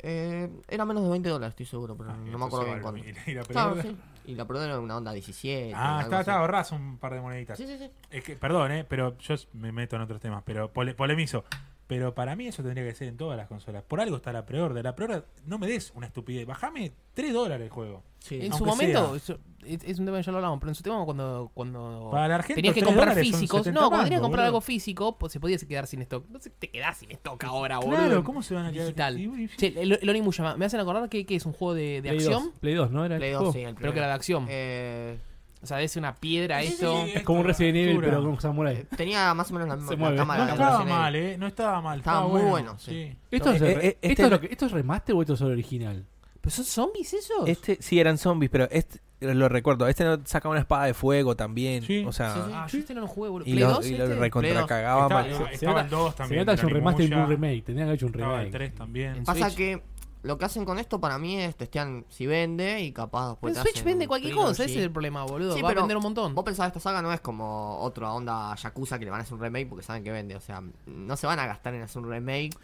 Speaker 3: Eh, era menos de 20 dólares, estoy seguro,
Speaker 4: Ah,
Speaker 3: pero no me acuerdo bien cuánto.
Speaker 4: cuándo. Y la
Speaker 3: Claro,
Speaker 4: pelota-
Speaker 3: sí. Y la preorden era una onda 17.
Speaker 4: Ah,
Speaker 3: Eh, algo
Speaker 4: está, está,
Speaker 3: así.
Speaker 4: ahorrás un par de moneditas.
Speaker 3: Sí, sí, sí.
Speaker 4: Es que, perdón, eh, pero yo s- me meto en otros temas, pero pole- polemizo. Pero para mí eso tendría que ser en todas las consolas. Por algo está la preorder. La preorder, no me des una estupidez. Bajame 3 dólares el juego.
Speaker 3: Sí.
Speaker 1: En
Speaker 4: aunque
Speaker 1: su momento, yo- es, es un tema que ya lo hablamos, pero en su tema cuando, cuando
Speaker 7: Para el argento,
Speaker 1: tenías que
Speaker 7: tres
Speaker 1: comprar
Speaker 7: dólares son
Speaker 1: físicos,
Speaker 7: 70
Speaker 1: no, cuando tenías que
Speaker 7: mangos,
Speaker 1: comprar algo
Speaker 7: boludo.
Speaker 1: físico, pues, se podía quedar sin stock. No se- te quedás sin stock ahora, Ah, boludo.
Speaker 7: Claro, ¿cómo se van a quedar?
Speaker 1: Digital.
Speaker 7: Y- y-
Speaker 1: Che, el, el Oni Muyama, me hacen acordar que, que es un juego de, de
Speaker 5: Play
Speaker 1: acción.
Speaker 5: 2, Play 2, ¿no? Era Oh, el
Speaker 3: Play
Speaker 5: juego.
Speaker 3: 2, sí, el
Speaker 1: Creo que era de
Speaker 3: primero.
Speaker 1: acción.
Speaker 3: Eh,
Speaker 1: o sea, es una piedra,
Speaker 4: Sí, sí,
Speaker 1: esto.
Speaker 4: sí,
Speaker 5: Es como un Resident Evil, pero con
Speaker 3: eh,
Speaker 5: Samurai.
Speaker 3: tenía más o menos la misma
Speaker 5: Se
Speaker 3: la
Speaker 5: mueve.
Speaker 4: No
Speaker 3: cámara. la
Speaker 4: estaba
Speaker 3: cámara
Speaker 4: mal, eh. No estaba mal.
Speaker 3: Estaba muy bueno, sí.
Speaker 5: ¿Esto, es,
Speaker 2: Eh,
Speaker 5: el-
Speaker 2: eh,
Speaker 5: esto
Speaker 2: este-
Speaker 5: es lo que- ¿Esto es remaster o esto es el original?
Speaker 1: ¿Pero son zombies esos?
Speaker 2: Este, sí, eran zombies, pero este, lo recuerdo. Este no saca una espada de fuego también.
Speaker 4: Sí,
Speaker 2: O sea,
Speaker 3: sí, sí.
Speaker 1: Ah, yo este no lo jugué, boludo.
Speaker 2: y
Speaker 1: ¿Play
Speaker 2: lo,
Speaker 1: 2
Speaker 2: y lo
Speaker 1: este?
Speaker 2: recontra
Speaker 3: Play dos.
Speaker 2: cagaba
Speaker 4: Estaba-
Speaker 2: mal.
Speaker 5: Se-
Speaker 4: Estaba
Speaker 5: se nota-
Speaker 4: en dos
Speaker 5: Se
Speaker 4: también.
Speaker 5: nota que es un
Speaker 4: Danimuya.
Speaker 5: remaster y un remake. Tendrían que haber hecho un
Speaker 4: Estaba en
Speaker 5: remake.
Speaker 4: tres también.
Speaker 1: En
Speaker 3: Pasa
Speaker 1: Switch.
Speaker 3: que lo que hacen con esto para mí es testean si vende y capaz
Speaker 1: Pero
Speaker 3: después. te
Speaker 1: Switch
Speaker 3: hacen
Speaker 1: vende
Speaker 3: un
Speaker 1: cualquier
Speaker 3: trilogy.
Speaker 1: cosa, ese es el problema, boludo.
Speaker 3: Sí,
Speaker 1: Va a
Speaker 3: pero
Speaker 1: vender un montón.
Speaker 3: Vos pensás, esta saga no es como otra onda Yakuza que le van a hacer un remake porque saben que vende. O sea, no se van a gastar en hacer un remake.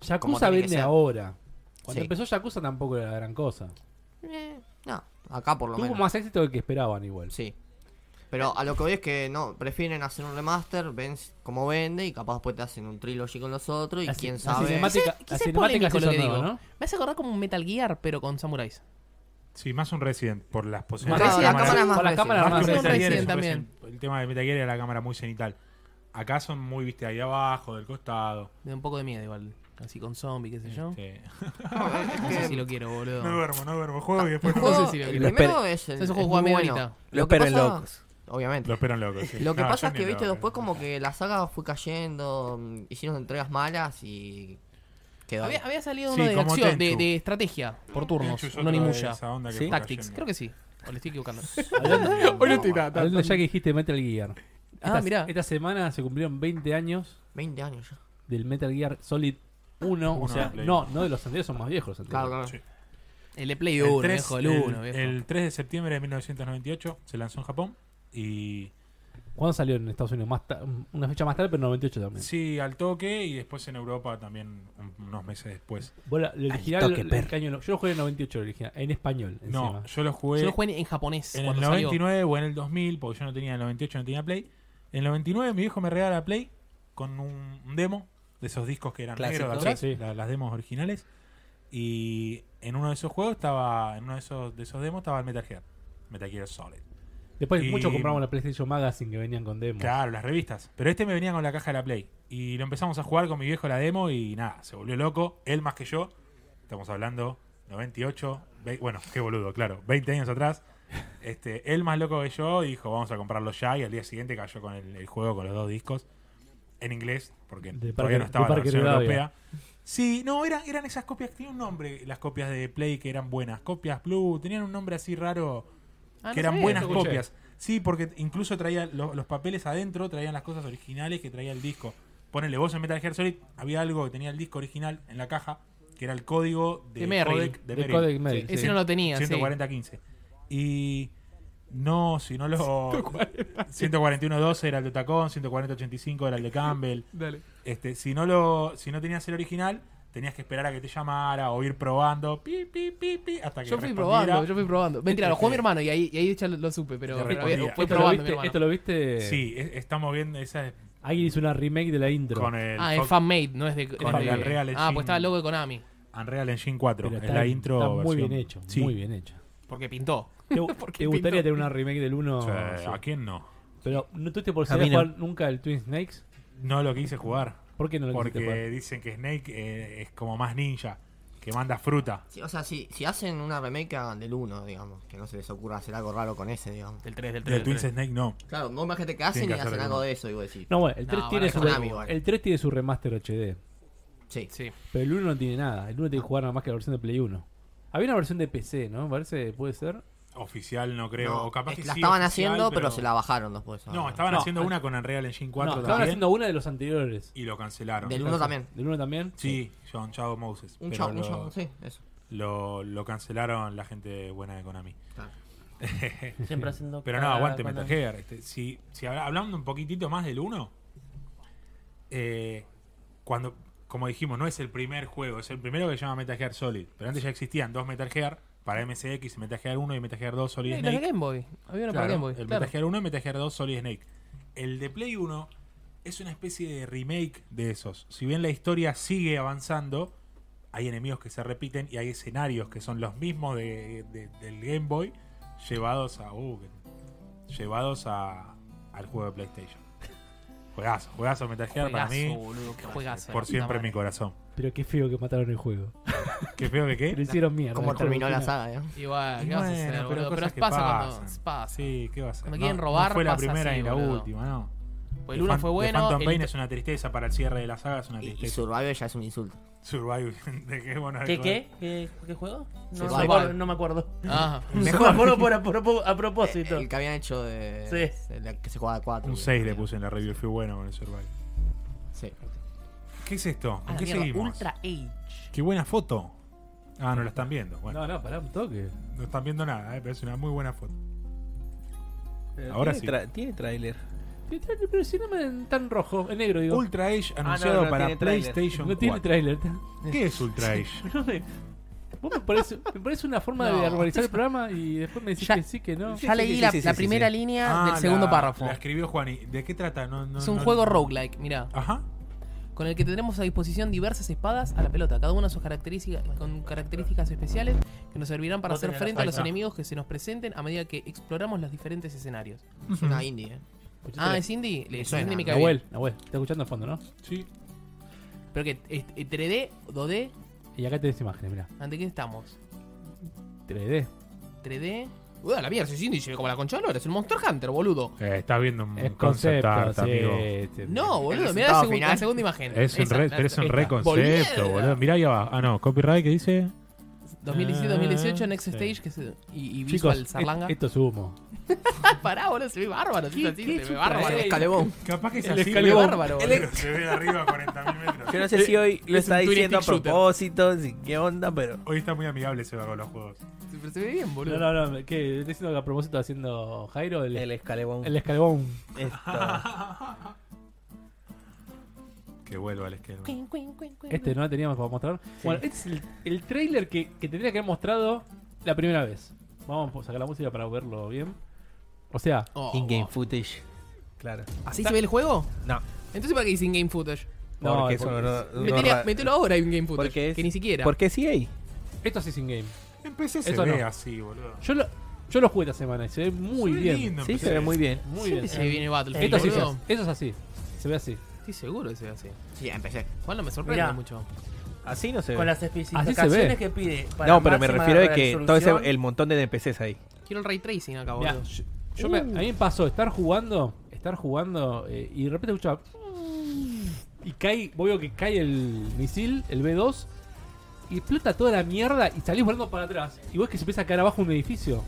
Speaker 3: Como
Speaker 5: Yakuza
Speaker 3: tiene que
Speaker 5: vende
Speaker 3: ser.
Speaker 5: ahora. Cuando
Speaker 3: Sí.
Speaker 5: empezó Yakuza tampoco era la gran cosa.
Speaker 3: Eh, no, acá por lo
Speaker 5: Tuvo
Speaker 3: menos.
Speaker 5: más éxito del que esperaban igual.
Speaker 3: Sí. Pero a lo que voy es que no, prefieren hacer un remaster, ven cómo vende y capaz después te hacen un trilogy con los otros y
Speaker 5: La-
Speaker 3: quién
Speaker 5: la
Speaker 3: sabe.
Speaker 5: cinemática-
Speaker 1: Quizá- quizá
Speaker 5: la
Speaker 1: es
Speaker 5: cinemática
Speaker 1: polémico
Speaker 5: sí
Speaker 1: lo que
Speaker 5: son nuevas,
Speaker 1: digo.
Speaker 5: ¿no?
Speaker 1: Me hace acordar como un Metal Gear, pero con samuráis.
Speaker 4: Sí, más un Resident por las
Speaker 3: No,
Speaker 4: posibilidades.
Speaker 1: Resident,
Speaker 3: la
Speaker 1: cámara-
Speaker 3: cámara es más
Speaker 5: con la
Speaker 3: recio.
Speaker 5: cámara
Speaker 4: Más
Speaker 5: más
Speaker 4: que un
Speaker 1: Resident
Speaker 4: Metal Gear es un
Speaker 1: también.
Speaker 4: Resident. El tema de Metal Gear era la cámara muy cenital. Acá son muy, viste, ahí abajo, del costado.
Speaker 1: Me da un poco de miedo igual. Así con zombie, qué sé yo.
Speaker 4: Este,
Speaker 1: No sé si
Speaker 4: Em,
Speaker 1: lo quiero, boludo.
Speaker 4: No duermo, no duermo. Juego y después
Speaker 1: El
Speaker 4: no
Speaker 3: Juego-
Speaker 1: No sé si lo
Speaker 3: el
Speaker 1: quiero.
Speaker 3: primero
Speaker 2: Espere.
Speaker 3: es el.
Speaker 1: Es un juego
Speaker 3: muy
Speaker 1: jugable
Speaker 3: bueno.
Speaker 1: ahorita.
Speaker 2: Lo esperen
Speaker 3: pasa-
Speaker 2: locos.
Speaker 3: Obviamente.
Speaker 4: Lo esperan locos. sí.
Speaker 3: Lo que
Speaker 4: No,
Speaker 3: pasa
Speaker 4: Ah, yo
Speaker 3: es
Speaker 4: ni
Speaker 3: que,
Speaker 4: lo
Speaker 3: viste,
Speaker 4: veo.
Speaker 3: después como que la saga fue cayendo, mm, hicieron entregas malas y quedó. ahí.
Speaker 1: Había, había salido
Speaker 4: Sí,
Speaker 1: uno de
Speaker 4: como
Speaker 1: acción, de,
Speaker 4: Tenchu.
Speaker 1: de estrategia, por turnos.
Speaker 4: Tenchu es
Speaker 1: Un
Speaker 4: otro de
Speaker 1: Onimusha.
Speaker 4: esa onda que
Speaker 2: Sí.
Speaker 4: fue
Speaker 1: Tactics,
Speaker 4: cayendo.
Speaker 1: creo que sí. O le estoy equivocando.
Speaker 2: Hoy no estoy nada.
Speaker 5: Hablando ya que dijiste Metal Gear.
Speaker 1: Ah,
Speaker 5: Esta-
Speaker 1: mirá.
Speaker 5: Esta semana se cumplieron 20 años
Speaker 3: 20 años ya.
Speaker 5: del Metal Gear Solid 1.
Speaker 4: Uno
Speaker 5: o sea,
Speaker 4: de Play.
Speaker 5: no, no de los anteriores, son más viejos. los
Speaker 3: Claro,
Speaker 5: anteriores.
Speaker 3: claro.
Speaker 4: Sí.
Speaker 1: El de Play
Speaker 4: El
Speaker 1: 1,
Speaker 4: 3,
Speaker 1: viejo, el
Speaker 4: el-
Speaker 1: 1, viejo.
Speaker 4: el 3 de septiembre de 1998 se lanzó en Japón y
Speaker 5: ¿Cuándo salió en Estados Unidos? Más ta- una fecha más tarde, pero en 98 también.
Speaker 4: sí, al toque y después en Europa también un- unos meses después.
Speaker 5: Vos la- el original,
Speaker 2: toque,
Speaker 5: el
Speaker 2: perro.
Speaker 5: año no- yo lo jugué en 98 el original, en español.
Speaker 4: No,
Speaker 5: encima.
Speaker 4: yo lo jugué,
Speaker 1: Yo lo jugué en japonés
Speaker 4: en el
Speaker 1: cuando
Speaker 4: 99 o en el 2000 porque yo no tenía el 98, no tenía Play. En el 99 mi viejo me regala Play con un, un demo de esos discos que eran
Speaker 2: Clásico.
Speaker 4: negros de atrás,
Speaker 5: Sí, sí.
Speaker 4: la- las demos originales y en uno de esos juegos estaba en uno de esos de esos demos estaba el Metal Gear, Metal Gear Solid.
Speaker 5: Después
Speaker 4: Y-
Speaker 5: muchos compramos la PlayStation Magazine que venían con demos.
Speaker 4: Claro, las revistas. Pero este me venía con la caja de la Play. Y lo empezamos a jugar con mi viejo la demo y nada, se volvió loco. Él más que yo. Estamos hablando 98. ve- bueno, qué boludo, claro. 20 años atrás. Este, él más loco que yo dijo, vamos a comprarlo ya. Y al día siguiente cayó con el, el juego, con los dos discos. En inglés, porque
Speaker 5: De
Speaker 4: todavía
Speaker 5: Parker-
Speaker 4: no estaba
Speaker 5: de
Speaker 4: la
Speaker 5: Parker
Speaker 4: versión
Speaker 5: Rivadavia.
Speaker 4: europea. Sí, no, eran, eran esas copias. Tenían un nombre las copias de Play que eran buenas. Copias Blue, tenían un nombre así raro
Speaker 1: Ah, no
Speaker 4: que eran
Speaker 1: sabía
Speaker 4: buenas
Speaker 1: eso.
Speaker 5: escuché.
Speaker 4: copias. Sí, porque incluso traía lo- los papeles adentro, traían las cosas originales que traía el disco. Ponele, vos en Metal Gear Solid había algo que tenía el disco original en la caja, que era el código de,
Speaker 1: De Merrill.
Speaker 4: codec de
Speaker 5: De
Speaker 4: Merrill,
Speaker 5: Codec Mail, sí.
Speaker 1: Ese no lo tenía, sí.
Speaker 4: 14015. Y no, si no lo 141.12 era el de Tacón, 140.85 era el de Campbell.
Speaker 1: Dale.
Speaker 4: Este, si no lo si no tenías el original, tenías que esperar a que te llamara o ir probando pi, pi, pi, pi, hasta que
Speaker 1: Yo fui
Speaker 4: respondiera.
Speaker 1: probando, yo fui probando. Mentira, lo jugó mi hermano y ahí, y ahí ya lo, lo supe, pero,
Speaker 4: Te
Speaker 1: pero
Speaker 4: respondía.
Speaker 1: había- fue
Speaker 5: ¿Esto, lo
Speaker 1: probando mi
Speaker 5: viste,
Speaker 1: hermano.
Speaker 5: esto lo viste.
Speaker 4: Sí, es- estamos viendo esa
Speaker 5: Alguien hizo una remake de la intro.
Speaker 4: Con el
Speaker 1: Ah, es
Speaker 4: Fox-
Speaker 1: fan-made, no es de...
Speaker 4: Con
Speaker 1: es de-
Speaker 4: el Unreal
Speaker 1: Ah,
Speaker 4: Engine.
Speaker 1: pues estaba el logo de Konami,
Speaker 4: Unreal Engine 4.
Speaker 5: pero
Speaker 4: es
Speaker 5: está-
Speaker 4: la intro.
Speaker 5: Está muy
Speaker 4: versión-
Speaker 5: bien hecho.
Speaker 4: Sí.
Speaker 5: Muy bien hecho.
Speaker 1: porque pintó.
Speaker 5: ¿Te,
Speaker 1: Porque
Speaker 5: te
Speaker 1: pintó.
Speaker 5: gustaría tener una remake del 1?
Speaker 4: O sea, ¿A quién no?
Speaker 5: Pero no tuviste
Speaker 2: A
Speaker 5: posibilidad
Speaker 2: mí
Speaker 5: de
Speaker 2: no.
Speaker 5: jugar nunca el Twin Snakes.
Speaker 4: No lo quise jugar.
Speaker 5: ¿Por qué no lo quisiste
Speaker 4: Porque
Speaker 5: jugar?
Speaker 4: dicen que Snake eh, es como más ninja, que manda fruta.
Speaker 3: Sí, o sea, si, si hacen una remake, que hagan del 1, digamos. Que no se les ocurra hacer algo raro con ese, digamos.
Speaker 1: Del 3, del 3.
Speaker 4: De Twins Snake no.
Speaker 3: Claro, no imagínate que hacen y
Speaker 4: Tienen que
Speaker 3: hacen
Speaker 4: hacer
Speaker 3: algo
Speaker 4: algo.
Speaker 3: de eso, digo decir.
Speaker 5: No, bueno, el 3,
Speaker 1: No,
Speaker 5: tiene,
Speaker 1: bueno,
Speaker 5: su,
Speaker 1: es
Speaker 3: Konami igual.
Speaker 5: el 3 tiene su remaster HD.
Speaker 3: Sí.
Speaker 1: Sí.
Speaker 5: Pero el 1 no tiene nada. El 1 tiene que jugar nada más que la versión de Play 1. Había una versión de PC, ¿no? Me Parece, puede ser.
Speaker 4: Oficial no creo.
Speaker 3: No,
Speaker 4: o capaz
Speaker 3: es-
Speaker 4: que
Speaker 3: la
Speaker 4: sí,
Speaker 3: estaban
Speaker 4: oficial,
Speaker 3: haciendo, pero... se la bajaron eh. después.
Speaker 4: No,
Speaker 3: ahora.
Speaker 4: estaban
Speaker 5: No,
Speaker 4: haciendo
Speaker 5: al-
Speaker 4: una con Unreal Engine 4
Speaker 5: no, estaban
Speaker 4: también.
Speaker 5: haciendo una de los anteriores.
Speaker 4: Y lo cancelaron.
Speaker 3: Del 1 también.
Speaker 5: ¿Del 1 también?
Speaker 4: Sí, John Chavo Moses.
Speaker 3: Un
Speaker 4: pero
Speaker 3: chavo, un
Speaker 4: lo,
Speaker 3: chavo, sí, eso.
Speaker 4: lo, lo cancelaron la gente buena de Konami.
Speaker 3: Claro.
Speaker 6: Siempre haciendo.
Speaker 4: Pero no,
Speaker 6: cagada
Speaker 4: aguante
Speaker 6: con
Speaker 4: Metal
Speaker 6: la-
Speaker 4: Gear. Este, si, si habla- hablando un poquitito más del 1, eh, cuando, como dijimos, no es el primer juego, es el primero que se llama Metal Gear Solid. Pero antes ya existían dos Metal Gear para MSX, Metal Gear 1 y Metal Gear 2 Solid
Speaker 1: Y los de
Speaker 4: Snake.
Speaker 1: Game Boy. Había uno para
Speaker 4: Claro,
Speaker 1: Game Boy.
Speaker 4: el
Speaker 1: claro.
Speaker 4: Metal Gear 1 y Metal Gear 2 Solid Snake. El de Play 1 es una especie de remake de esos. Si bien la historia sigue avanzando, hay enemigos que se repiten y hay escenarios que son los mismos de- de- del Game Boy, llevados a. uh, que- llevados a, al juego de PlayStation. Juegazo, juegazo Metal Gear para
Speaker 1: Juegazo, uh,
Speaker 4: mí.
Speaker 1: boludo, qué juegazo. la
Speaker 4: Por
Speaker 1: puta
Speaker 4: siempre en mi
Speaker 1: madre.
Speaker 4: corazón.
Speaker 5: Pero qué feo que mataron el juego.
Speaker 4: Qué feo que
Speaker 5: Que Lo
Speaker 4: qué.
Speaker 5: hicieron mierda.
Speaker 3: ¿Cómo
Speaker 5: el juego
Speaker 3: terminó la
Speaker 5: final.
Speaker 3: saga? ¿no?
Speaker 1: Igual, ¿qué vas a hacer,
Speaker 4: Bueno, pero
Speaker 1: boludo? Pero
Speaker 4: cosas que
Speaker 1: pasa
Speaker 4: pasan.
Speaker 1: cuando pasa.
Speaker 4: Sí, ¿qué va a ser?
Speaker 1: Cuando quieren robar,
Speaker 4: no fue la
Speaker 1: pasa
Speaker 4: primera
Speaker 1: así,
Speaker 4: ni la
Speaker 1: boludo.
Speaker 4: última, no.
Speaker 1: Pues el 1 fue
Speaker 4: The
Speaker 1: bueno.
Speaker 4: Phantom
Speaker 1: el
Speaker 4: Pain
Speaker 1: inter-
Speaker 4: es una tristeza para el cierre de la saga, es una
Speaker 3: Y, y
Speaker 4: tristeza.
Speaker 3: Survival ya es un insulto.
Speaker 4: Survival, dejémonos de
Speaker 6: ¿Qué,
Speaker 4: joder.
Speaker 6: qué? ¿Qué, qué juego? No,
Speaker 3: Sí,
Speaker 6: no
Speaker 3: Survival.
Speaker 6: me acuerdo, no me acuerdo.
Speaker 1: Ah,
Speaker 3: Mejor.
Speaker 6: No me acuerdo por a, propo- a propósito.
Speaker 3: Eh, El que habían hecho de.
Speaker 6: Sí.
Speaker 3: el que se jugaba de 4.
Speaker 4: Un 6 le puse en la review, fui bueno con el Survival.
Speaker 3: Sí.
Speaker 4: ¿Qué es esto?
Speaker 1: a
Speaker 4: ¿Con
Speaker 1: la
Speaker 4: qué
Speaker 1: mierda,
Speaker 4: seguimos?
Speaker 1: Ultra Age.
Speaker 4: Qué buena foto. Ah, no la están viendo. Bueno,
Speaker 5: No, no, pará un toque.
Speaker 4: no están viendo nada, eh, pero es una muy buena foto. Ahora
Speaker 2: tiene
Speaker 4: sí.
Speaker 2: tra- tiene tráiler.
Speaker 5: Pero si no me tan rojo, en negro digo.
Speaker 4: Ultra Age
Speaker 2: no,
Speaker 4: anunciado
Speaker 2: no
Speaker 4: para
Speaker 2: tiene tráiler.
Speaker 4: PlayStation
Speaker 5: no tiene
Speaker 4: 4.
Speaker 5: trailer.
Speaker 4: ¿Qué es Ultra Age?
Speaker 5: No me, vos me parece, me parece una forma
Speaker 1: No.
Speaker 5: de armonizar el programa y después me decís
Speaker 1: Ya-
Speaker 5: que sí, que no.
Speaker 1: Ya
Speaker 2: sí,
Speaker 1: leí
Speaker 2: sí,
Speaker 1: la,
Speaker 2: sí, sí,
Speaker 1: la
Speaker 2: sí,
Speaker 1: primera
Speaker 2: sí.
Speaker 1: línea
Speaker 4: Ah,
Speaker 1: del segundo
Speaker 4: la-
Speaker 1: párrafo.
Speaker 4: La escribió Juani. ¿De qué trata? No, no,
Speaker 1: Es un
Speaker 4: no-
Speaker 1: juego roguelike, mirá.
Speaker 4: Ajá.
Speaker 1: con el que tendremos a disposición diversas espadas a la pelota, cada una sus características, con características especiales que nos servirán para
Speaker 6: Vos
Speaker 1: hacer
Speaker 6: tenés la
Speaker 1: frente a los
Speaker 4: facha.
Speaker 1: enemigos que se nos presenten a medida que exploramos los diferentes escenarios.
Speaker 3: Es una indie, ¿eh?
Speaker 1: Ah, es indie, le
Speaker 3: Me
Speaker 1: suena
Speaker 3: suena.
Speaker 1: indie me cae bien.
Speaker 5: Nahuel, Nahuel, te está escuchando a fondo, ¿no?
Speaker 4: Sí.
Speaker 1: Pero que eh, es- es 3D, 2D,
Speaker 5: Y acá tenés imágenes, mirá.
Speaker 1: ¿ante qué estamos?
Speaker 5: 3D.
Speaker 1: 3D. Uy, a la mierda, es indie, llega como la concha de oro, es un Monster Hunter, boludo.
Speaker 4: Eh, estás viendo un
Speaker 5: Es
Speaker 4: concept
Speaker 5: concepto,
Speaker 4: art,
Speaker 5: sí, este,
Speaker 4: amigo.
Speaker 5: sí.
Speaker 1: No, boludo,
Speaker 3: resultado
Speaker 1: mirá la, segun-
Speaker 3: final.
Speaker 1: la segunda imagen.
Speaker 4: Es un
Speaker 1: Esa,
Speaker 4: re,
Speaker 1: la-
Speaker 4: pero es un re
Speaker 5: esta.
Speaker 4: concepto,
Speaker 1: Boludo.
Speaker 4: boludo. Mirá ahí abajo. Ah, no, copyright que dice.
Speaker 1: 2017-2018, Next
Speaker 4: Sí.
Speaker 1: Stage que se- y, y
Speaker 5: Chicos,
Speaker 1: Visual
Speaker 5: es-
Speaker 1: Zarlanga.
Speaker 5: esto es humo.
Speaker 1: Pará, boludo, se ve bárbaro. se ve así, se ve
Speaker 4: Ah,
Speaker 3: Es
Speaker 4: eh.
Speaker 1: bárbaro.
Speaker 3: un escalebón.
Speaker 4: Capaz que es
Speaker 5: El
Speaker 4: así.
Speaker 1: Se ve
Speaker 5: Escalibur.
Speaker 1: bárbaro, boludo.
Speaker 4: pero Se ve de arriba a 40.000 metros.
Speaker 2: Yo no sé si hoy lo
Speaker 1: es
Speaker 2: está
Speaker 1: un twin
Speaker 2: diciendo a
Speaker 1: stick shooter.
Speaker 2: propósito, si qué onda, pero.
Speaker 4: Hoy está muy amigable ese barco de los juegos.
Speaker 1: Sí, pero se ve bien, boludo.
Speaker 5: No, no, no. ¿Qué? ¿Estás diciendo que a propósito está haciendo Jairo? El,
Speaker 2: El
Speaker 5: el,
Speaker 2: escalebón.
Speaker 5: escalbón.
Speaker 2: Esto.
Speaker 4: Que vuelva al esquema.
Speaker 5: Este no lo teníamos para mostrar. Bueno, este es el, el trailer que, que tendría que haber mostrado la primera vez. Vamos a sacar la música para verlo bien. O sea,
Speaker 1: Oh,
Speaker 2: In-game
Speaker 1: wow.
Speaker 2: footage. Claro.
Speaker 1: ¿Así se ve el juego?
Speaker 2: No.
Speaker 1: Entonces, ¿para qué dice in-game footage?
Speaker 5: No,
Speaker 2: Porque eso
Speaker 5: porque-
Speaker 2: no- no-
Speaker 1: Metele-
Speaker 2: ra-
Speaker 1: Mételo ahora in-game footage.
Speaker 2: Porque es- E
Speaker 1: Que ni siquiera.
Speaker 2: Porque sí hay.
Speaker 5: esto sí es in-game.
Speaker 4: Empecé se
Speaker 5: Eso
Speaker 4: ve
Speaker 5: no.
Speaker 4: así, boludo.
Speaker 5: Yo lo, yo lo jugué esta semana y se ve muy
Speaker 4: Muy
Speaker 5: bien.
Speaker 4: lindo,
Speaker 2: Sí,
Speaker 4: empecé.
Speaker 2: se ve muy bien.
Speaker 5: Muy
Speaker 1: Siempre
Speaker 5: bien.
Speaker 1: se ve bien el Battlefield,
Speaker 5: Esto sí, es
Speaker 1: boludo.
Speaker 5: así. eso es así. Se ve así.
Speaker 1: Estoy seguro que se ve así.
Speaker 3: Sí, empecé.
Speaker 1: Igual no me sorprende
Speaker 6: Mirá.
Speaker 1: mucho.
Speaker 2: Así no se
Speaker 6: Con
Speaker 2: ve.
Speaker 6: las especificaciones que pide. para
Speaker 2: No, pero me
Speaker 6: máxima
Speaker 2: refiero a que todo ese,
Speaker 6: resolución,
Speaker 2: el montón de NPCs ahí.
Speaker 1: Quiero el ray tracing acá,
Speaker 5: Mirá,
Speaker 1: boludo.
Speaker 5: yo, yo me- a mí me pasó estar jugando, estar jugando eh, y de repente escuchaba. mm, Y cae, vos veo que cae el misil, el B2, y explota toda la mierda y salís volando para atrás. Y vos que se empieza a caer abajo un edificio.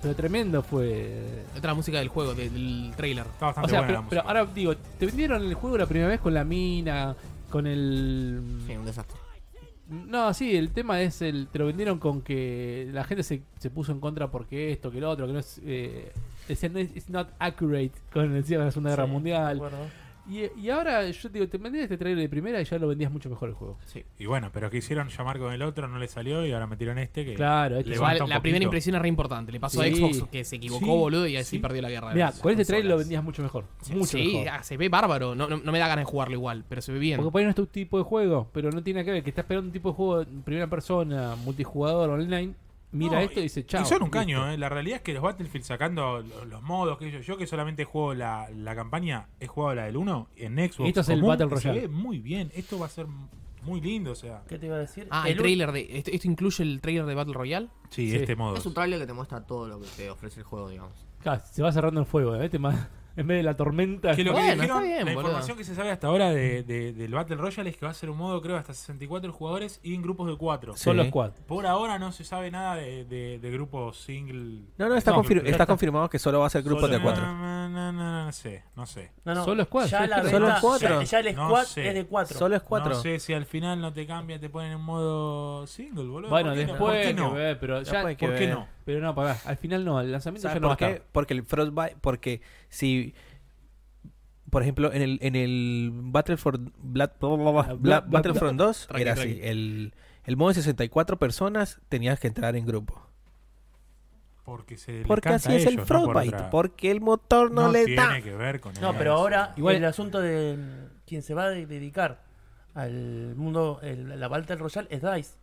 Speaker 5: Pero tremendo fue.
Speaker 1: Otra música del juego, de- del trailer.
Speaker 4: Está
Speaker 5: O
Speaker 4: bastante
Speaker 5: sea,
Speaker 4: Ah, buena
Speaker 5: pero,
Speaker 4: la
Speaker 5: pero
Speaker 4: música.
Speaker 5: ahora digo, te vendieron el juego la primera vez con la mina, con el.
Speaker 3: Sí, un desastre.
Speaker 5: No, sí, el tema es el. Te lo vendieron con que la gente se, se puso en contra porque esto, que lo otro, que no es. Eh, decían, "No, it's not accurate con el cierre de la Segunda Guerra
Speaker 6: sí, de
Speaker 5: Mundial.
Speaker 6: acuerdo.
Speaker 5: Y, y ahora yo te digo, te vendías este trailer de primera y ya lo vendías mucho mejor el juego.
Speaker 4: Y bueno, pero quisieron llamar con el otro, no le salió y ahora metieron este que.
Speaker 5: Claro, este
Speaker 4: Levanta
Speaker 1: Igual,
Speaker 4: un
Speaker 1: la
Speaker 4: poquito.
Speaker 1: primera impresión es re importante. Le pasó
Speaker 5: Sí.
Speaker 1: a Xbox que se equivocó,
Speaker 4: Sí,
Speaker 1: boludo, y así
Speaker 4: sí.
Speaker 1: perdió la guerra. de
Speaker 5: Mira,
Speaker 1: las
Speaker 5: con este trailer lo
Speaker 1: consolas.
Speaker 5: vendías mucho mejor. Mucho
Speaker 1: Sí,
Speaker 5: mejor.
Speaker 1: ah, se ve bárbaro. No, no, no me da ganas de jugarlo igual, pero se ve bien.
Speaker 5: Porque por ahí no es tu tipo de juego, pero no tiene nada que ver. Que estás esperando un tipo de juego en primera persona, multijugador, online. Mira
Speaker 4: No,
Speaker 5: esto y dice, chao.
Speaker 4: Y son un
Speaker 5: listo".
Speaker 4: caño, ¿eh? La realidad es que los Battlefield sacando lo- los modos, que yo, yo que solamente juego la, la campaña, he jugado la del 1 en Xbox.
Speaker 5: Y esto es el
Speaker 4: común,
Speaker 5: Battle
Speaker 4: que Se
Speaker 5: Royale.
Speaker 4: ve muy bien. Esto va a ser muy lindo, o sea.
Speaker 6: ¿Qué te iba a decir?
Speaker 1: Ah, el
Speaker 6: ul-
Speaker 1: trailer de. ¿Esto, esto incluye el trailer de Battle Royale?
Speaker 4: Sí,
Speaker 5: Sí.
Speaker 4: este modo.
Speaker 3: Es un trailer que te muestra todo lo que te ofrece el juego, digamos.
Speaker 5: Claro, se va cerrando el fuego, ¿eh? Te ma- En vez de la tormenta.
Speaker 4: Que lo que
Speaker 1: Bueno,
Speaker 4: dijeron,
Speaker 1: está bien,
Speaker 4: la
Speaker 1: boludo.
Speaker 4: información que se sabe hasta ahora de, de- del Battle Royale es que va a ser un modo, creo, hasta 64 jugadores y en grupos de 4.
Speaker 5: Son los
Speaker 2: Sí.
Speaker 5: squad.
Speaker 4: Por ahora no se sabe nada de, de, de grupos single.
Speaker 2: No, no, está,
Speaker 4: No,
Speaker 2: confir-
Speaker 4: pero-
Speaker 2: está confirmado que solo va a ser grupos
Speaker 4: Solo-
Speaker 2: de cuatro.
Speaker 4: No, no, no, no, no sé, no sé.
Speaker 6: No, no.
Speaker 5: Solo squad,
Speaker 6: Ya,
Speaker 5: sí,
Speaker 6: la
Speaker 5: claro.
Speaker 2: Solo
Speaker 6: venta-
Speaker 2: cuatro.
Speaker 6: ya- ya el
Speaker 4: No
Speaker 6: squad
Speaker 4: sé.
Speaker 6: es de 4.
Speaker 2: Solo es cuatro.
Speaker 4: No sé si al final no te cambia, te ponen en modo single, boludo.
Speaker 5: Bueno,
Speaker 4: ¿Por qué no?
Speaker 5: después
Speaker 4: ¿Por qué no?
Speaker 5: que ver, pero ya.
Speaker 2: Después hay que
Speaker 4: ¿Por qué
Speaker 2: ver.
Speaker 4: no?
Speaker 5: Pero no, pará. Al final no, el lanzamiento ya
Speaker 2: ¿Sabes
Speaker 5: no va
Speaker 2: por
Speaker 5: a
Speaker 2: qué?
Speaker 5: estar.
Speaker 2: Porque el Frostbite, porque si por ejemplo en el en el Battlefront Bla- bla- bla- bla-
Speaker 5: Ah,
Speaker 2: bla-
Speaker 5: bla-
Speaker 2: Battlefront 2
Speaker 1: Tranqui,
Speaker 2: era
Speaker 1: tranqui.
Speaker 2: así, el el modo de 64 personas tenías que entrar en grupo.
Speaker 4: Porque se
Speaker 2: Porque
Speaker 4: le
Speaker 2: así es el Frostbite, porque el motor no,
Speaker 4: no
Speaker 2: le
Speaker 4: tiene
Speaker 2: da.
Speaker 4: que ver con
Speaker 6: No,
Speaker 4: el-
Speaker 6: pero ahora
Speaker 5: Igual-
Speaker 6: el asunto de mm, quien se va a de- dedicar al mundo, el- la Battle Royale es DICE.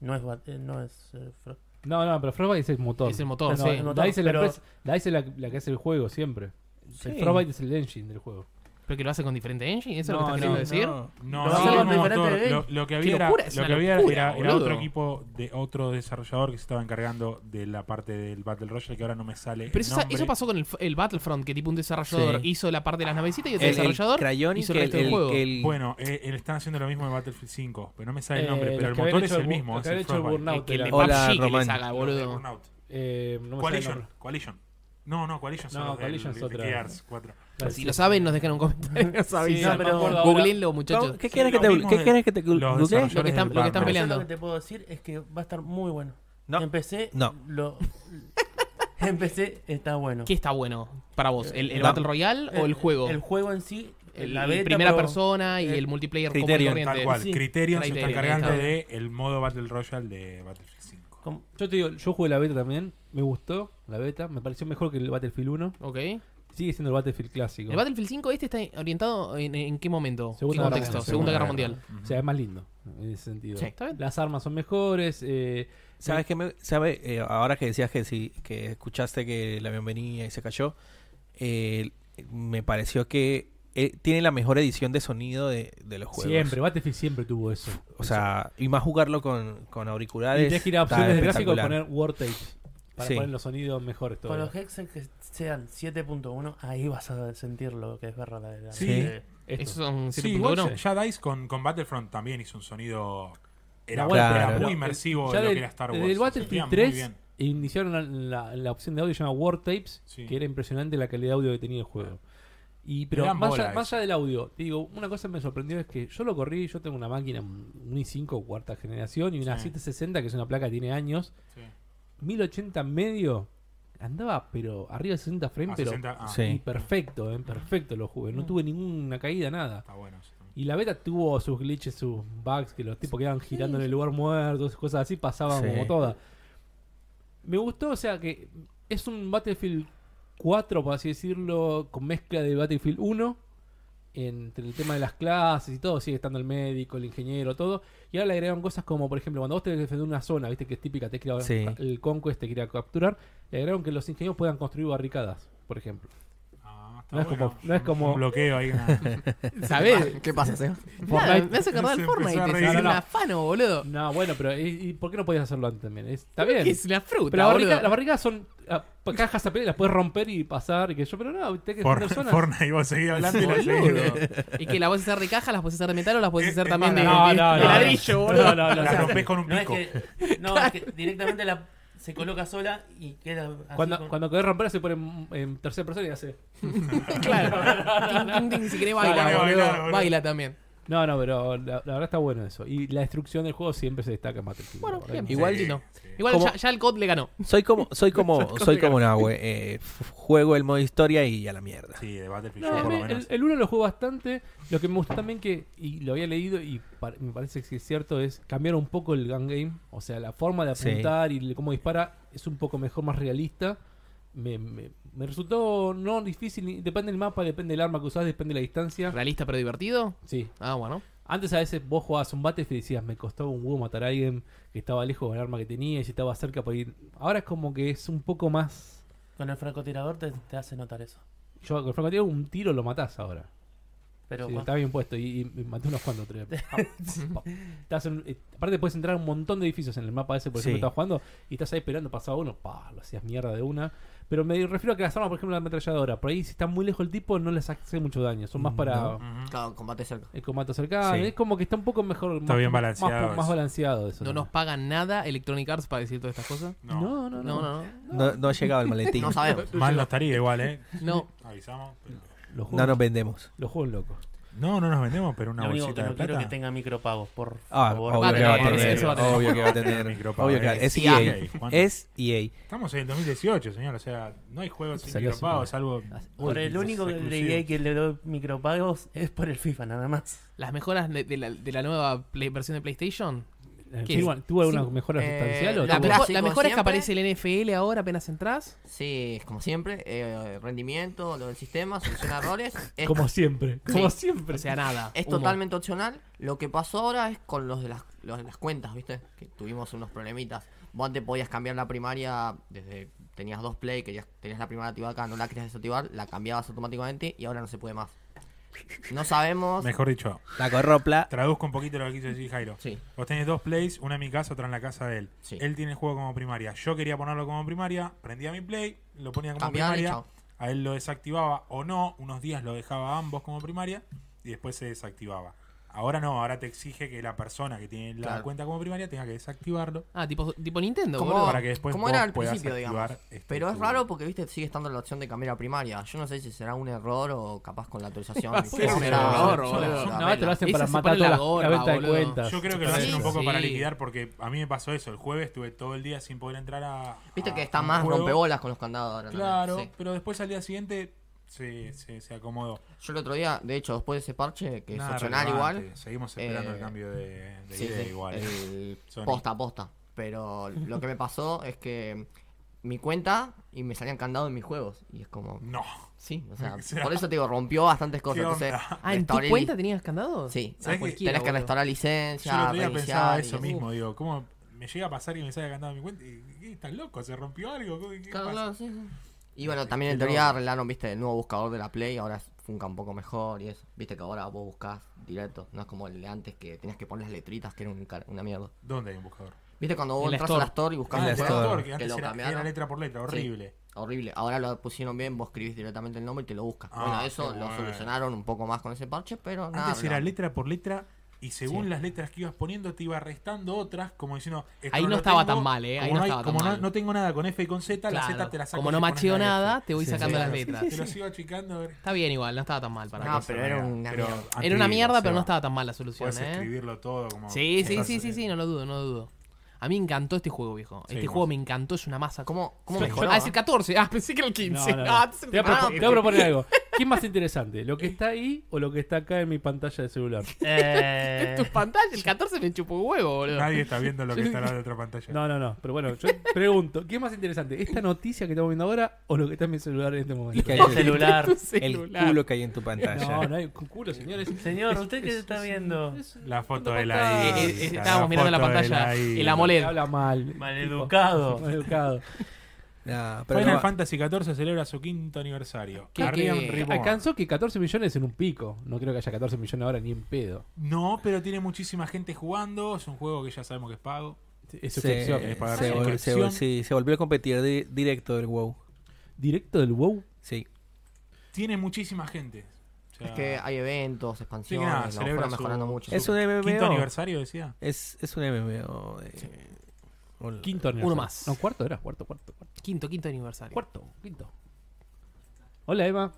Speaker 6: No es, Bat- eh, no es eh, Fro-
Speaker 5: No, no, pero Frostbite es el motor.
Speaker 1: Es el motor,
Speaker 5: No,
Speaker 1: sí.
Speaker 5: no,
Speaker 6: Motor,
Speaker 5: DICE es la,
Speaker 6: pero-
Speaker 5: empresa- DICE es la, la que hace el juego siempre.
Speaker 2: Sí.
Speaker 5: El Frostbite es el engine del juego.
Speaker 1: ¿Pero que lo hace con diferente engine? ¿Eso es
Speaker 5: No,
Speaker 1: lo que estás
Speaker 5: no,
Speaker 1: queriendo decir?
Speaker 2: No.
Speaker 4: No,
Speaker 6: Lo
Speaker 4: no,
Speaker 6: hacemos
Speaker 4: era un
Speaker 6: diferente
Speaker 4: motor.
Speaker 6: de
Speaker 4: Lo, lo que
Speaker 1: Qué
Speaker 4: había, era,
Speaker 1: locura, es
Speaker 4: lo
Speaker 1: una
Speaker 4: que había
Speaker 1: locura,
Speaker 4: era- era
Speaker 1: boludo.
Speaker 4: otro equipo de otro desarrollador que se estaba encargando de la parte del Battle Royale que ahora no me sale. el
Speaker 1: Pero eso,
Speaker 4: nombre.
Speaker 1: eso pasó con el, f- el Battlefront, que tipo un desarrollador
Speaker 2: Sí.
Speaker 1: hizo la parte de las navecitas y
Speaker 2: El,
Speaker 1: otro
Speaker 2: el
Speaker 1: desarrollador
Speaker 2: Cryonic,
Speaker 1: hizo el
Speaker 2: el-
Speaker 1: resto del
Speaker 2: el-
Speaker 1: juego.
Speaker 2: el-
Speaker 4: Bueno, eh, eh, están haciendo lo mismo en Battlefield 5, pero no me sale el
Speaker 5: Eh,
Speaker 4: nombre. Pero
Speaker 5: los
Speaker 4: el
Speaker 5: que habían
Speaker 4: motor es
Speaker 5: hecho
Speaker 4: el
Speaker 5: el bu-
Speaker 4: mismo.
Speaker 5: los que
Speaker 4: es el
Speaker 5: habían hecho el
Speaker 4: Frostbite.
Speaker 1: el
Speaker 5: Burnout
Speaker 1: que el
Speaker 5: era.
Speaker 1: de
Speaker 2: Hola,
Speaker 1: PUBG que le
Speaker 2: Román.
Speaker 1: saca, boludo.
Speaker 4: Burnout.
Speaker 5: Eh, no me sale el
Speaker 4: Coalition,
Speaker 5: nombre.
Speaker 4: Coalition. No, no, Coalition son
Speaker 5: No,
Speaker 4: los del-
Speaker 5: Coalition es
Speaker 4: de
Speaker 5: otra.
Speaker 4: Gears 4.
Speaker 1: Si lo saben, nos dejan un comentario.
Speaker 5: Sí, no,
Speaker 1: avisan.
Speaker 5: me acuerdo ahora.
Speaker 1: Googleenlo, muchachos.
Speaker 2: ¿Qué quieres
Speaker 4: Sí,
Speaker 2: que te
Speaker 4: los
Speaker 2: ¿Qué
Speaker 4: mismos de-
Speaker 2: quieres que te
Speaker 4: los
Speaker 2: google?
Speaker 4: desarrolladores
Speaker 1: Lo que están-
Speaker 4: del
Speaker 1: lo que están
Speaker 4: Battle.
Speaker 1: peleando.
Speaker 6: Yo lo que te puedo decir es que va a estar muy bueno.
Speaker 2: No.
Speaker 6: Empecé.
Speaker 2: No.
Speaker 6: Lo, empecé, está bueno.
Speaker 1: ¿Qué está bueno para vos? ¿El, el
Speaker 2: No.
Speaker 1: Battle Royale o el juego?
Speaker 6: El juego en sí.
Speaker 1: El-
Speaker 6: la
Speaker 1: el
Speaker 6: beta,
Speaker 1: primera
Speaker 6: pero-
Speaker 1: persona y
Speaker 6: eh,
Speaker 1: el multiplayer común y
Speaker 2: Criterion,
Speaker 1: corriente.
Speaker 4: Tal cual.
Speaker 6: Sí.
Speaker 4: Criterion se está
Speaker 1: Criterion, ahí
Speaker 4: encargando
Speaker 1: está.
Speaker 4: del modo Battle Royale de Battlefield 5.
Speaker 6: Como-
Speaker 5: Yo te digo, yo jugué la beta también. Me gustó la beta. Me pareció mejor que el Battlefield 1.
Speaker 1: Ok.
Speaker 5: Sigue siendo el Battlefield clásico.
Speaker 1: ¿El Battlefield 5 este está orientado en, en qué momento? ¿Qué
Speaker 5: Segunda Guerra
Speaker 1: contexto?
Speaker 5: Mundial.
Speaker 1: Segunda Guerra
Speaker 4: Segunda
Speaker 1: Mundial.
Speaker 5: O sea, es más lindo en ese sentido.
Speaker 3: Sí.
Speaker 1: ¿Está bien?
Speaker 5: Las armas son mejores. Eh,
Speaker 2: ¿Sabes qué? Me, sabe, eh, ahora que decías que sí, que escuchaste que la bienvenida y se cayó, eh, me pareció que eh, tiene la mejor edición de sonido de, de los juegos.
Speaker 5: siempre, Battlefield siempre tuvo eso.
Speaker 2: O sea, y más jugarlo con, con auriculares.
Speaker 5: y tenés que ir a
Speaker 2: está
Speaker 5: opciones de gráfico y
Speaker 2: espectacular.
Speaker 5: poner War Tapes. Para
Speaker 2: Sí.
Speaker 5: poner los sonidos mejores
Speaker 6: Con
Speaker 5: todavía.
Speaker 6: los hexes que sean 7.1, ahí vas a sentir lo que es verdad la de la
Speaker 4: Sí.
Speaker 6: de-
Speaker 5: Esto.
Speaker 1: ¿Eso son
Speaker 4: Sí, igual
Speaker 1: 7.1?
Speaker 4: ya, ya Dice con, con Battlefront también hizo un sonido. Era,
Speaker 5: No,
Speaker 2: bueno,
Speaker 4: era
Speaker 2: claro.
Speaker 4: muy inmersivo
Speaker 5: Ya
Speaker 4: de lo
Speaker 5: del-
Speaker 4: que era Star Wars.
Speaker 5: desde el
Speaker 4: se sentía
Speaker 5: Battlefield
Speaker 4: muy
Speaker 5: 3
Speaker 4: bien.
Speaker 5: iniciaron la, la- la opción de audio llamada War Tapes,
Speaker 4: Sí.
Speaker 5: que era impresionante la calidad de audio que tenía el juego. Y, pero
Speaker 4: Gran
Speaker 5: más,
Speaker 4: bola
Speaker 5: allá- más
Speaker 4: eso.
Speaker 5: allá del audio, te digo, una cosa que me sorprendió es que yo lo corrí, yo tengo una máquina, un i5 cuarta generación y una
Speaker 4: Sí.
Speaker 5: 760, que es una placa que tiene años,
Speaker 4: Sí.
Speaker 5: 1080 medio, andaba pero arriba de 60 frames,
Speaker 4: A
Speaker 5: pero
Speaker 4: 60, ah,
Speaker 2: Sí.
Speaker 5: y perfecto, eh, perfecto lo jugué, no tuve ninguna caída, nada.
Speaker 4: Está bueno. eso también.
Speaker 5: Y la beta tuvo sus glitches, sus bugs, que los tipos quedaban girando en el lugar muerto, esas cosas así pasaban
Speaker 2: Sí.
Speaker 5: como todas. Me gustó, o sea, que es un Battlefield 4, por así decirlo, con mezcla de Battlefield 1, entre el tema de las clases y todo, sigue estando el médico, el ingeniero, todo. Y ahora le agregaron cosas como, por ejemplo, cuando vos tenés que defender una zona, viste que es típica, te quiere,
Speaker 2: Sí.
Speaker 5: el Conquest te quiere capturar, le agregaron que los ingenieros puedan construir barricadas, por ejemplo.
Speaker 4: Ah, está
Speaker 5: No es
Speaker 4: bueno.
Speaker 5: como- no es
Speaker 4: Un-
Speaker 5: como-
Speaker 4: Un bloqueo ahí. una-
Speaker 1: ¿Sabés?
Speaker 3: ¿Qué pasa, Seba?
Speaker 1: Nada, me hace acordar
Speaker 4: Se
Speaker 1: el
Speaker 4: empezó a
Speaker 1: Fortnite.
Speaker 4: reír.
Speaker 1: Es un
Speaker 5: No, no.
Speaker 1: afano, boludo.
Speaker 5: No, bueno, pero ¿y, y por qué no podías hacerlo antes también? Está bien.
Speaker 1: Es una fruta,
Speaker 5: Pero la barriga-
Speaker 1: boludo.
Speaker 5: las barrigas son ah, pa- cajas a pelear, las puedes romper y pasar. Y que yo, pero no, tenés que
Speaker 4: For-
Speaker 5: defender zonas.
Speaker 4: Fortnite, vos seguís hablando y la
Speaker 1: Boludo.
Speaker 4: seguís-
Speaker 1: Y que la puedes hacer de caja, las puedes hacer de metal o las puedes
Speaker 4: Es-
Speaker 1: hacer
Speaker 4: es
Speaker 1: también de,
Speaker 4: más,
Speaker 5: no,
Speaker 1: de-
Speaker 5: no,
Speaker 1: de
Speaker 5: no.
Speaker 1: ladrillo, boludo.
Speaker 5: No, no, no.
Speaker 4: La rompés con un
Speaker 6: No, es
Speaker 4: pico.
Speaker 6: que, no, es que directamente la, se coloca sola y queda así
Speaker 5: Cuando,
Speaker 6: con-
Speaker 5: cuando querés romper se pone en, en tercera persona y hace.
Speaker 1: Claro. Ting, ting, ting, si querés
Speaker 4: Dale,
Speaker 1: baila,
Speaker 4: bailar,
Speaker 1: boludo.
Speaker 4: boludo.
Speaker 1: Baila también.
Speaker 5: No, no, pero la, la verdad está bueno eso. Y la destrucción del juego siempre se destaca en Battlefield.
Speaker 1: Bueno,
Speaker 5: la verdad
Speaker 1: bien.
Speaker 5: que-
Speaker 2: Igual-
Speaker 4: Sí,
Speaker 1: no.
Speaker 4: sí.
Speaker 1: Igual
Speaker 2: Como-
Speaker 1: ya, ya el COD le ganó.
Speaker 2: Soy como, soy como, soy como Nahue. eh, f- juego el modo historia y a la mierda.
Speaker 4: Sí, de Battlefield
Speaker 5: No,
Speaker 4: yo por lo
Speaker 5: me-
Speaker 4: menos.
Speaker 5: el 1 lo juego bastante. Lo que me gustó también que, y lo había leído y par- me parece que es cierto, es cambiar un poco el gun game. O sea, la forma de
Speaker 2: Sí.
Speaker 5: apuntar y el- cómo dispara es un poco mejor, más realista. Me, me- me resultó no difícil, ni- depende del mapa, depende del arma que usás, depende de la distancia.
Speaker 1: Realista pero divertido.
Speaker 5: Sí.
Speaker 1: Ah, bueno.
Speaker 5: Antes a veces vos jugabas un Battlefield y decías, me costó un huevo matar a alguien que estaba lejos con el arma que tenía y si estaba cerca por ir. Ahora es como que es un poco más...
Speaker 6: con el francotirador te, te hace notar eso.
Speaker 5: Yo con el francotirador un tiro lo matás ahora.
Speaker 6: Pero
Speaker 5: Sí,
Speaker 6: con-
Speaker 5: está bien puesto y, y maté unos cuantos tres. Pa, pa. Estás en- eh, aparte puedes entrar a un montón de edificios en el mapa ese, por
Speaker 2: Sí.
Speaker 5: ejemplo, estás jugando y estás ahí esperando, pasaba uno, pa, lo hacías mierda de una. Pero me refiero a que las armas, por ejemplo, la ametralladora, por ahí si está muy lejos el tipo no les hace mucho daño, son más para
Speaker 2: No.
Speaker 4: Ujú.
Speaker 3: Claro, combate cerca.
Speaker 5: el combate cercano,
Speaker 2: Sí.
Speaker 5: es como que está un poco mejor,
Speaker 4: Está
Speaker 5: más,
Speaker 4: bien
Speaker 5: más-
Speaker 4: balanceado
Speaker 5: más,
Speaker 4: eso.
Speaker 5: más balanceado eso.
Speaker 1: No nos pagan nada Electronic Arts para decir todas estas cosas.
Speaker 5: no,
Speaker 4: No.
Speaker 1: No,
Speaker 5: no, no.
Speaker 1: no, no.
Speaker 2: No, no ha llegado el maletín.
Speaker 3: No sabemos.
Speaker 4: Mal no estaría igual, ¿eh?
Speaker 1: No.
Speaker 4: Avisamos. pero-
Speaker 5: Los
Speaker 2: No
Speaker 5: juegos,
Speaker 2: nos vendemos.
Speaker 5: los juegos locos.
Speaker 4: No, no nos vendemos, pero una
Speaker 6: lo único que
Speaker 4: bolsita
Speaker 6: no
Speaker 4: de
Speaker 6: quiero es
Speaker 4: plata.
Speaker 6: que tenga micropagos, por
Speaker 2: Ah,
Speaker 6: favor.
Speaker 2: obvio
Speaker 1: Va a
Speaker 2: que va a
Speaker 1: tener,
Speaker 2: tener.
Speaker 1: eso va a tener.
Speaker 2: Obvio que va a tener.
Speaker 4: Micropago,
Speaker 2: Obvio que va-
Speaker 4: eh.
Speaker 2: es
Speaker 4: Sí,
Speaker 2: EA.
Speaker 4: ok, Juan.
Speaker 2: Es E EA.
Speaker 4: Estamos en el 2018, señor. O sea, no hay juegos sin
Speaker 5: Salió
Speaker 4: micropagos,
Speaker 5: hace-
Speaker 4: salvo.
Speaker 6: Por el único que
Speaker 4: exclusivo.
Speaker 6: le que le doy micropagos es por el FIFA, nada más.
Speaker 1: Las mejoras de, de la, de la nueva play- versión de PlayStation.
Speaker 5: Eh,
Speaker 1: ¿Qué?
Speaker 5: ¿Tuvo ¿Tuvo alguna
Speaker 1: Sí.
Speaker 5: mejora
Speaker 3: Eh,
Speaker 5: sustancial o
Speaker 1: La,
Speaker 5: tuvo-
Speaker 1: mejor-
Speaker 3: clásico
Speaker 1: la mejor es que
Speaker 3: siempre.
Speaker 1: aparece el NFL ahora apenas entras.
Speaker 3: Sí, es como siempre, eh, rendimiento, lo del sistema, soluciona errores. Es,
Speaker 5: como siempre? Como siempre.
Speaker 1: eh, O sea, nada.
Speaker 3: es
Speaker 1: humo.
Speaker 3: totalmente opcional. Lo que pasó ahora es con los de las, los de las cuentas, ¿viste? Que tuvimos unos problemitas. vos antes podías cambiar la primaria desde tenías dos play, querías, tenías la primaria activada acá, no la querías desactivar, la cambiabas automáticamente y ahora no se puede más. No sabemos.
Speaker 4: Mejor dicho,
Speaker 2: La corropla.
Speaker 4: traduzco un poquito lo que quiso decir Jairo.
Speaker 3: Sí.
Speaker 4: Vos tenés dos plays, una en mi casa, otra en la casa de él.
Speaker 3: Sí.
Speaker 4: Él tiene el juego como primaria. Yo quería ponerlo como primaria, prendía mi play, lo ponía como
Speaker 3: Cambiaba y
Speaker 4: primaria.
Speaker 3: chao.
Speaker 4: A él lo desactivaba o no, unos días lo dejaba a ambos como primaria y después se desactivaba. Ahora no, ahora te exige que la persona que tiene la
Speaker 3: Claro.
Speaker 4: cuenta como primaria tenga que desactivarlo
Speaker 1: Ah, tipo, tipo Nintendo,
Speaker 3: Como-
Speaker 1: boludo.
Speaker 4: para que después
Speaker 3: como
Speaker 4: vos
Speaker 3: era al
Speaker 4: puedas
Speaker 3: principio,
Speaker 4: activar
Speaker 3: digamos.
Speaker 4: este
Speaker 3: Pero es
Speaker 4: tu-
Speaker 3: raro porque, viste, sigue estando la opción de cambiar a primaria. Yo no sé si será un error o capaz con la autorización.
Speaker 5: Va a ser
Speaker 3: tipo,
Speaker 5: un
Speaker 3: será-
Speaker 1: error,
Speaker 3: yo-
Speaker 1: boludo.
Speaker 3: yo-
Speaker 5: No, esto lo hacen
Speaker 1: Esa
Speaker 5: para
Speaker 1: se
Speaker 5: matar
Speaker 1: pone la
Speaker 5: toda la,
Speaker 1: gorra,
Speaker 5: la venta de
Speaker 1: boludo.
Speaker 5: cuentas.
Speaker 4: Yo creo que lo hacen
Speaker 1: Sí,
Speaker 4: un poco
Speaker 1: sí.
Speaker 4: para liquidar porque a mí me pasó eso. El jueves estuve todo el día sin poder entrar a.
Speaker 3: Viste
Speaker 4: a-
Speaker 3: que está
Speaker 4: a un
Speaker 3: más
Speaker 4: Ah, juego.
Speaker 3: rompebolas con los candados ahora. también,
Speaker 4: Claro,
Speaker 3: sí.
Speaker 4: pero después al día siguiente se, se, se acomodó.
Speaker 3: Yo el otro día, de hecho, después de ese parche, que
Speaker 4: Nada
Speaker 3: es opcional
Speaker 4: relevante.
Speaker 3: igual.
Speaker 4: Seguimos esperando
Speaker 3: eh,
Speaker 4: el cambio de, de
Speaker 3: sí,
Speaker 4: idea
Speaker 3: sí,
Speaker 4: igual.
Speaker 3: el
Speaker 4: Sony.
Speaker 3: posta, posta. Pero lo que me pasó es que mi cuenta y me salían candados en mis juegos. Y es como.
Speaker 4: No.
Speaker 3: Sí, o sea,
Speaker 4: O sea,
Speaker 3: por eso te digo, rompió bastantes cosas.
Speaker 4: ¿qué
Speaker 3: Entonces,
Speaker 4: onda?
Speaker 1: Ah, ¿en tu
Speaker 3: restauré
Speaker 1: cuenta
Speaker 3: li-
Speaker 1: tenías candado?
Speaker 3: Sí,
Speaker 4: ¿Sabés que
Speaker 1: cualquiera,
Speaker 3: tenés que
Speaker 1: boludo.
Speaker 3: restaurar
Speaker 4: Yo el
Speaker 3: licencia,
Speaker 4: otro día pensaba
Speaker 3: reiniciar. y
Speaker 4: eso
Speaker 3: así.
Speaker 4: mismo. Digo, ¿cómo me llega a pasar y me sale cantando mi cuenta? Y, ¿qué, ¿Estás loco? ¿Se rompió algo? ¿Qué- qué
Speaker 3: Claro,
Speaker 4: pasa?
Speaker 3: claro, sí, sí. Y bueno,
Speaker 4: Qué
Speaker 3: también en
Speaker 4: loco.
Speaker 3: teoría arreglaron, viste, el nuevo buscador de la Play, ahora funca un poco mejor y eso. Viste que ahora vos buscás directo, no es como el de antes que tenías que poner las letritas, que era un car- una mierda.
Speaker 4: ¿Dónde hay un buscador? Ah,
Speaker 3: Viste cuando
Speaker 2: En
Speaker 3: vos
Speaker 2: la
Speaker 3: entras
Speaker 2: Store.
Speaker 3: a la Store y buscas
Speaker 2: En la
Speaker 4: el
Speaker 3: un
Speaker 2: Store,
Speaker 3: jugador,
Speaker 4: que antes
Speaker 3: lo
Speaker 4: era,
Speaker 3: cambiaron.
Speaker 4: era letra por letra, horrible.
Speaker 3: Horrible, ahora lo pusieron bien, vos escribís directamente el nombre y te lo buscas.
Speaker 4: Ah,
Speaker 3: bueno,
Speaker 4: qué
Speaker 3: eso lo
Speaker 4: bueno.
Speaker 3: solucionaron un poco más con ese parche, pero nada.
Speaker 4: Antes era
Speaker 3: no.
Speaker 4: letra por letra y según
Speaker 3: Sí.
Speaker 4: las letras que ibas poniendo te iba restando otras, como diciendo. esto
Speaker 1: Ahí no
Speaker 4: lo
Speaker 1: estaba
Speaker 4: tengo,
Speaker 1: tan mal, ¿eh? Ahí
Speaker 4: como
Speaker 1: no
Speaker 4: hay-
Speaker 1: estaba tan
Speaker 4: como no,
Speaker 1: mal.
Speaker 4: no tengo nada con F y con Z, la
Speaker 1: Claro,
Speaker 4: Z te la saco.
Speaker 1: como
Speaker 4: y
Speaker 1: no
Speaker 4: le pones
Speaker 1: macheo
Speaker 4: la F.
Speaker 1: nada, te voy
Speaker 2: Sí,
Speaker 1: sacando
Speaker 2: sí,
Speaker 1: las
Speaker 2: sí,
Speaker 1: letras.
Speaker 4: Te los iba achicando. a ver.
Speaker 1: Está bien igual, no estaba tan mal para
Speaker 3: No,
Speaker 1: mí.
Speaker 4: Cosa
Speaker 3: pero era
Speaker 4: rara.
Speaker 3: una
Speaker 4: Pero
Speaker 3: mierda.
Speaker 4: antes
Speaker 1: Era una
Speaker 4: de ir,
Speaker 1: mierda,
Speaker 4: Ah, o
Speaker 1: pero
Speaker 4: sea,
Speaker 1: no estaba tan mal la solución,
Speaker 4: Puedes
Speaker 1: ¿eh?
Speaker 4: escribirlo todo como.
Speaker 1: Sí, sí,
Speaker 4: Cosas,
Speaker 1: sí, sí,
Speaker 4: eh,
Speaker 1: sí, no lo dudo, no lo dudo. A mí me encantó este juego, viejo.
Speaker 4: Sí,
Speaker 1: Este
Speaker 4: no.
Speaker 1: juego me encantó, es una masa.
Speaker 3: ¿Cómo, cómo
Speaker 5: Sí,
Speaker 3: mejoró?
Speaker 1: Ah,
Speaker 5: no,
Speaker 1: es el 14. Ah, pensé que era el 15.
Speaker 5: No, no, no.
Speaker 1: Ah, es el
Speaker 5: Te voy a
Speaker 1: 14.
Speaker 5: propo- te voy a proponer algo. ¿Qué es más interesante? ¿Lo que está ahí o lo que está acá en mi pantalla de celular?
Speaker 6: Eh,
Speaker 1: Tus pantallas, el 14 me chupó huevo, boludo.
Speaker 4: Nadie está viendo lo que está al lado de otra pantalla.
Speaker 5: No, no, no. Pero bueno, yo pregunto, ¿qué es más interesante? ¿Esta noticia que estamos viendo ahora o lo que está en mi celular en este
Speaker 2: Y
Speaker 5: momento?
Speaker 2: que hay
Speaker 6: el
Speaker 2: el-
Speaker 6: celular.
Speaker 2: El culo que hay en tu pantalla.
Speaker 5: No, no hay con culo, señores.
Speaker 6: Señor, ¿usted qué está viendo?
Speaker 4: La foto de la
Speaker 5: Ah,
Speaker 1: Eh,
Speaker 4: isla.
Speaker 1: eh, estábamos mirando la
Speaker 4: foto de
Speaker 1: pantalla, el
Speaker 4: isla.
Speaker 1: AMOLED.
Speaker 5: Habla mal.
Speaker 6: Maleducado.
Speaker 5: Tipo, Maleducado.
Speaker 2: No, pero
Speaker 4: Final
Speaker 2: no-
Speaker 4: Fantasy XIV celebra su quinto aniversario.
Speaker 1: ¿Qué-
Speaker 4: Arriba
Speaker 1: qué-
Speaker 4: un reborn.
Speaker 5: Alcanzó que 14 millones en un pico. No creo que haya 14 millones ahora ni en pedo.
Speaker 4: No, pero tiene muchísima gente jugando. Es un juego que ya sabemos que es pago.
Speaker 5: Es
Speaker 2: se,
Speaker 5: suscripción.
Speaker 4: tenés que pagar
Speaker 2: se vol-
Speaker 4: suscripción.
Speaker 2: se vol- sí, se volvió a competir di- directo del WoW.
Speaker 5: Directo del WoW.
Speaker 2: Sí.
Speaker 4: Tiene muchísima gente. O sea,
Speaker 3: Es que ah, hay eventos, expansiones,
Speaker 4: nada,
Speaker 3: lo
Speaker 4: celebra
Speaker 3: fueron
Speaker 4: su-
Speaker 3: mejorando mucho.
Speaker 2: Es un
Speaker 4: quinto
Speaker 2: MMO.
Speaker 4: aniversario, decía.
Speaker 2: Es, es un MMO. de- Hola.
Speaker 5: Quinto aniversario.
Speaker 1: Uno más.
Speaker 5: No, cuarto era. Cuarto, cuarto, cuarto.
Speaker 1: Quinto, quinto aniversario.
Speaker 5: Cuarto, quinto. Hola, Eva.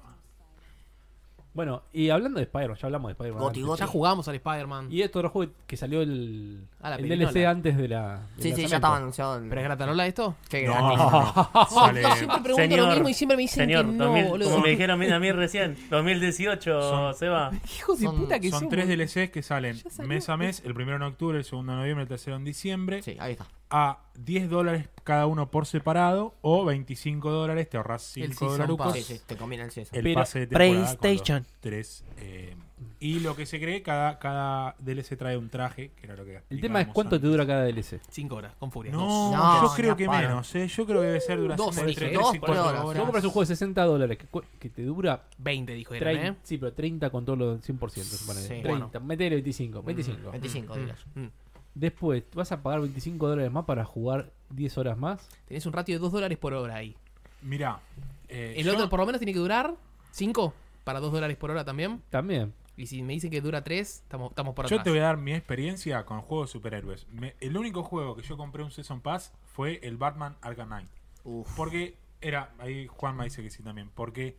Speaker 5: Bueno, y hablando de Spider-Man, ya hablamos de Spider-Man.
Speaker 3: Goti,
Speaker 5: antes.
Speaker 3: goti.
Speaker 1: Ya jugamos al Spider-Man.
Speaker 5: Y esto otro juego que salió el,
Speaker 1: A la
Speaker 5: el
Speaker 1: perinola.
Speaker 5: DLC antes de la. del
Speaker 3: Sí, sí, ya
Speaker 5: lanzamiento.
Speaker 3: estaba anunciado. El...
Speaker 1: ¿Pero es gratarola esto?
Speaker 3: Qué
Speaker 4: No,
Speaker 3: gratis.
Speaker 4: no, no, no. Sale-
Speaker 1: Yo siempre pregunto lo
Speaker 6: Señor,
Speaker 1: mismo y siempre me dicen
Speaker 6: Señor,
Speaker 1: que no,
Speaker 6: 2000
Speaker 1: boludo.
Speaker 6: como me dijeron a mí recién, 2018,
Speaker 4: Son-
Speaker 6: Seba.
Speaker 1: Hijos de
Speaker 3: Son-
Speaker 1: puta que
Speaker 4: Son
Speaker 1: somos.
Speaker 4: tres DLCs que salen
Speaker 1: Ya salió.
Speaker 4: mes a mes, el primero en octubre, el segundo en noviembre, el tercero en diciembre,
Speaker 3: Sí, ahí está.
Speaker 4: a 10 dólares cada uno por separado o 25 dólares, te ahorras
Speaker 1: El
Speaker 4: 5
Speaker 1: Season
Speaker 4: dólares.
Speaker 1: Pass.
Speaker 3: Sí, sí, te conviene el CSS.
Speaker 4: el
Speaker 5: Pero-
Speaker 4: pase de temporada con los
Speaker 2: PlayStation.
Speaker 4: tres, eh, y lo que se cree, cada, cada DLC trae un traje, que era lo que
Speaker 5: El tema es
Speaker 4: explicábamos
Speaker 5: cuánto te
Speaker 4: antes.
Speaker 5: dura cada DLC.
Speaker 1: Cinco horas, con furia.
Speaker 4: No,
Speaker 3: No,
Speaker 4: yo creo
Speaker 3: ni
Speaker 4: que
Speaker 3: a palo.
Speaker 4: menos, eh. Yo creo que debe ser duración
Speaker 1: Dos,
Speaker 4: de
Speaker 1: dije,
Speaker 4: entre
Speaker 1: dos,
Speaker 4: 3 y 4
Speaker 3: cuatro
Speaker 4: horas.
Speaker 5: Si vos compras un juego de 60 dólares que, cu- que te dura
Speaker 1: 20, dijo Irene,
Speaker 5: 30,
Speaker 1: ¿eh?
Speaker 5: sí, pero 30 con todo lo del 100%, supone.
Speaker 3: Sí.
Speaker 5: 30,
Speaker 3: Bueno.
Speaker 5: metele 25, 25.
Speaker 3: 25 días.
Speaker 1: Mm.
Speaker 5: Después, ¿vas a pagar 25 dólares más para jugar 10 horas más?
Speaker 1: Tenés un ratio de 2 dólares por hora ahí.
Speaker 4: Mirá, eh,
Speaker 1: El
Speaker 4: yo-
Speaker 1: otro por lo menos tiene que durar 5 para 2 dólares por hora también.
Speaker 5: También.
Speaker 1: Y si me dicen que dura 3, estamos, estamos por atrás.
Speaker 4: Yo te voy a dar mi experiencia con juegos de superhéroes. Me- el único juego que yo compré un Season Pass fue el Batman Arkham Knight.
Speaker 3: Uf.
Speaker 4: Porque era, ahí Juanma dice que sí también, porque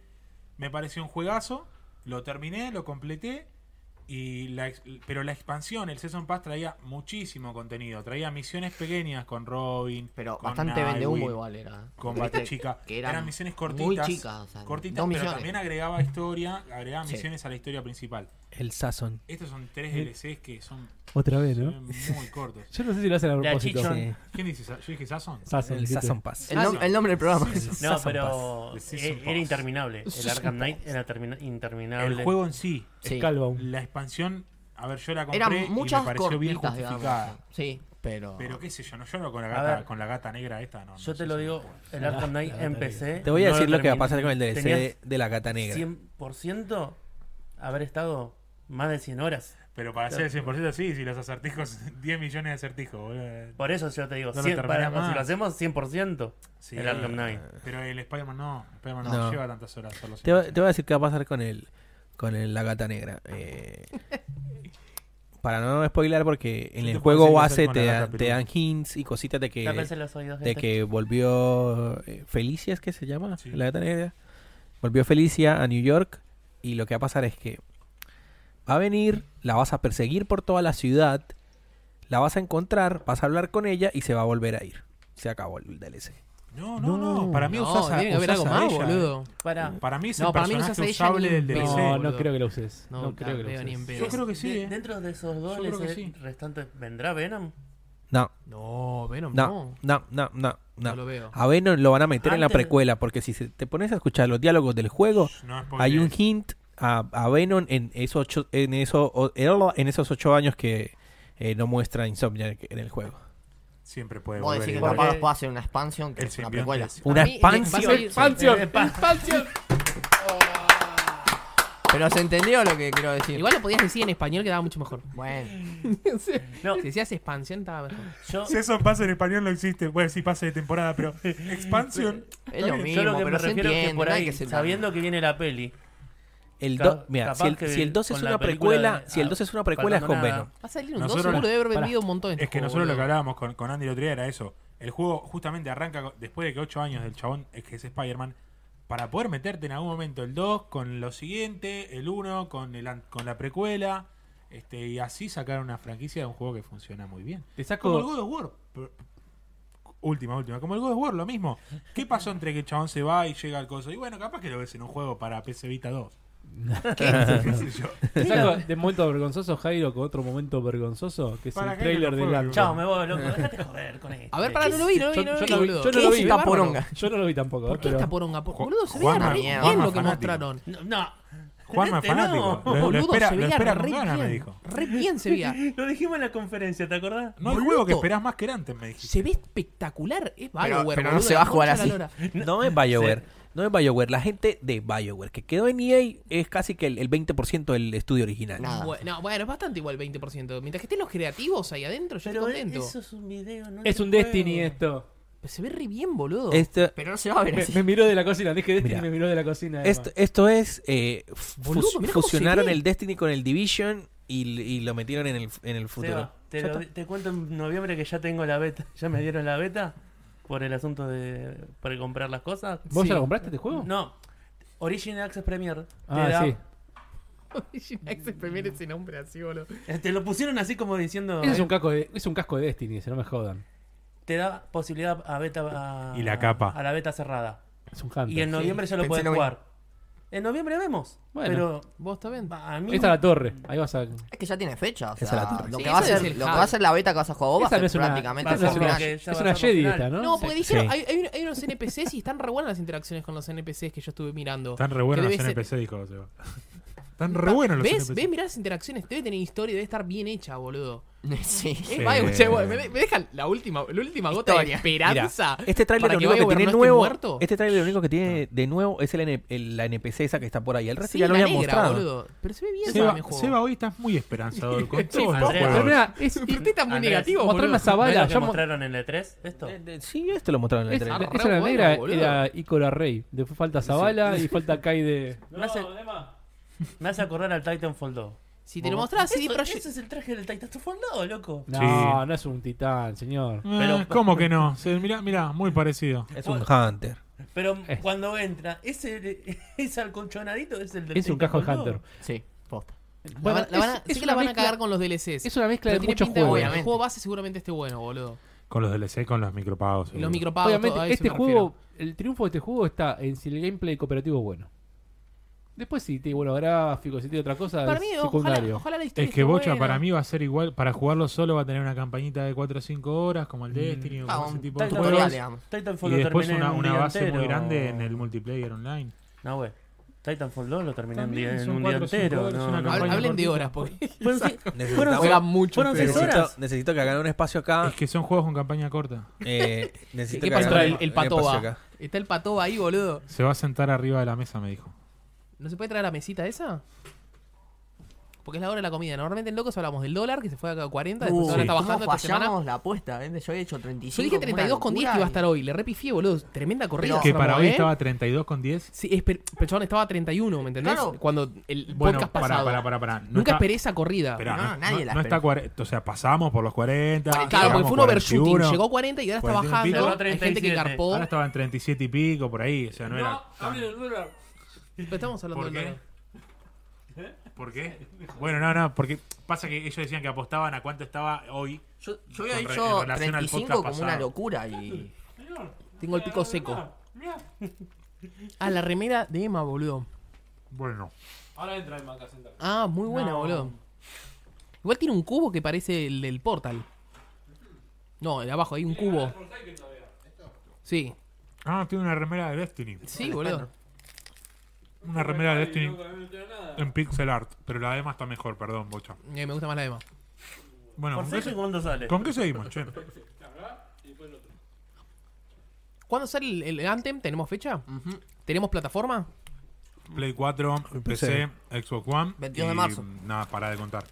Speaker 4: me pareció un juegazo, lo terminé, lo completé, y la ex- pero la expansión, el Season Pass traía muchísimo contenido, traía misiones pequeñas con Robin,
Speaker 3: Pero
Speaker 4: con
Speaker 3: bastante vende humo
Speaker 4: Nightwing,
Speaker 3: igual era.
Speaker 4: con
Speaker 3: Viste
Speaker 4: Batichica.
Speaker 3: que
Speaker 4: eran,
Speaker 3: eran
Speaker 4: misiones
Speaker 3: muy
Speaker 4: cortitas.
Speaker 3: chicas, o sea,
Speaker 4: cortitas,
Speaker 3: dos
Speaker 4: pero
Speaker 3: misiones.
Speaker 4: también agregaba historia, agregaba
Speaker 3: Sí.
Speaker 4: misiones a la historia principal.
Speaker 2: El Sazon.
Speaker 4: Estos son tres DLCs que son
Speaker 5: Otra vez,
Speaker 4: se
Speaker 5: ¿no?
Speaker 4: ven muy cortos.
Speaker 5: Yo no sé si lo hacen a
Speaker 6: La
Speaker 5: propósito.
Speaker 6: chichon.
Speaker 2: Sí.
Speaker 4: ¿Quién dice? Sa- ¿Yo dije Sasson?
Speaker 5: Sazon,
Speaker 2: El
Speaker 5: ¿viste?
Speaker 2: Sazon Pass.
Speaker 3: El, nom- el nombre del programa.
Speaker 6: No,
Speaker 2: Season
Speaker 6: pero
Speaker 4: Pass.
Speaker 6: e-
Speaker 4: Season
Speaker 6: era
Speaker 4: Pass.
Speaker 6: interminable. El Arkham Knight era termina- interminable.
Speaker 4: El juego en sí,
Speaker 3: Sí.
Speaker 5: Calvo.
Speaker 4: la expansión, a ver, yo la compré
Speaker 3: Eran
Speaker 4: y
Speaker 3: muchas
Speaker 4: me pareció bien
Speaker 3: cortitas, digamos.
Speaker 4: justificada.
Speaker 3: Sí, Pero.
Speaker 4: Pero qué sé yo, no lloro con la gata,
Speaker 6: ver.
Speaker 4: con la gata negra esta, no.
Speaker 6: Yo te lo digo, el Arkham Knight empecé.
Speaker 2: Te voy a
Speaker 6: no
Speaker 2: decir lo, que va a pasar
Speaker 6: terminé.
Speaker 2: con el DLC de,
Speaker 6: Tenías
Speaker 2: de la gata negra.
Speaker 6: 100% haber estado más de 100 horas.
Speaker 4: Pero para ser el 100% sí, si los acertijos, 10 millones de acertijos, boludo.
Speaker 6: Por eso yo te digo,
Speaker 4: No lo
Speaker 6: 100
Speaker 4: terminás
Speaker 6: para-
Speaker 4: más.
Speaker 6: si lo hacemos 100%,
Speaker 4: Sí.
Speaker 6: el Arkham Knight.
Speaker 4: Pero el Spider-Man no, Spider-Man no,
Speaker 2: No.
Speaker 4: lleva tantas horas solo.
Speaker 2: Te, va- te voy a decir qué va a pasar con el con el- la gata negra. Eh, para no spoilar, porque en
Speaker 4: Yo
Speaker 2: el
Speaker 4: te puedo
Speaker 2: juego base
Speaker 4: decir qué hacer
Speaker 2: te,
Speaker 4: con la
Speaker 2: dan-
Speaker 4: gata
Speaker 2: te
Speaker 4: peluda.
Speaker 2: dan hints y cositas de que,
Speaker 6: Tápense los oídos,
Speaker 2: Eh, de
Speaker 4: este.
Speaker 6: gente.
Speaker 2: que volvió eh, Felicia, es que se llama
Speaker 4: Sí.
Speaker 2: la gata negra. Volvió Felicia a New York y lo que va a pasar es que va a venir, la vas a perseguir por toda la ciudad, la vas a encontrar, vas a hablar con ella y se va a volver a ir. Se acabó el DLC.
Speaker 4: No, no, no,
Speaker 5: No.
Speaker 4: Para mí
Speaker 1: No,
Speaker 4: usás a,
Speaker 1: tiene que haber
Speaker 4: usás
Speaker 1: algo
Speaker 4: a
Speaker 1: más,
Speaker 4: ella. eh.
Speaker 1: boludo.
Speaker 6: Para.
Speaker 4: Para mí es
Speaker 1: No,
Speaker 4: el
Speaker 1: para mí no usás
Speaker 4: personaje
Speaker 1: a ella
Speaker 4: usable
Speaker 1: ni
Speaker 4: del
Speaker 1: en
Speaker 4: DLC.
Speaker 1: pedo.
Speaker 5: No,
Speaker 4: boludo.
Speaker 5: no creo que lo uses.
Speaker 1: No,
Speaker 5: No,
Speaker 1: la
Speaker 5: creo que
Speaker 1: veo
Speaker 5: lo
Speaker 1: ni en
Speaker 5: uses.
Speaker 1: pedo.
Speaker 4: Yo creo que sí,
Speaker 6: de-
Speaker 4: eh.
Speaker 6: Dentro de esos dos
Speaker 4: Yo creo que
Speaker 6: LCD
Speaker 4: sí.
Speaker 6: restantes, ¿vendrá Venom?
Speaker 2: No,
Speaker 1: No, Venom,
Speaker 2: no,
Speaker 1: no.
Speaker 2: no, no, no.
Speaker 1: No,
Speaker 2: no.
Speaker 1: lo veo.
Speaker 2: A Venom lo van a meter en la
Speaker 6: Antes de-
Speaker 2: precuela, porque si se- te pones a escuchar los diálogos del juego,
Speaker 4: No es
Speaker 2: hay un hint a, a Venom en esos ocho, en eso, o- en esos ocho años que eh, no muestra Insomniac en el juego.
Speaker 4: Siempre puede
Speaker 3: Vos
Speaker 4: volver.
Speaker 3: decís que
Speaker 4: igual.
Speaker 3: capaz pueda hacer una expansión, que
Speaker 4: El
Speaker 3: es una
Speaker 4: simbionte
Speaker 3: precuela.
Speaker 4: es-
Speaker 2: Una
Speaker 1: Para mí, va a
Speaker 2: expansión.
Speaker 1: salir-
Speaker 5: Expansión.
Speaker 1: Eh, pa- expansión.
Speaker 3: Pero se entendió lo que quiero decir.
Speaker 1: Igual lo podías decir en español que daba mucho mejor.
Speaker 3: Bueno,
Speaker 6: No,
Speaker 1: Si decías expansión, estaba mejor.
Speaker 6: yo,
Speaker 4: Ah, Si eso pasa en español no existe. Bueno, sí pasa de temporada, pero expansión.
Speaker 3: es lo
Speaker 4: Yo
Speaker 3: mismo,
Speaker 6: yo lo que me
Speaker 3: pero se
Speaker 6: refiero es que
Speaker 3: entiende.
Speaker 6: por
Speaker 3: no hay
Speaker 6: ahí,
Speaker 3: que ser-
Speaker 6: sabiendo que viene la peli,
Speaker 2: El
Speaker 6: Ca-
Speaker 2: do- mira, si el,
Speaker 6: capaz que
Speaker 2: si el 2 es
Speaker 6: con la
Speaker 2: una
Speaker 6: película
Speaker 2: precuela,
Speaker 6: de-
Speaker 2: si el
Speaker 6: ah,
Speaker 2: 2 es una precuela es con
Speaker 6: faltando
Speaker 2: Venom.
Speaker 6: nada.
Speaker 1: Va a salir un 2
Speaker 4: Nosotros-
Speaker 1: seguro, debe haber
Speaker 5: Pará.
Speaker 1: vendido un montón.
Speaker 4: Es que nosotros lo que hablábamos con, con Andy el otro día era eso. El juego justamente arranca co- después de que 8 años del chabón eh, que es Spider-Man. Para poder meterte en algún momento el 2 con lo siguiente, el 1 con, el, an- con la precuela. Este, y así sacar una franquicia de un juego que funciona muy bien.
Speaker 5: Te
Speaker 4: Como el
Speaker 5: saco.
Speaker 4: God of War. Pero- Última, última. Como el God of War, lo mismo. ¿Qué pasó entre que el chabón se va y llega al coso? Y bueno, capaz que lo ves en un juego para PC Vita 2. ¿Qué sé yo?
Speaker 5: Te saco de momento vergonzoso, Jairo, con otro momento vergonzoso, que es
Speaker 4: Para
Speaker 5: el
Speaker 4: Jairo
Speaker 5: trailer
Speaker 4: no
Speaker 5: de
Speaker 4: fue
Speaker 5: la.
Speaker 4: vergonzoso.
Speaker 6: chao, me voy, loco, déjate joder con esto.
Speaker 1: A ver, pará, no lo vi, no lo vi,
Speaker 5: Yo-
Speaker 1: no lo
Speaker 5: yo
Speaker 1: vi,
Speaker 5: no lo vi.
Speaker 1: boludo.
Speaker 5: Yo no
Speaker 1: ¿Qué es
Speaker 5: lo vi.
Speaker 1: esta
Speaker 3: Está poronga.
Speaker 5: Yo no lo vi tampoco.
Speaker 1: ¿Por qué
Speaker 5: pero-
Speaker 1: esta poronga? Por- Boludo, se veía
Speaker 4: Juanma,
Speaker 1: re
Speaker 3: Juanma
Speaker 1: bien lo que
Speaker 4: fanático.
Speaker 1: mostraron.
Speaker 6: No, no,
Speaker 4: Juanma es
Speaker 6: Gente,
Speaker 4: fanático.
Speaker 6: no.
Speaker 4: Lo- Lo,
Speaker 1: Boludo,
Speaker 4: espera,
Speaker 1: se
Speaker 4: lo
Speaker 1: veía
Speaker 4: espera
Speaker 1: re
Speaker 4: con ganas, me
Speaker 1: bien.
Speaker 4: dijo.
Speaker 1: Re bien se veía.
Speaker 6: lo dijimos en la conferencia, ¿te acordás?
Speaker 4: No hay
Speaker 1: Boludo.
Speaker 4: juego que esperás más que el antes, me dijiste.
Speaker 1: Se ve espectacular. Es BioWare,
Speaker 3: pero no
Speaker 1: boludo,
Speaker 3: se
Speaker 1: la
Speaker 3: va a jugar
Speaker 1: concha de la
Speaker 3: así.
Speaker 1: lora.
Speaker 2: No es BioWare. No es BioWare. La gente de BioWare que quedó en EA es casi que el, el 20% del estudio original.
Speaker 3: Nah. Nada.
Speaker 1: Bueno, bueno, es bastante igual 20%. Mientras que estén los creativos ahí adentro, yo
Speaker 6: Pero
Speaker 1: estoy contento.
Speaker 6: eso es un video, no
Speaker 5: Es
Speaker 6: un
Speaker 5: un Destiny
Speaker 6: juego.
Speaker 5: esto.
Speaker 1: Se ve re bien, boludo.
Speaker 2: Este-
Speaker 3: pero no se va a ver
Speaker 5: Me,
Speaker 3: así.
Speaker 5: me miró de la cocina, dije Destiny,
Speaker 2: Mira.
Speaker 5: me miró de la cocina. además.
Speaker 2: Esto, esto es. eh, fus-
Speaker 1: Boludo, mirá cómo
Speaker 2: fusionaron
Speaker 1: se ve.
Speaker 2: el Destiny con el Division y, y lo metieron en el, en el futuro.
Speaker 6: Seba, te,
Speaker 2: Ya
Speaker 6: lo-
Speaker 2: está.
Speaker 6: te cuento en noviembre que ya tengo la beta, ya me dieron la beta por el asunto de para comprar las cosas.
Speaker 5: ¿Vos
Speaker 1: Sí.
Speaker 5: ya lo compraste este juego?
Speaker 6: No, Origin Access Premier. te da-
Speaker 5: Ah, sí.
Speaker 1: Origin Access Premier ese nombre así, boludo.
Speaker 6: Te lo pusieron así como diciendo.
Speaker 5: Ese es un casco de, es un casco de Destiny, se no me jodan.
Speaker 6: Te da posibilidad a beta. A,
Speaker 4: Y la capa.
Speaker 6: A la beta cerrada.
Speaker 5: Es un Hunter.
Speaker 6: Y en noviembre ya lo
Speaker 3: pensé
Speaker 6: puedes
Speaker 3: lo mismo.
Speaker 6: jugar. En noviembre vemos.
Speaker 5: Bueno.
Speaker 6: Pero
Speaker 1: ¿Vos está bien?
Speaker 6: a mí.
Speaker 5: Esta es la torre. Ahí vas a.
Speaker 3: Es que ya tiene fecha. O
Speaker 2: Esa es
Speaker 3: sea,
Speaker 2: la torre.
Speaker 3: lo,
Speaker 1: Sí,
Speaker 3: que va a
Speaker 1: ese es
Speaker 3: ser,
Speaker 1: el
Speaker 3: lo que
Speaker 1: hub.
Speaker 3: va a ser la beta que vas a jugar vos va a
Speaker 5: Esa
Speaker 3: ser
Speaker 5: no es una-
Speaker 3: prácticamente
Speaker 6: va a
Speaker 3: el
Speaker 6: ser
Speaker 5: es una,
Speaker 3: final.
Speaker 6: que ya
Speaker 5: es
Speaker 6: va
Speaker 5: una
Speaker 6: a ser
Speaker 5: Jedi
Speaker 6: final.
Speaker 5: esta, ¿no?
Speaker 1: No, porque dijeron,
Speaker 2: Sí.
Speaker 1: hay, hay, un- hay unos NPCs y están re buenas las interacciones con los NPCs que yo estuve mirando.
Speaker 4: Están re buenos
Speaker 1: Que
Speaker 4: los
Speaker 1: debe ser-
Speaker 4: NPC, dijo Seba. Están re buenos los
Speaker 1: ¿Ves?
Speaker 4: NPC.
Speaker 1: ¿Ves? Mirá las interacciones. Debe tener historia, debe estar bien hecha, boludo.
Speaker 3: Sí.
Speaker 1: Es BioWare, che, boludo, me, de- me dejan la última, la última gota
Speaker 3: Historia.
Speaker 1: de
Speaker 2: Mira,
Speaker 1: esperanza.
Speaker 2: este tráiler
Speaker 1: para
Speaker 2: lo único que
Speaker 1: BioWare
Speaker 2: tiene
Speaker 1: no esté
Speaker 2: nuevo.
Speaker 1: muerto. Ah.
Speaker 2: Este tráiler lo único que tiene de nuevo es el, N- el- la NPC esa que está por ahí. El resto
Speaker 1: Sí,
Speaker 2: ya lo
Speaker 1: la
Speaker 2: habían
Speaker 1: negra,
Speaker 2: mostrado.
Speaker 1: boludo. Pero se ve bien
Speaker 4: Seba,
Speaker 1: ese juego.
Speaker 4: Seba, hoy estás muy esperanzador con
Speaker 1: Sí,
Speaker 4: todos los
Speaker 6: Andrea,
Speaker 4: juegos.
Speaker 5: Pero mira, es,
Speaker 1: Pero este está muy
Speaker 6: Andrés,
Speaker 1: negativo,
Speaker 5: mostrame
Speaker 1: boludo.
Speaker 5: las
Speaker 6: ¿No es
Speaker 5: Zavala,
Speaker 6: lo que
Speaker 5: ya mo-
Speaker 6: mostraron en el E3? Esto.
Speaker 2: Eh, de- Sí, esto lo mostraron en el
Speaker 5: es,
Speaker 2: trailer.
Speaker 1: re
Speaker 5: esa era
Speaker 1: bueno,
Speaker 5: negra
Speaker 1: boludo.
Speaker 5: era Icora Rey. De falta Zavala y falta Kai de.
Speaker 6: Me hace- Me hace acordar al Titanfall 2.
Speaker 1: Si te lo mostrás CD
Speaker 6: Eso-
Speaker 1: Projekt.
Speaker 6: Ese es el traje del Titanfall 2, loco.
Speaker 5: No,
Speaker 4: Sí.
Speaker 5: no es un titán, señor.
Speaker 4: Eh,
Speaker 6: Pero-
Speaker 4: ¿Cómo que no? Se- mirá, mirá, muy parecido.
Speaker 2: Es un Hunter.
Speaker 6: Pero
Speaker 5: Es-
Speaker 6: cuando entra, ese, ese alcolchonadito es el del
Speaker 5: Es un cajo de
Speaker 6: Titanfall
Speaker 5: Hunter.
Speaker 6: 2.
Speaker 3: Sí, posta.
Speaker 1: La van- la van a-
Speaker 5: es
Speaker 1: sé que la van a
Speaker 5: mezcla-
Speaker 1: cagar con los DLCs.
Speaker 5: Es una mezcla
Speaker 1: pero
Speaker 5: de
Speaker 1: tiene
Speaker 5: muchos
Speaker 1: pinta de
Speaker 5: juegos.
Speaker 1: bueno. El
Speaker 3: Obviamente.
Speaker 1: juego base seguramente esté bueno, boludo.
Speaker 4: Con los DLC, con los micropagos.
Speaker 1: Y los
Speaker 4: seguro.
Speaker 1: micropagos. todo, a eso
Speaker 5: Obviamente, este
Speaker 1: me
Speaker 5: juego, el triunfo de este juego está en si el gameplay cooperativo es bueno. Después si tiene buenos gráficos, si tiene otra cosa,
Speaker 1: refiero. Para
Speaker 5: es
Speaker 1: mí, ojalá,
Speaker 5: secundario.
Speaker 1: ojalá la historia.
Speaker 4: Es que
Speaker 1: esté
Speaker 4: Bocha
Speaker 1: buena.
Speaker 4: para mí va a ser igual, para jugarlo solo va a tener una campañita de 4 o 5 horas como
Speaker 1: Mm.
Speaker 4: el Destiny o
Speaker 3: Ah,
Speaker 4: como
Speaker 3: un
Speaker 4: ese tipo de
Speaker 3: tutorial,
Speaker 4: juegos.
Speaker 6: Titanfall,
Speaker 3: digamos.
Speaker 6: Titanfall
Speaker 4: Y
Speaker 6: lo
Speaker 4: después
Speaker 6: terminé
Speaker 4: una,
Speaker 6: en un
Speaker 4: una
Speaker 6: día
Speaker 4: base muy
Speaker 6: entero.
Speaker 4: grande en el multiplayer online.
Speaker 6: No, güey. Titanfall 2 lo terminé en
Speaker 5: También
Speaker 6: día- en
Speaker 5: son
Speaker 6: un día
Speaker 5: cuatro o cinco
Speaker 6: entero.
Speaker 5: horas,
Speaker 6: no,
Speaker 5: una
Speaker 6: no.
Speaker 5: campaña.
Speaker 1: Hablen
Speaker 5: Campaña
Speaker 1: hablen de
Speaker 5: cortita.
Speaker 1: horas, porque
Speaker 6: Fueron si-
Speaker 2: Necesitamos-
Speaker 1: juegan mucho. este
Speaker 6: fueron
Speaker 1: pero-
Speaker 6: seis horas.
Speaker 2: necesito, necesito que hagan un espacio
Speaker 1: Ah.
Speaker 2: acá.
Speaker 4: Es que son juegos con campaña corta.
Speaker 2: eh, necesito
Speaker 1: ¿Qué
Speaker 2: que
Speaker 1: pasó con
Speaker 2: hagan
Speaker 1: el,
Speaker 2: un-
Speaker 1: el
Speaker 2: un espacio
Speaker 1: patoba?
Speaker 2: acá.
Speaker 1: Está el patoba ahí, boludo.
Speaker 4: Se va a sentar arriba de la mesa, me dijo.
Speaker 1: ¿No se puede traer la mesita esa? Porque es la hora de la comida. Normalmente en Locos hablamos del dólar, que se fue a 40, después
Speaker 4: Uh,
Speaker 1: ahora
Speaker 4: sí.
Speaker 1: está bajando
Speaker 3: ¿Cómo
Speaker 1: esta semana.
Speaker 3: fallamos la apuesta? eh? Yo había hecho 35.
Speaker 1: Yo dije
Speaker 3: como una
Speaker 1: 32 con 10 que iba a
Speaker 3: locura
Speaker 1: estar hoy. Le repifié, boludo. Tremenda corrida.
Speaker 4: que
Speaker 1: armó,
Speaker 4: para hoy
Speaker 1: ¿eh?
Speaker 4: estaba 32 con 10.
Speaker 1: Sí, esper- pero chabón, estaba 31, ¿me entendés?
Speaker 3: Claro.
Speaker 1: Cuando el
Speaker 4: Bueno,
Speaker 1: podcast
Speaker 4: para,
Speaker 1: pasado.
Speaker 4: para, para, para.
Speaker 1: Nunca esperé esa corrida.
Speaker 4: Esperá,
Speaker 3: No, nadie la
Speaker 4: no está
Speaker 3: espera.
Speaker 4: 40, O sea, pasamos por los 40.
Speaker 1: claro, porque
Speaker 4: Ah, llegamos
Speaker 1: fue un overshooting.
Speaker 4: 41,
Speaker 1: Llegó 40 y ahora está
Speaker 4: 41 y Ah,
Speaker 1: bajando.
Speaker 6: pico.
Speaker 1: Hay gente que
Speaker 6: 37.
Speaker 1: carpó.
Speaker 4: Ahora estaba en 37 y pico, por ahí. O sea, no, era.
Speaker 1: Pero estamos hablando
Speaker 4: ¿Por
Speaker 1: del
Speaker 4: qué?
Speaker 1: dólar.
Speaker 4: ¿Por qué? Bueno, no, no, porque pasa que ellos decían que apostaban a cuánto estaba hoy.
Speaker 3: Yo, yo había
Speaker 4: Con re-
Speaker 3: dicho
Speaker 4: en relación al
Speaker 3: 35 como
Speaker 4: podcast
Speaker 3: una
Speaker 4: pasado.
Speaker 3: locura y.
Speaker 1: Tengo el pico seco. Ah, la remera de Emma, boludo.
Speaker 4: Bueno.
Speaker 5: Ahora entra el Maca Center.
Speaker 1: Ah, muy buena,
Speaker 6: No.
Speaker 1: boludo. Igual tiene un cubo que parece el del Portal. No, el de abajo, hay un cubo. Sí,
Speaker 4: Ah, tiene una remera de Destiny.
Speaker 1: sí, boludo.
Speaker 4: Una remera de Destiny en pixel art. Pero la demás está mejor, perdón, bocha.
Speaker 1: Eh, me gusta más la de Emma.
Speaker 4: Bueno, ¿con qué,
Speaker 6: Consejo
Speaker 4: se-
Speaker 6: cuándo sale.
Speaker 4: con qué seguimos, che?
Speaker 1: ¿Cuándo sale el, el Anthem? ¿Tenemos fecha? ¿Tenemos plataforma?
Speaker 4: Play 4, PC, Xbox One.
Speaker 3: 22 de
Speaker 4: y,
Speaker 3: marzo.
Speaker 4: Nada, para de contar.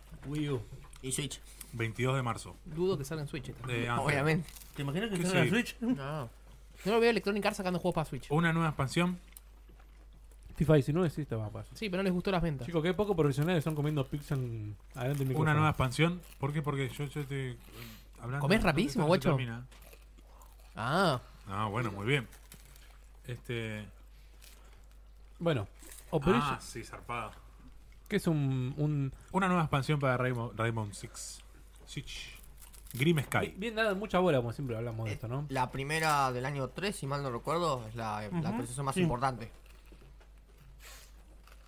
Speaker 3: Y Switch,
Speaker 4: 22 de marzo.
Speaker 1: Dudo que salga en Switch. esta.
Speaker 4: Eh, antes.
Speaker 3: obviamente.
Speaker 6: ¿Te imaginas que
Speaker 4: ¿Qué
Speaker 6: salga en
Speaker 4: sí?
Speaker 6: Switch?
Speaker 1: No. No lo veo Electronic Arts sacando juegos para Switch.
Speaker 4: Una nueva expansión.
Speaker 5: FIFA 19 sí está más fácil.
Speaker 1: Sí, pero no les gustó las ventas.
Speaker 5: Chicos, qué poco profesionales están comiendo pizza en... adelante del micrófono.
Speaker 4: Una nueva expansión. ¿Por qué? Porque yo, yo te. hablando-
Speaker 1: ¿Comés rapidísimo,
Speaker 4: ¿dónde está
Speaker 1: guacho?
Speaker 4: que termina?
Speaker 1: Ah,
Speaker 4: Ah, bueno, muy bien. Este.
Speaker 5: Bueno, Operation,
Speaker 4: Ah, sí, zarpado.
Speaker 5: que es un, un-
Speaker 4: Una nueva expansión para Raymond, Raymond Six. Six. Grim Sky.
Speaker 5: Bien dada mucha bola, como siempre hablamos de esto, ¿no?
Speaker 3: La primera del año 3, si mal no recuerdo, es la, la actualización más importante.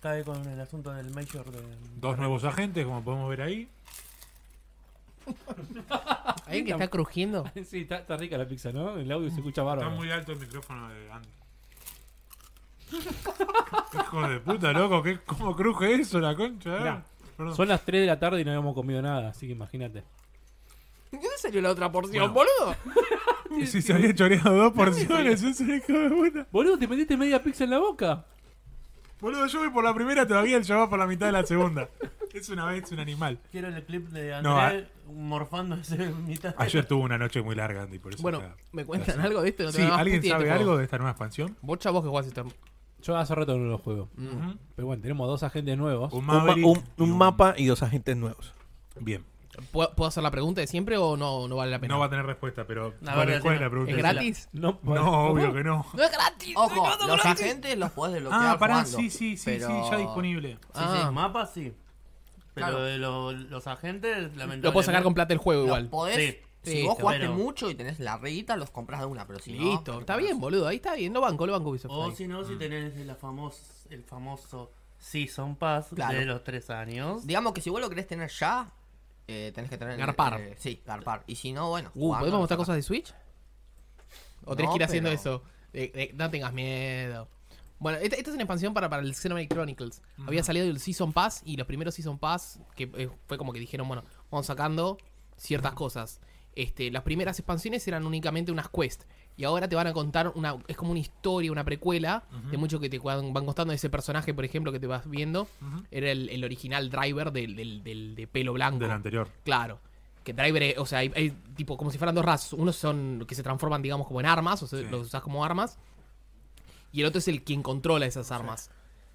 Speaker 6: Cae con el asunto del Major de.
Speaker 4: Dos nuevos agentes, como podemos ver ahí.
Speaker 1: ¿hay alguien que está crujiendo?
Speaker 5: Sí, está, está rica la pizza, ¿no? El audio se escucha bárbaro.
Speaker 4: Eh. Está muy alto el micrófono de Andy. Hijo de puta, loco. ¿qué, ¿Cómo cruje eso la concha? eh?
Speaker 5: Mirá,
Speaker 4: Perdón.
Speaker 5: Son las 3 de la tarde y no habíamos comido nada, así que imagínate.
Speaker 1: ¿De dónde salió la otra porción,
Speaker 4: Bueno.
Speaker 1: boludo?
Speaker 4: Y si se había choreado dos porciones, es un hijo de puta.
Speaker 5: Boludo, te metiste media pizza en la boca.
Speaker 4: Boludo, yo voy por la primera, todavía el chaval por la mitad de la segunda. Es una vez un animal.
Speaker 6: Quiero el clip de
Speaker 4: No,
Speaker 6: André morfando ese mitad.
Speaker 4: Ayer tuvo una noche muy larga, Andy, por eso.
Speaker 1: Bueno,
Speaker 4: está-
Speaker 1: ¿me cuentan algo de esto? No
Speaker 4: Sí,
Speaker 1: tengo nada más
Speaker 4: ¿alguien
Speaker 1: puti de
Speaker 4: sabe
Speaker 1: este
Speaker 4: algo
Speaker 1: juego.
Speaker 4: de esta nueva expansión?
Speaker 1: Bocha vos que jugás esto.
Speaker 5: Yo hace rato no lo juego.
Speaker 4: Ujú.
Speaker 5: Pero bueno, tenemos dos agentes nuevos.
Speaker 4: Un,
Speaker 2: Un ma-
Speaker 4: Maverick
Speaker 2: un-
Speaker 4: y
Speaker 2: un mapa y dos agentes nuevos.
Speaker 4: Bien.
Speaker 1: ¿Puedo, puedo hacer la pregunta de siempre o no, no vale la pena?
Speaker 4: No va a tener respuesta, pero.
Speaker 6: La
Speaker 4: ¿Cuál,
Speaker 6: verdad,
Speaker 4: cuál
Speaker 6: sí,
Speaker 4: es la
Speaker 6: no.
Speaker 4: pregunta?
Speaker 1: ¿Es gratis?
Speaker 5: No,
Speaker 4: No, obvio que no.
Speaker 1: ¡No es gratis!
Speaker 3: Ojo,
Speaker 1: soy todo
Speaker 3: los
Speaker 1: gratis!
Speaker 3: agentes los podés desbloquear.
Speaker 4: Ah, pará,
Speaker 3: jugando,
Speaker 4: sí, sí, sí,
Speaker 3: pero-
Speaker 4: sí, ya disponible.
Speaker 6: Sí,
Speaker 1: Ah.
Speaker 6: sí, mapas sí. Pero
Speaker 3: Claro.
Speaker 6: de lo- los agentes, lamentablemente.
Speaker 1: Lo puedo sacar con plata del juego
Speaker 3: los
Speaker 1: igual.
Speaker 3: podés-
Speaker 6: Sí.
Speaker 3: si
Speaker 1: Sí,
Speaker 3: vos
Speaker 1: está
Speaker 3: jugaste
Speaker 6: bueno.
Speaker 3: mucho y tenés la reguita, los compras de una, pero si no,
Speaker 1: Listo, está bien, boludo. Ahí está bien. Lo banco, lo banco Ubisoft.
Speaker 6: O
Speaker 1: ahí. Mm.
Speaker 6: si no, si tenés la famos- el famoso Season Pass
Speaker 3: Claro.
Speaker 6: de los tres años.
Speaker 3: Digamos que si vos lo querés tener ya, eh, tenés que tener.
Speaker 1: Garpar.
Speaker 3: eh, sí, garpar. Y si no, bueno.
Speaker 1: Uh,
Speaker 3: jugando,
Speaker 1: ¿podemos mostrar
Speaker 3: no
Speaker 1: cosas de Switch? ¿O tenés
Speaker 3: No,
Speaker 1: que ir haciendo
Speaker 3: pero-
Speaker 1: eso? Eh, eh, no tengas miedo. Bueno, esta, esta es una expansión para, para el Xenoblade Chronicles. Había salido el Season Pass y los primeros Season Pass, que eh, fue como que dijeron, bueno, vamos sacando ciertas cosas. Este, las primeras expansiones eran únicamente unas quests. Y ahora te van a contar una. Es como una historia, una precuela de mucho que te van, van contando de ese personaje, por ejemplo, que te vas viendo. Era el, el original driver del, del- del- de pelo blanco.
Speaker 4: Del anterior.
Speaker 1: Claro. Que driver, es- o sea, hay, hay tipo como si fueran dos razas. Unos son que se transforman, digamos, como en armas, o sea,
Speaker 4: Sí.
Speaker 1: los usas como armas. Y el otro es el quien controla esas armas.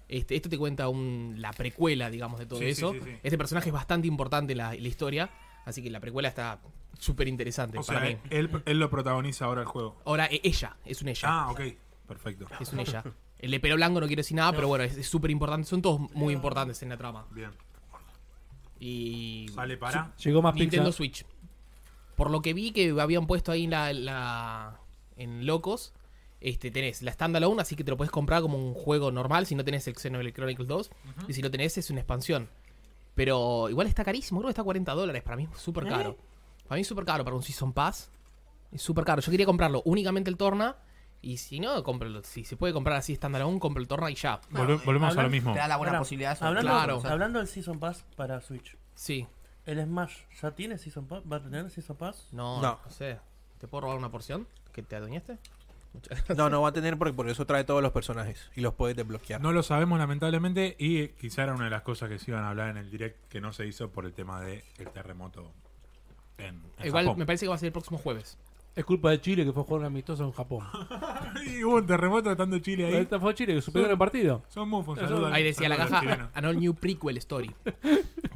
Speaker 1: Este, esto te cuenta un, la precuela, digamos, de todo
Speaker 4: Sí, sí,
Speaker 1: eso.
Speaker 4: sí, sí.
Speaker 1: Este personaje es bastante importante en la, en la historia, así que la precuela está súper interesante
Speaker 4: O
Speaker 1: para
Speaker 4: sea,
Speaker 1: mí.
Speaker 4: él, él lo protagoniza ahora el juego.
Speaker 1: Ahora, e- ella, es un ella.
Speaker 4: Ah, ok. Perfecto.
Speaker 1: Es un ella. El de pelo blanco no quiero decir nada, pero bueno, es es súper importante. Son todos
Speaker 4: Eh.
Speaker 1: muy importantes en la trama.
Speaker 4: Bien.
Speaker 1: Y
Speaker 4: Sale para.
Speaker 5: Llegó más pizza.
Speaker 1: Nintendo Switch. Por lo que vi que habían puesto ahí en la, la- en Locos, este, tenés la Standalone, así que te lo puedes comprar como un juego normal si no tenés el Xenoblade Chronicles 2. Y si lo tenés, es una expansión. Pero igual está carísimo, creo que está a 40 dólares. Para mí es súper caro. Para mí es súper caro para un Season Pass. Es súper caro. Yo quería comprarlo únicamente el Torna Y si no, compro, si se puede comprar así estándar aún, compro el Torna y ya.
Speaker 4: Volve- volvemos a lo
Speaker 6: hablando-
Speaker 4: mismo.
Speaker 3: Te da la buena
Speaker 6: Pará,
Speaker 3: posibilidad de eso.
Speaker 6: Hablando,
Speaker 1: Claro.
Speaker 6: hablando del Season Pass para Switch.
Speaker 1: Sí.
Speaker 6: ¿El Smash ya tiene Season Pass? ¿Va a tener Season Pass?
Speaker 1: No, no,
Speaker 2: No.
Speaker 1: sé. ¿Te puedo robar una porción que te adueñaste?
Speaker 2: No, no va a tener porque por eso trae todos los personajes y los puedes desbloquear.
Speaker 4: No lo sabemos, lamentablemente, y quizá era una de las cosas que se iban a hablar en el direct que no se hizo por el tema del terremoto en, en
Speaker 1: Igual
Speaker 4: Japón.
Speaker 1: me parece que va a ser el próximo jueves.
Speaker 5: Es culpa de Chile que fue a jugar un amistoso en Japón.
Speaker 4: Y hubo un terremoto estando Chile ahí.
Speaker 5: Esta fue Chile que superó el partido.
Speaker 4: Son mufos, saludos.
Speaker 1: Ahí decía la
Speaker 4: Saludos,
Speaker 1: caja
Speaker 4: chileno.
Speaker 1: Anol New Prequel Story.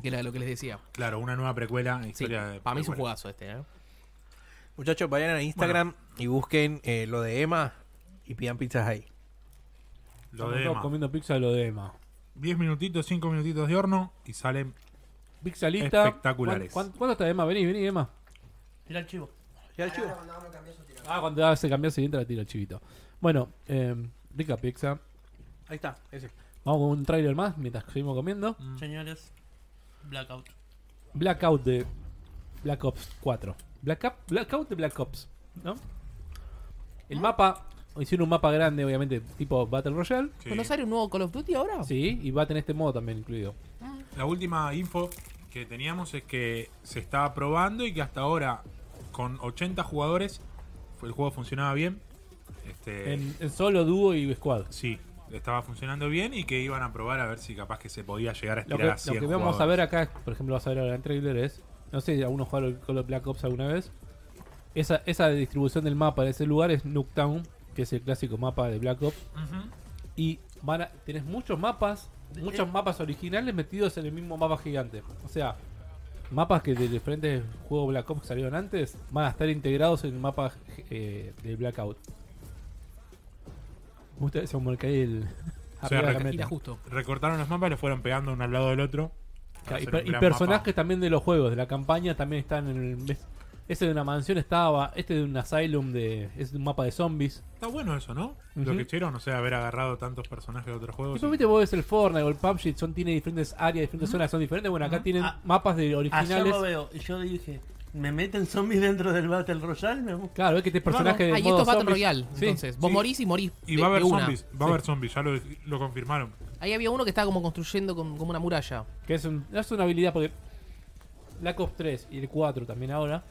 Speaker 1: Que era lo que les decía.
Speaker 4: Claro, una nueva precuela.
Speaker 1: Sí,
Speaker 4: Historia de
Speaker 1: para mí es un
Speaker 4: precuela.
Speaker 1: juegazo este, ¿eh?
Speaker 2: Muchachos, vayan a Instagram y busquen eh, lo de Emma y pidan pizzas ahí.
Speaker 4: Lo
Speaker 5: Estamos
Speaker 4: de
Speaker 5: todos
Speaker 4: Emma.
Speaker 5: comiendo pizza de lo de Emma.
Speaker 4: 10 minutitos, 5 minutitos de horno y salen.
Speaker 5: Pizza lista.
Speaker 4: Espectaculares.
Speaker 5: ¿Cuán- cuán- ¿Cuándo está Emma? Vení, vení, Emma.
Speaker 6: Tira el chivo.
Speaker 5: Ah, cuando ya se cambió, se entra la tira el chivito. Bueno, eh, rica pizza.
Speaker 2: Ahí está, ese.
Speaker 5: Vamos con un trailer más mientras seguimos comiendo.
Speaker 1: Mm.
Speaker 6: Señores, Blackout.
Speaker 5: Blackout de Black Ops 4. Black Op- Blackout de Black Ops, ¿no? El mapa, hicieron un mapa grande, obviamente, tipo Battle Royale.
Speaker 4: Sí.
Speaker 1: ¿No sale un nuevo Call of Duty ahora?
Speaker 3: Ah.
Speaker 5: Sí, y va a tener este modo también incluido.
Speaker 4: La última info que teníamos es que se estaba probando y que hasta ahora, con 80 jugadores, fue- el juego funcionaba bien. Este,
Speaker 5: En, en solo, dúo y squad.
Speaker 4: Sí, estaba funcionando bien y que iban a probar a ver si capaz que se podía llegar a
Speaker 5: Lo
Speaker 4: estirar
Speaker 5: que,
Speaker 4: a 100
Speaker 5: lo que vamos a
Speaker 4: jugadores.
Speaker 5: ver acá, por ejemplo, vas a ver ahora en el trailer es. No sé si alguno jugaron con los Black Ops alguna vez. Esa, esa distribución del mapa de ese lugar es Nuketown, que es el clásico mapa de Black Ops.
Speaker 4: Ujú.
Speaker 5: Y van a- tenés muchos mapas, muchos mapas originales metidos en el mismo mapa gigante. O sea, mapas que de diferentes juegos Black Ops que salieron antes van a estar integrados en el mapa eh, de Blackout. Ustedes son como el que hay el.
Speaker 4: O sea,
Speaker 5: arriba de la
Speaker 4: reca-
Speaker 5: meta.
Speaker 1: Mira, justo.
Speaker 4: Recortaron los mapas y los fueron pegando uno al lado del otro. para
Speaker 5: Y,
Speaker 4: hacer
Speaker 5: per-
Speaker 4: un
Speaker 5: y
Speaker 4: gran
Speaker 5: personajes
Speaker 4: mapa.
Speaker 5: también de los juegos, de la campaña, también están en el. ves- Ese de una mansión estaba, este de un asylum, de, es de un mapa de zombies.
Speaker 4: Está bueno eso, ¿no? Lo
Speaker 5: Ujú.
Speaker 4: que hicieron, o sea, haber agarrado tantos personajes de otros juegos. y-
Speaker 5: Simplemente vos ves el Fortnite o el PUBG, son, tiene diferentes áreas, diferentes zonas, son diferentes. Bueno, acá tienen
Speaker 6: Ah,
Speaker 5: mapas de
Speaker 6: Ayer
Speaker 5: originales.
Speaker 6: lo veo y yo dije, ¿me meten zombies dentro del Battle Royale? Me busca.
Speaker 5: Claro, es que este personaje de
Speaker 1: Ahí Ah, esto es Battle
Speaker 5: zombies.
Speaker 1: Royale.
Speaker 5: Sí.
Speaker 1: Entonces, vos
Speaker 4: sí.
Speaker 1: morís y morís.
Speaker 4: Y
Speaker 1: de-
Speaker 4: va a haber
Speaker 1: de una.
Speaker 4: zombies, va a haber zombies, ya lo, lo confirmaron.
Speaker 1: Ahí había uno que estaba como construyendo con- como una muralla.
Speaker 5: Que es, un- es una habilidad porque Black Ops 3 y el 4 también ahora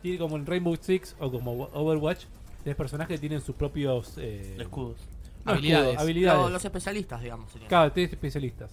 Speaker 5: tiene como en Rainbow Six o como Overwatch tres personajes que tienen sus propios eh,
Speaker 6: Escudos.
Speaker 5: no,
Speaker 1: Habilidades.
Speaker 5: escudos, habilidades.
Speaker 3: Lo- los especialistas, digamos. serían.
Speaker 5: Claro, tres especialistas.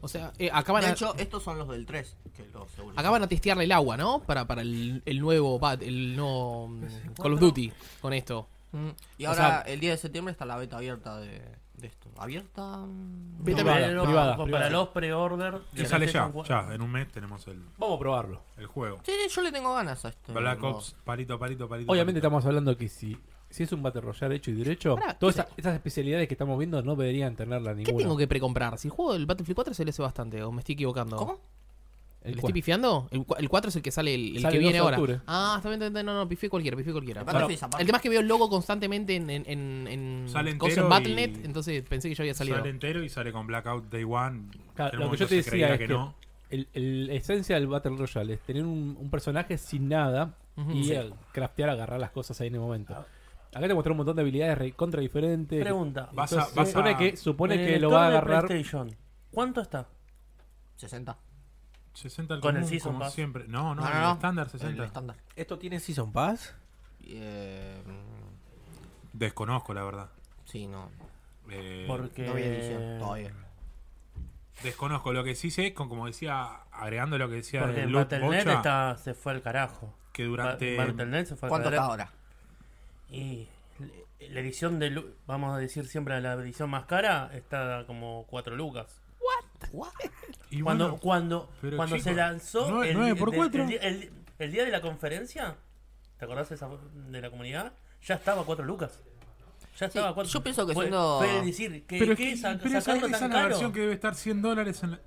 Speaker 1: O sea, eh, acá, van
Speaker 3: De
Speaker 1: a,
Speaker 3: hecho, estos son los del 3. Que los seguro.
Speaker 1: acá van a testearle el agua, ¿no? Para, para el, el nuevo bat, el nuevo mm, Call of Duty con esto.
Speaker 3: Mm, Y
Speaker 5: O
Speaker 3: ahora,
Speaker 5: sea-
Speaker 3: el 10 de septiembre, está la beta abierta de, de esto. ¿Abierta? Mm,
Speaker 1: Beta
Speaker 6: No,
Speaker 1: privada,
Speaker 6: pero
Speaker 5: privada,
Speaker 6: para
Speaker 5: privada.
Speaker 6: los pre-order.
Speaker 4: Y sale ya,
Speaker 6: PlayStation cuatro.
Speaker 4: ya, en un mes tenemos el,
Speaker 5: Vamos a probarlo.
Speaker 4: el juego.
Speaker 3: Sí, sí, yo le tengo ganas a este.
Speaker 4: Black
Speaker 3: modo.
Speaker 4: Ops, palito, palito, palito.
Speaker 5: Obviamente
Speaker 4: palito.
Speaker 5: estamos hablando que si, si es un Battle Royale hecho y derecho,
Speaker 1: Pará,
Speaker 5: todas
Speaker 1: ¿qué
Speaker 5: esas, esas especialidades que estamos viendo no deberían tenerla
Speaker 1: ¿Qué
Speaker 5: ninguna.
Speaker 1: tengo que precomprar? Si el juego del Battlefield 4 se le hace bastante, o me estoy equivocando.
Speaker 3: ¿Cómo?
Speaker 5: El
Speaker 1: ¿Le
Speaker 5: cual.
Speaker 1: estoy pifiando? El, cua- el 4 es el que sale el, el
Speaker 5: Sale
Speaker 1: que
Speaker 5: el
Speaker 1: viene
Speaker 5: 12 de
Speaker 1: ahora.
Speaker 5: octubre.
Speaker 1: Ah, está bien, está bien, no, no, pifié cualquiera, pifié cualquiera.
Speaker 3: El Battlefield, aparte.
Speaker 1: El tema es que veo el logo constantemente en, en, en, en,
Speaker 4: Sale
Speaker 1: cosas
Speaker 4: entero
Speaker 1: en Battle.net,
Speaker 4: y-
Speaker 1: entonces pensé que ya había salido.
Speaker 4: Sale entero y sale con Blackout Day One.
Speaker 5: Claro,
Speaker 4: En un
Speaker 5: lo que yo
Speaker 4: momento
Speaker 5: te
Speaker 4: se
Speaker 5: decía
Speaker 4: creía
Speaker 5: es
Speaker 4: que
Speaker 5: que,
Speaker 4: no.
Speaker 5: el, el- la esencia del Battle Royale es tener un, un personaje sin nada
Speaker 1: Ujú.
Speaker 5: y
Speaker 1: Sí.
Speaker 5: eh, craftear, agarrar las cosas ahí en el momento.
Speaker 4: Ah.
Speaker 5: Acá te mostró un montón de habilidades re- contra diferentes.
Speaker 6: Pregunta.
Speaker 4: Vas a-
Speaker 5: Entonces,
Speaker 4: vas
Speaker 5: supone
Speaker 4: a-
Speaker 5: que, supone
Speaker 6: En
Speaker 1: Eh,
Speaker 6: el
Speaker 5: que lo
Speaker 6: store
Speaker 5: va a
Speaker 6: de
Speaker 5: agarrar.
Speaker 6: PlayStation, ¿Cuánto está?
Speaker 3: 60.
Speaker 4: 60 al
Speaker 6: Con el
Speaker 4: común,
Speaker 6: Season
Speaker 4: como
Speaker 6: Pass.
Speaker 4: siempre. No, no, el estándar
Speaker 3: El
Speaker 4: 60.
Speaker 3: estándar.
Speaker 2: ¿Esto tiene Season Pass?
Speaker 3: Y, eh, mm,
Speaker 4: Desconozco, la verdad.
Speaker 3: sí, no.
Speaker 4: Eh,
Speaker 6: Porque.
Speaker 3: No había edición todavía.
Speaker 4: Desconozco. Lo que sí sé, con- como decía, agregando lo que decía
Speaker 6: Porque
Speaker 4: de
Speaker 6: en
Speaker 4: Loot
Speaker 6: Battle.net
Speaker 4: Bocha,
Speaker 6: está- se fue al carajo.
Speaker 4: que durante...
Speaker 6: Ba- Battle.net se fue al
Speaker 3: ¿Cuánto está
Speaker 6: carajo.
Speaker 3: ahora?
Speaker 6: Y le- la edición de. lu- Vamos a decir siempre la edición más cara está como 4 lucas.
Speaker 4: Y
Speaker 6: cuando
Speaker 4: bueno,
Speaker 6: cuando,
Speaker 4: pero
Speaker 6: cuando
Speaker 4: chicos,
Speaker 6: se lanzó
Speaker 4: nueve-
Speaker 6: el,
Speaker 4: nueve
Speaker 6: di-
Speaker 4: por
Speaker 6: de-
Speaker 4: cuatro.
Speaker 6: el di- el- el día de la conferencia, ¿te acordás de, esa, de la comunidad? Ya estaba 4 lucas. Ya estaba a cuatro.
Speaker 3: yo pienso que
Speaker 6: fue,
Speaker 3: siendo-
Speaker 6: fue decir, que,
Speaker 4: Pero, es
Speaker 6: que
Speaker 4: que-
Speaker 6: sa-
Speaker 4: pero esa,
Speaker 6: sacarlo
Speaker 4: esa
Speaker 6: tan
Speaker 4: es la
Speaker 6: caro.
Speaker 4: versión que debe estar 100 dólares en la,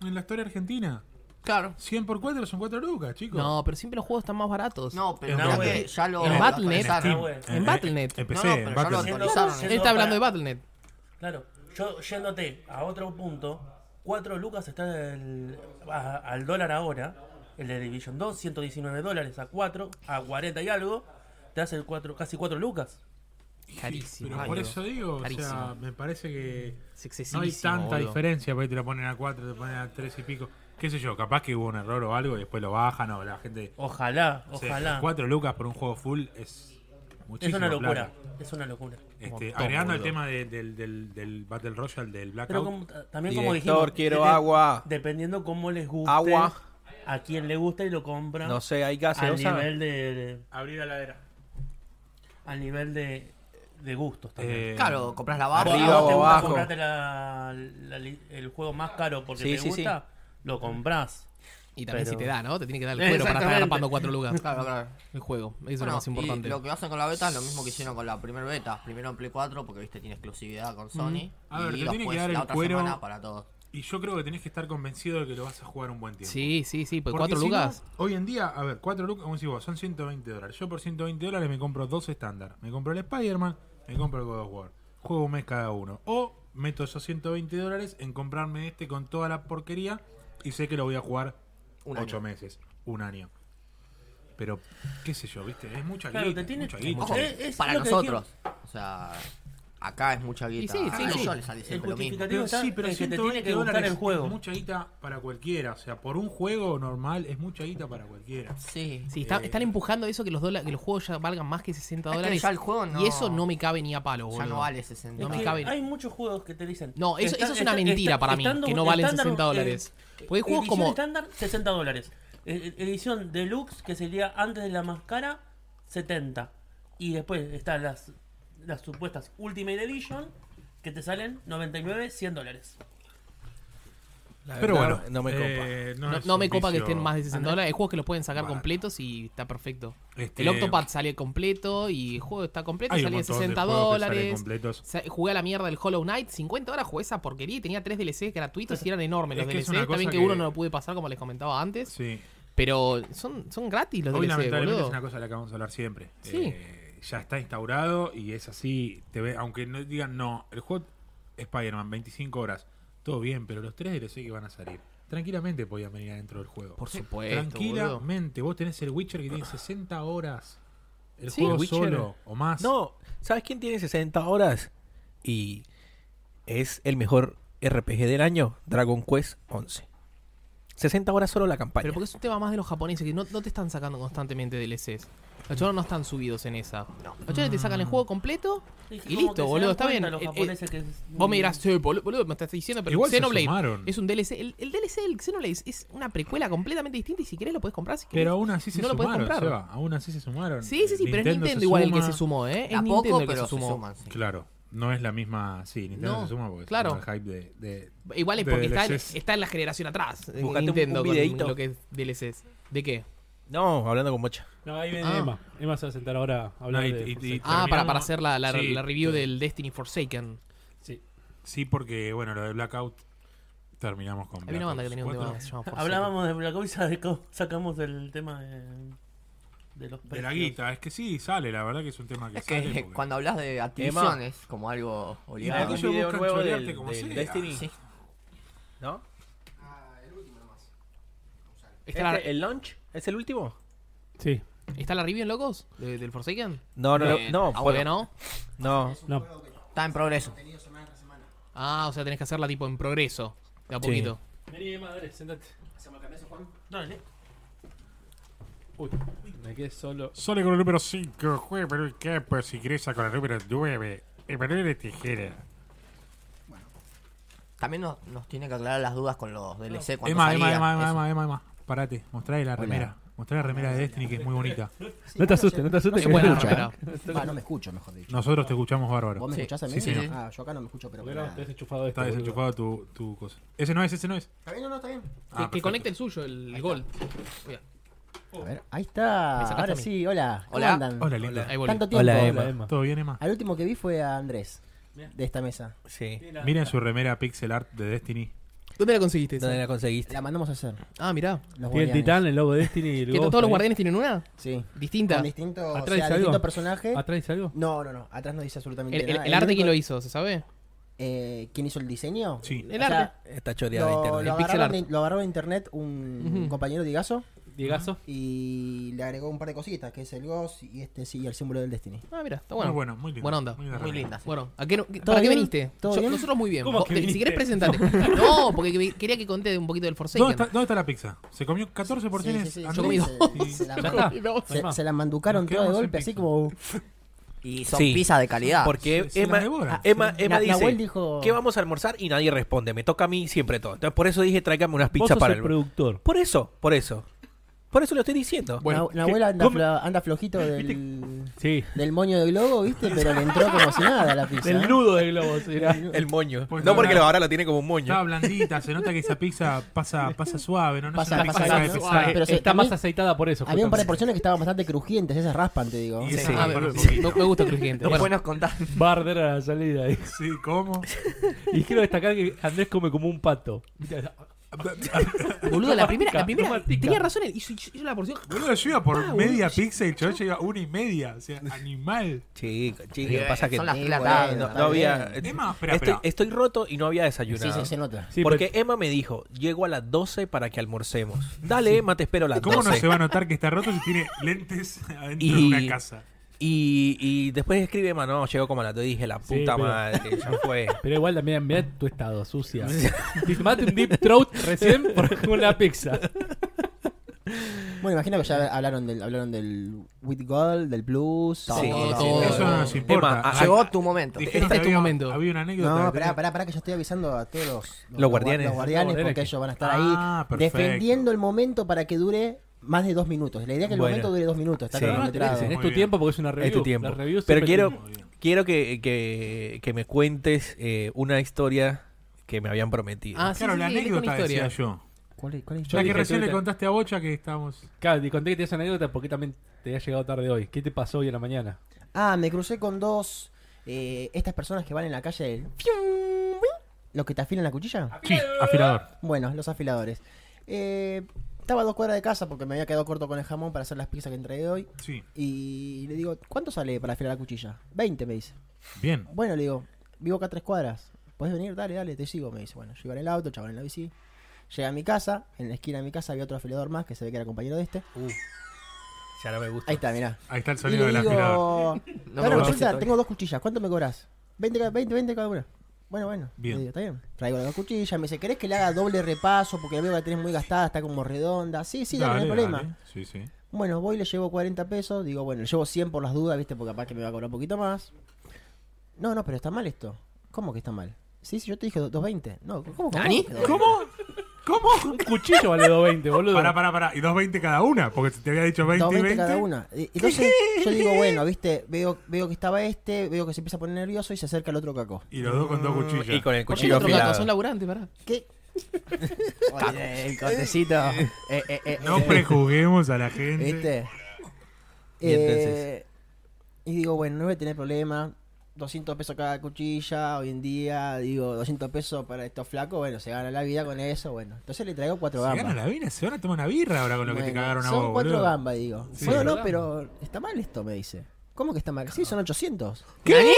Speaker 4: en la historia argentina.
Speaker 3: Claro.
Speaker 4: 100 por 4 son 4 lucas, chicos.
Speaker 1: No, pero siempre los juegos están más baratos.
Speaker 3: No, pero
Speaker 4: No,
Speaker 3: mirá
Speaker 6: güey.
Speaker 3: que ya lo.
Speaker 1: En
Speaker 3: lo
Speaker 1: Battle.net.
Speaker 4: Steam,
Speaker 3: actualizaron.
Speaker 6: Ah, bueno.
Speaker 1: En Battle.net.
Speaker 4: Empecé,
Speaker 3: No, no,
Speaker 4: en
Speaker 3: pero ya lo
Speaker 4: Battle.net.
Speaker 3: actualizaron.
Speaker 6: Siendo-
Speaker 1: Él está hablando de
Speaker 6: para-
Speaker 1: Battle.net.
Speaker 6: Claro, yo yéndote a otro punto, 4 lucas está el- a- al dólar ahora, el de Division 2, 119 dólares a 4, a 40 y algo, te hace cuatro, casi 4 lucas.
Speaker 1: Carísimo.
Speaker 4: Pero por
Speaker 1: boludo.
Speaker 4: eso digo, o sea,
Speaker 1: Carísimo.
Speaker 4: me parece que
Speaker 1: Es
Speaker 4: no
Speaker 1: excesivísimo,
Speaker 4: hay tanta
Speaker 1: boludo.
Speaker 4: diferencia, porque te lo ponen a 4, te ponen a 3 y pico. Qué sé yo, capaz que hubo un error o algo y después lo bajan o la gente...
Speaker 6: Ojalá,
Speaker 4: o sea,
Speaker 6: ojalá.
Speaker 4: 4 lucas por un juego full es
Speaker 6: es
Speaker 4: muchísimo
Speaker 6: una locura.
Speaker 4: plata.
Speaker 6: Es una locura.
Speaker 4: Este,
Speaker 1: montón,
Speaker 4: agregando el
Speaker 1: boludo.
Speaker 4: tema de- del, del, del Battle Royale, del
Speaker 6: Pero
Speaker 4: Blackout,
Speaker 6: como- ta- también como
Speaker 2: Director,
Speaker 6: dijimos.
Speaker 2: quiero
Speaker 6: de-
Speaker 2: agua.
Speaker 6: Dependiendo cómo les guste.
Speaker 2: Agua.
Speaker 6: A quien le gusta y lo compra.
Speaker 2: No sé, hay
Speaker 6: al
Speaker 2: gaseosa.
Speaker 6: nivel de, de-
Speaker 4: abrir la ladera.
Speaker 6: al nivel de, de gustos también.
Speaker 4: Eh,
Speaker 3: Claro, compras la
Speaker 6: ¿A
Speaker 3: barra.
Speaker 6: vos-
Speaker 2: arriba
Speaker 6: a vos te
Speaker 2: o
Speaker 6: gusta
Speaker 2: abajo.
Speaker 6: comprarte la- la li- el juego más caro porque
Speaker 2: Sí,
Speaker 6: te
Speaker 2: sí, sí.
Speaker 6: gusta, lo compras.
Speaker 1: Y también
Speaker 6: Pero-
Speaker 1: si te da, ¿no? Te tiene que dar el cuero para estar
Speaker 6: Exactamente.
Speaker 1: agarrando cuatro lucas.
Speaker 3: Claro, claro.
Speaker 1: El juego. Eso es lo
Speaker 3: Bueno,
Speaker 1: más importante.
Speaker 3: Y lo que hacen con la beta es lo mismo que hicieron con la primera beta. Primero en Play 4, porque viste, tiene exclusividad con Sony.
Speaker 4: A ver,
Speaker 3: y
Speaker 4: te tiene que
Speaker 3: después
Speaker 4: dar
Speaker 3: la
Speaker 4: el
Speaker 3: otra
Speaker 4: cuero-
Speaker 3: semana para todos.
Speaker 4: Y yo creo que tenés que estar convencido de que lo vas a jugar un buen tiempo.
Speaker 1: Sí, sí, sí. Pues
Speaker 4: Porque
Speaker 1: cuatro
Speaker 4: si no,
Speaker 1: lucas.
Speaker 4: hoy en día, a ver, 4 lucas, como decís vos, son 120 dólares. Yo por 120 dólares me compro dos estándar. Me compro el Spider-Man, me compro el God of War. Juego un mes cada uno. O meto esos 120 dólares en comprarme este con toda la porquería y sé que lo voy a jugar
Speaker 3: Un
Speaker 4: 8
Speaker 3: año.
Speaker 4: meses, un año. Pero, qué sé yo, viste, es mucha
Speaker 6: Claro,
Speaker 4: guita,
Speaker 6: te tiene-
Speaker 4: mucha guita.
Speaker 3: Ojo,
Speaker 6: Eh, es
Speaker 3: para
Speaker 6: lo que
Speaker 3: nosotros. O sea, acá es mucha guita.
Speaker 1: sí, sí,
Speaker 3: A
Speaker 1: sí.
Speaker 3: yo le salí
Speaker 6: El
Speaker 3: siempre lo mismo.
Speaker 6: justificativo está
Speaker 4: sí, pero
Speaker 6: en que te
Speaker 4: 120
Speaker 6: tiene que gustar
Speaker 4: dólares
Speaker 6: el juego.
Speaker 4: es mucha guita para cualquiera. O sea, por un juego normal es mucha guita para cualquiera.
Speaker 3: Sí.
Speaker 1: Sí, está-
Speaker 4: Eh,
Speaker 1: están empujando eso que los, dola- que los juegos ya valgan más que 60
Speaker 3: Es que
Speaker 1: dólares.
Speaker 3: ya el juego no-
Speaker 1: Y eso no me cabe ni a palo, boludo.
Speaker 3: Ya no vale
Speaker 6: Es
Speaker 3: 60.
Speaker 1: No me
Speaker 6: que
Speaker 1: cabe.
Speaker 6: hay muchos juegos que te dicen.
Speaker 1: No, eso-
Speaker 6: está-
Speaker 1: eso es una
Speaker 6: está-
Speaker 1: mentira
Speaker 6: está-
Speaker 1: para mí,
Speaker 6: estándar-
Speaker 1: que no valen
Speaker 6: estándar,
Speaker 1: 60
Speaker 6: eh,
Speaker 1: dólares. Porque hay juegos
Speaker 6: edición
Speaker 1: como-
Speaker 6: estándar, 60 dólares. Eh, eh, Edición deluxe, que sería antes de la más cara, 70. Y después están las, las supuestas Ultimate Edition, que te salen 99, 100 dólares.
Speaker 2: La
Speaker 4: Pero
Speaker 2: verdad,
Speaker 4: bueno,
Speaker 2: no me copa.
Speaker 4: eh,
Speaker 1: No,
Speaker 4: es
Speaker 1: no
Speaker 4: un
Speaker 1: me copa que
Speaker 4: vicio-
Speaker 1: estén más de 60
Speaker 6: Ah, no.
Speaker 1: dólares. Hay juegos que los pueden sacar
Speaker 4: Barato.
Speaker 1: completos y está perfecto.
Speaker 4: Este,
Speaker 1: El Octopad sale completo y el juego está completo,
Speaker 4: Hay un
Speaker 1: sale de
Speaker 4: montón de
Speaker 1: 60
Speaker 4: juegos que salen
Speaker 1: dólares.
Speaker 4: completos.
Speaker 1: Sa- Jugué a la mierda del Hollow Knight, 50 horas jugué esa porquería y tenía 3 DLCs gratuitos y eran enormes
Speaker 4: Es
Speaker 1: los
Speaker 4: que es
Speaker 1: DLCs.
Speaker 4: una
Speaker 1: Está bien
Speaker 4: cosa
Speaker 1: que uno
Speaker 4: que-
Speaker 1: no lo pude pasar como les comentaba antes,
Speaker 4: Sí.
Speaker 1: pero son, son gratis los
Speaker 4: Hoy
Speaker 1: DLCs,
Speaker 4: lamentablemente
Speaker 1: boludo.
Speaker 4: es una cosa de la que vamos a hablar siempre.
Speaker 1: Sí.
Speaker 4: Eh, ya está instaurado y es así. Te ve, aunque no digan no, el juego Spider-Man, 25 horas, todo bien, pero los tres DLC que van a salir, tranquilamente podían venir adentro del juego.
Speaker 1: Por supuesto,
Speaker 4: Tranquilamente, vos tenés el Witcher que tiene 60 horas. El
Speaker 1: Sí.
Speaker 4: juego
Speaker 2: El Witcher.
Speaker 4: solo o más.
Speaker 2: No, ¿sabes quién tiene 60 horas? Y es el mejor RPG del año, Dragon Quest 11. 60 horas solo la campaña.
Speaker 1: Pero porque es un tema más de los japoneses que no, no te están sacando constantemente DLCs. Los chavales no están subidos en esa. Los chavales te sacan el
Speaker 4: Mm.
Speaker 1: juego completo
Speaker 6: Es que
Speaker 1: y
Speaker 6: como que se
Speaker 1: listo,
Speaker 6: dan
Speaker 1: boludo. Está
Speaker 6: cuenta
Speaker 1: bien.
Speaker 6: los
Speaker 1: Eh, eh,
Speaker 6: japoneses que-
Speaker 1: Vos me dirás, "Sí, bolu- boludo, me estás diciendo, pero
Speaker 4: Igual se
Speaker 1: Xenoblade
Speaker 4: sumaron.
Speaker 1: es un DLC. El, el DLC del Xenoblade es una precuela completamente distinta y si querés lo podés comprar. Si querés.
Speaker 4: Pero aún así se
Speaker 1: no lo podés
Speaker 4: sumaron,
Speaker 1: comprar.
Speaker 4: Seba, Aún así se sumaron. Eh,
Speaker 1: Sí, sí, sí, pero es Nintendo
Speaker 4: se
Speaker 1: igual el que
Speaker 4: suma.
Speaker 1: se sumó, ¿eh? Es
Speaker 3: A
Speaker 1: Nintendo
Speaker 3: poco,
Speaker 1: el que
Speaker 3: pero
Speaker 1: se
Speaker 3: se
Speaker 1: sumó.
Speaker 3: suman. sí.
Speaker 4: Claro, no es la misma. Sí, Nintendo
Speaker 1: No,
Speaker 4: se suma porque
Speaker 1: claro.
Speaker 4: es el hype de. de-
Speaker 1: Igual es
Speaker 4: de
Speaker 1: porque está, en-
Speaker 4: DLCs.
Speaker 1: está en la generación atrás. en
Speaker 2: Buscate un-
Speaker 1: Nintendo
Speaker 2: un
Speaker 1: con
Speaker 2: videíto.
Speaker 1: lo que es DLCs. ¿De qué?
Speaker 2: No, hablando con Mocha.
Speaker 5: No, ahí viene
Speaker 1: Ah.
Speaker 5: Emma. Emma se va a sentar ahora a hablar
Speaker 4: No, y-
Speaker 5: de
Speaker 4: y-
Speaker 5: Forsaken.
Speaker 4: y-
Speaker 1: Ah, para,
Speaker 4: Terminamos-
Speaker 1: para hacer la, la-
Speaker 4: Sí.
Speaker 1: la review del Destiny Forsaken.
Speaker 5: Sí.
Speaker 4: Sí, porque, bueno, lo de Blackout terminamos con.
Speaker 1: Había una
Speaker 4: Black
Speaker 1: banda que
Speaker 4: Ops
Speaker 1: tenía un tema
Speaker 4: 4.
Speaker 1: que se llama Forsaken.
Speaker 6: Hablábamos de Black Ops y sac- sacamos el tema de, de
Speaker 4: De
Speaker 6: los
Speaker 4: la
Speaker 6: precios.
Speaker 4: guita, es que sí, sale, la verdad que es un tema que
Speaker 3: Es
Speaker 4: sale.
Speaker 3: que
Speaker 4: porque-
Speaker 3: cuando hablas de Activision es como algo
Speaker 4: Y
Speaker 3: obligado.
Speaker 4: aquello buscan chorearte como sea.
Speaker 3: Sí.
Speaker 2: ¿No?
Speaker 1: ¿Está, la,
Speaker 2: ¿Este, ¿El launch? ¿Es el último?
Speaker 5: Sí.
Speaker 1: está la review en Locos? ¿De- ¿Del Forsaken?
Speaker 2: No, no,
Speaker 3: Eh,
Speaker 2: no. No,
Speaker 3: ah,
Speaker 1: ¿Todavía
Speaker 2: bueno,
Speaker 1: no?
Speaker 2: no.
Speaker 5: No.
Speaker 3: Está en progreso.
Speaker 1: Ah, o sea, tenés que hacerla tipo en progreso. De a
Speaker 2: Sí.
Speaker 1: poquito.
Speaker 5: Vení, Emma, dale, sentate.
Speaker 6: Dale.
Speaker 5: Uy, me quedé solo.
Speaker 4: Sale con el número 5, juega pero el campo, si ingresa con el número 9, Emanuel de Tijera.
Speaker 3: También nos, nos tiene que aclarar las dudas con los DLC cuando
Speaker 4: Emma, Emma,
Speaker 3: salían,
Speaker 4: Emma,
Speaker 3: eso.
Speaker 4: Emma, Emma, Emma, Emma, parate, mostrale la remera. Mostrá la remera de Destiny que es muy bonita.
Speaker 5: No te asustes, no te asustes.
Speaker 1: Es
Speaker 5: que-
Speaker 1: buena,
Speaker 5: Escucha,
Speaker 1: pero.
Speaker 7: Ah, no me escucho, mejor dicho.
Speaker 4: Nosotros te escuchamos bárbaro.
Speaker 7: ¿Vos me
Speaker 3: Sí.
Speaker 7: escuchás a mí?
Speaker 4: Sí, señor.
Speaker 7: Ah, yo acá no me escucho, pero.
Speaker 5: Porque no,
Speaker 7: nada.
Speaker 5: te has enchufado esto.
Speaker 4: Está
Speaker 5: boludo.
Speaker 4: desenchufado tu, tu cosa. Ese no es, ese no es.
Speaker 7: ¿Está bien o no está
Speaker 4: Ah,
Speaker 7: bien?
Speaker 1: Que- que,
Speaker 4: perfecto.
Speaker 1: conecte el suyo, el gol.
Speaker 7: A ver, ahí
Speaker 1: Me
Speaker 7: está.
Speaker 1: sacaste a
Speaker 7: Ahora
Speaker 1: mí.
Speaker 7: sí, hola. ¿Cómo
Speaker 3: Hola.
Speaker 7: andan?
Speaker 4: Hola, linda.
Speaker 1: Ahí volvió.
Speaker 7: Tanto tiempo.
Speaker 2: Hola,
Speaker 5: Hola,
Speaker 2: Emma.
Speaker 5: Emma.
Speaker 4: ¿Todo bien, Emma?
Speaker 7: Al último que vi fue a Andrés, de esta mesa.
Speaker 2: Sí.
Speaker 4: Miren su remera pixel art de Destiny.
Speaker 1: ¿Dónde la conseguiste? esa?
Speaker 2: ¿Dónde la conseguiste?
Speaker 7: La mandamos a hacer.
Speaker 1: Ah, mirá.
Speaker 7: Los
Speaker 5: Tiene el
Speaker 7: guardianes.
Speaker 5: titán, el lobo de Destiny y el
Speaker 1: ¿Que to-
Speaker 5: Ghost
Speaker 1: ¿Todos los
Speaker 5: ahí.
Speaker 1: guardianes tienen una?
Speaker 7: Sí.
Speaker 1: Distinta.
Speaker 7: Con distinto, o
Speaker 5: ¿Atrás dice
Speaker 7: sea,
Speaker 5: algo?
Speaker 7: distinto personaje.
Speaker 5: ¿Atrás dice algo?
Speaker 7: No, no, no. Atrás no dice absolutamente
Speaker 1: El, el-
Speaker 7: nada.
Speaker 1: el arte, ¿quién
Speaker 7: único-
Speaker 1: lo hizo? ¿Se sabe?
Speaker 7: eh, ¿Quién hizo el diseño?
Speaker 4: Sí.
Speaker 1: El
Speaker 7: O sea,
Speaker 1: arte.
Speaker 2: Está choreada de
Speaker 7: Lo, lo
Speaker 2: internet.
Speaker 1: pixel
Speaker 7: agarraron
Speaker 1: art.
Speaker 7: de, lo agarraron de internet un
Speaker 1: Ujú.
Speaker 7: compañero de Igazo
Speaker 5: Diegazo.
Speaker 7: Y le agregó un par de cositas, que es el Ghost y este sí, y el símbolo del Destiny.
Speaker 1: Ah, mira, está
Speaker 4: Muy
Speaker 1: bueno.
Speaker 4: bueno, muy lindo.
Speaker 1: Buena onda.
Speaker 4: linda
Speaker 3: Muy
Speaker 4: regla.
Speaker 3: linda. sí.
Speaker 1: Bueno, ¿a qué no- qué-
Speaker 7: ¿Todo
Speaker 1: ¿para qué
Speaker 7: bien?
Speaker 1: viniste?
Speaker 7: ¿Todo
Speaker 1: Yo-
Speaker 7: bien?
Speaker 1: Nosotros muy bien.
Speaker 4: ¿Cómo
Speaker 1: Vos-
Speaker 4: que
Speaker 1: te- si
Speaker 4: viniste?
Speaker 1: querés presentarte. No, porque que- quería que conté un poquito del
Speaker 4: ¿Dónde
Speaker 1: Forsaken.
Speaker 4: está, dónde está la pizza? Se comió 14 porciones. Ah,
Speaker 7: sí, sí,
Speaker 4: Andrés,
Speaker 1: Yo comí dos.
Speaker 4: y-
Speaker 7: Se la,
Speaker 5: Ya está. No hay
Speaker 7: se-
Speaker 5: más.
Speaker 7: se la manducaron
Speaker 4: Nos
Speaker 7: toda de
Speaker 4: quedamos
Speaker 7: golpe,
Speaker 4: sin
Speaker 7: así
Speaker 4: pizza.
Speaker 7: como.
Speaker 3: Y son
Speaker 2: Sí.
Speaker 3: pizzas de calidad.
Speaker 2: Porque
Speaker 4: Se- se
Speaker 2: Emma,
Speaker 4: la devora.
Speaker 2: ah, Emma,
Speaker 7: Sí.
Speaker 2: Emma
Speaker 7: Na-
Speaker 2: dice,
Speaker 7: Nahuel dijo-
Speaker 2: ¿qué vamos a almorzar? Y nadie responde. Me toca a mí siempre todo. Entonces, por eso dije, tráigame unas
Speaker 5: Vos
Speaker 2: pizzas
Speaker 5: sos
Speaker 2: para
Speaker 5: el
Speaker 2: el...
Speaker 5: productor.
Speaker 2: Por eso, por eso. Por eso lo estoy diciendo.
Speaker 1: Bueno,
Speaker 7: Nah- Nahuel anda,
Speaker 5: ¿cómo?
Speaker 7: fla- anda flojito del,
Speaker 5: Sí.
Speaker 7: del moño de globo, ¿viste? Pero le entró como si nada la pizza.
Speaker 5: Del nudo de globos. era.
Speaker 2: El moño.
Speaker 4: Pues
Speaker 2: no
Speaker 4: no,
Speaker 2: porque
Speaker 4: no.
Speaker 2: lo- ahora lo tiene como un
Speaker 4: Estaba
Speaker 2: moño.
Speaker 4: blandita, se nota que esa pizza pasa, pasa suave, ¿no? No
Speaker 7: Pasa-
Speaker 4: es una
Speaker 7: pasa
Speaker 4: pizza de
Speaker 7: suave.
Speaker 4: pesar.
Speaker 5: Ah,
Speaker 7: Pero se-
Speaker 5: está
Speaker 7: también-
Speaker 5: más aceitada por eso.
Speaker 7: Había un par de
Speaker 5: justamente.
Speaker 7: porciones que estaban bastante crujientes, esas raspan, te digo.
Speaker 4: Y esa
Speaker 3: Sí.
Speaker 4: me acuerdo un
Speaker 1: Ah,
Speaker 4: poquito.
Speaker 1: me, me gusta el crujiente.
Speaker 3: Después
Speaker 1: Bueno,
Speaker 3: nos contás.
Speaker 5: Barder a la salida. Y,
Speaker 4: Sí, ¿cómo?
Speaker 5: y quiero destacar que Andrés come como un pato.
Speaker 1: boludo, la primera. La
Speaker 5: Mastica,
Speaker 1: primera
Speaker 5: mastica.
Speaker 1: tenía razón, él hizo, hizo la porción.
Speaker 4: Boludo, yo iba por media pizza y el chabón lleva una y media. O sea, animal.
Speaker 2: Chico, chico, lo que pasa es que
Speaker 3: Son las
Speaker 7: Sí,
Speaker 3: tres de la
Speaker 7: bueno,
Speaker 3: tarde.
Speaker 2: no,
Speaker 7: está
Speaker 2: no había...
Speaker 7: bien.
Speaker 4: Emma, espera,
Speaker 2: estoy,
Speaker 4: espera.
Speaker 2: estoy roto y no había desayunado.
Speaker 7: Sí, sí, se nota.
Speaker 5: Sí,
Speaker 2: porque
Speaker 5: pero-
Speaker 2: Emma me dijo, llego a las 12 para que almorcemos. Dale, Emma, te espero a las 12.
Speaker 4: ¿Cómo no se va a notar que está roto si tiene lentes adentro
Speaker 2: Y-
Speaker 4: de una casa?
Speaker 2: Y, y después escribe Emma, no, llegó como a las 12. Dije, la
Speaker 5: Sí,
Speaker 2: puta
Speaker 5: pero-
Speaker 2: madre, ya fue.
Speaker 5: Pero igual también, mirá tu estado, sucia. Te tomaste un deep throat recién por una pizza.
Speaker 7: Bueno, imagino que ya hablaron del, hablaron del With Gold, del Plus.
Speaker 3: Todo,
Speaker 7: Sí,
Speaker 3: todo,
Speaker 7: todo.
Speaker 4: Eso no nos importa. Ah,
Speaker 2: Emma, a-
Speaker 3: Llegó tu momento.
Speaker 4: Dijeron
Speaker 1: Este
Speaker 4: que
Speaker 1: es tu
Speaker 4: había-
Speaker 1: momento.
Speaker 4: Había una anécdota.
Speaker 7: No,
Speaker 4: que
Speaker 7: pará,
Speaker 4: tenía-
Speaker 7: pará, pará, que yo estoy avisando a todos los,
Speaker 2: Los guardianes.
Speaker 7: Los guardianes,
Speaker 5: Los guardianes
Speaker 7: porque
Speaker 5: que-
Speaker 7: ellos van a estar
Speaker 4: Ah,
Speaker 7: ahí
Speaker 4: perfecto.
Speaker 7: defendiendo el momento para que dure más de dos minutos. La idea es que el
Speaker 2: Bueno.
Speaker 7: momento dure dos minutos, está
Speaker 2: Sí.
Speaker 7: cronometrado.
Speaker 4: Muy
Speaker 5: Tenés tu
Speaker 4: bien.
Speaker 5: tiempo porque es una
Speaker 2: Es
Speaker 5: review.
Speaker 2: tu este tiempo.
Speaker 5: La review
Speaker 2: Pero
Speaker 5: siempre
Speaker 2: quiero,
Speaker 5: tiene-
Speaker 4: Muy bien.
Speaker 2: quiero que, que- que me cuentes eh, una historia que me habían prometido.
Speaker 1: Ah, sí,
Speaker 4: Claro,
Speaker 1: sí,
Speaker 4: la
Speaker 1: sí, elegí una
Speaker 4: anécdota decía
Speaker 1: historia.
Speaker 4: yo.
Speaker 7: ¿Cuál es, cuál es?
Speaker 5: Yo
Speaker 4: Ya que
Speaker 5: dije,
Speaker 4: recién le
Speaker 5: Trueta.
Speaker 4: conté a Bocha que estábamos.
Speaker 5: Claro, te conté que tenías anécdota porque también te había llegado tarde hoy. ¿Qué te pasó hoy a la mañana?
Speaker 7: Ah, me crucé con dos. eh, estas personas que van en la calle del. fium, ¿Los que te afilan la cuchilla?
Speaker 4: Sí, afilador.
Speaker 7: Bueno, los afiladores. Eh, estaba a dos cuadras de casa porque me había quedado corto con el jamón para hacer las pizzas que entregué hoy.
Speaker 4: Sí,
Speaker 7: Y le digo, ¿cuánto sale para afilar la cuchilla? 20, me dice.
Speaker 4: bien.
Speaker 7: Bueno, le digo, vivo acá a tres cuadras. ¿Puedes venir? Dale, dale, te sigo. Me dice, bueno, yo iba en el auto, el chaval en la bici. Llegué a mi casa, en la esquina de mi casa había otro afilador más que se ve que era compañero de este.
Speaker 2: Uh. Ya no me gusta.
Speaker 7: Ahí está, mirá.
Speaker 4: Ahí está el
Speaker 7: Y
Speaker 4: sonido
Speaker 7: le
Speaker 4: del
Speaker 7: digo,
Speaker 4: afilador.
Speaker 7: "Ahora
Speaker 3: me lo
Speaker 7: resulta,
Speaker 3: hace todavía".
Speaker 7: tengo dos cuchillas, ¿cuánto me cobras? 20, cada- 20, 20 cada una. Bueno, bueno.
Speaker 4: Bien.
Speaker 7: Le digo, está bien. Traigo las dos cuchillas. Me dice, ¿querés que le haga doble repaso? Porque la veo que la tenés muy gastada, está como redonda. Sí, sí, dale, no hay problema.
Speaker 4: dale. Sí, sí.
Speaker 7: Bueno, voy, le llevo 40 pesos. Digo, bueno, le llevo 100 por las dudas, ¿viste? Porque capaz que me va a cobrar un poquito más. No, no, pero está mal esto. ¿Cómo que está mal? Sí, sí, yo te dije 220. No, ¿cómo? cómo
Speaker 1: ¿Nani?
Speaker 7: que 220?
Speaker 4: ¿Cómo? ¿Cómo?
Speaker 5: Un cuchillo vale 220, boludo.
Speaker 4: Pará, pará, pará. Y 2.20 cada una, porque te había dicho 20 y
Speaker 7: 220
Speaker 4: 20.
Speaker 7: cada una. Y- Entonces yo digo, bueno, ¿viste? Veo, veo que estaba este, veo que se empieza a poner nervioso y se acerca el otro caco.
Speaker 4: Y los dos con
Speaker 7: Mm,
Speaker 4: dos cuchillas.
Speaker 2: Y con el
Speaker 1: ¿Por qué el
Speaker 2: cuchillo
Speaker 1: otro gato?
Speaker 2: afilado.
Speaker 1: Son laburantes, pará.
Speaker 7: ¿Qué? Oye, el cortecito. Eh, eh, eh,
Speaker 4: No prejuzguemos a la gente.
Speaker 7: ¿Viste?
Speaker 2: Y entonces.
Speaker 7: Eh, y digo, bueno, no voy a tener problema. 200 pesos cada cuchilla, hoy en día, digo, 200 pesos para estos flacos, bueno, se gana la vida con eso, bueno. Entonces le traigo cuatro
Speaker 4: Se
Speaker 7: gambas.
Speaker 4: gana la vida, se van a tomar una birra ahora con lo que te
Speaker 7: Bueno,
Speaker 4: cagaron a
Speaker 7: son
Speaker 4: vos,
Speaker 7: cuatro
Speaker 4: boludo.
Speaker 7: gambas, digo.
Speaker 4: Sí.
Speaker 7: bueno, no,
Speaker 4: Cuatro
Speaker 7: pero está mal esto, me dice. ¿Cómo que está mal? Sí, son 800.
Speaker 1: ¿Qué?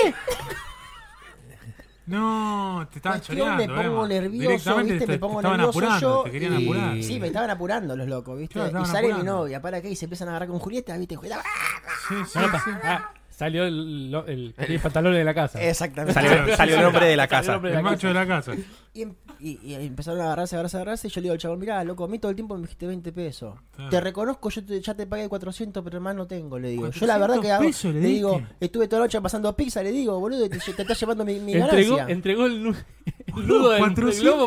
Speaker 4: No, te estaban
Speaker 7: Cuestión,
Speaker 4: choreando,
Speaker 7: me pongo
Speaker 4: Emma.
Speaker 7: nervioso,
Speaker 4: Directamente te-
Speaker 7: ¿viste? Me
Speaker 4: te
Speaker 7: pongo
Speaker 4: estaban
Speaker 7: nervioso
Speaker 4: apurando,
Speaker 7: yo.
Speaker 4: te querían
Speaker 7: y-
Speaker 4: apurar.
Speaker 7: Sí, me estaban apurando los locos, ¿viste?
Speaker 4: Claro,
Speaker 7: y
Speaker 4: estaban
Speaker 7: sale mi
Speaker 4: apurando.
Speaker 7: novia, ¿para qué? Y se empiezan a agarrar con Julieta, ¿viste? Julieta, ¡ah!
Speaker 4: Sí, sí,
Speaker 5: Bueno, pa-
Speaker 4: sí.
Speaker 5: ah, salió el, lo- el- el pantalón de la casa.
Speaker 7: Exactamente.
Speaker 2: Salió, salió el hombre de la
Speaker 5: Salió el
Speaker 2: casa.
Speaker 5: hombre de
Speaker 4: El
Speaker 5: la
Speaker 4: macho de la casa.
Speaker 7: Y, em- y- y empezaron a agarrarse, agarrarse, agarrarse. Y yo le digo al chabón, mirá, loco, a mí todo el tiempo me dijiste 20 pesos.
Speaker 4: Claro.
Speaker 7: Te reconozco, yo te- ya te pagué 400, pero más no tengo, le digo. Yo la verdad que
Speaker 4: 400
Speaker 7: hago,
Speaker 4: pesos
Speaker 7: le,
Speaker 4: le
Speaker 7: digo,
Speaker 4: diste.
Speaker 7: estuve toda la noche pasando pizza, le digo, boludo, te, te estás llevando mi, mi
Speaker 5: entregó,
Speaker 7: ganancia.
Speaker 5: entregó el, nu- el nudo
Speaker 4: Boludo,
Speaker 5: del del globo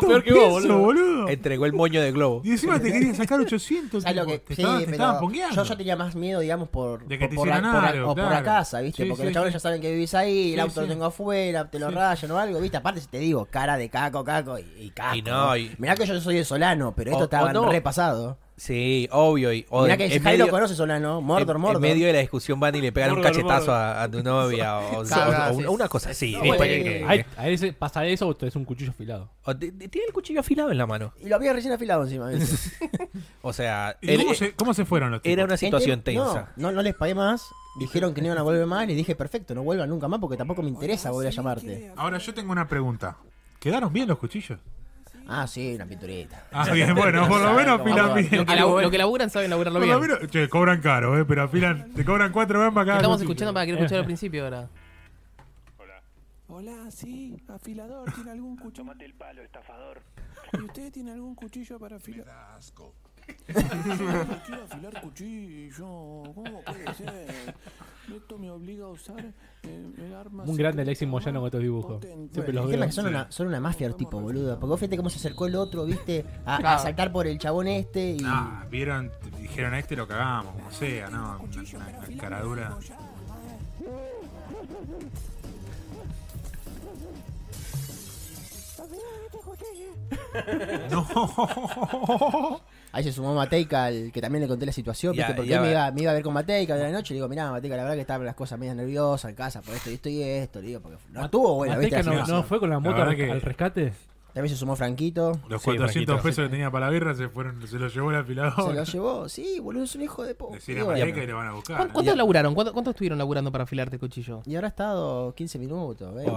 Speaker 4: 400
Speaker 5: peor que vos,
Speaker 4: pesos,
Speaker 5: boludo.
Speaker 4: boludo.
Speaker 2: Entregó el moño de globo.
Speaker 4: Y encima te querían sacar 800.
Speaker 7: ¿Sabes lo que?
Speaker 4: tipo, Te
Speaker 7: sí,
Speaker 4: estaban te
Speaker 7: pero
Speaker 4: estaban pongueando.
Speaker 7: yo ya tenía más miedo, digamos, por,
Speaker 4: De que
Speaker 7: por,
Speaker 4: te
Speaker 7: por la,
Speaker 4: hicieran
Speaker 7: por la-
Speaker 4: algo,
Speaker 7: o por la
Speaker 4: claro.
Speaker 7: casa, ¿viste?
Speaker 4: Sí,
Speaker 7: Porque
Speaker 4: sí,
Speaker 7: los chavales
Speaker 4: sí.
Speaker 7: ya saben que vivís ahí, el
Speaker 4: Sí,
Speaker 7: auto lo
Speaker 4: sí.
Speaker 7: tengo afuera, te lo
Speaker 4: Sí.
Speaker 7: rayan o algo, ¿viste? Aparte, si te digo, cara de caco, caco y, y caco.
Speaker 2: Y no, y-
Speaker 7: Mirá que yo soy de Solano, pero esto
Speaker 2: O-
Speaker 7: estaba
Speaker 2: o no.
Speaker 7: repasado.
Speaker 2: Sí, obvio. Y, o
Speaker 7: Mirá
Speaker 2: en-
Speaker 7: que
Speaker 2: en
Speaker 7: Jairo
Speaker 2: medio-
Speaker 7: conoce Solano,
Speaker 2: en-
Speaker 7: Mordor,
Speaker 2: en,
Speaker 7: Mordor.
Speaker 2: medio de la discusión van y le pegan un
Speaker 5: Mordor,
Speaker 2: cachetazo
Speaker 5: Mordor.
Speaker 2: a, a tu novia o, o-
Speaker 3: Claro,
Speaker 2: o- o
Speaker 3: sí.
Speaker 2: una cosa así.
Speaker 7: No,
Speaker 2: ¿viste?
Speaker 7: bueno,
Speaker 2: Que-
Speaker 7: eh,
Speaker 2: que-
Speaker 5: Ahí- A veces pasa eso o es un cuchillo afilado.
Speaker 2: o te- te- tiene el cuchillo afilado en la mano.
Speaker 7: Y lo había recién afilado encima. ¿viste?
Speaker 2: O sea,
Speaker 4: ¿Y
Speaker 2: él-
Speaker 4: cómo, se, cómo se fueron los tipos?
Speaker 2: era una situación
Speaker 7: Enten- no,
Speaker 2: tensa.
Speaker 7: No, no, les pagué más. Dijeron que no iban a volver más. Les dije, perfecto, no vuelvan nunca más porque tampoco me interesa volver a llamarte.
Speaker 4: Ahora yo tengo una pregunta. ¿Quedaron bien los cuchillos?
Speaker 7: Ah, sí, una pinturita.
Speaker 4: Ah, bien, bueno, por lo menos afilan bien.
Speaker 1: Lo que, labu- lo que laburan saben laburarlo
Speaker 4: Por lo
Speaker 1: bien.
Speaker 4: menos, che, cobran caro, eh, pero afilan, te cobran cuatro gambas cada
Speaker 1: Estamos
Speaker 4: cosita.
Speaker 1: escuchando para que lo escuchar al principio ahora.
Speaker 8: Hola, sí, afilador, ¿tiene algún cuchillo? Tomate el palo, estafador. ¿Y usted tiene algún cuchillo para afilar? asco. quiero afilar cuchillo, ¿cómo puede ser? Esto me obliga a usar eh, el arma...
Speaker 5: Un grande Alexis Moyano con estos dibujos.
Speaker 8: potente.
Speaker 5: Siempre
Speaker 7: El
Speaker 5: los
Speaker 7: tema
Speaker 5: veo.
Speaker 7: es que son, una, son una mafia el tipo, boludo. Porque vos fíjate cómo se acercó el otro, viste, a, a
Speaker 3: Claro.
Speaker 7: saltar por el chabón este y.
Speaker 4: Ah, vieron, Te dijeron a este lo cagamos, como sea, ¿no? Una, una- una caradura. No.
Speaker 7: Ahí se sumó Mateika, al que también le conté la situación,
Speaker 2: Ya,
Speaker 7: ¿viste? porque
Speaker 2: ya
Speaker 7: él me
Speaker 2: va.
Speaker 7: iba, me iba a ver con Mateika de la noche. Le digo, mirá, Mateika, la verdad que estaban las cosas medias nerviosas en casa por esto y esto y esto. Le digo, porque no estuvo buena, ¿viste?
Speaker 5: Mateca
Speaker 7: la
Speaker 5: no,
Speaker 7: situación.
Speaker 5: no fue con la
Speaker 4: La
Speaker 5: moto
Speaker 4: verdad
Speaker 5: al,
Speaker 4: que-
Speaker 5: al rescate.
Speaker 7: También se sumó Franquito.
Speaker 4: Los
Speaker 2: Sí,
Speaker 4: 400
Speaker 2: Franquito.
Speaker 4: pesos que tenía para la birra se fueron, se los llevó el
Speaker 7: Se lo
Speaker 4: afilador.
Speaker 7: llevó. Sí, boludo, es un hijo de po.
Speaker 4: Decir
Speaker 7: Y
Speaker 4: a
Speaker 7: bueno,
Speaker 4: Mateca y le van a buscar.
Speaker 1: ¿Cuán- ¿Cuántos laburaron? ¿Cuánto, ¿Cuánto estuvieron laburando para afilarte el cuchillo?
Speaker 7: Y ahora ha estado 15 minutos, ¿ves?
Speaker 2: Eh,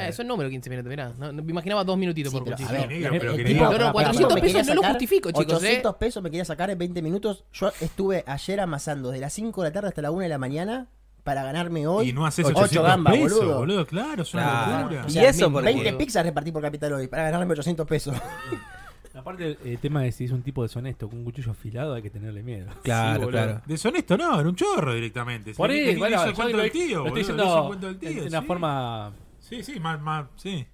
Speaker 1: Eh, es un número 15 minutos, mirá. No, no, me imaginaba dos minutitos por cuchillo. Ah,
Speaker 4: ver, negro, pero
Speaker 7: el
Speaker 4: que
Speaker 7: tipo-
Speaker 4: no, no,
Speaker 7: pará, pará,
Speaker 1: 400
Speaker 7: me quería
Speaker 1: pesos no lo justifico, chicos, ¿eh?
Speaker 7: 800 pesos me quería sacar en 20 minutos. Yo estuve ayer amasando desde las 5 de la tarde hasta la 1 de la mañana para ganarme hoy
Speaker 4: Y no haces
Speaker 7: 8
Speaker 4: 800
Speaker 7: gambas,
Speaker 4: pesos,
Speaker 7: boludo.
Speaker 4: boludo. Claro, es una
Speaker 2: Claro.
Speaker 4: locura.
Speaker 7: O
Speaker 2: Y
Speaker 7: sea,
Speaker 2: eso
Speaker 7: mi-
Speaker 2: porque-
Speaker 7: 20 pizzas repartí por Capital hoy para ganarme 800 pesos.
Speaker 5: Aparte, el tema de si es un tipo deshonesto con un cuchillo afilado, hay que tenerle miedo.
Speaker 2: Claro,
Speaker 4: boludo.
Speaker 2: claro.
Speaker 4: Deshonesto no, era un chorro directamente.
Speaker 5: Por
Speaker 4: Le- le-
Speaker 5: ahí,
Speaker 4: le
Speaker 5: bueno,
Speaker 4: hizo
Speaker 5: yo
Speaker 4: el cuento
Speaker 5: lo,
Speaker 4: del tío,
Speaker 5: lo
Speaker 4: boludo,
Speaker 5: estoy
Speaker 4: le hizo el
Speaker 5: diciendo
Speaker 4: cuento del
Speaker 5: en-
Speaker 4: tío,
Speaker 5: en una
Speaker 4: sí.
Speaker 5: forma
Speaker 4: Sí, sí, más, más, sí.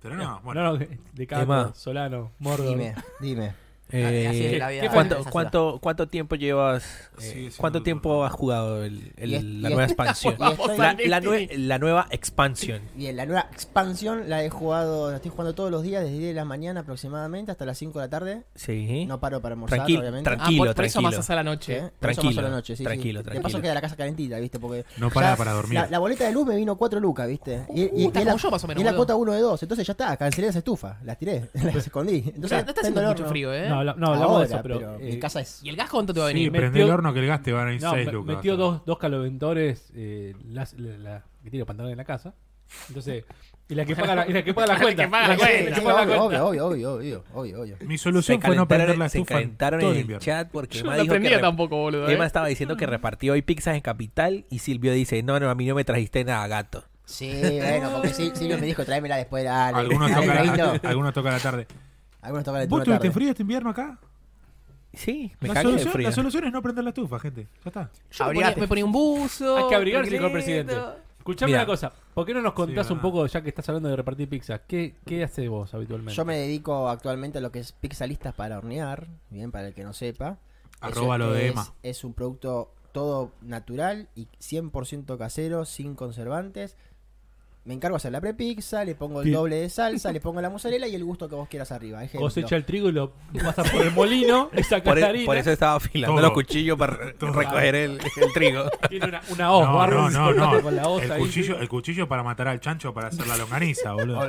Speaker 4: Pero no, bueno.
Speaker 5: Eh, no, no, de
Speaker 2: Es
Speaker 5: Caco,
Speaker 2: más.
Speaker 5: Solano, Mordo.
Speaker 7: dime, dime.
Speaker 2: Eh,
Speaker 3: Así es la vida.
Speaker 2: ¿cuánto,
Speaker 3: Esa
Speaker 2: cuánto, cuánto tiempo llevas? eh,
Speaker 4: Sigue siendo
Speaker 2: ¿Cuánto
Speaker 4: duro.
Speaker 2: tiempo has jugado el- el-
Speaker 7: Y es-
Speaker 2: la
Speaker 7: y
Speaker 2: nueva
Speaker 7: es-
Speaker 2: expansión?
Speaker 7: y estoy-
Speaker 2: la, la nue- la nueva expansión.
Speaker 7: Bien, la nueva expansión la he jugado, la estoy jugando todos los días, desde 10 de la mañana aproximadamente hasta las 5 de la tarde.
Speaker 2: Sí.
Speaker 7: No paro para almorzar,
Speaker 2: Tranquil-
Speaker 7: obviamente.
Speaker 2: tranquil-
Speaker 1: Ah, por-
Speaker 2: Tranquilo,
Speaker 1: por, eso
Speaker 2: tranquilo.
Speaker 1: amasas a la
Speaker 7: Sí,
Speaker 1: noche.
Speaker 7: por ¿Eh? eso paso
Speaker 2: Tranquilo,
Speaker 7: la noche, sí, sí.
Speaker 2: tranquilo,
Speaker 7: De paso
Speaker 2: tranquilo.
Speaker 7: queda la casa calentita, ¿viste? Porque
Speaker 4: No
Speaker 7: ya
Speaker 4: para para dormir.
Speaker 7: La, la boleta de luz me vino 4 lucas, ¿viste? Y, y-
Speaker 1: Uh,
Speaker 7: y
Speaker 1: está
Speaker 7: es la,
Speaker 1: como yo, más o menos,
Speaker 7: y es la
Speaker 1: boludo.
Speaker 7: cuota 1 de 2. Entonces ya está, cancelé las estufas, las tiré, las escondí.
Speaker 1: No,
Speaker 7: Entonces,
Speaker 1: no está
Speaker 7: prendo
Speaker 1: haciendo
Speaker 7: el
Speaker 1: mucho
Speaker 7: horno.
Speaker 1: frío, ¿eh?
Speaker 5: No, habla- no, hablamos
Speaker 7: Ahora,
Speaker 5: de eso, pero. eh,
Speaker 7: mi casa es.
Speaker 1: ¿Y el gas cuánto te va a
Speaker 4: Sí,
Speaker 1: venir?
Speaker 5: metió-
Speaker 4: prende el horno que el gas te van a ir
Speaker 5: no,
Speaker 4: 6
Speaker 5: me-
Speaker 4: lucas.
Speaker 5: metió dos, dos caloventores eh, las- la, la- que tiene pantalones en la casa. Entonces, y la que paga la, y la, que paga la cuenta.
Speaker 1: que paga la
Speaker 5: Y
Speaker 1: cuenta.
Speaker 5: que
Speaker 7: Sí,
Speaker 5: paga la
Speaker 7: obvio,
Speaker 5: cuenta.
Speaker 7: obvio, obvio, obvio, obvio, obvio, obvio.
Speaker 4: Mi solución fue no prender la
Speaker 2: se
Speaker 4: estufa. en
Speaker 2: calentaron
Speaker 4: todo
Speaker 2: en
Speaker 4: el
Speaker 2: el
Speaker 4: invierno.
Speaker 2: chat porque
Speaker 1: Yo
Speaker 2: Emma
Speaker 1: no
Speaker 2: dijo que
Speaker 1: aprendía
Speaker 2: rep-
Speaker 1: tampoco, boludo.
Speaker 2: Emma
Speaker 1: ¿eh?
Speaker 2: estaba diciendo que repartió hoy pizzas en Capital y Silvio dice, no, no, a mí no me trajiste nada, gato.
Speaker 7: Sí, bueno, porque Sil- Silvio me dijo, tráemela después de la...
Speaker 4: Algunos
Speaker 7: Dale,
Speaker 4: tocan,
Speaker 7: traílo.
Speaker 4: algunos tocan a la tarde.
Speaker 7: Algunos tocan el
Speaker 4: ¿Vos
Speaker 7: turno
Speaker 4: tuviste
Speaker 7: tarde.
Speaker 4: frío este invierno acá?
Speaker 2: Sí, me
Speaker 4: La
Speaker 2: cagué de
Speaker 4: solución,
Speaker 2: frío.
Speaker 4: la solución es no prender la estufa, gente. Ya está.
Speaker 1: Yo me ponía,
Speaker 3: Abrigate.
Speaker 1: me ponía un buzo.
Speaker 5: Hay que abrigarse, señor
Speaker 1: tranquilito.
Speaker 5: presidente. Escuchame
Speaker 2: Mira.
Speaker 5: una cosa. ¿Por qué no nos contás
Speaker 4: Sí,
Speaker 5: un
Speaker 4: verdad.
Speaker 5: poco, ya que estás hablando de repartir pizza? ¿Qué, qué haces vos habitualmente?
Speaker 7: Yo me dedico actualmente a lo que es pixelistas para hornear, bien, para el que no sepa. Eso
Speaker 4: Arroba lo de
Speaker 7: es-
Speaker 4: Emma.
Speaker 7: Es un producto todo natural y 100% casero, sin conservantes. Me encargo de hacer la prepizza, le pongo el
Speaker 5: Ti-
Speaker 7: doble de salsa, le pongo la mozzarella y el gusto que vos quieras arriba. Ejemplo. Eh,
Speaker 5: Cosecha el trigo y lo pasas por el molino, y sacas
Speaker 2: Por,
Speaker 5: la
Speaker 2: e-
Speaker 5: harina.
Speaker 2: por eso estaba afilando
Speaker 4: Todo.
Speaker 2: los cuchillos para recoger el, el trigo.
Speaker 5: Tiene una, una hoz,
Speaker 4: no,
Speaker 5: barro,
Speaker 4: no, no, no.
Speaker 5: con la hoz
Speaker 4: El
Speaker 5: ahí.
Speaker 4: cuchillo, el cuchillo para matar al chancho para hacer la longaniza, boludo.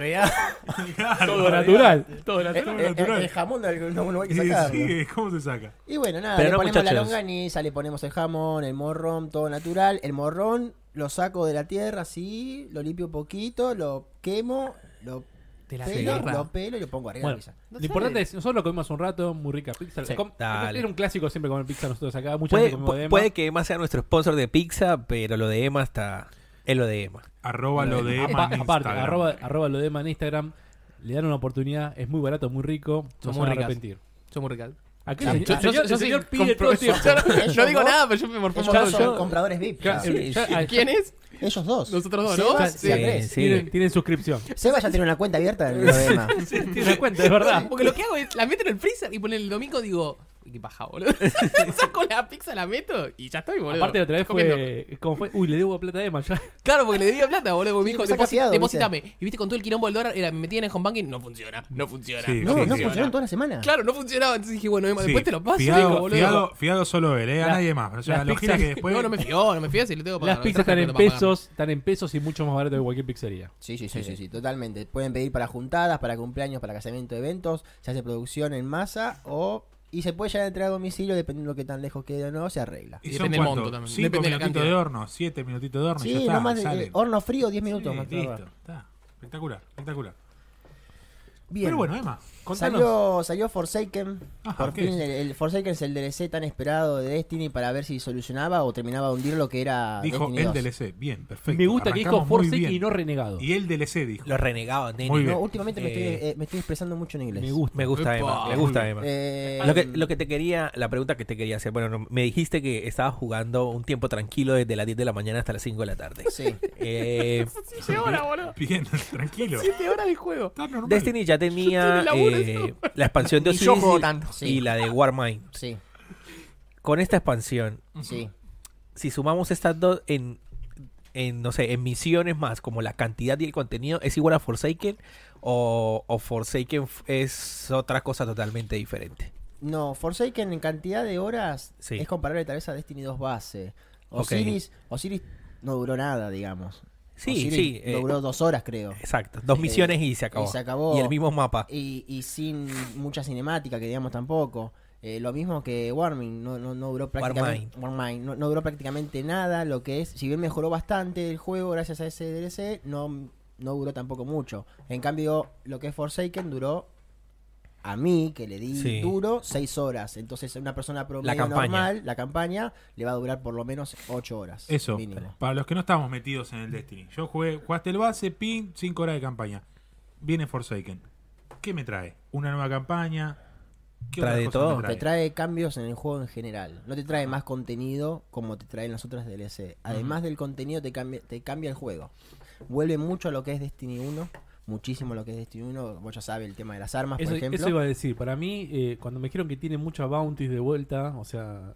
Speaker 4: Claro,
Speaker 5: Todo natural. Todo
Speaker 7: Eh,
Speaker 5: natural.
Speaker 7: eh, eh,
Speaker 4: natural.
Speaker 7: el jamón del- no, no hay que
Speaker 4: Y
Speaker 7: sacarlo.
Speaker 4: sí, ¿cómo se saca?
Speaker 7: Y bueno, nada,
Speaker 2: Pero
Speaker 7: le
Speaker 2: no,
Speaker 7: ponemos la
Speaker 2: muchachos.
Speaker 7: longaniza, le ponemos el jamón, el morrón, todo natural. El morrón lo saco de la tierra así, lo limpio un poquito, lo quemo, lo
Speaker 1: De la
Speaker 7: pelo,
Speaker 1: tierra.
Speaker 7: lo pelo y lo pongo arriba de la
Speaker 5: Bueno,
Speaker 7: pizza.
Speaker 1: No
Speaker 5: lo
Speaker 1: sé.
Speaker 5: importante es, nosotros lo comimos un rato, muy rica pizza. Com-
Speaker 2: Dale.
Speaker 5: Era un clásico siempre comer pizza nosotros acá. Mucha
Speaker 2: Puede,
Speaker 5: gente comimos de
Speaker 2: pu-
Speaker 5: Emma.
Speaker 2: puede que Emma sea nuestro sponsor de pizza, pero lo de Emma está... Es lo de Emma.
Speaker 4: Arroba lo de
Speaker 5: Apa-
Speaker 4: Emma. en
Speaker 5: aparte,
Speaker 4: Instagram.
Speaker 5: arroba, arroba lo de Emma en Instagram. Le dan una oportunidad, es muy barato, muy rico. No
Speaker 1: Son muy
Speaker 5: se van a
Speaker 1: ricas.
Speaker 5: arrepentir.
Speaker 1: Son muy ricas.
Speaker 5: Aquí
Speaker 7: Yo-
Speaker 5: el
Speaker 7: yo-
Speaker 5: señor, el señor- el señor pide todo el tiempo.
Speaker 1: No digo nada, pero yo me
Speaker 7: Ellos
Speaker 1: morfo
Speaker 7: dos
Speaker 5: yo-
Speaker 7: son compradores VIP.
Speaker 5: Claro,
Speaker 7: ya.
Speaker 5: el- ya-
Speaker 1: ¿Quién es?
Speaker 7: Ellos dos.
Speaker 1: Nosotros dos, ¿no?
Speaker 7: Seba
Speaker 1: Sí.
Speaker 7: y Andrés.
Speaker 2: Sí.
Speaker 5: Tienen, tienen suscripción.
Speaker 7: Seba ya tiene una cuenta abierta en lo de Emma.
Speaker 5: Tienen cuenta, es verdad.
Speaker 1: Porque lo que hago es la meto en el freezer y pone el domingo digo, "Uy, qué paja, boludo. Saco la pizza, la meto y ya estoy, boludo.
Speaker 5: Aparte, la otra vez
Speaker 1: Comiendo.
Speaker 5: fue, ¿cómo fue? Uy, le debo plata a Emma. Ya.
Speaker 1: Claro, porque le debía plata, boludo. porque Me dijo,
Speaker 7: me saca
Speaker 1: "Deposi-
Speaker 7: fiado,
Speaker 1: depositame. Y viste, con todo el quilombo del dólar, era, me metí en el home banking, no funciona, no funciona.
Speaker 4: Sí,
Speaker 7: No,
Speaker 4: sí,
Speaker 7: no
Speaker 4: sí.
Speaker 7: funcionaron toda la semana.
Speaker 1: Claro, no funcionaba. Entonces dije, bueno, Emma,
Speaker 4: Sí,
Speaker 1: después te lo paso,
Speaker 4: fiado,
Speaker 1: digo, boludo.
Speaker 4: Fiado, fiado solo él, eh, a
Speaker 5: La-
Speaker 4: nadie más. O sea,
Speaker 5: las
Speaker 4: lo gira
Speaker 5: pizzas-
Speaker 4: que después.
Speaker 1: No, no me fío, no me fío, si le tengo que
Speaker 5: Las
Speaker 1: pagar.
Speaker 5: pizzas están
Speaker 1: Raja,
Speaker 5: en
Speaker 1: no te pagan.
Speaker 5: pesos, están en pesos y mucho más barato que cualquier pizzería.
Speaker 7: Sí, sí, sí, sí, sí, totalmente. Pueden pedir para juntadas, para cumpleaños, para casamiento, eventos. Se hace producción en masa o. Y se puede llegar a entregar a domicilio dependiendo de qué tan lejos quede o no, se arregla.
Speaker 4: ¿Y
Speaker 1: Y
Speaker 4: son
Speaker 1: depende del
Speaker 4: cuánto?
Speaker 1: monto también,
Speaker 4: Cinco
Speaker 1: depende de la
Speaker 4: minutitos de
Speaker 1: cantidad.
Speaker 4: horno, siete minutitos de horno. y Ah, ya
Speaker 7: Sí,
Speaker 4: está,
Speaker 7: no más de-
Speaker 4: sale.
Speaker 7: eh, horno frío, 10 minutos
Speaker 4: Sí,
Speaker 7: más.
Speaker 4: listo, está. Espectacular, espectacular.
Speaker 7: Bien.
Speaker 4: Pero bueno, Emma, contanos.
Speaker 7: Salió, salió Forsaken.
Speaker 4: Ajá,
Speaker 7: Por
Speaker 4: ¿qué
Speaker 7: fin,
Speaker 4: es?
Speaker 7: el, el Forsaken es el DLC tan esperado de Destiny para ver si solucionaba o terminaba de hundir lo que era.
Speaker 4: Dijo
Speaker 7: Destiny
Speaker 4: el
Speaker 7: 2.
Speaker 4: DLC. Bien, perfecto.
Speaker 5: Me gusta que dijo
Speaker 4: Arrancamos muy
Speaker 5: Forsaken
Speaker 4: bien.
Speaker 5: y no renegado.
Speaker 4: Y el DLC dijo.
Speaker 2: Los renegados, nene.
Speaker 4: Muy bien.
Speaker 7: No, últimamente me,
Speaker 2: Eh,
Speaker 7: estoy, eh, me estoy expresando mucho en inglés.
Speaker 5: Me gusta.
Speaker 2: Me gusta Emma, me gusta Emma.
Speaker 7: Eh,
Speaker 2: Lo que, lo que te quería, la pregunta que te quería hacer, bueno, no, me dijiste que estabas jugando un tiempo tranquilo desde las 10 de la mañana hasta las 5 de la tarde.
Speaker 7: Sí.
Speaker 2: Eh,
Speaker 4: Bien, tranquilo.
Speaker 1: horas de juego.
Speaker 4: Está normal.
Speaker 2: Destiny ya tenía
Speaker 1: Yo estoy en el
Speaker 2: eh,
Speaker 1: laburo,
Speaker 2: la expansión de
Speaker 7: Ni yo
Speaker 2: Osiris
Speaker 7: juego
Speaker 2: y-
Speaker 7: tanto.
Speaker 2: y
Speaker 7: Sí.
Speaker 2: la de Warmind.
Speaker 7: Sí,
Speaker 2: Con esta expansión,
Speaker 7: sí.
Speaker 2: si sumamos estas dos en, en, no sé, en misiones más, como la cantidad y el contenido, ¿es igual a Forsaken? ¿O, o Forsaken f- es otra cosa totalmente diferente?
Speaker 7: No, Forsaken en cantidad de horas
Speaker 2: Sí.
Speaker 7: es comparable tal vez a Destiny 2 base.
Speaker 2: Ok.
Speaker 7: Osiris, Osiris no duró nada, digamos.
Speaker 2: Sí,
Speaker 7: Osiris
Speaker 2: sí, eh,
Speaker 7: Duró dos horas, creo.
Speaker 2: Exacto, dos
Speaker 7: Eh,
Speaker 2: misiones y se acabó.
Speaker 7: y se acabó.
Speaker 2: Y el mismo mapa.
Speaker 7: Y, y sin mucha cinemática, que digamos tampoco. Eh, lo mismo que Warming, no, no, no duró prácticamente, Warmind, no, no duró prácticamente nada, lo que es, si bien mejoró bastante el juego gracias a ese DLC, no, no duró tampoco mucho. En cambio, lo que es Forsaken duró, a mí, que le di
Speaker 2: Sí.
Speaker 7: duro, seis horas. Entonces, a una persona promedio
Speaker 2: campaña.
Speaker 7: normal, la campaña, le va a durar por lo menos ocho horas.
Speaker 4: Eso,
Speaker 7: mínimo.
Speaker 4: para los que no estamos metidos en el Destiny. Yo jugué, jugaste el base, pin, 5 horas de campaña. Viene Forsaken. ¿Qué me trae? ¿Una nueva campaña? ¿Qué
Speaker 2: Trae
Speaker 4: otra
Speaker 2: de
Speaker 4: cosa
Speaker 2: todo.
Speaker 4: me
Speaker 7: Te trae cambios en el juego en general. No te trae más contenido como te traen las otras DLC. Además del contenido, te cambia, te cambia el juego. Vuelve mucho a lo que es Destiny 1. Muchísimo a lo que es Destiny 1. Vos ya sabes el tema de las armas,
Speaker 5: Eso,
Speaker 7: Ah, por ejemplo.
Speaker 5: eso iba a decir. Para mí, eh, cuando me dijeron que tiene muchas bounties de vuelta, o sea,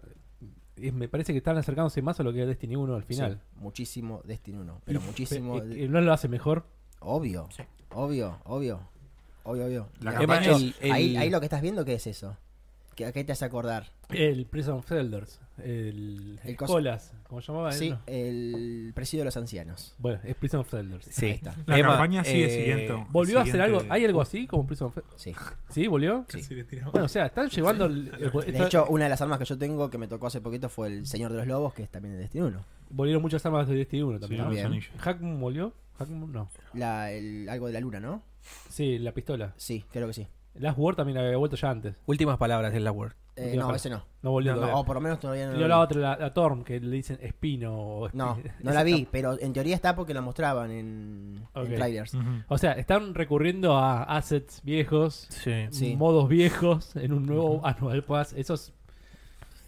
Speaker 5: es- me parece que están acercándose más a lo que era Destiny 1 al final.
Speaker 7: Sí, muchísimo Destiny 1. Pero
Speaker 5: Y-
Speaker 7: muchísimo.
Speaker 5: pe- eh, eh, ¿No lo hace mejor?
Speaker 7: Obvio. Obvio, obvio. Obvio, obvio.
Speaker 4: La
Speaker 7: De
Speaker 4: campaña
Speaker 7: hecho,
Speaker 2: es- el-
Speaker 7: ahí,
Speaker 2: el-
Speaker 7: ahí lo que estás viendo, ¿qué es eso? ¿Qué, ¿A qué te hace acordar?
Speaker 5: El Prison of Elders. El,
Speaker 7: El coso.
Speaker 5: Colas, como llamaba él,
Speaker 7: Sí,
Speaker 5: ¿no?
Speaker 7: el presidio de los ancianos.
Speaker 5: Bueno, es Prison of Elders.
Speaker 2: Sí.
Speaker 7: está.
Speaker 4: La
Speaker 2: Emma,
Speaker 4: campaña sigue
Speaker 2: eh,
Speaker 4: siguiendo.
Speaker 5: ¿Volvió a hacer
Speaker 4: siguiente-
Speaker 5: algo? ¿Hay algo así como Prison of Elders?
Speaker 7: Sí.
Speaker 5: ¿Sí? ¿Volvió?
Speaker 4: Sí, le tiramos.
Speaker 5: Bueno, o sea, están llevando... el- el-
Speaker 7: De
Speaker 5: está-
Speaker 7: hecho, una de las armas que yo tengo que me tocó hace poquito fue el Señor de los Lobos, que es también de Destiny 1.
Speaker 5: volvieron muchas armas de Destiny 1
Speaker 4: Sí,
Speaker 5: también.
Speaker 4: vamos
Speaker 7: Bien.
Speaker 4: anillo.
Speaker 5: ¿no? ¿Hackman volvió? ¿Hackman? No.
Speaker 7: La, el- algo de la luna, ¿no?
Speaker 5: Sí, la pistola.
Speaker 7: Sí, creo que sí.
Speaker 5: Last War también había vuelto ya antes.
Speaker 2: Últimas palabras del la Word.
Speaker 7: Eh,
Speaker 5: Última
Speaker 7: no,
Speaker 5: parte.
Speaker 7: ese no.
Speaker 5: No volvió
Speaker 7: No,
Speaker 5: todavía.
Speaker 7: o por lo menos todavía no.
Speaker 5: Yo
Speaker 7: lo
Speaker 5: la
Speaker 7: vi.
Speaker 5: otra, la, la Torm, que le dicen Espino. o-
Speaker 7: No, no
Speaker 5: Esa
Speaker 7: la vi,
Speaker 5: está-
Speaker 7: pero en teoría está porque la mostraban en, en
Speaker 5: Ok. Mm.
Speaker 7: trailers.
Speaker 4: Ujú.
Speaker 5: O sea, están recurriendo a assets viejos,
Speaker 2: Sí.
Speaker 7: Sí.
Speaker 5: modos viejos, en un nuevo Annual Pass. Eso es-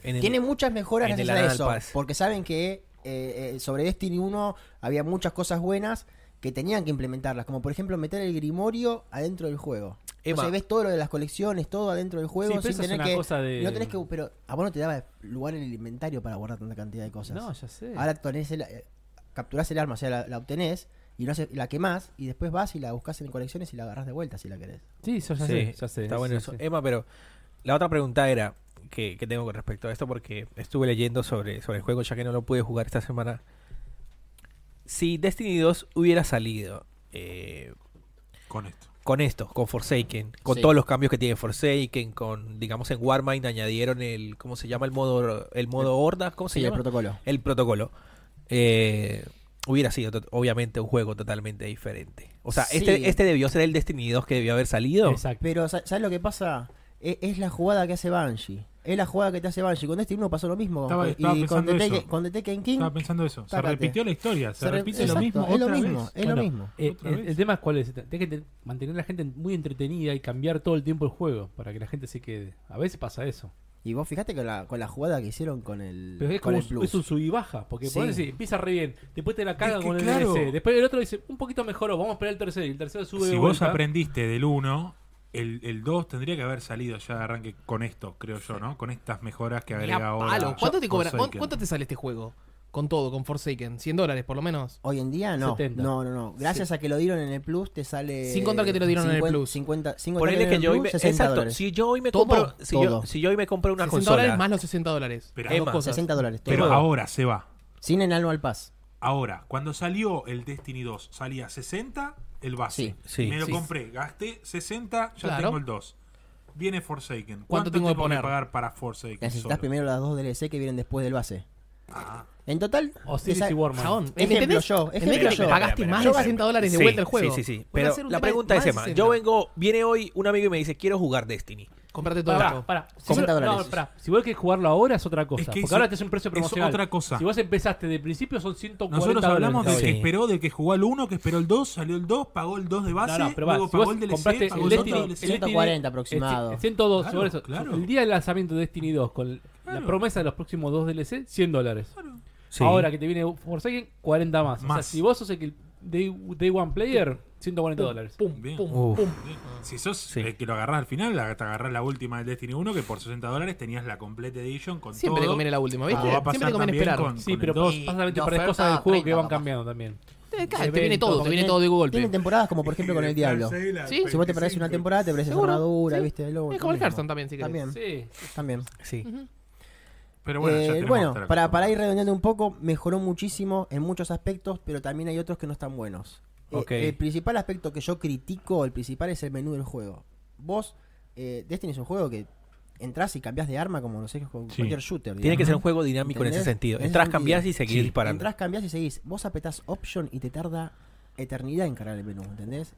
Speaker 2: En el-
Speaker 7: Tiene muchas mejoras
Speaker 2: en el
Speaker 7: gracias a
Speaker 2: Anal
Speaker 7: eso.
Speaker 2: Pass.
Speaker 7: Porque saben que eh, eh, sobre Destiny 1 había muchas cosas buenas que tenían que implementarlas. Como por ejemplo meter el grimorio adentro del juego.
Speaker 2: Emma.
Speaker 7: O sea, ves todo lo de las colecciones, todo adentro del
Speaker 5: Sí,
Speaker 7: juego.
Speaker 5: pero
Speaker 7: sin
Speaker 5: eso es
Speaker 7: tener
Speaker 5: una
Speaker 7: que,
Speaker 5: cosa de-
Speaker 7: No tenés que. Pero a vos no te daba lugar en el inventario para guardar tanta cantidad de cosas.
Speaker 5: No, ya sé.
Speaker 7: Ahora tenés el, eh, capturás el arma, o sea, la, la obtenés y no hace- la quemás y después vas y la buscas en colecciones y la agarrás de vuelta si la querés.
Speaker 5: Sí, eso ya
Speaker 2: Sí,
Speaker 5: sé. Ya sé
Speaker 2: Está
Speaker 5: sí,
Speaker 2: bueno
Speaker 5: sí,
Speaker 2: eso.
Speaker 5: sí.
Speaker 2: Emma, pero la otra pregunta era que, que tengo con respecto a esto, porque estuve leyendo sobre, sobre el juego ya que no lo pude jugar esta semana. Si Destiny 2 hubiera salido eh,
Speaker 4: Con esto.
Speaker 2: con esto, con Forsaken, con
Speaker 7: Sí.
Speaker 2: todos los cambios que tiene Forsaken, con, digamos, en Warmind añadieron el, ¿cómo se llama? El modo, el modo horda, ¿cómo se
Speaker 7: Sí, el
Speaker 2: llama?
Speaker 7: protocolo.
Speaker 2: el protocolo. eh, hubiera sido to- obviamente un juego totalmente diferente. O sea,
Speaker 7: Sí.
Speaker 2: este, este debió ser el Destiny 2 que debió haber salido.
Speaker 5: Exacto.
Speaker 7: Pero, sa- ¿sabes lo que pasa? E- Es, la jugada que hace Banshee. Es la jugada que te hace Banshee. Con Destiny 1 pasó lo mismo.
Speaker 4: Estaba-
Speaker 7: y
Speaker 4: estaba
Speaker 7: con,
Speaker 4: pensando
Speaker 7: The
Speaker 4: eso.
Speaker 7: Tekken- con The Tekken King.
Speaker 4: Estaba pensando eso. Se
Speaker 7: Tácate.
Speaker 4: repitió la historia. Se,
Speaker 7: se re-
Speaker 4: repite lo
Speaker 7: exacto,
Speaker 4: mismo.
Speaker 7: Es lo
Speaker 4: otra
Speaker 7: mismo.
Speaker 4: vez.
Speaker 7: Es lo
Speaker 5: Bueno,
Speaker 7: mismo.
Speaker 5: eh,
Speaker 4: Otra
Speaker 5: el,
Speaker 4: vez.
Speaker 5: el tema es cuál es. Tienes que te- mantener a la gente muy entretenida y cambiar todo el tiempo el juego para que la gente se quede. A veces pasa eso.
Speaker 7: Y vos fijate con la, con la jugada que hicieron con el,
Speaker 5: Pero es
Speaker 7: con
Speaker 5: como
Speaker 7: el
Speaker 5: un-
Speaker 7: plus.
Speaker 5: es un sub y baja, porque
Speaker 7: Sí.
Speaker 5: por decir, empieza re bien, después te la carga
Speaker 4: Es que
Speaker 5: con el
Speaker 4: claro.
Speaker 5: DLC, después el otro dice, un poquito mejoró, vamos a esperar el tercero, y el tercero sube
Speaker 4: Si
Speaker 5: de
Speaker 4: vos
Speaker 5: vuelta.
Speaker 4: aprendiste del 1, el, el 2 tendría que haber salido ya de arranque con esto, creo yo, ¿no? Con estas mejoras que agrega
Speaker 1: Mirá,
Speaker 4: ahora.
Speaker 1: palo. ¿Cuánto te cobra?
Speaker 4: Forsaken.
Speaker 1: ¿Cuánto te sale este juego? Con todo, con Forsaken. 100 dólares por lo menos.
Speaker 7: Hoy en día no.
Speaker 5: 70.
Speaker 7: No, no, no. Gracias a que lo dieron en el plus te sale.
Speaker 1: Sin contar que te lo dieron en el
Speaker 7: 50
Speaker 1: Plus.
Speaker 7: 50, sin contar
Speaker 2: Ponele
Speaker 7: que
Speaker 2: que
Speaker 7: te
Speaker 2: yo hoy
Speaker 7: dieron
Speaker 2: me,
Speaker 7: en el plus, 60
Speaker 2: exacto,
Speaker 7: dólares.
Speaker 2: si yo hoy me
Speaker 1: Todo,
Speaker 2: compro, si yo,
Speaker 7: todo.
Speaker 2: si yo hoy me compro una
Speaker 1: 60
Speaker 2: consola,
Speaker 1: dólares más los 60 dólares.
Speaker 4: Pero
Speaker 1: Las dos
Speaker 2: Emma,
Speaker 1: cosas.
Speaker 7: 60 dólares. todo.
Speaker 4: Pero ahora se va.
Speaker 7: Sin el annual pass.
Speaker 4: Ahora, cuando salió el Destiny 2, salía 60 el base.
Speaker 2: Sí, sí.
Speaker 4: Me lo
Speaker 1: Sí.
Speaker 4: compré, gasté 60, ya
Speaker 1: Claro.
Speaker 4: tengo el 2. Viene Forsaken.
Speaker 1: tengo que poner?
Speaker 4: pagar para Forsaken?
Speaker 7: Necesitas
Speaker 4: solo?
Speaker 7: primero las dos DLC que vienen después del base. En total,
Speaker 5: Osiris
Speaker 7: esa-
Speaker 5: y Warman.
Speaker 1: Chabón,
Speaker 7: Ejemplo
Speaker 1: ¿entendés?
Speaker 7: yo,
Speaker 1: ¿Entendés
Speaker 7: ejemplo
Speaker 1: que
Speaker 7: yo.
Speaker 1: pagaste
Speaker 2: Espera,
Speaker 1: más
Speaker 2: espera,
Speaker 1: de
Speaker 2: espera.
Speaker 1: 60 dólares de
Speaker 2: Sí,
Speaker 1: vuelta el juego.
Speaker 2: Sí, sí, sí.
Speaker 1: Podés
Speaker 2: Pero
Speaker 1: hacer un
Speaker 2: la
Speaker 1: tema de
Speaker 2: pregunta es
Speaker 1: más de
Speaker 2: Emma.
Speaker 1: 60.
Speaker 2: Yo vengo, viene hoy un amigo y me dice, quiero jugar Destiny.
Speaker 1: Comprate todo el
Speaker 5: Pará,
Speaker 1: juego.
Speaker 5: pará. Si,
Speaker 7: 60
Speaker 5: vos- no,
Speaker 7: dólares.
Speaker 5: pará. si vos querés jugarlo ahora es otra cosa.
Speaker 4: Es que
Speaker 5: porque
Speaker 4: eso-
Speaker 5: ahora te hace un precio
Speaker 4: es
Speaker 5: promocional.
Speaker 4: otra cosa.
Speaker 5: Si vos empezaste de principio son 140
Speaker 4: Nosotros hablamos del
Speaker 5: dólares. Este,
Speaker 4: que
Speaker 2: Sí.
Speaker 4: esperó, del que jugó al 1, que esperó el 2, salió el 2, pagó el 2 de base,
Speaker 5: No, no, pero va,
Speaker 4: luego
Speaker 5: si
Speaker 4: pagó
Speaker 5: vos
Speaker 4: el
Speaker 5: compraste
Speaker 4: DLC, pagó
Speaker 5: el
Speaker 4: el 2
Speaker 5: Destiny-
Speaker 4: DLC.
Speaker 5: el Destiny-
Speaker 7: 140 aproximado.
Speaker 5: el 102,
Speaker 4: Claro,
Speaker 5: por eso.
Speaker 4: claro.
Speaker 5: El día del lanzamiento de Destiny 2 con la promesa de los próximos dos DLC, 100 dólares.
Speaker 2: Sí.
Speaker 5: Ahora que te viene Forsaken, 40 más. O sea,
Speaker 4: Más.
Speaker 5: si vos sos el que- day, day one player, 140 dólares.
Speaker 1: Pum,
Speaker 4: Bien.
Speaker 1: pum,
Speaker 2: Uf.
Speaker 1: pum.
Speaker 4: Si sos el que lo agarrás al final, la- te agarrás la última del Destiny 1, que por 60 dólares tenías la Complete Edition con
Speaker 1: Siempre te
Speaker 4: todo.
Speaker 1: conviene la última, ¿viste?
Speaker 4: Como va a pasar
Speaker 1: Siempre te conviene
Speaker 4: también
Speaker 1: esperar.
Speaker 4: con-
Speaker 5: Sí,
Speaker 4: con
Speaker 5: pero
Speaker 4: el 2.
Speaker 5: pasamente perdés
Speaker 3: de oferta,
Speaker 5: cosas del juego que
Speaker 3: 30
Speaker 5: van
Speaker 3: capaz.
Speaker 5: cambiando también.
Speaker 1: Te, claro, te
Speaker 5: evento,
Speaker 1: viene todo, te
Speaker 7: Porque
Speaker 1: viene
Speaker 7: tiene-
Speaker 1: todo de golpe.
Speaker 7: Tiene temporadas como por ejemplo con el Diablo.
Speaker 1: Sí,
Speaker 7: Si vos te perdés una temporada, te perdés esa
Speaker 1: Seguro,
Speaker 7: armadura,
Speaker 1: sí.
Speaker 7: ¿viste? Luego,
Speaker 1: Es como el
Speaker 7: mismo.
Speaker 1: Hearthstone también, si querés.
Speaker 7: También,
Speaker 5: Sí.
Speaker 7: también.
Speaker 2: Sí.
Speaker 4: Pero bueno, ya
Speaker 7: Eh,
Speaker 4: tenemos
Speaker 7: bueno,
Speaker 4: otra
Speaker 7: para,
Speaker 4: cosa.
Speaker 7: para ir redondeando un poco, mejoró muchísimo en muchos aspectos, pero también hay otros que no están buenos. Eh,
Speaker 2: Ok.
Speaker 7: el principal aspecto que yo critico, el principal es el menú del juego. Vos, eh, Destiny es un juego que entras y cambias de arma como no sé, con
Speaker 4: Sí.
Speaker 7: cualquier shooter.
Speaker 2: Tiene que
Speaker 7: digamos.
Speaker 2: ser un juego dinámico en ese
Speaker 7: ¿Entendés?
Speaker 2: sentido.
Speaker 7: En ese
Speaker 2: Entrás,
Speaker 7: sentido.
Speaker 2: cambiás y seguís
Speaker 7: Sí.
Speaker 2: disparando.
Speaker 7: Entrás, cambiás y seguís. Vos apretás option y te tarda eternidad en cargar el menú, ¿entendés?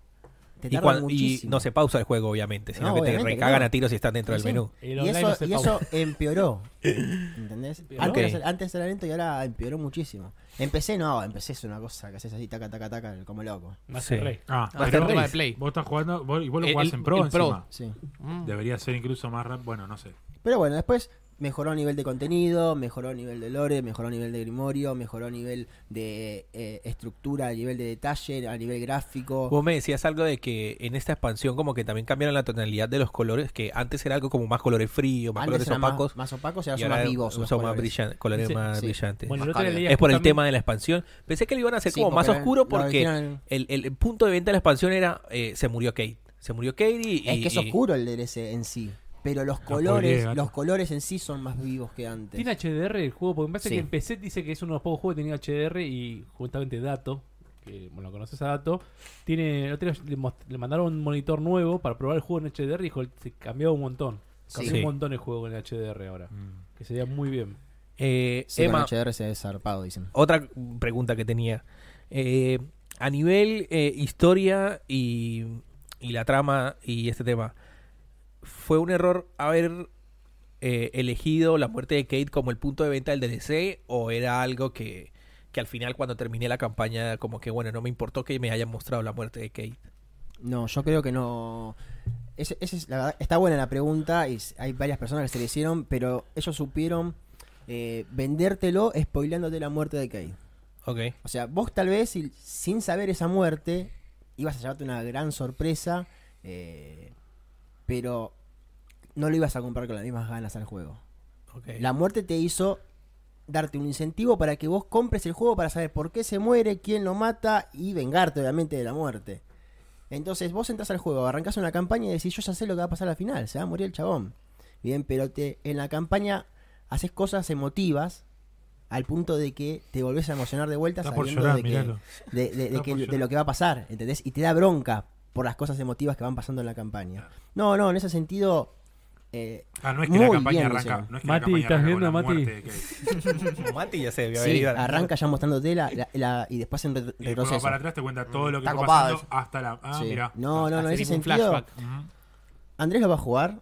Speaker 7: Te
Speaker 2: Y,
Speaker 7: tarda
Speaker 2: cuan- y
Speaker 7: muchísimo.
Speaker 2: no se pausa el juego, obviamente, sino
Speaker 7: No,
Speaker 2: que
Speaker 7: obviamente,
Speaker 2: te recagan
Speaker 7: claro.
Speaker 2: a tiros si estás dentro del
Speaker 7: Sí, sí.
Speaker 2: menú.
Speaker 5: El
Speaker 7: Y
Speaker 5: online
Speaker 7: eso,
Speaker 5: no se
Speaker 7: y
Speaker 5: pausa.
Speaker 7: eso empeoró. ¿Entendés?
Speaker 2: Ok.
Speaker 7: Antes, era- antes era lento y ahora empeoró muchísimo. Empecé, no, empecé es una cosa que haces así, taca, taca, taca, como loco.
Speaker 5: Master
Speaker 2: Sí.
Speaker 5: Race.
Speaker 4: Ah,
Speaker 1: Ah,
Speaker 4: pero
Speaker 1: el tema de Play.
Speaker 4: Vos estás jugando, vos, y vos lo
Speaker 1: El-
Speaker 4: jugás
Speaker 1: el-
Speaker 4: en Pro
Speaker 1: el Pro.
Speaker 4: encima.
Speaker 7: Sí.
Speaker 1: Mm.
Speaker 4: Debería ser incluso más rápido. Bueno, no sé.
Speaker 7: Pero bueno, después mejoró a nivel de contenido, mejoró a nivel de lore, mejoró a nivel de grimorio, mejoró a nivel de eh, estructura, a nivel de detalle, a nivel gráfico.
Speaker 2: Vos me decías algo de que en esta expansión como que también cambiaron la tonalidad de los colores, que antes era algo como más colores fríos, más
Speaker 7: Antes
Speaker 2: colores
Speaker 7: eran más-
Speaker 2: opacos.
Speaker 7: Más, opacos y ahora
Speaker 2: y
Speaker 7: son más
Speaker 2: ahora
Speaker 7: vivos.
Speaker 2: son
Speaker 7: los
Speaker 2: más
Speaker 7: colores.
Speaker 2: brillan- colores
Speaker 5: Sí,
Speaker 2: más
Speaker 7: sí.
Speaker 2: brillantes.
Speaker 5: Bueno, el
Speaker 3: Más
Speaker 5: otro día
Speaker 3: cálido.
Speaker 5: leía
Speaker 2: es por el
Speaker 5: justamente-
Speaker 2: tema de la expansión. Pensé que lo iban a hacer
Speaker 7: Sí,
Speaker 2: como más
Speaker 7: porque
Speaker 2: oscuro
Speaker 7: lo
Speaker 2: porque
Speaker 7: hicieron-
Speaker 2: el, el- el punto de venta de la expansión era eh, se murió Kate. Se murió Kate y...
Speaker 7: Es que es
Speaker 2: y-
Speaker 7: oscuro el DLC en sí. Pero los
Speaker 4: podría,
Speaker 7: colores,
Speaker 4: gato.
Speaker 7: los colores en sí son más vivos que antes.
Speaker 5: ¿Tiene HDR el juego? Porque me parece
Speaker 7: Sí.
Speaker 5: que en PC dice que es uno de los pocos juegos que tenía HDR y justamente Dato, que bueno, conoces a Dato, tiene, el otro día le, mos- le mandaron un monitor nuevo para probar el juego en HDR y dijo, se cambió un montón. Cambió
Speaker 2: Sí.
Speaker 5: un montón el juego con el HDR ahora. Que se veía muy bien.
Speaker 2: eh,
Speaker 7: Sí,
Speaker 2: Emma,
Speaker 7: con HDR se ha zarpado, dicen.
Speaker 2: otra pregunta que tenía. Eh, a nivel eh, historia y, y la trama y este tema, ¿fue un error haber eh, elegido la muerte de Kate como el punto de venta del DLC o era algo que, que al final cuando terminé la campaña como que bueno, no me importó que me hayan mostrado la muerte de Kate?
Speaker 7: No, yo creo que no. Ese- ese es la verdad- está buena la pregunta y s- hay varias personas que se le hicieron, pero ellos supieron eh, vendértelo spoileándote la muerte de Kate.
Speaker 2: Ok.
Speaker 7: O sea, vos tal vez si- sin saber esa muerte ibas a llevarte una gran sorpresa, eh, pero no lo ibas a comprar con las mismas ganas al juego. La muerte te hizo darte un incentivo para que vos compres el juego para saber por qué se muere, quién lo mata y vengarte obviamente de la muerte. Entonces vos entras al juego, arrancas una campaña y decís, yo ya sé lo que va a pasar al final, se va a morir el chabón. Bien, pero te, en la campaña haces cosas emotivas al punto de que te volvés a emocionar de vuelta
Speaker 4: Está por
Speaker 7: sabiendo
Speaker 4: llorar,
Speaker 7: de, que-
Speaker 4: miralo.
Speaker 7: de- de- de
Speaker 4: Está
Speaker 7: que-
Speaker 4: por
Speaker 7: de
Speaker 4: llorar.
Speaker 7: lo que va a pasar, ¿entendés? Y te da bronca por las cosas emotivas que van pasando en la campaña. No, no, en ese sentido... eh,
Speaker 4: Ah, no es que la
Speaker 7: Muy
Speaker 4: campaña
Speaker 7: bien,
Speaker 4: arranca.
Speaker 7: Luciano.
Speaker 4: No es que la
Speaker 5: Mati,
Speaker 4: campaña
Speaker 5: ¿estás
Speaker 4: arranca
Speaker 5: viendo,
Speaker 4: con la
Speaker 5: Mati?
Speaker 4: muerte de Kate.
Speaker 2: Mati ya se debió haber
Speaker 7: Sí,
Speaker 2: ido.
Speaker 7: arranca ya mostrándote la, la- la- y después en re-
Speaker 4: Y después va
Speaker 7: retroceso.
Speaker 4: para atrás te cuenta todo lo que
Speaker 3: Está
Speaker 4: está
Speaker 3: copado
Speaker 4: pasando
Speaker 3: eso.
Speaker 4: hasta la. Ah,
Speaker 7: Sí.
Speaker 4: mira.
Speaker 7: No, no, no, en
Speaker 1: Hace tipo
Speaker 7: ese
Speaker 1: un
Speaker 7: sentido,
Speaker 1: flashback.
Speaker 7: Andrés lo va a jugar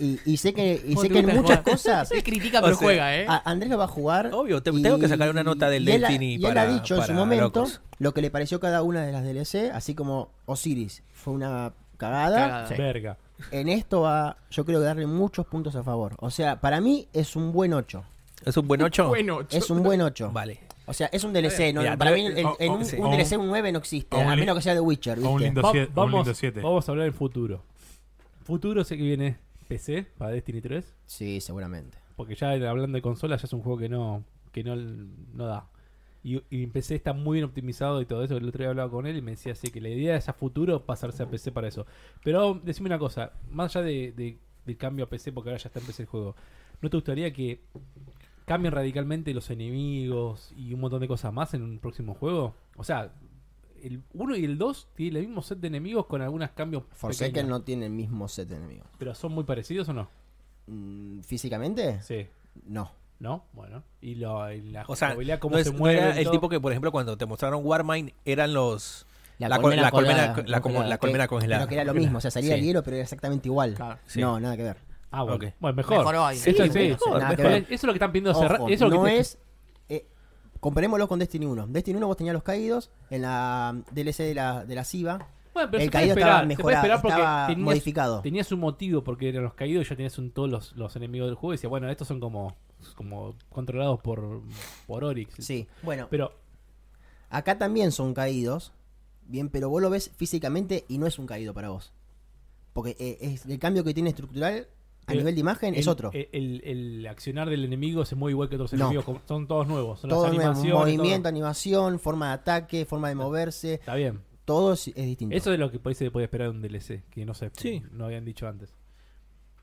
Speaker 7: y, y sé que, y
Speaker 1: ¿Cómo
Speaker 7: sé
Speaker 1: te
Speaker 7: que en
Speaker 1: gusta
Speaker 7: muchas
Speaker 1: jugar?
Speaker 7: cosas... ah,
Speaker 1: Él critica,
Speaker 2: O
Speaker 1: pero
Speaker 2: sea,
Speaker 1: juega, ¿eh?
Speaker 7: a- Andrés lo va a jugar.
Speaker 2: Obvio, te- tengo que sacar una nota del
Speaker 7: y él ha-
Speaker 2: Destiny
Speaker 7: y él
Speaker 2: para-
Speaker 7: ha dicho en su
Speaker 2: para
Speaker 7: momento
Speaker 2: locos.
Speaker 7: lo que le pareció cada una de las DLC, así como Osiris fue una cagada.
Speaker 1: Cagada. Sí.
Speaker 5: Verga.
Speaker 7: En esto va, yo creo que darle muchos puntos a favor. O sea, para mí es un buen 8.
Speaker 2: ¿Es un buen 8?
Speaker 1: Bueno,
Speaker 7: Es un buen 8.
Speaker 2: Vale.
Speaker 7: O sea, es un DLC. no-
Speaker 2: Mira,
Speaker 7: para
Speaker 2: no-
Speaker 7: mí, el- el-
Speaker 4: o-
Speaker 7: en
Speaker 4: o-
Speaker 7: un,
Speaker 2: sí.
Speaker 7: un
Speaker 4: o un-
Speaker 7: DLC un 9 no existe,
Speaker 4: o un
Speaker 7: a
Speaker 4: li-
Speaker 7: menos que sea de Witcher.
Speaker 4: O un
Speaker 7: ¿viste?
Speaker 4: lindo
Speaker 5: Va-
Speaker 4: 7. Un lindo
Speaker 5: vamos,
Speaker 4: 7.
Speaker 5: vamos a hablar del futuro. Futuro sé que viene PC para Destiny 3.
Speaker 7: Sí, seguramente.
Speaker 5: Porque ya hablando de consolas, ya es un juego que no, que no, no da. Y, y en PC está muy bien optimizado y todo eso. El otro día hablaba con él y me decía así que la idea es a futuro pasarse a PC para eso. Pero decime una cosa, más allá de, de- del cambio a PC, porque ahora ya está en PC el juego, ¿no te gustaría que cambien radicalmente los enemigos y un montón de cosas más en un próximo juego? O sea, el 1 y el 2 tienen el mismo set de enemigos con algunos cambios
Speaker 7: Forsaken
Speaker 5: pequeños.
Speaker 7: no tiene el mismo set de enemigos.
Speaker 5: ¿Pero son muy parecidos o no?
Speaker 7: Mm, ¿Físicamente?
Speaker 5: Sí.
Speaker 7: No.
Speaker 5: ¿No? Bueno. Y, lo, y la
Speaker 2: O sea,
Speaker 5: jugabilidad, cómo
Speaker 2: no es-
Speaker 5: se
Speaker 2: no
Speaker 5: mueve.
Speaker 2: era
Speaker 5: y
Speaker 2: el
Speaker 5: todo.
Speaker 2: tipo que, por ejemplo, cuando te mostraron Warmind, eran los.
Speaker 7: La,
Speaker 2: La col-
Speaker 7: colmena
Speaker 2: la colmena-
Speaker 7: colgada,
Speaker 2: la como- la
Speaker 7: que-
Speaker 2: colmena congelada.
Speaker 7: Pero que era lo mismo, o sea, salía
Speaker 2: Sí.
Speaker 7: el hielo, pero era exactamente igual.
Speaker 3: Claro.
Speaker 2: Sí.
Speaker 7: No, nada que ver.
Speaker 5: Ah, bueno.
Speaker 2: Ok.
Speaker 5: Bueno, mejor.
Speaker 3: Mejoró ahí.
Speaker 5: Esto
Speaker 7: Sí,
Speaker 5: sí,
Speaker 7: mejor,
Speaker 5: mejor,
Speaker 7: nada que
Speaker 5: mejor.
Speaker 7: ver.
Speaker 5: Eso es lo que están pidiendo
Speaker 7: Ojo,
Speaker 5: cerrar. Eso es lo
Speaker 7: no
Speaker 5: que te-
Speaker 7: es. eh, comparémoslo con Destiny 1. Destiny 1 vos tenías los caídos en la DLC de la, de la SIVA.
Speaker 5: Bueno, se
Speaker 7: el
Speaker 5: puede
Speaker 7: caído estaba
Speaker 5: esperar, se puede
Speaker 7: mejorado,
Speaker 5: esperar porque
Speaker 7: estaba
Speaker 5: tenías-
Speaker 7: modificado.
Speaker 5: Tenías un motivo porque eran los caídos y ya tenías un, todos los, los enemigos del juego. Y decía, bueno, estos son como, como controlados por, por Oryx.
Speaker 7: Sí. Bueno,
Speaker 5: Pero
Speaker 7: acá también son caídos. Bien, pero vos lo ves físicamente y no es un caído para vos. Porque eh, es el cambio que tiene estructural a
Speaker 5: El-
Speaker 7: nivel de imagen es
Speaker 5: Eh, el- eh,
Speaker 7: otro.
Speaker 5: El, el- el accionar del enemigo es muy igual que otros
Speaker 7: No.
Speaker 5: enemigos. como- Son todos nuevos. Son
Speaker 7: todo
Speaker 5: las
Speaker 7: nuevo,
Speaker 5: animaciones.
Speaker 7: movimiento,
Speaker 5: todo.
Speaker 7: animación, forma de ataque, forma de moverse,
Speaker 5: Está bien.
Speaker 7: todo es, es distinto.
Speaker 5: Eso es lo que por ahí se puede esperar de un DLC. Que no sé.
Speaker 2: Sí.
Speaker 5: No habían dicho antes.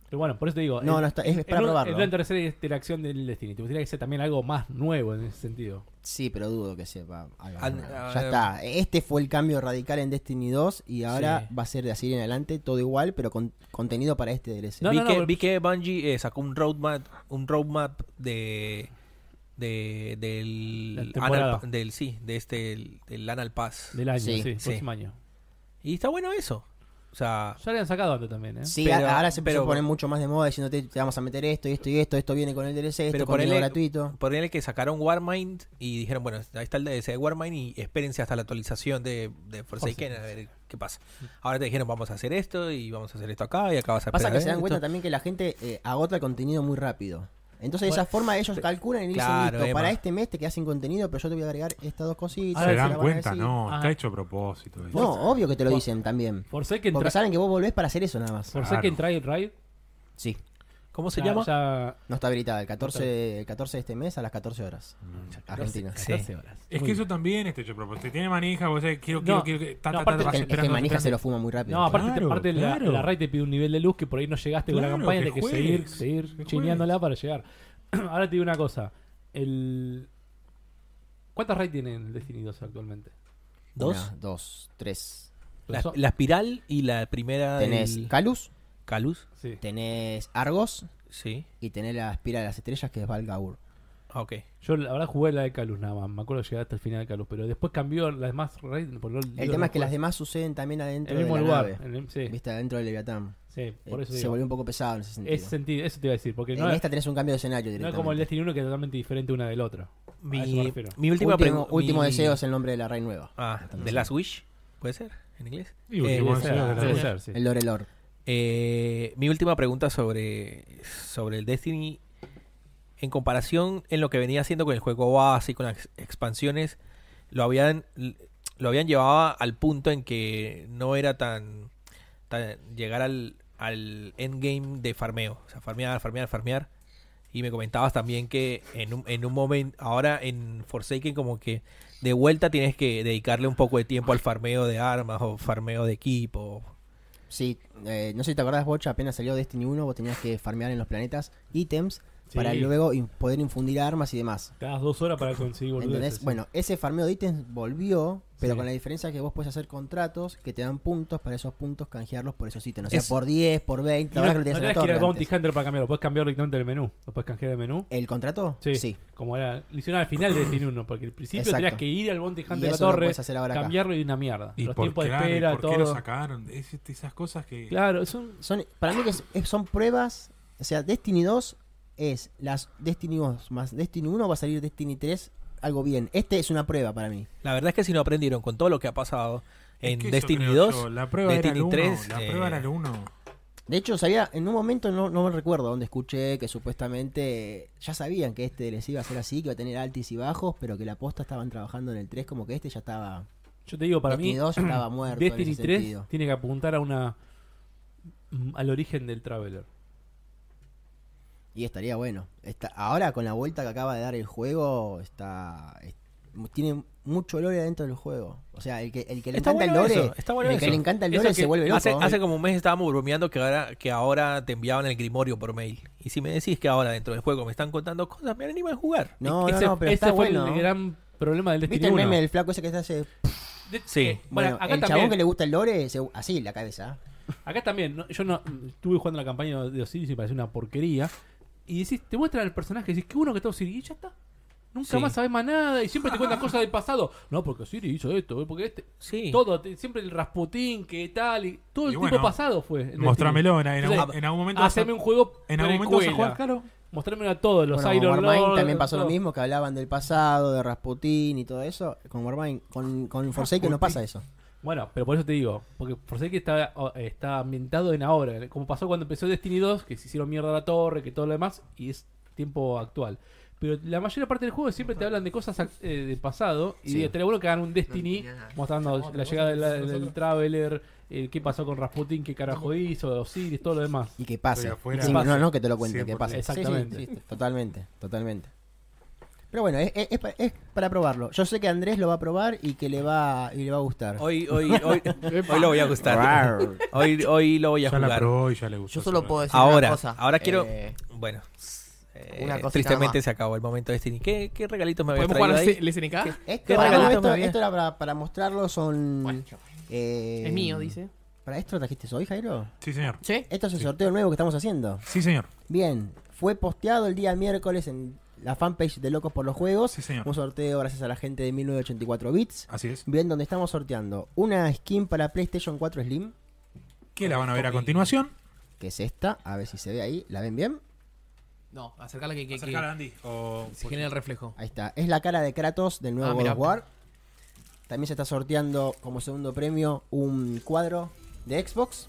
Speaker 5: Pero bueno, por eso te digo.
Speaker 7: no,
Speaker 5: en-
Speaker 7: no está, es, para
Speaker 5: en un-
Speaker 7: probarlo.
Speaker 5: En una tercera interacción del Destiny. Te gustaría que sea también algo más nuevo en ese sentido.
Speaker 7: Sí, pero dudo que sepa. algo
Speaker 2: An-
Speaker 7: nuevo.
Speaker 2: Ah, a
Speaker 7: ya
Speaker 2: ver.
Speaker 7: está. Este fue el cambio radical en Destiny 2 y ahora
Speaker 2: Sí.
Speaker 7: va a ser de así en adelante todo igual, pero con contenido para este DLC.
Speaker 5: No,
Speaker 2: vi,
Speaker 5: no,
Speaker 2: que,
Speaker 5: no,
Speaker 2: vi que Bungie eh, sacó un roadmap, un roadmap de. de
Speaker 5: La
Speaker 2: del.
Speaker 5: temporada.
Speaker 2: Anal Pa- del sí, de este. el- del Anal Pass.
Speaker 5: Del año, sí.
Speaker 7: Sí.
Speaker 2: Sí.
Speaker 5: Próximo año.
Speaker 2: Y está bueno eso. O sea.
Speaker 5: Ya lo habían sacado antes también, ¿eh?
Speaker 7: Sí,
Speaker 2: Pero-
Speaker 7: a- ahora se empezó
Speaker 2: pero-
Speaker 7: a poner mucho más de moda diciéndote te vamos a meter esto y esto y esto, esto viene con el DLC, esto
Speaker 2: Pero
Speaker 7: contenido
Speaker 2: ponele- Ah,
Speaker 7: gratuito.
Speaker 2: Ponerle que sacaron Warmind y dijeron, bueno, ahí está el DLC de Warmind y espérense hasta la actualización de, de Forsaken a ver qué pasa. Ahora te dijeron, vamos a hacer esto y vamos a hacer esto acá y acá vas a
Speaker 7: Pasa
Speaker 2: esperar
Speaker 7: que se dan
Speaker 2: esto.
Speaker 7: cuenta también que la gente eh, agota el contenido muy rápido. Entonces de esa forma ellos calculan y dicen,
Speaker 2: claro,
Speaker 7: listo,
Speaker 2: Emma.
Speaker 7: para este mes te quedas sin contenido, pero yo te voy a agregar estas dos cositas.
Speaker 5: Ahora
Speaker 4: Se
Speaker 7: te
Speaker 4: dan
Speaker 7: la van a
Speaker 4: cuenta,
Speaker 7: decir".
Speaker 4: no.
Speaker 5: Ajá.
Speaker 4: Está hecho a propósito. eso.
Speaker 7: No, obvio que te lo dicen también.
Speaker 5: Forsaken,
Speaker 7: Porque
Speaker 5: tra
Speaker 7: saben que vos volvés para hacer eso nada más.
Speaker 5: Forsaken Trial Ride.
Speaker 7: Sí.
Speaker 2: ¿Cómo se
Speaker 5: ya-
Speaker 2: llama?
Speaker 5: ya-
Speaker 7: No está habilitada, el 14, de, el 14 de este mes a las 14 horas. Argentina.
Speaker 2: Sí.
Speaker 5: 14 horas.
Speaker 4: Es
Speaker 5: Muy
Speaker 4: que
Speaker 5: bien.
Speaker 4: eso también está hecho a propósito. Si tiene manija, vos sabés, quiero,
Speaker 5: No,
Speaker 4: quiero, quiero que. ta, ta,
Speaker 5: no,
Speaker 4: ta,
Speaker 5: aparte
Speaker 4: vas
Speaker 7: Es que, es que
Speaker 4: esperando,
Speaker 7: manija se
Speaker 4: esperando.
Speaker 7: lo fuma muy rápido.
Speaker 5: No, aparte,
Speaker 4: Claro,
Speaker 5: aparte la-
Speaker 4: claro.
Speaker 5: la, RAI te pide un nivel de luz que por ahí no llegaste con la
Speaker 4: Claro,
Speaker 5: campaña,
Speaker 4: que
Speaker 5: tenés que
Speaker 4: juegues,
Speaker 5: seguir,
Speaker 4: que
Speaker 5: seguir
Speaker 4: juegues.
Speaker 5: chineándola para llegar. Ahora te digo una cosa. El... ¿Cuántas RAI tienen Destiny 2 actualmente?
Speaker 2: Dos.
Speaker 7: Una, dos, tres.
Speaker 2: La,
Speaker 5: Son-
Speaker 2: la espiral y la primera
Speaker 7: Tenés
Speaker 2: del-
Speaker 7: Calus,
Speaker 2: Calus.
Speaker 5: sí.
Speaker 7: tenés Argos
Speaker 2: Sí.
Speaker 7: y tenés la Espira de las Estrellas que es Valgaur.
Speaker 2: Ah, ok.
Speaker 5: Yo la verdad jugué la de Calus nada más. Me acuerdo que llegué hasta el final de Calus, pero después cambió las demás RAI. por lo-
Speaker 7: El
Speaker 5: digo,
Speaker 7: tema
Speaker 5: no
Speaker 7: es que
Speaker 5: jugué.
Speaker 7: las demás suceden también adentro
Speaker 5: En el mismo
Speaker 7: de la
Speaker 5: lugar.
Speaker 7: nave.
Speaker 5: en el- sí,
Speaker 7: Viste, adentro del Leviatán.
Speaker 5: sí,
Speaker 7: Eh,
Speaker 5: por eso
Speaker 7: se
Speaker 5: digo.
Speaker 7: volvió un poco pesado en ese sentido.
Speaker 5: Ese sentido, eso te iba a decir. Porque
Speaker 7: en
Speaker 5: no es,
Speaker 7: esta tenés un cambio de escenario
Speaker 5: no es
Speaker 7: directamente.
Speaker 5: como el Destiny 1 que es totalmente diferente una del otro. A eso me
Speaker 2: Mi,
Speaker 5: refiero.
Speaker 2: mi última
Speaker 7: último,
Speaker 2: pregunta.
Speaker 7: último deseo es el nombre de la Rey Nueva.
Speaker 2: Ah, The Last Wish. ¿Puede ser? ¿En inglés?
Speaker 4: Y último
Speaker 2: Eh,
Speaker 5: Puede ser,
Speaker 4: deseo de la
Speaker 5: puede
Speaker 4: luz.
Speaker 5: ser, sí.
Speaker 7: El Lorelor.
Speaker 2: Eh, mi última pregunta sobre, sobre el Destiny. En comparación en lo que venía haciendo con el juego base y con las expansiones, lo habían, lo habían llevado al punto en que no era tan, tan- llegar al, al endgame de farmeo. O sea, farmear, farmear, farmear. Y me comentabas también que en un, en un momento, ahora en Forsaken como que de vuelta tienes que dedicarle un poco de tiempo al farmeo de armas o farmeo de equipo.
Speaker 7: Sí, eh, no sé si te acordás, Bocha, apenas salió Destiny 1, vos tenías que farmear en los planetas ítems
Speaker 5: Sí.
Speaker 7: para luego in- poder infundir armas y demás.
Speaker 5: Te das dos horas para conseguir
Speaker 7: ¿Entendés?
Speaker 5: boludeces. sí.
Speaker 7: Bueno, ese farmeo de ítems volvió, pero
Speaker 5: Sí.
Speaker 7: con la diferencia que vos puedes hacer contratos que te dan puntos para esos puntos canjearlos por esos ítems. O sea,
Speaker 2: Es-
Speaker 7: por 10, por 20,
Speaker 5: Y No,
Speaker 7: la
Speaker 5: no
Speaker 7: verdad que lo
Speaker 5: tenés
Speaker 7: tenés
Speaker 5: que ir
Speaker 7: en
Speaker 5: al
Speaker 7: la
Speaker 5: Bounty
Speaker 7: torre antes.
Speaker 5: Hunter para cambiarlo, puedes cambiar directamente del menú. Lo puedes canjear del menú.
Speaker 7: ¿El contrato?
Speaker 5: Sí. Como era, lo hicieron al final de Destiny 1, porque al principio
Speaker 7: Exacto.
Speaker 5: tenías que ir al Bounty Hunter
Speaker 7: Y
Speaker 5: de la
Speaker 7: eso lo
Speaker 5: torre,
Speaker 7: puedes hacer ahora acá.
Speaker 5: cambiarlo y una mierda.
Speaker 4: ¿Y
Speaker 5: Los
Speaker 4: por,
Speaker 5: tiempos de
Speaker 4: claro, ¿y
Speaker 5: espera,
Speaker 4: por qué lo
Speaker 5: todo.
Speaker 4: sacaron? Es- este, esas cosas que.
Speaker 5: Claro, es un.
Speaker 7: Son, para mí que es- es- son pruebas, o sea, Destiny 2 es las Destiny 2 más Destiny 1 va a salir Destiny 3 algo bien. Este es una prueba para mí.
Speaker 2: La verdad es que si no aprendieron con todo lo que ha pasado
Speaker 4: Es
Speaker 2: en
Speaker 4: que eso
Speaker 2: Destiny
Speaker 4: creo
Speaker 2: 2,
Speaker 4: yo, La prueba era
Speaker 2: Destiny
Speaker 4: el 1.
Speaker 2: 3,
Speaker 4: la
Speaker 2: eh,
Speaker 4: prueba era el 1.
Speaker 7: De hecho, sabía, en un momento no, no me recuerdo donde escuché que supuestamente ya sabían que este les iba a ser así, que iba a tener altis y bajos, pero que la posta estaban trabajando en el 3 como que este ya estaba
Speaker 5: Yo te digo, para
Speaker 7: Destiny
Speaker 5: mí,
Speaker 7: 2 ya estaba muerto en
Speaker 5: Destiny
Speaker 7: ese
Speaker 5: 3
Speaker 7: sentido.
Speaker 5: tiene que apuntar a una. mm, al origen del Traveler.
Speaker 7: y estaría bueno. Está, ahora con la vuelta que acaba de dar el juego está es- tiene mucho lore dentro del juego. O sea, el que el que le
Speaker 2: Está
Speaker 7: encanta
Speaker 2: bueno
Speaker 7: el lore,
Speaker 2: eso, está bueno
Speaker 7: el que
Speaker 2: eso.
Speaker 7: le encanta el
Speaker 2: Eso
Speaker 7: lore
Speaker 2: que
Speaker 7: se vuelve loco.
Speaker 2: Hace, hace como un mes estábamos bromeando que ahora, que ahora te enviaban el Grimorio por mail. Y si me decís que ahora dentro del juego me están contando cosas, me animo a jugar.
Speaker 7: No,
Speaker 5: ese
Speaker 7: no, no, pero
Speaker 5: ese
Speaker 7: está
Speaker 5: fue
Speaker 7: bueno.
Speaker 5: el gran problema del Destiny
Speaker 7: ¿Viste el
Speaker 5: 1.
Speaker 7: meme del flaco ese que está hace?
Speaker 5: De-
Speaker 2: Sí.
Speaker 5: eh, bueno,
Speaker 7: Bueno,
Speaker 5: acá
Speaker 7: el
Speaker 5: también.
Speaker 7: chabón que le gusta el lore, se- así la cabeza.
Speaker 5: mm, Acá también, no- yo no estuve jugando la campaña de Osiris y me pareció una porquería. y decís, te muestran al personaje y decís, qué bueno que está Siri y ya está. Nunca
Speaker 2: Sí.
Speaker 5: más sabes más nada y siempre te cuentan cosas del pasado. No, porque Siri hizo esto, eh, porque este.
Speaker 2: Sí.
Speaker 5: Todo, te- siempre el Rasputín, que tal, y todo
Speaker 4: Y
Speaker 5: el
Speaker 4: bueno,
Speaker 5: tiempo pasado fue. en
Speaker 4: Mostrámelo en, en
Speaker 5: Entonces,
Speaker 4: algún, en algún momento. vas a-
Speaker 5: Haceme un juego.
Speaker 4: en algún momento vas a
Speaker 5: precuela.
Speaker 4: jugar, claro.
Speaker 5: Mostrármelo a todos, los
Speaker 7: Bueno, con
Speaker 5: Iron
Speaker 7: Warmind
Speaker 5: Lord,
Speaker 7: también pasó lo
Speaker 5: todo.
Speaker 7: mismo, que hablaban del pasado, de Rasputin y todo eso. Con Warmind, con, con Forsaken no pasa eso.
Speaker 5: Bueno, pero por eso te digo, porque Forsaken está, o- está ambientado en ahora, como pasó cuando empezó Destiny 2, que se hicieron mierda la torre, que todo lo demás, y es tiempo actual. Pero la mayor parte del juego siempre te hablan de cosas ac- eh, del pasado, y
Speaker 7: Sí.
Speaker 5: de estaría bueno que hagan un Destiny
Speaker 3: No entendía nada.
Speaker 5: mostrando la llegada de la- del Traveler, eh, qué pasó con Rasputin, qué carajo hizo, Osiris, todo lo demás.
Speaker 7: Y que pase.
Speaker 4: Pero afuera-
Speaker 7: Sí,
Speaker 5: Pase.
Speaker 7: No, no que te lo cuente, que
Speaker 4: 100%.
Speaker 7: pase. Sí, sí,
Speaker 5: Exactamente.
Speaker 7: sí, totalmente, totalmente. Pero bueno, es, es- es pa- es para probarlo. Yo sé que Andrés lo va a probar y que le va, y le va a gustar.
Speaker 2: Hoy, hoy, hoy, hoy lo voy a gustar.
Speaker 7: Rar.
Speaker 2: Hoy, hoy lo voy a
Speaker 4: Ya la
Speaker 2: jugar.
Speaker 4: probó y ya le gustó.
Speaker 3: Yo solo
Speaker 4: seguro.
Speaker 3: puedo decir
Speaker 2: Ahora,
Speaker 3: una cosa.
Speaker 2: ahora quiero-
Speaker 3: Eh,
Speaker 2: Bueno, eh,
Speaker 3: Una cosita
Speaker 2: tristemente
Speaker 3: nomás.
Speaker 2: se acabó el momento de Destiny. ¿Qué, qué regalitos me habías
Speaker 1: ¿Podemos
Speaker 2: traído
Speaker 1: jugar al
Speaker 2: ahí?
Speaker 1: C- el SNK?
Speaker 7: Esto,
Speaker 2: ¿Qué
Speaker 7: ah, no,
Speaker 2: regalito me
Speaker 7: esto,
Speaker 2: había-
Speaker 7: esto era para, para mostrarlo, son... eh,
Speaker 1: Es mío, dice.
Speaker 7: ¿Para esto lo trajiste hoy, Jairo?
Speaker 4: Sí, señor.
Speaker 3: ¿Sí?
Speaker 7: Esto es el sorteo nuevo que estamos haciendo.
Speaker 4: Sí, señor.
Speaker 7: Bien, fue posteado el día miércoles en la fanpage de Locos por los Juegos.
Speaker 4: Sí, señor.
Speaker 7: Un sorteo gracias a la gente de 1984 bits.
Speaker 4: Así es.
Speaker 7: Bien, donde estamos sorteando una skin para PlayStation 4 Slim,
Speaker 4: Que la van a ver a continuación.
Speaker 7: que es esta. A ver si se ve ahí. ¿La ven bien?
Speaker 1: No, acercala que, que, que
Speaker 4: Acercala, Andy. O...
Speaker 1: se genera el reflejo.
Speaker 7: Ahí está. Es la cara de Kratos del nuevo
Speaker 1: Ah,
Speaker 7: God
Speaker 1: mirá.
Speaker 7: of War. También se está sorteando como segundo premio un cuadro de Xbox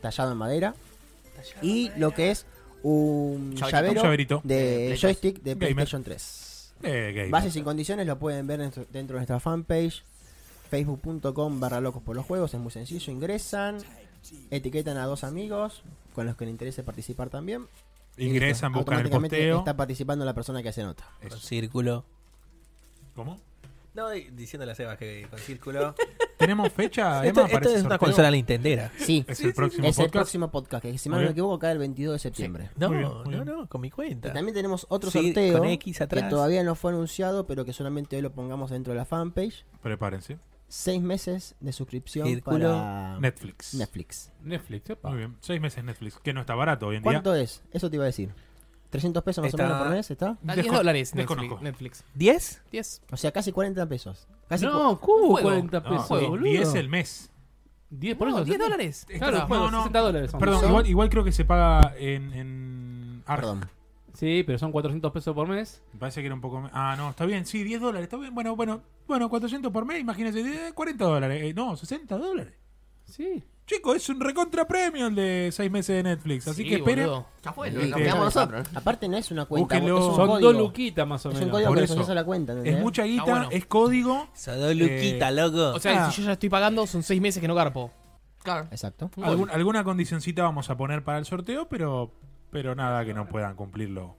Speaker 7: tallado en madera. y lo que es un
Speaker 3: Chaverito.
Speaker 7: llavero,
Speaker 4: Un llaverito.
Speaker 7: de
Speaker 3: Eh,
Speaker 7: joystick de
Speaker 4: Gamer.
Speaker 7: PlayStation 3.
Speaker 4: Eh, gay.
Speaker 7: Bases sin condiciones lo pueden ver en- dentro de nuestra fanpage facebook.com barra locos por los juegos es muy sencillo ingresan etiquetan a dos amigos con los que les interese participar también y listo.
Speaker 4: Ingresan, buscan el
Speaker 7: automáticamente
Speaker 4: posteo.
Speaker 7: está participando la persona que hace nota
Speaker 2: Con
Speaker 4: Eso.
Speaker 2: círculo.
Speaker 4: ¿Cómo?
Speaker 2: No, di- diciéndole a Sebas que con círculo.
Speaker 4: ¿Tenemos fecha?
Speaker 2: esto
Speaker 4: Emma?
Speaker 2: esto
Speaker 4: Parece
Speaker 2: es una
Speaker 4: sorteo.
Speaker 2: consola nintendera.
Speaker 7: sí
Speaker 4: Es el próximo
Speaker 7: es el
Speaker 4: podcast.
Speaker 7: próximo podcast que si mal
Speaker 4: Muy
Speaker 7: no me
Speaker 4: bien.
Speaker 7: equivoco cae el 22 de septiembre
Speaker 2: No,
Speaker 4: Muy bien, muy
Speaker 2: no,
Speaker 4: bien.
Speaker 2: no, con mi cuenta.
Speaker 7: Y también tenemos otro
Speaker 2: Sí,
Speaker 7: sorteo
Speaker 2: con X atrás.
Speaker 7: que todavía no fue anunciado pero que solamente hoy lo pongamos dentro de la fanpage
Speaker 4: Prepárense.
Speaker 7: seis meses de suscripción
Speaker 2: Círculo.
Speaker 7: para
Speaker 4: Netflix.
Speaker 7: Ah, Netflix
Speaker 5: Netflix, epa.
Speaker 4: Muy bien. Seis meses Netflix. Que no está barato hoy en día.
Speaker 7: ¿Cuánto es? Eso te iba a decir. ¿300 pesos más
Speaker 2: Está-
Speaker 7: o menos por mes está?
Speaker 1: Da
Speaker 4: Desco-
Speaker 1: 10 Ah, dólares
Speaker 4: desconozco.
Speaker 1: Netflix. Netflix.
Speaker 2: ¿10?
Speaker 1: 10.
Speaker 7: O sea, casi 40 pesos. Casi cu-
Speaker 5: No, ¿cómo
Speaker 1: Juego.
Speaker 5: 40
Speaker 4: No,
Speaker 5: pesos,
Speaker 4: sí,
Speaker 5: boludo?
Speaker 4: 10 el mes.
Speaker 5: 10 por
Speaker 1: No,
Speaker 5: eso.
Speaker 1: 10
Speaker 5: ¿sí?
Speaker 1: dólares.
Speaker 5: Claro,
Speaker 4: No,
Speaker 5: juego,
Speaker 4: no.
Speaker 5: 60 dólares. son.
Speaker 4: Perdón,
Speaker 7: ¿Son?
Speaker 4: igual, igual creo que se paga en. en Arc.
Speaker 7: Perdón.
Speaker 5: Sí, pero son 400 pesos por mes.
Speaker 4: Me parece que era un poco. me- Ah, no, está bien, sí, 10 dólares, está bien. Bueno, bueno, bueno, 400 por mes, imagínense, eh, 40 dólares. eh, no, 60 dólares.
Speaker 5: Sí.
Speaker 4: Chico, es un recontra premio el de 6 meses de Netflix, así
Speaker 1: Sí,
Speaker 4: que esperen.
Speaker 1: boludo.
Speaker 3: Ya fue,
Speaker 4: Sí,
Speaker 3: lo, lo
Speaker 4: sí.
Speaker 3: quedamos nosotros.
Speaker 7: Aparte no es una cuenta,
Speaker 4: Búsquenlo.
Speaker 7: es un
Speaker 5: Son
Speaker 7: código.
Speaker 5: dos luquitas más o
Speaker 7: Es
Speaker 5: menos.
Speaker 7: un código
Speaker 4: Por
Speaker 7: que
Speaker 4: eso.
Speaker 7: se hace la cuenta, ¿entendés?
Speaker 4: Es mucha guita,
Speaker 1: bueno.
Speaker 4: es código.
Speaker 2: Sodó
Speaker 4: Luquita,
Speaker 2: Luquita, loco.
Speaker 1: O sea,
Speaker 4: Ah.
Speaker 1: si yo ya estoy pagando, son 6 meses que no garpo.
Speaker 3: Claro.
Speaker 7: Exacto.
Speaker 4: Algún- alguna condicioncita vamos a poner para el sorteo, pero, pero nada que no puedan cumplirlo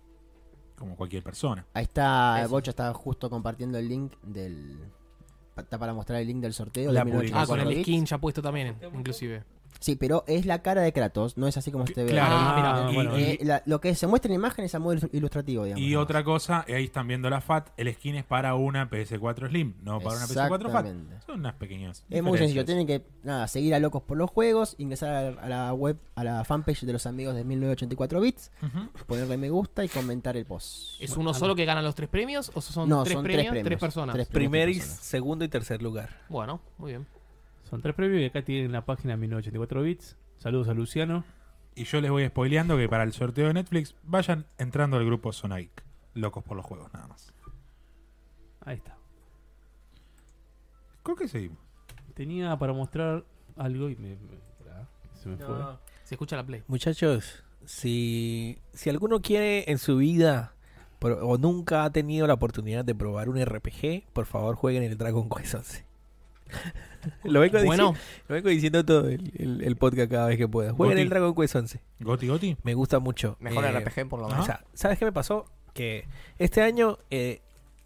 Speaker 4: como cualquier persona.
Speaker 7: Ahí está, Bocha está justo compartiendo el link del... Está para mostrar el link del sorteo.
Speaker 2: La
Speaker 7: de
Speaker 1: Ah,
Speaker 7: 1984
Speaker 1: con el
Speaker 7: bits.
Speaker 1: skin ya puesto también, inclusive.
Speaker 7: Sí, pero es la cara de Kratos, no es así como este
Speaker 4: Claro,
Speaker 1: Ah,
Speaker 4: y-
Speaker 5: mirá,
Speaker 4: y-
Speaker 7: Eh, la- lo que se muestra en imagen es a modo ilu- ilustrativo, digamos.
Speaker 4: Y otra cosa, eh, ahí están viendo la FAT, el skin es para una PS4 Slim, no para una PS4 FAT.
Speaker 7: Exactamente.
Speaker 4: Son unas pequeñas.
Speaker 7: Es muy sencillo,
Speaker 4: diferencias.
Speaker 7: tienen que nada, seguir a Locos por los Juegos, ingresar a, a la web, a la fanpage de los amigos de 1984 bits,
Speaker 4: Ujú.
Speaker 7: ponerle me gusta y comentar el post.
Speaker 1: ¿Es uno solo que gana los 3 premios o son
Speaker 7: No,
Speaker 1: 3
Speaker 7: son tres
Speaker 1: premios, 3
Speaker 7: premios,
Speaker 1: personas?
Speaker 7: tres
Speaker 2: Primer, y
Speaker 7: personas.
Speaker 2: segundo y tercer lugar.
Speaker 1: Bueno, muy bien.
Speaker 5: Son tres previos y acá tienen la página 1984 bits. Saludos a Luciano.
Speaker 4: Y yo les voy spoileando que para el sorteo de Netflix vayan entrando al grupo Sonaic. Locos por los juegos, nada más.
Speaker 5: Ahí está.
Speaker 4: ¿Con qué seguimos?
Speaker 5: Tenía para mostrar algo y me, me- pará, se me fue.
Speaker 1: Se escucha la play.
Speaker 2: Muchachos, si, si alguno quiere en su vida pro- o nunca ha tenido la oportunidad de probar un RPG, por favor jueguen el Dragon Quest 11. lo, vengo
Speaker 1: Bueno,
Speaker 2: diciendo, lo vengo diciendo todo el, el- el podcast cada vez que pueda. Jueguen
Speaker 4: Goti.
Speaker 2: el Dragon Quest 11.
Speaker 4: ¿Goti Goti?
Speaker 2: Me gusta mucho.
Speaker 3: Mejor
Speaker 2: Eh,
Speaker 3: RPG por lo
Speaker 4: Ajá.
Speaker 2: O
Speaker 3: menos.
Speaker 2: sea, ¿sabes qué me pasó? Que este año eh,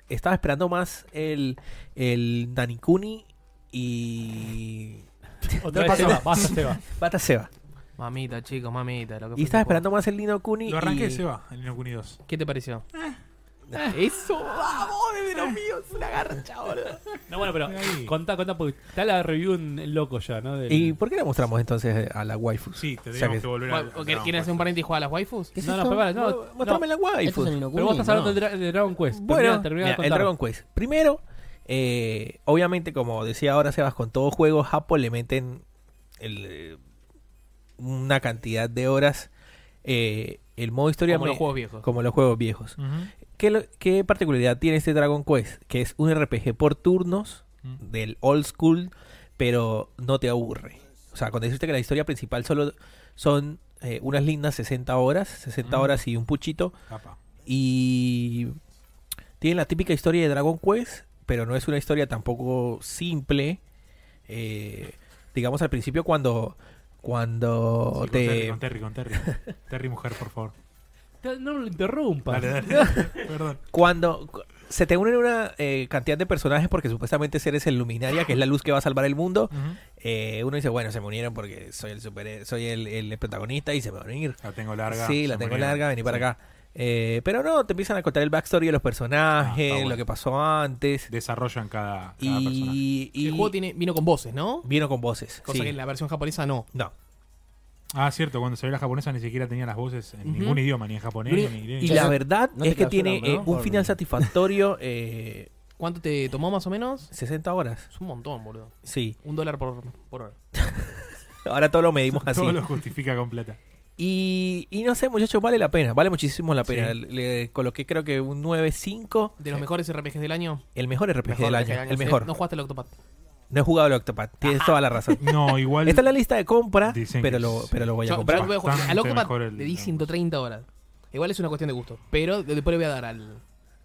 Speaker 2: estaba esperando más el, el Nanikuni y
Speaker 5: Otra
Speaker 2: No
Speaker 5: vez
Speaker 2: pasa
Speaker 5: se va,
Speaker 2: nada.
Speaker 5: basta, se va.
Speaker 2: Bata Seba.
Speaker 1: mamita, chicos, mamita. Lo que
Speaker 2: Y
Speaker 1: fue
Speaker 2: estaba
Speaker 1: que fue.
Speaker 2: esperando más el Nino Kuni.
Speaker 4: Lo arranqué,
Speaker 2: y-
Speaker 4: se va, el Inokuni 2.
Speaker 2: Ah.
Speaker 1: ¿Qué te pareció? Ah. Eso, vamos, de los míos, una garcha, boludo.
Speaker 5: No, bueno, pero
Speaker 4: Ahí.
Speaker 5: contá, contá, porque está la review en el loco ya, ¿no? Del-
Speaker 2: ¿Y por qué la mostramos entonces a la waifu?
Speaker 4: Sí,
Speaker 2: O
Speaker 4: tendríamos
Speaker 2: sea
Speaker 4: que,
Speaker 2: que-
Speaker 4: volver a.
Speaker 1: Bueno, ¿qu- ¿Quieren hacer un paréntesis y jugar a las waifus?
Speaker 7: ¿Qué es
Speaker 5: No, no,
Speaker 7: esto?
Speaker 5: pero para, no,
Speaker 2: Mu- Mostrame la
Speaker 7: Esto
Speaker 2: waifu.
Speaker 7: es el
Speaker 5: Pero vos estás
Speaker 7: Inokuni,
Speaker 5: hablando
Speaker 7: no.
Speaker 5: del Dra- de Dragon Quest.
Speaker 2: Bueno,
Speaker 5: Terminá- terminá de
Speaker 2: mira, el
Speaker 5: contar.
Speaker 2: Dragon Quest. Primero, eh, obviamente, como decía ahora Sebas, con todo juego, Japón le meten el, eh, una cantidad de horas. eh, el modo historia
Speaker 1: Como
Speaker 2: me-
Speaker 1: los juegos viejos.
Speaker 2: como los juegos viejos.
Speaker 4: Ujú.
Speaker 2: ¿Qué, lo- qué particularidad tiene este Dragon Quest? Que es un RPG por turnos
Speaker 4: Mm.
Speaker 2: del old school, pero no te aburre. O sea, cuando dijiste que la historia principal solo son eh, unas lindas 60 horas, 60
Speaker 4: Mm.
Speaker 2: horas y un puchito,
Speaker 4: Apa.
Speaker 2: y tiene la típica historia de Dragon Quest, pero no es una historia tampoco simple. Eh, digamos al principio cuando cuando
Speaker 4: Sí, con Terry,
Speaker 2: te
Speaker 4: con Terry, con Terry. Terry, mujer, por favor.
Speaker 5: Te- No lo interrumpas.
Speaker 4: Dale, dale. Perdón.
Speaker 2: cuando cu- se te unen una eh, cantidad de personajes porque supuestamente eres el luminaria que es la luz que va a salvar el mundo
Speaker 4: Ujú.
Speaker 2: eh, uno dice bueno se me unieron porque soy el super soy el, el protagonista y se me van a unir
Speaker 4: La tengo larga.
Speaker 2: sí la
Speaker 4: se
Speaker 2: tengo
Speaker 4: murió.
Speaker 2: larga vení para acá Eh, pero no te empiezan a contar el backstory de los personajes
Speaker 4: Ah, bueno.
Speaker 2: lo que pasó antes
Speaker 4: Desarrollan cada, cada personaje.
Speaker 2: y, y
Speaker 1: El juego tiene, vino con voces, ¿no?
Speaker 2: vino con voces
Speaker 1: Cosa
Speaker 2: sí.
Speaker 1: que en la versión japonesa no.
Speaker 2: no
Speaker 4: Ah, cierto, cuando salió la japonesa ni siquiera tenía las voces en
Speaker 1: Ujú.
Speaker 4: ningún idioma, ni en japonés,
Speaker 1: Lo
Speaker 4: ni en
Speaker 2: y
Speaker 4: inglés.
Speaker 7: Ya
Speaker 2: la
Speaker 7: no-
Speaker 2: verdad
Speaker 7: no te
Speaker 2: es que
Speaker 7: clausuran,
Speaker 2: tiene eh,
Speaker 7: ¿no?
Speaker 2: un
Speaker 7: Por-
Speaker 2: final satisfactorio eh,
Speaker 1: ¿Cuánto te tomó más o menos?
Speaker 2: 60 horas
Speaker 1: Es un montón, boludo.
Speaker 2: sí
Speaker 1: Un dólar por, por hora.
Speaker 2: ahora todo lo medimos así
Speaker 4: Todo lo justifica completa.
Speaker 2: Y, y no sé, muchachos, vale la pena, vale muchísimo la pena.
Speaker 4: Sí.
Speaker 2: Le coloqué creo que un 9.5,
Speaker 1: De los mejores RPGs del año.
Speaker 2: el mejor RPG
Speaker 3: Mejor
Speaker 2: del
Speaker 3: RPG
Speaker 2: año,
Speaker 3: del año,
Speaker 2: el
Speaker 3: sí.
Speaker 2: mejor.
Speaker 1: Eh, No jugaste el Octopath.
Speaker 2: No he jugado al Octopad, tienes toda la razón.
Speaker 4: No, igual.
Speaker 2: Está en la lista de compra,
Speaker 4: Dicen
Speaker 2: pero
Speaker 4: que
Speaker 2: lo,
Speaker 4: sí.
Speaker 2: pero lo voy a
Speaker 1: Yo-
Speaker 2: comprar.
Speaker 1: yo voy a jugar-
Speaker 4: Bastante
Speaker 1: al Octopath
Speaker 4: mejor el-
Speaker 1: le di 130 horas. Igual es una cuestión de gusto. Pero de- después le voy a dar al,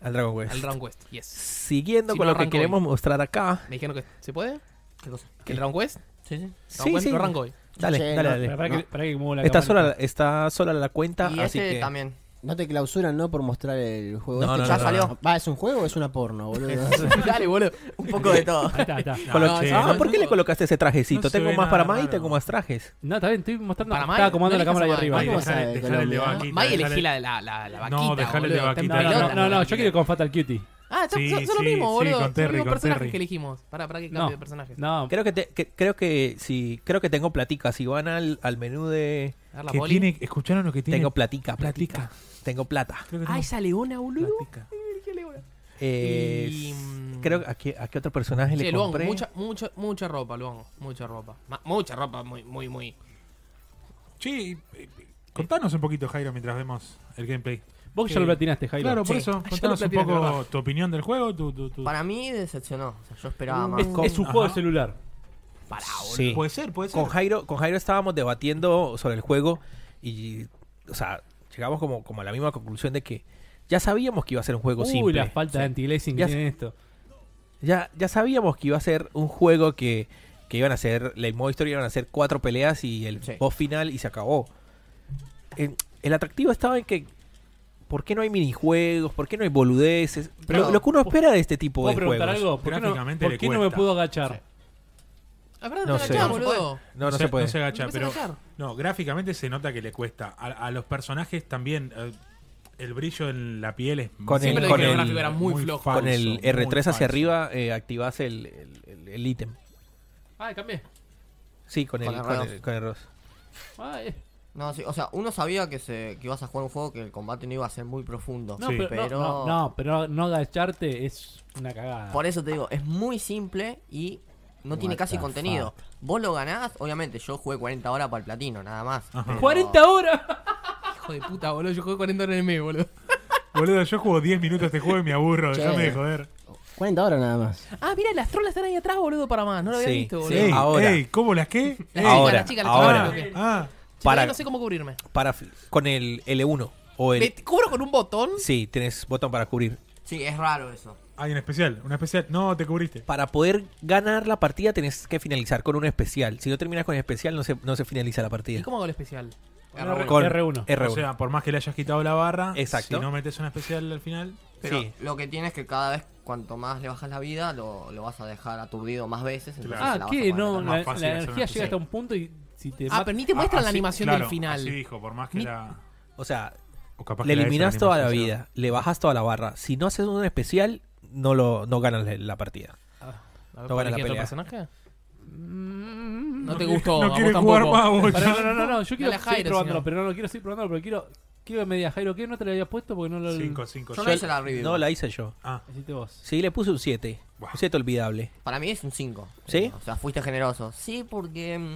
Speaker 2: Al Dragon Quest.
Speaker 1: al Round Quest. Yes.
Speaker 2: Siguiendo
Speaker 1: Si
Speaker 2: con
Speaker 1: no
Speaker 2: lo que
Speaker 1: arranco
Speaker 2: queremos mostrar acá.
Speaker 1: Me dijeron que. ¿Se puede?
Speaker 3: ¿Qué cosa?
Speaker 1: ¿Que el Round Quest?
Speaker 3: Sí, sí.
Speaker 2: Sí,
Speaker 1: Round Quest
Speaker 2: sí.
Speaker 1: lo arranco hoy.
Speaker 2: Dale,
Speaker 7: Che,
Speaker 2: dale,
Speaker 7: no,
Speaker 2: dale.
Speaker 7: pero-
Speaker 5: Pará que,
Speaker 7: No.
Speaker 5: pará que muevo la
Speaker 2: Está
Speaker 5: cámara.
Speaker 2: sola, está sola la cuenta,
Speaker 3: Y
Speaker 2: Ah, así
Speaker 3: este
Speaker 2: que...
Speaker 3: también.
Speaker 7: No te clausuran, ¿no? Por mostrar el juego.
Speaker 2: No,
Speaker 7: este.
Speaker 2: no,
Speaker 3: ya
Speaker 2: no,
Speaker 3: salió.
Speaker 2: no.
Speaker 7: Va, ¿es un juego o es una porno, boludo?
Speaker 1: Dale, boludo.
Speaker 3: Un poco de todo.
Speaker 5: Ahí está, ahí está.
Speaker 2: Con lo-
Speaker 1: No, sí,
Speaker 2: ah,
Speaker 1: no,
Speaker 2: ¿por qué
Speaker 1: no.
Speaker 2: le colocaste ese trajecito?
Speaker 4: No se
Speaker 2: tengo
Speaker 4: ve
Speaker 2: más para
Speaker 4: nada
Speaker 2: más y
Speaker 4: raro.
Speaker 2: tengo más trajes.
Speaker 5: No, está bien, estoy mostrando.
Speaker 1: Para
Speaker 5: Estaba
Speaker 1: Mike,
Speaker 5: acomodando
Speaker 1: no
Speaker 5: la cámara ahí
Speaker 1: elijas a
Speaker 5: arriba.
Speaker 4: Dejale-
Speaker 7: Mike. ¿Cómo sabe
Speaker 4: dejale
Speaker 7: Colombia?
Speaker 4: el
Speaker 1: Ah,
Speaker 4: de vaquita,
Speaker 1: Mike elegí
Speaker 4: dejale-
Speaker 1: la, la, la, la
Speaker 4: No,
Speaker 1: vaquita.
Speaker 4: dejale
Speaker 1: boludo.
Speaker 4: de
Speaker 1: Está en
Speaker 4: vaquita.
Speaker 5: No,
Speaker 1: pelota,
Speaker 5: no, no, no,
Speaker 1: boludo.
Speaker 5: yo quiero con Fatal Cutie.
Speaker 1: Ah, está,
Speaker 4: Sí,
Speaker 1: son, son lo
Speaker 4: sí,
Speaker 1: mismo,
Speaker 4: sí,
Speaker 1: boludo.
Speaker 4: con
Speaker 1: Son los
Speaker 4: Terry,
Speaker 1: mismos
Speaker 4: con
Speaker 1: personajes
Speaker 4: Terry.
Speaker 1: que elegimos. Pará, pará que cambie
Speaker 5: No,
Speaker 1: de personaje.
Speaker 5: no.
Speaker 2: Creo que, te- que- creo que si creo que tengo platica. Si van al, al menú de
Speaker 1: A ver la
Speaker 4: Que
Speaker 1: poli.
Speaker 4: tiene, ¿Escucharon lo que tiene?
Speaker 2: tengo platica, platica,
Speaker 4: platica.
Speaker 2: tengo plata.
Speaker 4: Creo que
Speaker 1: Ah,
Speaker 4: tengo
Speaker 1: esa leona, boludo.
Speaker 4: platica.
Speaker 1: Elegí a leona.
Speaker 2: Eh,
Speaker 1: Y,
Speaker 2: s-
Speaker 1: mm,
Speaker 2: creo que a qué, a qué otro personaje
Speaker 1: Che,
Speaker 2: le
Speaker 1: Luongo,
Speaker 2: compré.
Speaker 1: mucha, mucha, mucha ropa, Luongo. Mucha ropa. Ma- mucha ropa, muy, muy, muy.
Speaker 4: Che, eh, eh, contanos un poquito, Jairo, mientras vemos el gameplay.
Speaker 5: Vos que ya lo platinaste, Jairo.
Speaker 4: Claro, por
Speaker 1: Sí.
Speaker 4: eso,
Speaker 1: Yo lo
Speaker 4: contanos un
Speaker 1: platiné, es
Speaker 4: poco
Speaker 1: verdad.
Speaker 4: tu opinión del juego. Tu, tu, tu-
Speaker 3: Para mí decepcionó. O sea, yo esperaba más.
Speaker 5: Es, Uh. es un
Speaker 4: Ajá.
Speaker 5: juego de celular.
Speaker 1: Pará, boludo.
Speaker 2: Sí.
Speaker 4: Puede ser, puede ser.
Speaker 2: Con Jairo, con Jairo estábamos debatiendo sobre el juego y, o sea, llegamos como, como a la misma conclusión de que ya sabíamos que iba a ser un juego
Speaker 5: Uy,
Speaker 2: simple.
Speaker 5: la falta de anti-glazing que
Speaker 2: Ya
Speaker 5: tiene esto.
Speaker 2: Ya, ya sabíamos que iba a ser un juego que, que iban a ser, el modo historia iban a ser cuatro peleas y el
Speaker 3: Sí.
Speaker 2: boss final y se acabó. En- el atractivo estaba en que, ¿por qué no hay minijuegos? ¿Por qué no hay boludeces?
Speaker 5: Pero-
Speaker 2: lo, lo que uno espera de este tipo
Speaker 5: ¿Puedo
Speaker 2: de
Speaker 5: preguntar
Speaker 2: juegos.
Speaker 5: algo? ¿Por qué no,
Speaker 4: Gráficamente
Speaker 5: por
Speaker 4: le
Speaker 5: qué no me
Speaker 4: cuesta.
Speaker 5: puedo agachar?
Speaker 1: La verdad,
Speaker 2: No
Speaker 1: no
Speaker 2: sé.
Speaker 1: te agachás, boludo.
Speaker 2: No, no se, puede.
Speaker 4: No se agacha,
Speaker 1: No
Speaker 4: pero.
Speaker 1: empieza a agachar.
Speaker 4: No, gráficamente se nota que le cuesta. A, a los personajes también. eh, el brillo en la piel es
Speaker 2: Con
Speaker 1: Siempre dije
Speaker 2: el- con
Speaker 1: que el
Speaker 2: el-
Speaker 1: gráfico era muy flojo.
Speaker 4: falso,
Speaker 2: con el
Speaker 4: muy
Speaker 2: R3 hacia
Speaker 4: falso.
Speaker 2: arriba eh, activas el, el- el- el ítem.
Speaker 5: Ah, cambié.
Speaker 2: Sí, con,
Speaker 3: Con
Speaker 2: el,
Speaker 3: el
Speaker 2: con,
Speaker 3: R2.
Speaker 2: el, con el R2.
Speaker 5: Ah, eh.
Speaker 3: No, sí, o sea, uno sabía que, se, que ibas a jugar un juego que el combate no iba a ser muy profundo.
Speaker 5: No,
Speaker 4: Sí.
Speaker 5: pero, no,
Speaker 3: Pero-
Speaker 5: No, no, pero no agacharte es una cagada.
Speaker 3: Por eso te digo, es muy simple y no tiene
Speaker 7: What
Speaker 3: casi
Speaker 7: the
Speaker 3: contenido. Vos lo ganás, obviamente, yo jugué 40 horas para el platino, nada más. pero-
Speaker 5: 40 horas.
Speaker 1: Hijo de puta, boludo. Yo jugué 40 horas en el mes, boludo.
Speaker 4: Boludo, yo juego 10 minutos este juego y me aburro.
Speaker 7: Che.
Speaker 4: Déjame de joder.
Speaker 7: 40 horas nada más.
Speaker 1: Ah, mira, las trolas están ahí atrás, boludo, para más. No lo había
Speaker 2: Sí,
Speaker 1: visto,
Speaker 2: sí.
Speaker 1: boludo.
Speaker 4: Ey,
Speaker 2: ahora.
Speaker 4: ey, ¿cómo las qué?
Speaker 1: Las
Speaker 2: Ahora,
Speaker 1: chicas, las chicas, las
Speaker 2: ahora.
Speaker 1: chicas, las chicas.
Speaker 4: Ah,
Speaker 1: Para...
Speaker 2: Para-
Speaker 1: No sé cómo cubrirme.
Speaker 2: Para, con el L1. O el,
Speaker 1: Me cubro con un botón.
Speaker 2: sí, tienes botón para cubrir.
Speaker 3: Sí, es raro eso.
Speaker 4: hay un especial, una especial. No, te cubriste.
Speaker 2: Para poder ganar la partida tenés que finalizar con un especial. Si no terminas con el especial no se, no se finaliza la
Speaker 1: ¿Y
Speaker 2: partida.
Speaker 1: cómo hago el especial?
Speaker 5: R1.
Speaker 2: Con
Speaker 5: R1.
Speaker 2: R1.
Speaker 4: O sea, por más que le hayas quitado la barra,
Speaker 2: Exacto.
Speaker 4: si no metes una especial al final,
Speaker 3: Pero
Speaker 2: Sí.
Speaker 3: lo que tiene es que cada vez, cuanto más le bajas la vida, lo, lo vas a dejar aturdido más veces. entonces
Speaker 4: Claro.
Speaker 5: Ah,
Speaker 3: la vas a
Speaker 5: ¿qué?
Speaker 3: poder
Speaker 5: No,
Speaker 3: ganar.
Speaker 4: más
Speaker 5: la,
Speaker 4: fácil
Speaker 5: la
Speaker 4: hacer una
Speaker 5: energía llega
Speaker 4: especial.
Speaker 5: hasta un punto y si te
Speaker 1: Ah,
Speaker 5: mata-
Speaker 1: pero ni te muestran
Speaker 4: Ah,
Speaker 1: la
Speaker 4: así-
Speaker 1: animación
Speaker 4: claro,
Speaker 1: del final.
Speaker 4: Así dijo, por más que
Speaker 1: Ni-
Speaker 4: la.
Speaker 2: O sea,
Speaker 4: O capaz
Speaker 2: Le
Speaker 4: que la S
Speaker 2: eliminás
Speaker 4: también
Speaker 2: toda
Speaker 4: me
Speaker 2: la
Speaker 4: funciona.
Speaker 2: vida, le bajas toda la barra. Si no haces un especial, no lo no ganas la- la partida.
Speaker 1: A ver,
Speaker 2: No vale la
Speaker 1: ¿para elegir otro
Speaker 2: pelea.
Speaker 1: personaje?
Speaker 5: Mm,
Speaker 1: No te
Speaker 4: quiere-
Speaker 1: gustó,
Speaker 4: no
Speaker 1: a vos
Speaker 4: quiere
Speaker 1: tampoco.
Speaker 4: jugar más, boludo.
Speaker 5: Pará, no, no, no, no, yo quiero
Speaker 1: Dale a
Speaker 5: seguir
Speaker 1: Jairo,
Speaker 5: probándolo,
Speaker 1: si no.
Speaker 5: pero no lo quiero seguir probándolo, pero quiero, quiero que me digas, Jairo, ¿qué no te lo habías puesto? Porque no lo
Speaker 4: Cinco, cinco,
Speaker 3: Yo
Speaker 4: seis.
Speaker 3: no hice la review.
Speaker 2: No la hice yo.
Speaker 4: Ah,
Speaker 5: hiciste vos.
Speaker 2: Sí, le puse un 7.
Speaker 4: Buah.
Speaker 2: Un 7 olvidable.
Speaker 3: Para mí es un 5.
Speaker 2: ¿Sí?
Speaker 3: O sea, fuiste generoso. Sí, porque. mm,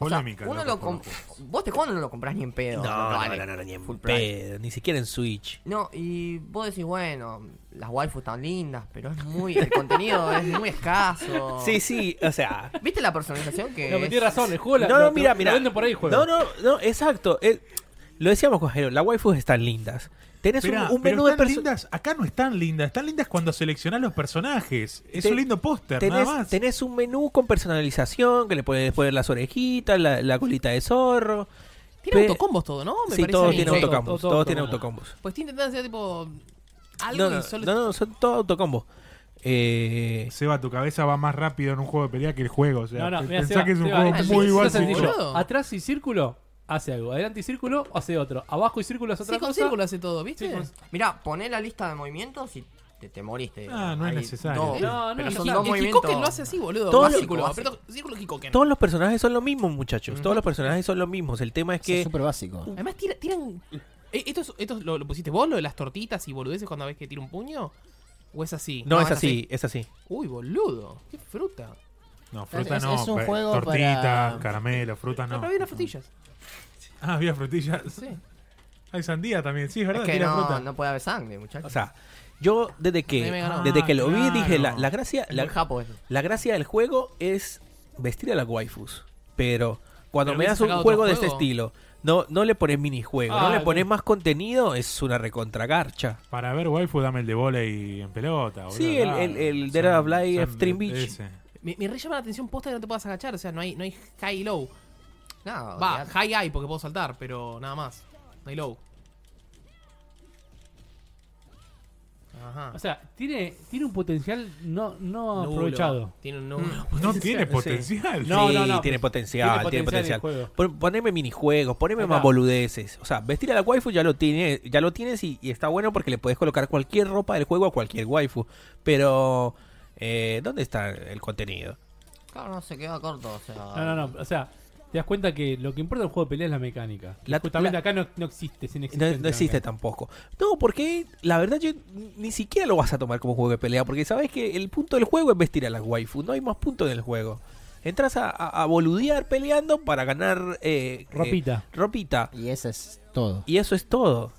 Speaker 3: o sea,
Speaker 4: polémica.
Speaker 3: uno
Speaker 4: loco,
Speaker 3: lo comp-
Speaker 4: por favor.
Speaker 3: Vos te juego no lo comprás ni en pedo. Vale.
Speaker 2: ni en
Speaker 3: Full price.
Speaker 2: pedo, ni siquiera en Switch.
Speaker 3: No, y vos decís, bueno, las waifus están lindas, pero es muy. El contenido es muy escaso.
Speaker 2: Sí, sí, o sea.
Speaker 3: ¿Viste la personalización que.?
Speaker 5: No, pero
Speaker 3: es?
Speaker 5: tienes razón, el juego
Speaker 2: No,
Speaker 5: la,
Speaker 2: no,
Speaker 5: lo-
Speaker 2: mira,
Speaker 5: lo
Speaker 2: mira.
Speaker 5: venden por ahí el juego.
Speaker 2: No, no, no, exacto. Eh, lo decíamos con Jairo, las waifus están lindas. Tenés un-
Speaker 4: Esperá,
Speaker 2: un,
Speaker 4: pero
Speaker 2: menú de
Speaker 4: están
Speaker 2: personas.
Speaker 4: lindas. Acá no están lindas. Están lindas cuando seleccionás los personajes. Es
Speaker 2: Te-
Speaker 4: un lindo póster, nada
Speaker 2: Tenés,
Speaker 4: más.
Speaker 2: tenés un menú con personalización que le puedes poner las orejitas, la, la colita de zorro.
Speaker 1: Tiene
Speaker 2: Pe-
Speaker 1: autocombos todo, ¿no? Oh, Me
Speaker 2: Sí,
Speaker 1: parece
Speaker 2: todos
Speaker 1: a mí.
Speaker 2: tienen
Speaker 3: Sí,
Speaker 2: autocombos.
Speaker 5: todo- todo
Speaker 2: Todos tienen
Speaker 5: autocombos.
Speaker 2: autocombos.
Speaker 1: Pues estoy intentando hacer tipo. Algo
Speaker 2: No, no,
Speaker 1: y solo.
Speaker 2: no, no, son todos autocombos. Eh,
Speaker 4: Seba, tu cabeza va más rápido en un juego de pelea que el juego. O sea,
Speaker 5: No, no,
Speaker 4: pe-
Speaker 5: mira,
Speaker 4: pensá
Speaker 5: Seba,
Speaker 4: que es un
Speaker 5: Seba,
Speaker 4: juego muy
Speaker 5: es
Speaker 1: sencillo,
Speaker 4: igual.
Speaker 1: es sencillo.
Speaker 4: boludo.
Speaker 1: boludo.
Speaker 5: Atrás y círculo, hace algo. Adelante y círculo, hace otro. Abajo y círculo, hace otra
Speaker 1: Sí, con
Speaker 5: cosa.
Speaker 1: círculo hace todo, ¿viste?
Speaker 5: Sí, con-
Speaker 3: Mirá, poné la lista de movimientos y te, te moriste.
Speaker 4: Ah, no es
Speaker 3: Hay
Speaker 4: necesario.
Speaker 3: dos,
Speaker 5: No, no
Speaker 3: pero
Speaker 5: es
Speaker 3: son
Speaker 1: Y-
Speaker 3: dos
Speaker 1: el
Speaker 3: movimientos.
Speaker 1: Kikoken lo hace así, boludo.
Speaker 2: Todo
Speaker 1: Todo
Speaker 2: lo-
Speaker 1: círculo,
Speaker 3: básico.
Speaker 1: apretó- círculo Kikoken.
Speaker 2: todos los personajes son los mismos, muchachos. Todos los personajes son los mismos. El tema es
Speaker 7: Es
Speaker 2: que.
Speaker 7: súper básico.
Speaker 1: Además, tira- tiran. Eh, ¿Esto, es- esto es- lo, lo pusiste vos, lo de las tortitas y boludeces cuando ves que tira un puño? ¿O es así?
Speaker 2: No, es así, es así.
Speaker 1: Uy, boludo. Qué fruta.
Speaker 4: No, fruta
Speaker 7: Es-
Speaker 4: no.
Speaker 7: es un
Speaker 4: pe-
Speaker 7: juego
Speaker 4: tortitas,
Speaker 7: para-
Speaker 4: caramelo, frutas
Speaker 1: No,
Speaker 4: no.
Speaker 1: pero había unas frutillas.
Speaker 4: Ah, había frutillas.
Speaker 1: Sí.
Speaker 4: Hay sandía también, sí, es verdad.
Speaker 3: Es que
Speaker 4: tiene
Speaker 3: no,
Speaker 4: fruta.
Speaker 3: no puede haber sangre, muchachos.
Speaker 2: O sea, yo desde
Speaker 1: Ahí me
Speaker 2: que,
Speaker 1: ganó.
Speaker 2: desde que lo vi
Speaker 4: Ah,
Speaker 2: dije, la,
Speaker 4: claro.
Speaker 2: la gracia,
Speaker 3: es
Speaker 2: la,
Speaker 3: muy japo eso.
Speaker 2: la gracia del juego es vestir a las waifus. Pero cuando
Speaker 1: Pero
Speaker 2: me
Speaker 1: hubiese
Speaker 2: das un
Speaker 1: sacado
Speaker 2: juego,
Speaker 1: otro
Speaker 2: de este
Speaker 1: juego.
Speaker 2: estilo, no, no le pones minijuego, no
Speaker 5: Ah,
Speaker 2: le pones
Speaker 5: no.
Speaker 2: más contenido, es una recontragarcha.
Speaker 4: Para ver waifu, dame el de volei en pelota. boludo,
Speaker 2: Sí, el-
Speaker 4: dale.
Speaker 2: el- el
Speaker 4: Son-
Speaker 2: Dead or Alive
Speaker 4: son
Speaker 2: Extreme
Speaker 4: de-
Speaker 2: Beach.
Speaker 4: ese.
Speaker 1: Me, me re llama la atención posta que no te puedas agachar. O sea, no hay, no hay high y low.
Speaker 3: No,
Speaker 1: Va,
Speaker 3: olvidate.
Speaker 1: high hay porque puedo saltar, pero nada más. No hay low. Ajá.
Speaker 5: O sea, tiene, tiene un potencial no, no
Speaker 1: Nulo.
Speaker 5: aprovechado.
Speaker 1: Tiene un nulo.
Speaker 4: No tiene potencial.
Speaker 5: No,
Speaker 2: Pues sí,
Speaker 5: no, no,
Speaker 2: tiene
Speaker 5: pues,
Speaker 2: potencial, ah, tiene potencial.
Speaker 5: tiene potencial el juego.
Speaker 2: Pon- Poneme minijuegos, poneme
Speaker 5: Ahí
Speaker 2: más
Speaker 5: está.
Speaker 2: boludeces. O sea, vestir a la waifu ya lo tiene, ya lo tienes y, y está bueno porque le puedes colocar cualquier ropa del juego a cualquier waifu. Pero eh, ¿dónde está el contenido?
Speaker 3: Claro, no se queda corto. O sea,
Speaker 5: No, no, no. O sea, te das cuenta que lo que importa del juego de pelea es la mecánica. Que
Speaker 2: La-
Speaker 5: justamente
Speaker 2: la-
Speaker 5: acá no, no existe, es
Speaker 2: No,
Speaker 5: inexistente.
Speaker 2: no existe
Speaker 5: acá.
Speaker 2: tampoco. No, porque la verdad yo ni siquiera lo vas a tomar como juego de pelea, porque sabes que el punto del juego es vestir a las waifu, no hay más punto en el juego. Entras a, a- a boludear peleando para ganar eh, eh,
Speaker 5: Ropita.
Speaker 2: ropita.
Speaker 7: Y eso es todo.
Speaker 2: Y eso es todo.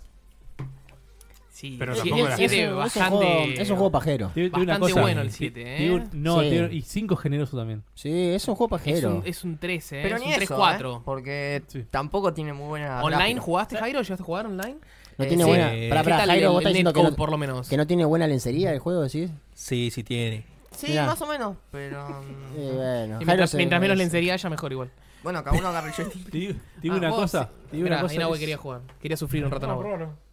Speaker 1: Sí,
Speaker 4: Pero
Speaker 1: sí,
Speaker 4: tampoco
Speaker 1: el
Speaker 4: la-
Speaker 7: es,
Speaker 1: 7
Speaker 7: un, es un juego,
Speaker 1: bastante.
Speaker 7: es un juego pajero.
Speaker 5: Te- te digo
Speaker 1: Bastante bueno el siete,
Speaker 5: Te-
Speaker 1: ¿eh?
Speaker 5: te digo un- no,
Speaker 7: Sí.
Speaker 5: te digo- y 5 generoso también.
Speaker 7: Sí, es un juego
Speaker 1: Es
Speaker 7: pajero.
Speaker 1: un, es un 13, ¿eh?
Speaker 3: Pero
Speaker 1: es
Speaker 3: ni
Speaker 1: un
Speaker 3: eso,
Speaker 1: 3-4.
Speaker 3: ¿eh? Porque
Speaker 5: Sí.
Speaker 3: tampoco tiene muy buena.
Speaker 1: ¿Online
Speaker 3: gráfica.
Speaker 1: jugaste, Jairo? ¿Llegaste a jugar online?
Speaker 7: no
Speaker 3: eh,
Speaker 7: tiene
Speaker 3: sí.
Speaker 7: buena.
Speaker 2: Eh,
Speaker 7: Pará, pará,
Speaker 1: ¿Qué tal
Speaker 7: Jairo,
Speaker 1: el-
Speaker 7: vos estás
Speaker 1: el
Speaker 7: diciendo que no,
Speaker 1: netcode, por lo menos?
Speaker 7: que no tiene buena lencería el juego, decís.
Speaker 2: Sí, sí tiene.
Speaker 3: Sí,
Speaker 7: Mirá.
Speaker 3: más o menos, pero. mm,
Speaker 7: Eh, bueno,
Speaker 1: Y
Speaker 7: Jairo
Speaker 1: mientras,
Speaker 7: se-
Speaker 1: mientras menos
Speaker 7: se-
Speaker 1: lencería haya, mejor igual.
Speaker 3: Bueno, cada uno agarra el joystick.
Speaker 5: Te digo, te digo
Speaker 1: Ah,
Speaker 5: una
Speaker 1: vos,
Speaker 5: cosa.
Speaker 1: sí.
Speaker 5: Te digo
Speaker 1: Mirá,
Speaker 5: una cosa.
Speaker 1: Inahue
Speaker 5: es-
Speaker 1: quería jugar. Quería sufrir un rato en Inahue.
Speaker 4: Bueno,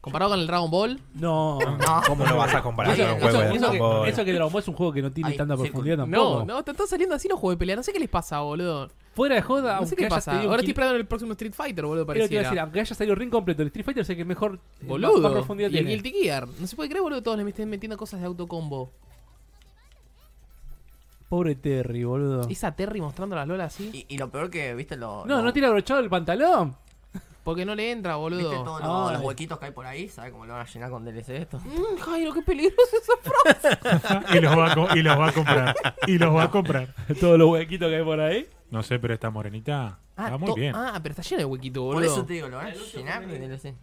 Speaker 1: Comparado con el Dragon Ball,
Speaker 5: No.
Speaker 3: No,
Speaker 2: ¿Cómo lo vas a comparar
Speaker 3: Eso-
Speaker 2: con un
Speaker 3: eso-
Speaker 2: juego de
Speaker 5: Eso,
Speaker 2: Dragon Ball?
Speaker 5: que, eso que Dragon Ball es un juego que no tiene
Speaker 3: Ahí,
Speaker 5: tanta
Speaker 3: sí,
Speaker 5: profundidad tampoco.
Speaker 1: no, no, te están saliendo así los juegos de pelea. No sé qué les pasa, boludo.
Speaker 5: Fuera de joda,
Speaker 7: Ah,
Speaker 1: No
Speaker 5: aunque
Speaker 1: sé qué
Speaker 5: hayas
Speaker 1: pasa.
Speaker 5: tenido un
Speaker 1: Ahora
Speaker 5: kil-
Speaker 1: estoy esperando el próximo Street Fighter, boludo,
Speaker 5: Pero te iba a decir,
Speaker 1: pareciera.
Speaker 5: aunque haya salido el ring completo el Street Fighter, sé que mejor
Speaker 1: Boludo.
Speaker 5: más profundidad
Speaker 1: y el
Speaker 5: tiene.
Speaker 1: Guilty Gear. No se puede creer, boludo, que todos le estén metiendo cosas de autocombo.
Speaker 5: Pobre Terry, boludo.
Speaker 4: Ah.
Speaker 1: Esa Terry mostrando las lolas así.
Speaker 3: Y, y lo peor que, viste, lo,
Speaker 5: No,
Speaker 3: lo-
Speaker 5: no tiene abrochado el pantalón.
Speaker 1: Porque no le entra,
Speaker 3: ¿Viste
Speaker 1: boludo.
Speaker 3: todos los,
Speaker 5: Ay.
Speaker 3: los huequitos que hay por ahí? ¿Sabes cómo lo van a llenar con DLC esto?
Speaker 1: Mm, Jairo, qué peligroso esa frase.
Speaker 4: y, los va a co- y los va a comprar. Y los va a comprar.
Speaker 5: Todos los huequitos que hay por ahí.
Speaker 4: No sé, pero esta morenita
Speaker 1: Ah,
Speaker 4: está muy
Speaker 1: to-
Speaker 4: bien.
Speaker 1: ah, pero está lleno de huequito,
Speaker 3: Por
Speaker 1: boludo.
Speaker 3: eso te digo, lo van a llenar de DLC.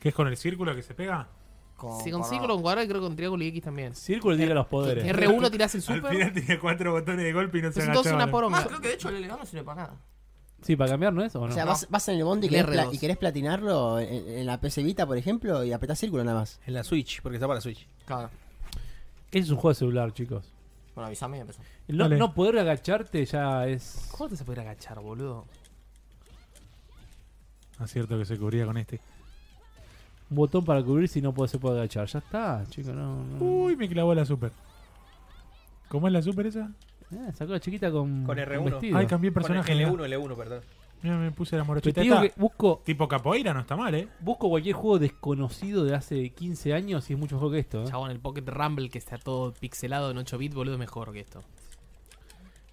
Speaker 4: ¿Qué es con el círculo que se pega?
Speaker 3: Con,
Speaker 1: Sí, con círculo, con cuadrado y creo que con triángulo y X también.
Speaker 5: Círculo tira los poderes.
Speaker 1: R1 tirás el
Speaker 4: Al final
Speaker 1: super.
Speaker 4: tenía cuatro botones de golpe y no se
Speaker 1: Es entonces una
Speaker 4: agachaban.
Speaker 3: Ah,
Speaker 1: poronga.
Speaker 3: creo que de hecho el LLA no sirve para nada.
Speaker 5: Sí, para cambiar, ¿no es? ¿O no?
Speaker 7: O sea, vas, vas en el bondi y
Speaker 1: El
Speaker 7: querés, pla-
Speaker 1: R2.
Speaker 7: y querés platinarlo en, en la PC Vita, por ejemplo, y apretás círculo nada más.
Speaker 2: En la Switch, porque está para Switch.
Speaker 3: Claro.
Speaker 5: Ese es un juego de celular, chicos.
Speaker 3: Bueno, avísame y empezó.
Speaker 5: El no,
Speaker 4: Dale.
Speaker 5: no poder agacharte ya es.
Speaker 1: ¿Cómo te se puede agachar, boludo?
Speaker 4: Ah, cierto que se cubría con este.
Speaker 5: Un botón para cubrir si no puede- se puede agachar. Ya está, chicos, no. no.
Speaker 4: Uy, me clavó la super. ¿Cómo es la super esa?
Speaker 5: Ah, sacó la chiquita con.
Speaker 2: Con R1.
Speaker 5: vestido.
Speaker 4: Ay, cambié personaje. mirá.
Speaker 2: L1, perdón.
Speaker 4: Mira, me puse la
Speaker 5: Te
Speaker 4: morochita.
Speaker 5: digo
Speaker 4: Esta-
Speaker 5: que busco,
Speaker 4: Tipo capoeira no está mal, ¿eh?
Speaker 5: busco cualquier juego desconocido de hace 15 años y es mucho mejor que esto. ¿eh?
Speaker 1: Chabón, el Pocket Rumble que está todo pixelado en 8 bits, boludo, es mejor que esto.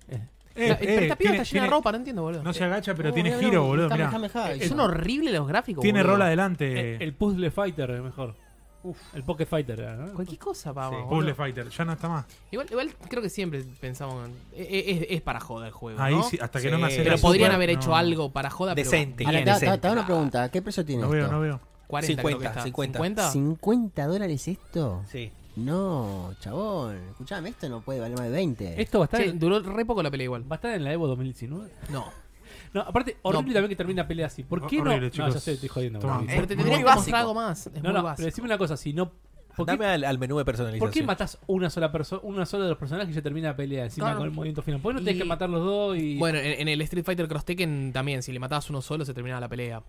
Speaker 4: Eh,
Speaker 1: La-
Speaker 4: eh,
Speaker 1: pero esta piba está
Speaker 4: tiene-
Speaker 1: llena
Speaker 4: tiene-
Speaker 1: de ropa, no entiendo, boludo. Eh,
Speaker 4: No se agacha, pero
Speaker 7: Oh,
Speaker 4: tiene
Speaker 7: mirá,
Speaker 4: giro,
Speaker 7: mirá,
Speaker 4: boludo.
Speaker 7: Hammer,
Speaker 4: Mirá.
Speaker 7: Hammer, Hammer.
Speaker 1: Son horribles los gráficos,
Speaker 4: Tiene
Speaker 1: boludo.
Speaker 4: rol
Speaker 1: Eh,
Speaker 5: El,
Speaker 4: adelante.
Speaker 5: Eh,
Speaker 4: eh,
Speaker 5: el Puzzle Fighter es mejor. El Pocket Fighter. ¿eh?
Speaker 1: Cualquier cosa, vamos. boludo.
Speaker 4: Puzzle Fighter, ya no está más.
Speaker 1: Igual, igual creo que siempre pensamos. en- e- e- Es, es para joda el juego.
Speaker 4: Ahí
Speaker 1: ¿no?
Speaker 4: sí, hasta que
Speaker 2: Sí.
Speaker 4: no me hace
Speaker 1: Pero
Speaker 4: la
Speaker 1: podrían
Speaker 4: super,
Speaker 1: haber hecho
Speaker 4: no.
Speaker 1: algo para joda. pero
Speaker 2: Decente.
Speaker 1: bien.
Speaker 2: Ahora,
Speaker 7: Ahora, te,
Speaker 2: decente.
Speaker 7: te- te hago una pregunta. ¿Qué precio tiene
Speaker 4: No veo,
Speaker 7: esto?
Speaker 4: no veo.
Speaker 1: 40 creo que
Speaker 2: 50,
Speaker 1: está.
Speaker 2: 50.
Speaker 1: 50.
Speaker 7: ¿50 dólares esto?
Speaker 2: Sí.
Speaker 7: No, chabón. Escuchame, esto no puede valer más de 20.
Speaker 5: Esto va a, estar
Speaker 1: Che,
Speaker 5: en,
Speaker 1: duró re poco la pelea igual.
Speaker 5: va a estar en la Evo 2019.
Speaker 1: No.
Speaker 5: No, aparte, horrible también que termine la pelea así. ¿Por qué no?
Speaker 4: Horrible,
Speaker 5: No,
Speaker 4: chicos.
Speaker 5: ya sé, estoy jodiendo.
Speaker 4: Toma.
Speaker 5: boludo.
Speaker 3: Eh,
Speaker 1: Pero te
Speaker 3: muy
Speaker 1: tendrían que
Speaker 3: básico.
Speaker 1: mostrar algo más. Este Es
Speaker 5: No,
Speaker 1: muy
Speaker 5: no, pero
Speaker 1: básico.
Speaker 5: decime una cosa, si no... ¿Por qué,
Speaker 2: Dame al, al menú de personalización.
Speaker 5: por qué matás una sola persona, una sola de los personajes y ya termina la pelea encima
Speaker 1: No, no.
Speaker 5: con el movimiento final? ¿Por qué no tenés
Speaker 1: Y-
Speaker 5: que matar los dos y...?
Speaker 1: Bueno, en, en el Street Fighter Cross Tekken también, si le matabas uno solo, se terminaba la pelea.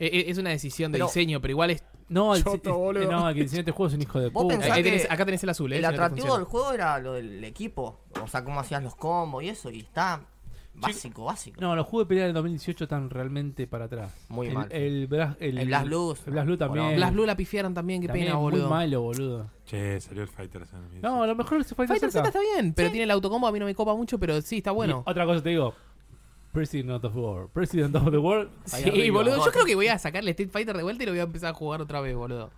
Speaker 1: E- e- es una decisión de
Speaker 3: Pero-
Speaker 1: diseño, pero igual es.
Speaker 5: no, el,
Speaker 1: choto,
Speaker 5: eh,
Speaker 1: boludo.
Speaker 5: no, el que diseñó este juego es un hijo de
Speaker 3: Vos
Speaker 5: puta.
Speaker 3: pensás
Speaker 1: ahí
Speaker 3: que
Speaker 1: tenés- acá tenés el azul, ¿eh? si
Speaker 3: El
Speaker 1: no te
Speaker 3: atractivo
Speaker 1: funciona.
Speaker 3: del juego era lo del equipo. O sea, cómo hacías los combos y eso. Y está básico, básico.
Speaker 5: No, los juegos de pelea del 2018 están realmente para atrás.
Speaker 3: Muy
Speaker 5: el,
Speaker 3: mal.
Speaker 5: El, Bra- el,
Speaker 3: El Blast Blue.
Speaker 5: El Blast Blue también.
Speaker 1: Las Blue la pifiaron también, qué
Speaker 5: También
Speaker 1: pena,
Speaker 5: muy
Speaker 1: boludo.
Speaker 5: malo, boludo.
Speaker 4: Che, salió el Fighter. Sam.
Speaker 5: No, a lo mejor se fue
Speaker 1: Fighter Z está bien, pero tiene el autocombo, a mí no me copa mucho, pero sí, está bueno.
Speaker 5: otra cosa te digo. President of the World. President of the World.
Speaker 3: Ahí
Speaker 1: Sí,
Speaker 3: arriba,
Speaker 1: boludo, yo
Speaker 3: Gotti.
Speaker 1: creo que voy a sacarle Street Fighter de vuelta y lo voy a empezar a jugar otra vez, boludo.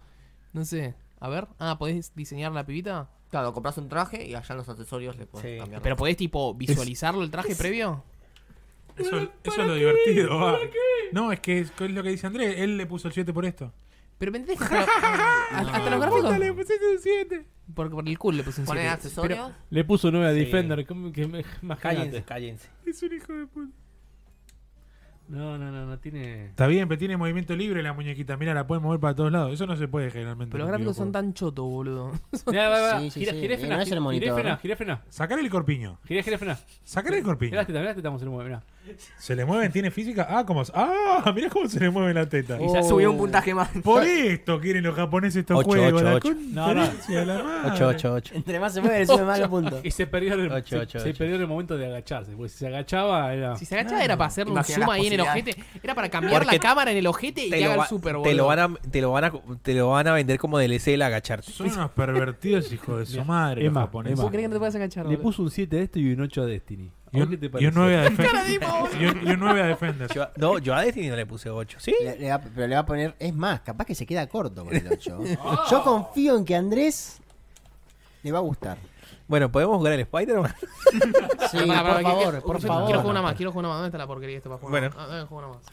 Speaker 1: No sé. A ver, ah, ¿podés diseñar la pibita?
Speaker 3: Claro, compras un traje y allá en los accesorios le puedes
Speaker 2: Sí.
Speaker 3: cambiar.
Speaker 1: ¿Pero podés, tipo, visualizarlo el traje previo?
Speaker 4: Eso, eso es lo divertido. va. No, es que es, es lo que dice Andrés. Él le puso el 7 por esto.
Speaker 1: Pero me entendés que hasta, hasta- hasta los gráficos.
Speaker 4: Le pusiste un 7.
Speaker 1: Porque por el culo le puse un
Speaker 3: Poner
Speaker 1: 7.
Speaker 3: accesorios.
Speaker 5: Le puso 9 a
Speaker 2: Sí.
Speaker 5: Defender. ¿cómo que me-
Speaker 2: Cállense,
Speaker 5: Imagínate.
Speaker 2: cállense.
Speaker 4: Es un hijo de puta.
Speaker 5: No, no, no, no tiene.
Speaker 4: Está bien, pero tiene movimiento libre la muñequita. Mira, la puedes mover para todos lados. Eso no se puede generalmente.
Speaker 1: Pero los
Speaker 4: en un
Speaker 1: gráficos son
Speaker 4: videojuego.
Speaker 1: tan chotos, boludo.
Speaker 5: Mirá, va, va,
Speaker 7: Sí, sí,
Speaker 5: gira-
Speaker 7: sí.
Speaker 5: girá,
Speaker 7: Eh,
Speaker 5: frená,
Speaker 7: no es el
Speaker 5: girá,
Speaker 7: monitor.
Speaker 5: frená, girá, frená.
Speaker 4: Sacale el corpiño.
Speaker 5: Girá, girá, frená.
Speaker 4: Sacale el corpiño.
Speaker 5: Mirá la teta, mirá la teta cómo se le mueve, mirá.
Speaker 4: ¿Se le mueven? ¿Tiene física? Ah, como. ¡Ah! Mirá cómo se le mueve la teta.
Speaker 7: Oh.
Speaker 3: Ya subió un puntaje más.
Speaker 4: Por esto quieren los japoneses estos
Speaker 2: Ocho,
Speaker 4: juegos.
Speaker 2: ocho,
Speaker 4: la
Speaker 2: ocho.
Speaker 5: No, no.
Speaker 4: conferencia de la madre.
Speaker 2: 888.
Speaker 7: Entre más se mueve, le sube más los puntos.
Speaker 5: Y se perdió el,
Speaker 2: Ocho,
Speaker 5: se-
Speaker 2: ocho,
Speaker 5: se
Speaker 2: ocho.
Speaker 5: perdió el momento de agacharse. Porque si se agachaba era.
Speaker 1: Si se agachaba era para hacerle un
Speaker 3: Imagina
Speaker 1: zoom
Speaker 3: las
Speaker 1: ahí en el ojete.
Speaker 3: posibilidades.
Speaker 1: Era para cambiar
Speaker 2: Porque
Speaker 1: la cámara en el ojete y que
Speaker 2: Te lo,
Speaker 1: haga el
Speaker 2: va-
Speaker 1: super, boludo.
Speaker 2: te, lo van a, te, lo van a, te lo van a vender como DLC el agacharte.
Speaker 4: Son unos pervertidos, hijos de su
Speaker 5: Mira,
Speaker 4: madre,
Speaker 5: Emma,
Speaker 4: los japoneses.
Speaker 5: Emma.
Speaker 1: ¿Vos crees que no te puedes agachar,
Speaker 5: Le
Speaker 1: boludo?
Speaker 5: puso un 7 a esto y un 8 a Destiny.
Speaker 4: Y un,
Speaker 5: ¿Qué te
Speaker 4: y
Speaker 5: parece?
Speaker 4: un 9 a Defender. y, un, y un 9 a Defender.
Speaker 2: Yo- no, yo a Destiny no le puse 8. ¿Sí?
Speaker 7: Le- le va- pero le va a poner. Es más, capaz que se queda corto con el 8. Yo confío en que a Andrés le va a gustar.
Speaker 2: Bueno, ¿podemos jugar al Spider-Man?
Speaker 7: Sí,
Speaker 1: Pará, pará,
Speaker 7: por
Speaker 1: pará, que-
Speaker 7: favor,
Speaker 1: que-
Speaker 7: por
Speaker 1: yo Quiero jugar
Speaker 7: favor.
Speaker 1: una más, quiero jugar una más. ¿Dónde está la porquería esta para jugar?
Speaker 2: Bueno.
Speaker 1: Ah, dame jugar una más.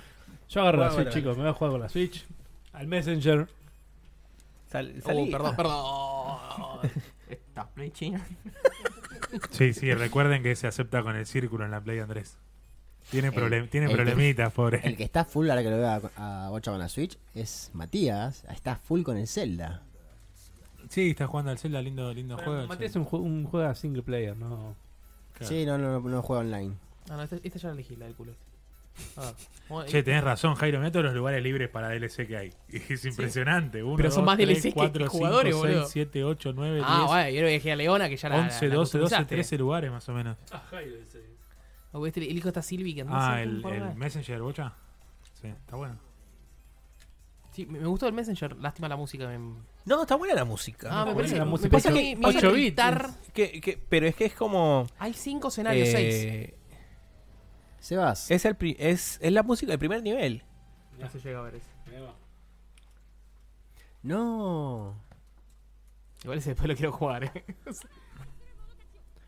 Speaker 5: Yo agarro la
Speaker 2: Bueno,
Speaker 5: Switch,
Speaker 2: bueno.
Speaker 5: chicos. Me voy a jugar con la Switch. Al Messenger.
Speaker 2: Sal-
Speaker 1: Oh,
Speaker 2: salí.
Speaker 1: perdón, perdón.
Speaker 3: Esta Play China.
Speaker 4: Sí, sí, recuerden que se acepta con el círculo en la Play Andrés. Tiene, problem- tiene
Speaker 7: el que-
Speaker 4: problemitas, pobre.
Speaker 7: El que está full, ahora que lo veo a, a Bocha con la Switch, es Matías. Está full con el Zelda.
Speaker 4: Sí, está jugando al Zelda, lindo, lindo juego. el
Speaker 5: Matías es
Speaker 4: Zelda.
Speaker 5: un, jue- un juego single player, ¿no?
Speaker 4: Claro.
Speaker 7: Sí, no, no, no, no juega online.
Speaker 1: Ah, no, esta, esta ya la elegí, la del culo. Ah, bueno,
Speaker 4: Che, tenés razón, Jairo, mirá todos los lugares libres para DLC que hay. Es impresionante. Uno,
Speaker 1: Pero son
Speaker 4: dos,
Speaker 1: más
Speaker 4: tres,
Speaker 1: DLC que
Speaker 4: cuatro,
Speaker 1: jugadores,
Speaker 4: cinco,
Speaker 1: boludo.
Speaker 4: Seis, 7, 8, 9,
Speaker 1: Ah, bueno, yo le dejé a Leona que ya la.
Speaker 4: 10, 11, 12, 12,
Speaker 1: 13.
Speaker 4: 13 lugares más o menos.
Speaker 1: el hijo está Silvi que no
Speaker 4: Ah,
Speaker 1: sé
Speaker 4: el,
Speaker 1: cómo
Speaker 4: el
Speaker 1: jugar.
Speaker 4: Messenger, bocha. Sí, está bueno.
Speaker 1: Sí, me me gustó el Messenger. Lástima la música. Me...
Speaker 2: No, está buena la música.
Speaker 1: Ah, me
Speaker 5: buena
Speaker 1: parece.
Speaker 5: la
Speaker 1: Me
Speaker 5: música.
Speaker 1: pasa
Speaker 5: Ocho-
Speaker 1: que me hizo
Speaker 5: ocho bits.
Speaker 1: gritar.
Speaker 2: Que- que- pero es que es como...
Speaker 1: Hay cinco escenarios,
Speaker 2: eh,
Speaker 1: seis.
Speaker 7: Sebas,
Speaker 5: Eh.
Speaker 2: Es, el pri- es, es la música del primer nivel.
Speaker 1: No se llega a ver eso.
Speaker 7: no.
Speaker 1: Igual ese después lo quiero jugar, eh.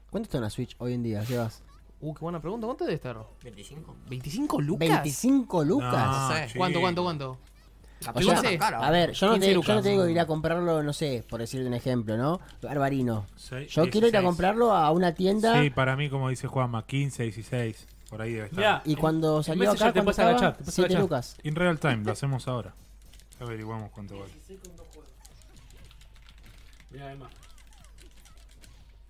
Speaker 7: ¿Cuánto está una Switch hoy en día, Sebas?
Speaker 1: Uh, qué buena pregunta. ¿Cuánto debe estar?
Speaker 3: 25.
Speaker 1: ¿25 lucas?
Speaker 7: ¿25 lucas?
Speaker 5: Ah,
Speaker 4: No,
Speaker 3: sé.
Speaker 4: chico.
Speaker 1: ¿Cuánto, cuánto, cuánto?
Speaker 3: La
Speaker 7: O sea,
Speaker 3: pelota está cara.
Speaker 7: a ver, yo no,
Speaker 1: 15
Speaker 7: te, yo
Speaker 1: lucas.
Speaker 7: no te digo ir a comprarlo, no sé, por decirte un ejemplo, ¿no? Barbarino.
Speaker 4: Seis,
Speaker 7: Yo quiero ir a
Speaker 4: 16.
Speaker 7: comprarlo a una tienda
Speaker 4: Sí, para mí, como dice Juanma, 15, 16. Por ahí debe estar.
Speaker 5: Mirá,
Speaker 7: y cuando salió
Speaker 5: Messenger
Speaker 7: acá,
Speaker 5: te
Speaker 7: ¿cuánto
Speaker 5: puedes agachar,
Speaker 7: estaba?
Speaker 5: te puedes
Speaker 7: 7
Speaker 5: agachar.
Speaker 7: lucas.
Speaker 4: In real time, lo hacemos ahora. Ya averiguamos cuánto vale.
Speaker 5: Mirá, Emma.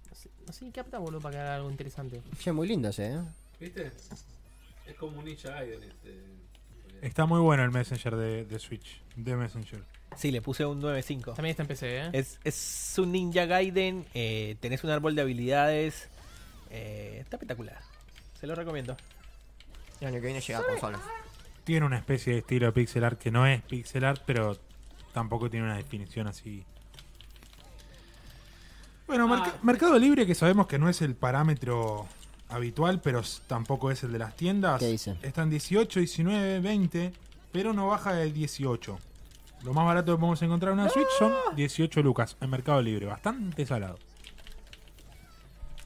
Speaker 1: No sé- No sé ni qué apta, boludo, para que haga algo interesante.
Speaker 7: Che, muy lindo ese, ¿eh?
Speaker 5: ¿Viste? Es como un ninja idol este.
Speaker 4: Está muy bueno el Messenger de, de Switch. De Messenger.
Speaker 2: Sí, le puse un 9.5.
Speaker 1: También está en PC, eh.
Speaker 2: Es, es un Ninja Gaiden. eh, tenés un árbol de habilidades. eh, está espectacular. Se lo recomiendo.
Speaker 3: El año que viene llega a consolas.
Speaker 4: Tiene una especie de estilo pixel art que no es pixel art, pero tampoco tiene una definición así. Bueno, merca- Mercado Libre, que sabemos que no es el parámetro habitual, pero s- tampoco es el de las tiendas.
Speaker 7: ¿Qué dice?
Speaker 4: Está en 18, 19, 20, pero no baja del 18. Lo más barato que podemos encontrar en una Switch son 18 lucas en Mercado Libre. Bastante salado.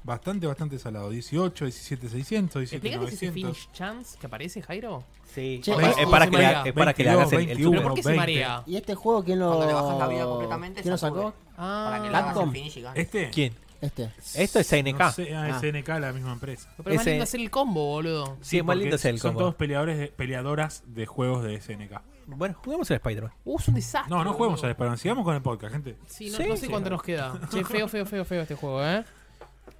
Speaker 4: Bastante, bastante salado. 18, 17, 600, 17,
Speaker 1: ¿Explicate ese
Speaker 4: 900.
Speaker 1: Finish Chance que aparece, Jairo?
Speaker 2: Sí.
Speaker 7: Che,
Speaker 2: Es-
Speaker 7: y-
Speaker 2: es,
Speaker 7: y
Speaker 2: para
Speaker 1: se
Speaker 2: que le,
Speaker 1: marea.
Speaker 2: es para que le hagas el, el
Speaker 4: 21,
Speaker 1: ¿Pero por qué se
Speaker 4: 20.
Speaker 1: marea?
Speaker 7: ¿Y este juego quién lo.?
Speaker 3: Cuando le bajas la vida completamente,
Speaker 7: Oh. ¿Quién lo
Speaker 3: se sube.
Speaker 7: sacó?
Speaker 3: Para que le
Speaker 1: Ah,
Speaker 3: hagas el
Speaker 7: Capcom.
Speaker 3: finish y ganes.
Speaker 4: ¿Este?
Speaker 2: ¿Quién?
Speaker 7: Este.
Speaker 2: Esto es SNK.
Speaker 4: No sé, ah,
Speaker 7: Ah.
Speaker 4: SNK, la misma empresa.
Speaker 1: pero más
Speaker 2: Ese-
Speaker 1: lindo hacer el combo, boludo.
Speaker 2: Sí, es más
Speaker 4: porque
Speaker 2: lindo es el
Speaker 4: Son
Speaker 2: combo.
Speaker 4: todos peleadores de- peleadoras de juegos de SNK.
Speaker 2: Bueno, juguemos al Spider-Man.
Speaker 1: Uh, es un desastre.
Speaker 4: No, no juguemos al
Speaker 1: boludo.
Speaker 4: Spider-Man. Sigamos con el podcast, gente.
Speaker 1: Sí, no,
Speaker 2: Sí,
Speaker 1: no sé
Speaker 2: sí,
Speaker 1: cuánto
Speaker 2: no.
Speaker 1: nos queda. Che, feo, feo, feo, feo este juego, ¿eh?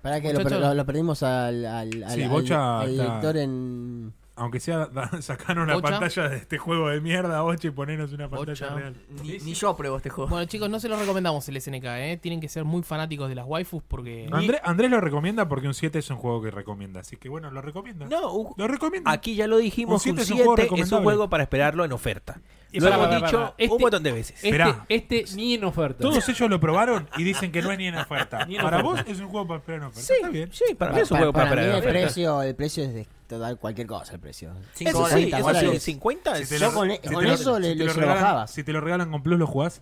Speaker 7: Para que lo,
Speaker 1: Muchachos.
Speaker 7: per- lo- lo perdimos al, al, al,
Speaker 4: Sí,
Speaker 7: al-
Speaker 4: Bocha
Speaker 7: al
Speaker 4: está-
Speaker 7: lector en.
Speaker 4: Aunque sea, da- sacaron la
Speaker 1: Bocha.
Speaker 4: pantalla de este juego de mierda, Ocho, y ponernos una pantalla
Speaker 1: Bocha.
Speaker 4: real.
Speaker 3: Ni, ni yo pruebo este juego.
Speaker 1: Bueno, chicos, no se los recomendamos el SNK, ¿eh? Tienen que ser muy fanáticos de las waifus porque...
Speaker 4: André- Andrés lo recomienda porque un 7 es un juego que recomienda. Así que bueno, lo recomienda.
Speaker 2: No, un-
Speaker 4: Lo recomienda.
Speaker 2: aquí ya lo dijimos.
Speaker 4: Un
Speaker 2: Un 7
Speaker 4: siete
Speaker 2: es un,
Speaker 4: es un juego recomendable.
Speaker 2: juego para esperarlo en oferta.
Speaker 5: Y
Speaker 2: Lo
Speaker 5: para,
Speaker 2: hemos
Speaker 5: para, para,
Speaker 2: dicho
Speaker 5: para.
Speaker 2: un
Speaker 5: Este-
Speaker 2: montón de veces.
Speaker 4: Esperá.
Speaker 5: Este, este ni en oferta.
Speaker 4: Todos ellos lo probaron y dicen que no es ni en oferta.
Speaker 5: Ni en
Speaker 4: para
Speaker 5: oferta.
Speaker 4: vos es un juego para esperar en oferta.
Speaker 2: Sí,
Speaker 4: Está bien.
Speaker 2: sí, para mí es un juego para,
Speaker 7: mí
Speaker 2: esperar
Speaker 7: el
Speaker 2: en oferta.
Speaker 7: precio, el precio es de total cualquier cosa, el precio.
Speaker 3: Cinco
Speaker 2: Eso
Speaker 3: dólares.
Speaker 2: sí,
Speaker 7: $50
Speaker 2: eso sí,
Speaker 7: dólares.
Speaker 2: 50
Speaker 4: Si
Speaker 2: es-
Speaker 4: te
Speaker 7: Yo
Speaker 4: lo-
Speaker 7: con- e-
Speaker 4: si te
Speaker 7: con
Speaker 4: lo-
Speaker 7: eso le-
Speaker 4: si te
Speaker 7: le-
Speaker 4: lo
Speaker 7: se lo
Speaker 4: regalan-
Speaker 7: bajabas.
Speaker 4: Si te lo regalan con Plus, lo jugás.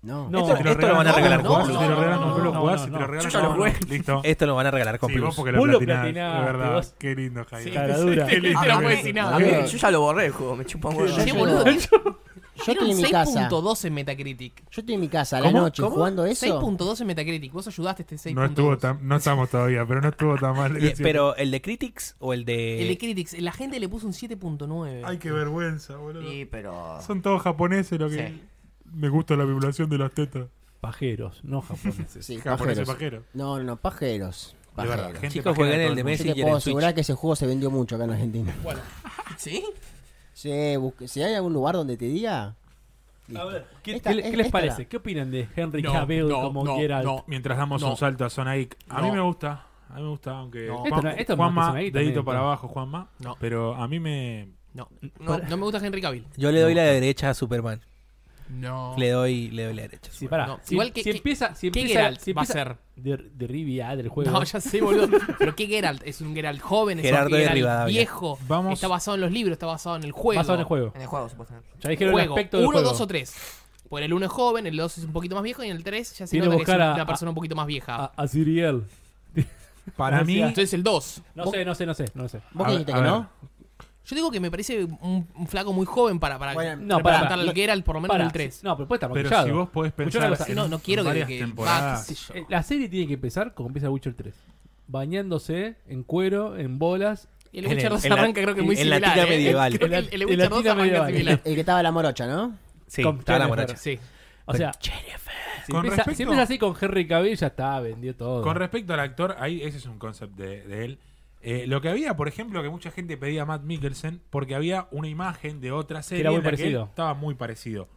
Speaker 7: No.
Speaker 5: No,
Speaker 2: Esto-
Speaker 4: Si te
Speaker 2: esto lo van a
Speaker 4: con
Speaker 2: regalar
Speaker 4: Plus,
Speaker 2: con
Speaker 4: Si
Speaker 2: Plus.
Speaker 4: te lo regalan con
Speaker 5: No,
Speaker 4: Plus, lo
Speaker 5: no,
Speaker 4: jugás.
Speaker 5: no,
Speaker 4: Si te
Speaker 5: no.
Speaker 4: lo regalan
Speaker 3: Yo ya lo
Speaker 4: con
Speaker 3: jugué.
Speaker 4: Plus, listo.
Speaker 2: Esto lo van a regalar con
Speaker 4: Sí,
Speaker 2: Plus.
Speaker 4: vos porque lo
Speaker 5: Vos lo
Speaker 4: platinaste,
Speaker 5: platinaste,
Speaker 4: es verdad.
Speaker 5: vos.
Speaker 4: Qué lindo, Jairo.
Speaker 5: Cara dura.
Speaker 4: Qué lindo
Speaker 1: Ah,
Speaker 4: que
Speaker 1: no
Speaker 4: es.
Speaker 1: puede decir nada.
Speaker 3: A mí-
Speaker 7: Amigo.
Speaker 3: yo ya lo borré el juego, me chupa un huevo.
Speaker 1: Che,
Speaker 7: yo-
Speaker 1: boludo, tiene
Speaker 7: Yo estoy en
Speaker 1: un
Speaker 7: mi casa.
Speaker 1: 6.2 en Metacritic.
Speaker 7: Yo estoy en mi casa a la
Speaker 4: ¿Cómo?
Speaker 7: noche
Speaker 4: ¿Cómo?
Speaker 7: jugando eso.
Speaker 1: 6.2 en Metacritic. Vos ayudaste a este 6.2.
Speaker 4: No estuvo tan, no estamos todavía, pero no estuvo tan mal.
Speaker 2: Y- pero el de Critics o el de.
Speaker 1: El de Critics, la gente le puso un 7.9.
Speaker 4: Ay, qué vergüenza, boludo.
Speaker 3: Sí, pero.
Speaker 4: Son todos japoneses lo que
Speaker 3: Sí.
Speaker 4: me gusta la vibración de las tetas.
Speaker 5: Pajeros, no japoneses.
Speaker 7: Sí,
Speaker 4: Japoneses
Speaker 7: pajeros.
Speaker 4: pajeros.
Speaker 7: No, no, pajeros.
Speaker 4: De verdad,
Speaker 7: Pajeros.
Speaker 4: gente
Speaker 2: Chicos,
Speaker 4: pajera
Speaker 2: jueguen
Speaker 4: todo
Speaker 2: el de
Speaker 4: mundo.
Speaker 2: Messi.
Speaker 7: Yo te
Speaker 2: y
Speaker 7: puedo
Speaker 2: en Switch.
Speaker 7: asegurar que ese juego se vendió mucho acá en Argentina.
Speaker 3: ¿Sí?
Speaker 7: Sí, busque- si hay algún lugar donde te diga.
Speaker 5: A
Speaker 7: listo.
Speaker 5: ver, ¿qué,
Speaker 7: Esta-
Speaker 5: qué le- qué les
Speaker 7: esta
Speaker 5: parece?
Speaker 7: era.
Speaker 5: ¿Qué opinan de Henry
Speaker 4: No,
Speaker 5: Cavill
Speaker 4: no,
Speaker 5: como
Speaker 4: no,
Speaker 5: Geralt?
Speaker 4: no. Mientras damos
Speaker 5: No.
Speaker 4: un salto a Zona Geek, a mí
Speaker 5: No.
Speaker 4: me gusta. A mí me gusta, aunque.
Speaker 5: Esto no- esto es más que
Speaker 4: Juanma,
Speaker 5: Zona Geek
Speaker 4: dedito
Speaker 5: también,
Speaker 4: para
Speaker 5: ¿no?
Speaker 4: abajo, Juanma.
Speaker 1: No.
Speaker 4: Pero a mí me.
Speaker 1: No,
Speaker 3: No.
Speaker 1: no, no me gusta Henry Cavill.
Speaker 2: Yo le doy la derecha a Superman.
Speaker 1: No.
Speaker 2: Le doy, le doy la derecha.
Speaker 5: Sí, pará.
Speaker 1: No,
Speaker 5: Si,
Speaker 1: igual que-
Speaker 5: si
Speaker 1: que-
Speaker 5: empieza, si
Speaker 1: ¿Qué
Speaker 5: empieza,
Speaker 1: Geralt
Speaker 5: si
Speaker 1: va a
Speaker 5: empieza
Speaker 1: ser?
Speaker 5: de, de Rivia del juego.
Speaker 1: No, ya sé, boludo. Pero ¿qué Geralt? Es un Geralt joven, es
Speaker 2: Gerardo
Speaker 1: un
Speaker 2: de
Speaker 1: Geralt
Speaker 2: Rivadavia.
Speaker 1: viejo.
Speaker 4: Vamos.
Speaker 1: Está basado en los libros, está basado en el juego.
Speaker 5: Basado en el juego.
Speaker 3: En el juego, supuestamente.
Speaker 5: Ya dijeron el
Speaker 1: Juego,
Speaker 5: aspecto del
Speaker 1: uno,
Speaker 5: juego.
Speaker 1: dos o tres. Por el uno es joven, el dos es un poquito más viejo y en el tres ya se
Speaker 5: Tiene
Speaker 1: nota
Speaker 5: que
Speaker 1: que es
Speaker 5: buscar a-
Speaker 1: una persona un poquito más vieja.
Speaker 5: A, a Siriel.
Speaker 4: Para mí.
Speaker 5: Gracias.
Speaker 1: Entonces el dos.
Speaker 5: No sé, no sé, no sé, no sé.
Speaker 4: A
Speaker 7: ¿Vos
Speaker 4: ver,
Speaker 7: qué dijiste
Speaker 4: a
Speaker 7: que
Speaker 4: ver.
Speaker 7: no?
Speaker 1: Yo digo que me parece un, un flaco muy joven para, para
Speaker 7: Bueno,
Speaker 5: No,
Speaker 1: para
Speaker 5: pará,
Speaker 1: matar al
Speaker 5: pará.
Speaker 1: Geralt por lo menos
Speaker 5: Pará,
Speaker 1: en el 3.
Speaker 5: sí, No, pero puede estar
Speaker 4: Pero
Speaker 5: maquillado.
Speaker 4: si vos podés
Speaker 5: Escuchá una
Speaker 4: pensar.
Speaker 5: cosa,
Speaker 4: en
Speaker 1: no, no quiero que-
Speaker 4: varias
Speaker 1: que-
Speaker 4: temporadas.
Speaker 1: va, qué sé yo.
Speaker 5: Eh, La serie tiene que empezar como empieza Witcher 3. Bañándose en cuero, en bolas.
Speaker 1: El
Speaker 2: En
Speaker 1: Witcher
Speaker 2: el-
Speaker 1: 2
Speaker 2: en la-
Speaker 1: arranca creo que muy
Speaker 2: en la
Speaker 1: similar.
Speaker 2: tira
Speaker 1: ¿eh?
Speaker 2: medieval.
Speaker 1: Creo que el, el
Speaker 5: En la
Speaker 1: Witcher 2
Speaker 5: tira
Speaker 1: arranca
Speaker 5: medieval.
Speaker 1: similar.
Speaker 7: El que estaba la morocha, ¿no?
Speaker 2: Sí,
Speaker 5: Con
Speaker 2: está la
Speaker 5: Jennifer.
Speaker 2: morocha.
Speaker 1: Sí.
Speaker 5: O sea, si
Speaker 4: Con
Speaker 5: empieza, si
Speaker 4: respecto-
Speaker 5: empieza así con Henry Cavill, ya está, vendió todo.
Speaker 4: Con respecto al actor, ahí ese es un concept de, de él. Eh, lo que había, por ejemplo, que mucha gente pedía a Matt Mikkelsen porque había una imagen de otra serie
Speaker 5: era muy
Speaker 4: en la que
Speaker 5: parecido.
Speaker 4: él estaba muy parecido.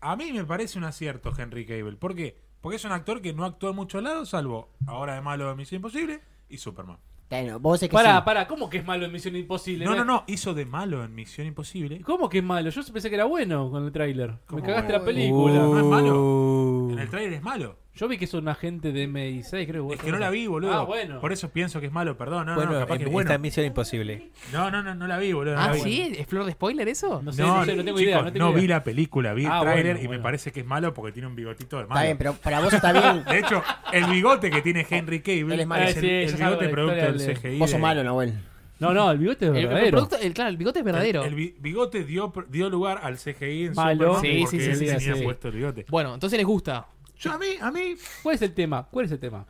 Speaker 4: A mí me parece un acierto Henry Cable. ¿Por qué? Porque es un actor que no actúa en muchos lados, salvo ahora de malo de Misión Imposible y Superman.
Speaker 7: Bueno, vos sé que
Speaker 5: Pará,
Speaker 7: sí.
Speaker 5: pará, ¿cómo que es malo en Misión Imposible?
Speaker 4: No, no, no, hizo de malo en Misión Imposible.
Speaker 5: ¿Cómo que es malo? Yo pensé que era bueno con el tráiler. Me
Speaker 4: ¿Cómo
Speaker 5: cagaste
Speaker 4: bueno?
Speaker 5: la película.
Speaker 4: No es
Speaker 2: malo.
Speaker 4: En el trailer es malo.
Speaker 5: Yo vi que es un agente de MI6, creo.
Speaker 4: Es que no la vi, boludo.
Speaker 5: Ah, bueno.
Speaker 4: Por eso pienso que es malo, perdón. No,
Speaker 2: bueno,
Speaker 4: no, capaz
Speaker 2: en-
Speaker 4: que es
Speaker 2: esta
Speaker 4: bueno.
Speaker 2: misión imposible.
Speaker 4: No, no, no, no la vi, boludo. no
Speaker 1: Ah,
Speaker 4: la vi.
Speaker 1: ¿sí? ¿Es flor de spoiler eso?
Speaker 5: No sé, no, sé, no tengo idea.
Speaker 4: chicos,
Speaker 5: No, tengo
Speaker 4: vi
Speaker 5: idea.
Speaker 4: la película, vi el
Speaker 5: Ah,
Speaker 4: tráiler
Speaker 5: bueno,
Speaker 4: y
Speaker 5: bueno.
Speaker 4: me parece que es malo porque tiene un bigotito de malo.
Speaker 7: Está bien, pero para vos está bien.
Speaker 4: De hecho, el bigote que tiene Henry Cavill
Speaker 7: Él
Speaker 4: es,
Speaker 7: es malo.
Speaker 5: Ah,
Speaker 4: el,
Speaker 5: sí,
Speaker 4: el
Speaker 5: ya sabemos
Speaker 4: bigote
Speaker 5: la
Speaker 4: producto
Speaker 5: historia
Speaker 4: del
Speaker 5: de-
Speaker 4: CGI.
Speaker 7: Vos sos
Speaker 4: de-
Speaker 7: malo, Nahuel.
Speaker 5: No, no, el bigote es
Speaker 1: El, el
Speaker 5: verdadero.
Speaker 1: producto- el- claro, el bigote es verdadero.
Speaker 4: El, el bi- bigote dio, pr- dio lugar al CGI en
Speaker 5: Malo.
Speaker 4: Superman
Speaker 1: Sí,
Speaker 4: porque
Speaker 1: sí, sí,
Speaker 4: él
Speaker 1: sí,
Speaker 4: tenía
Speaker 5: sí.
Speaker 4: puesto el bigote.
Speaker 1: Bueno, entonces les gusta.
Speaker 4: Yo a mí, a mí,
Speaker 5: ¿Cuál es el tema? ¿Cuál es el tema?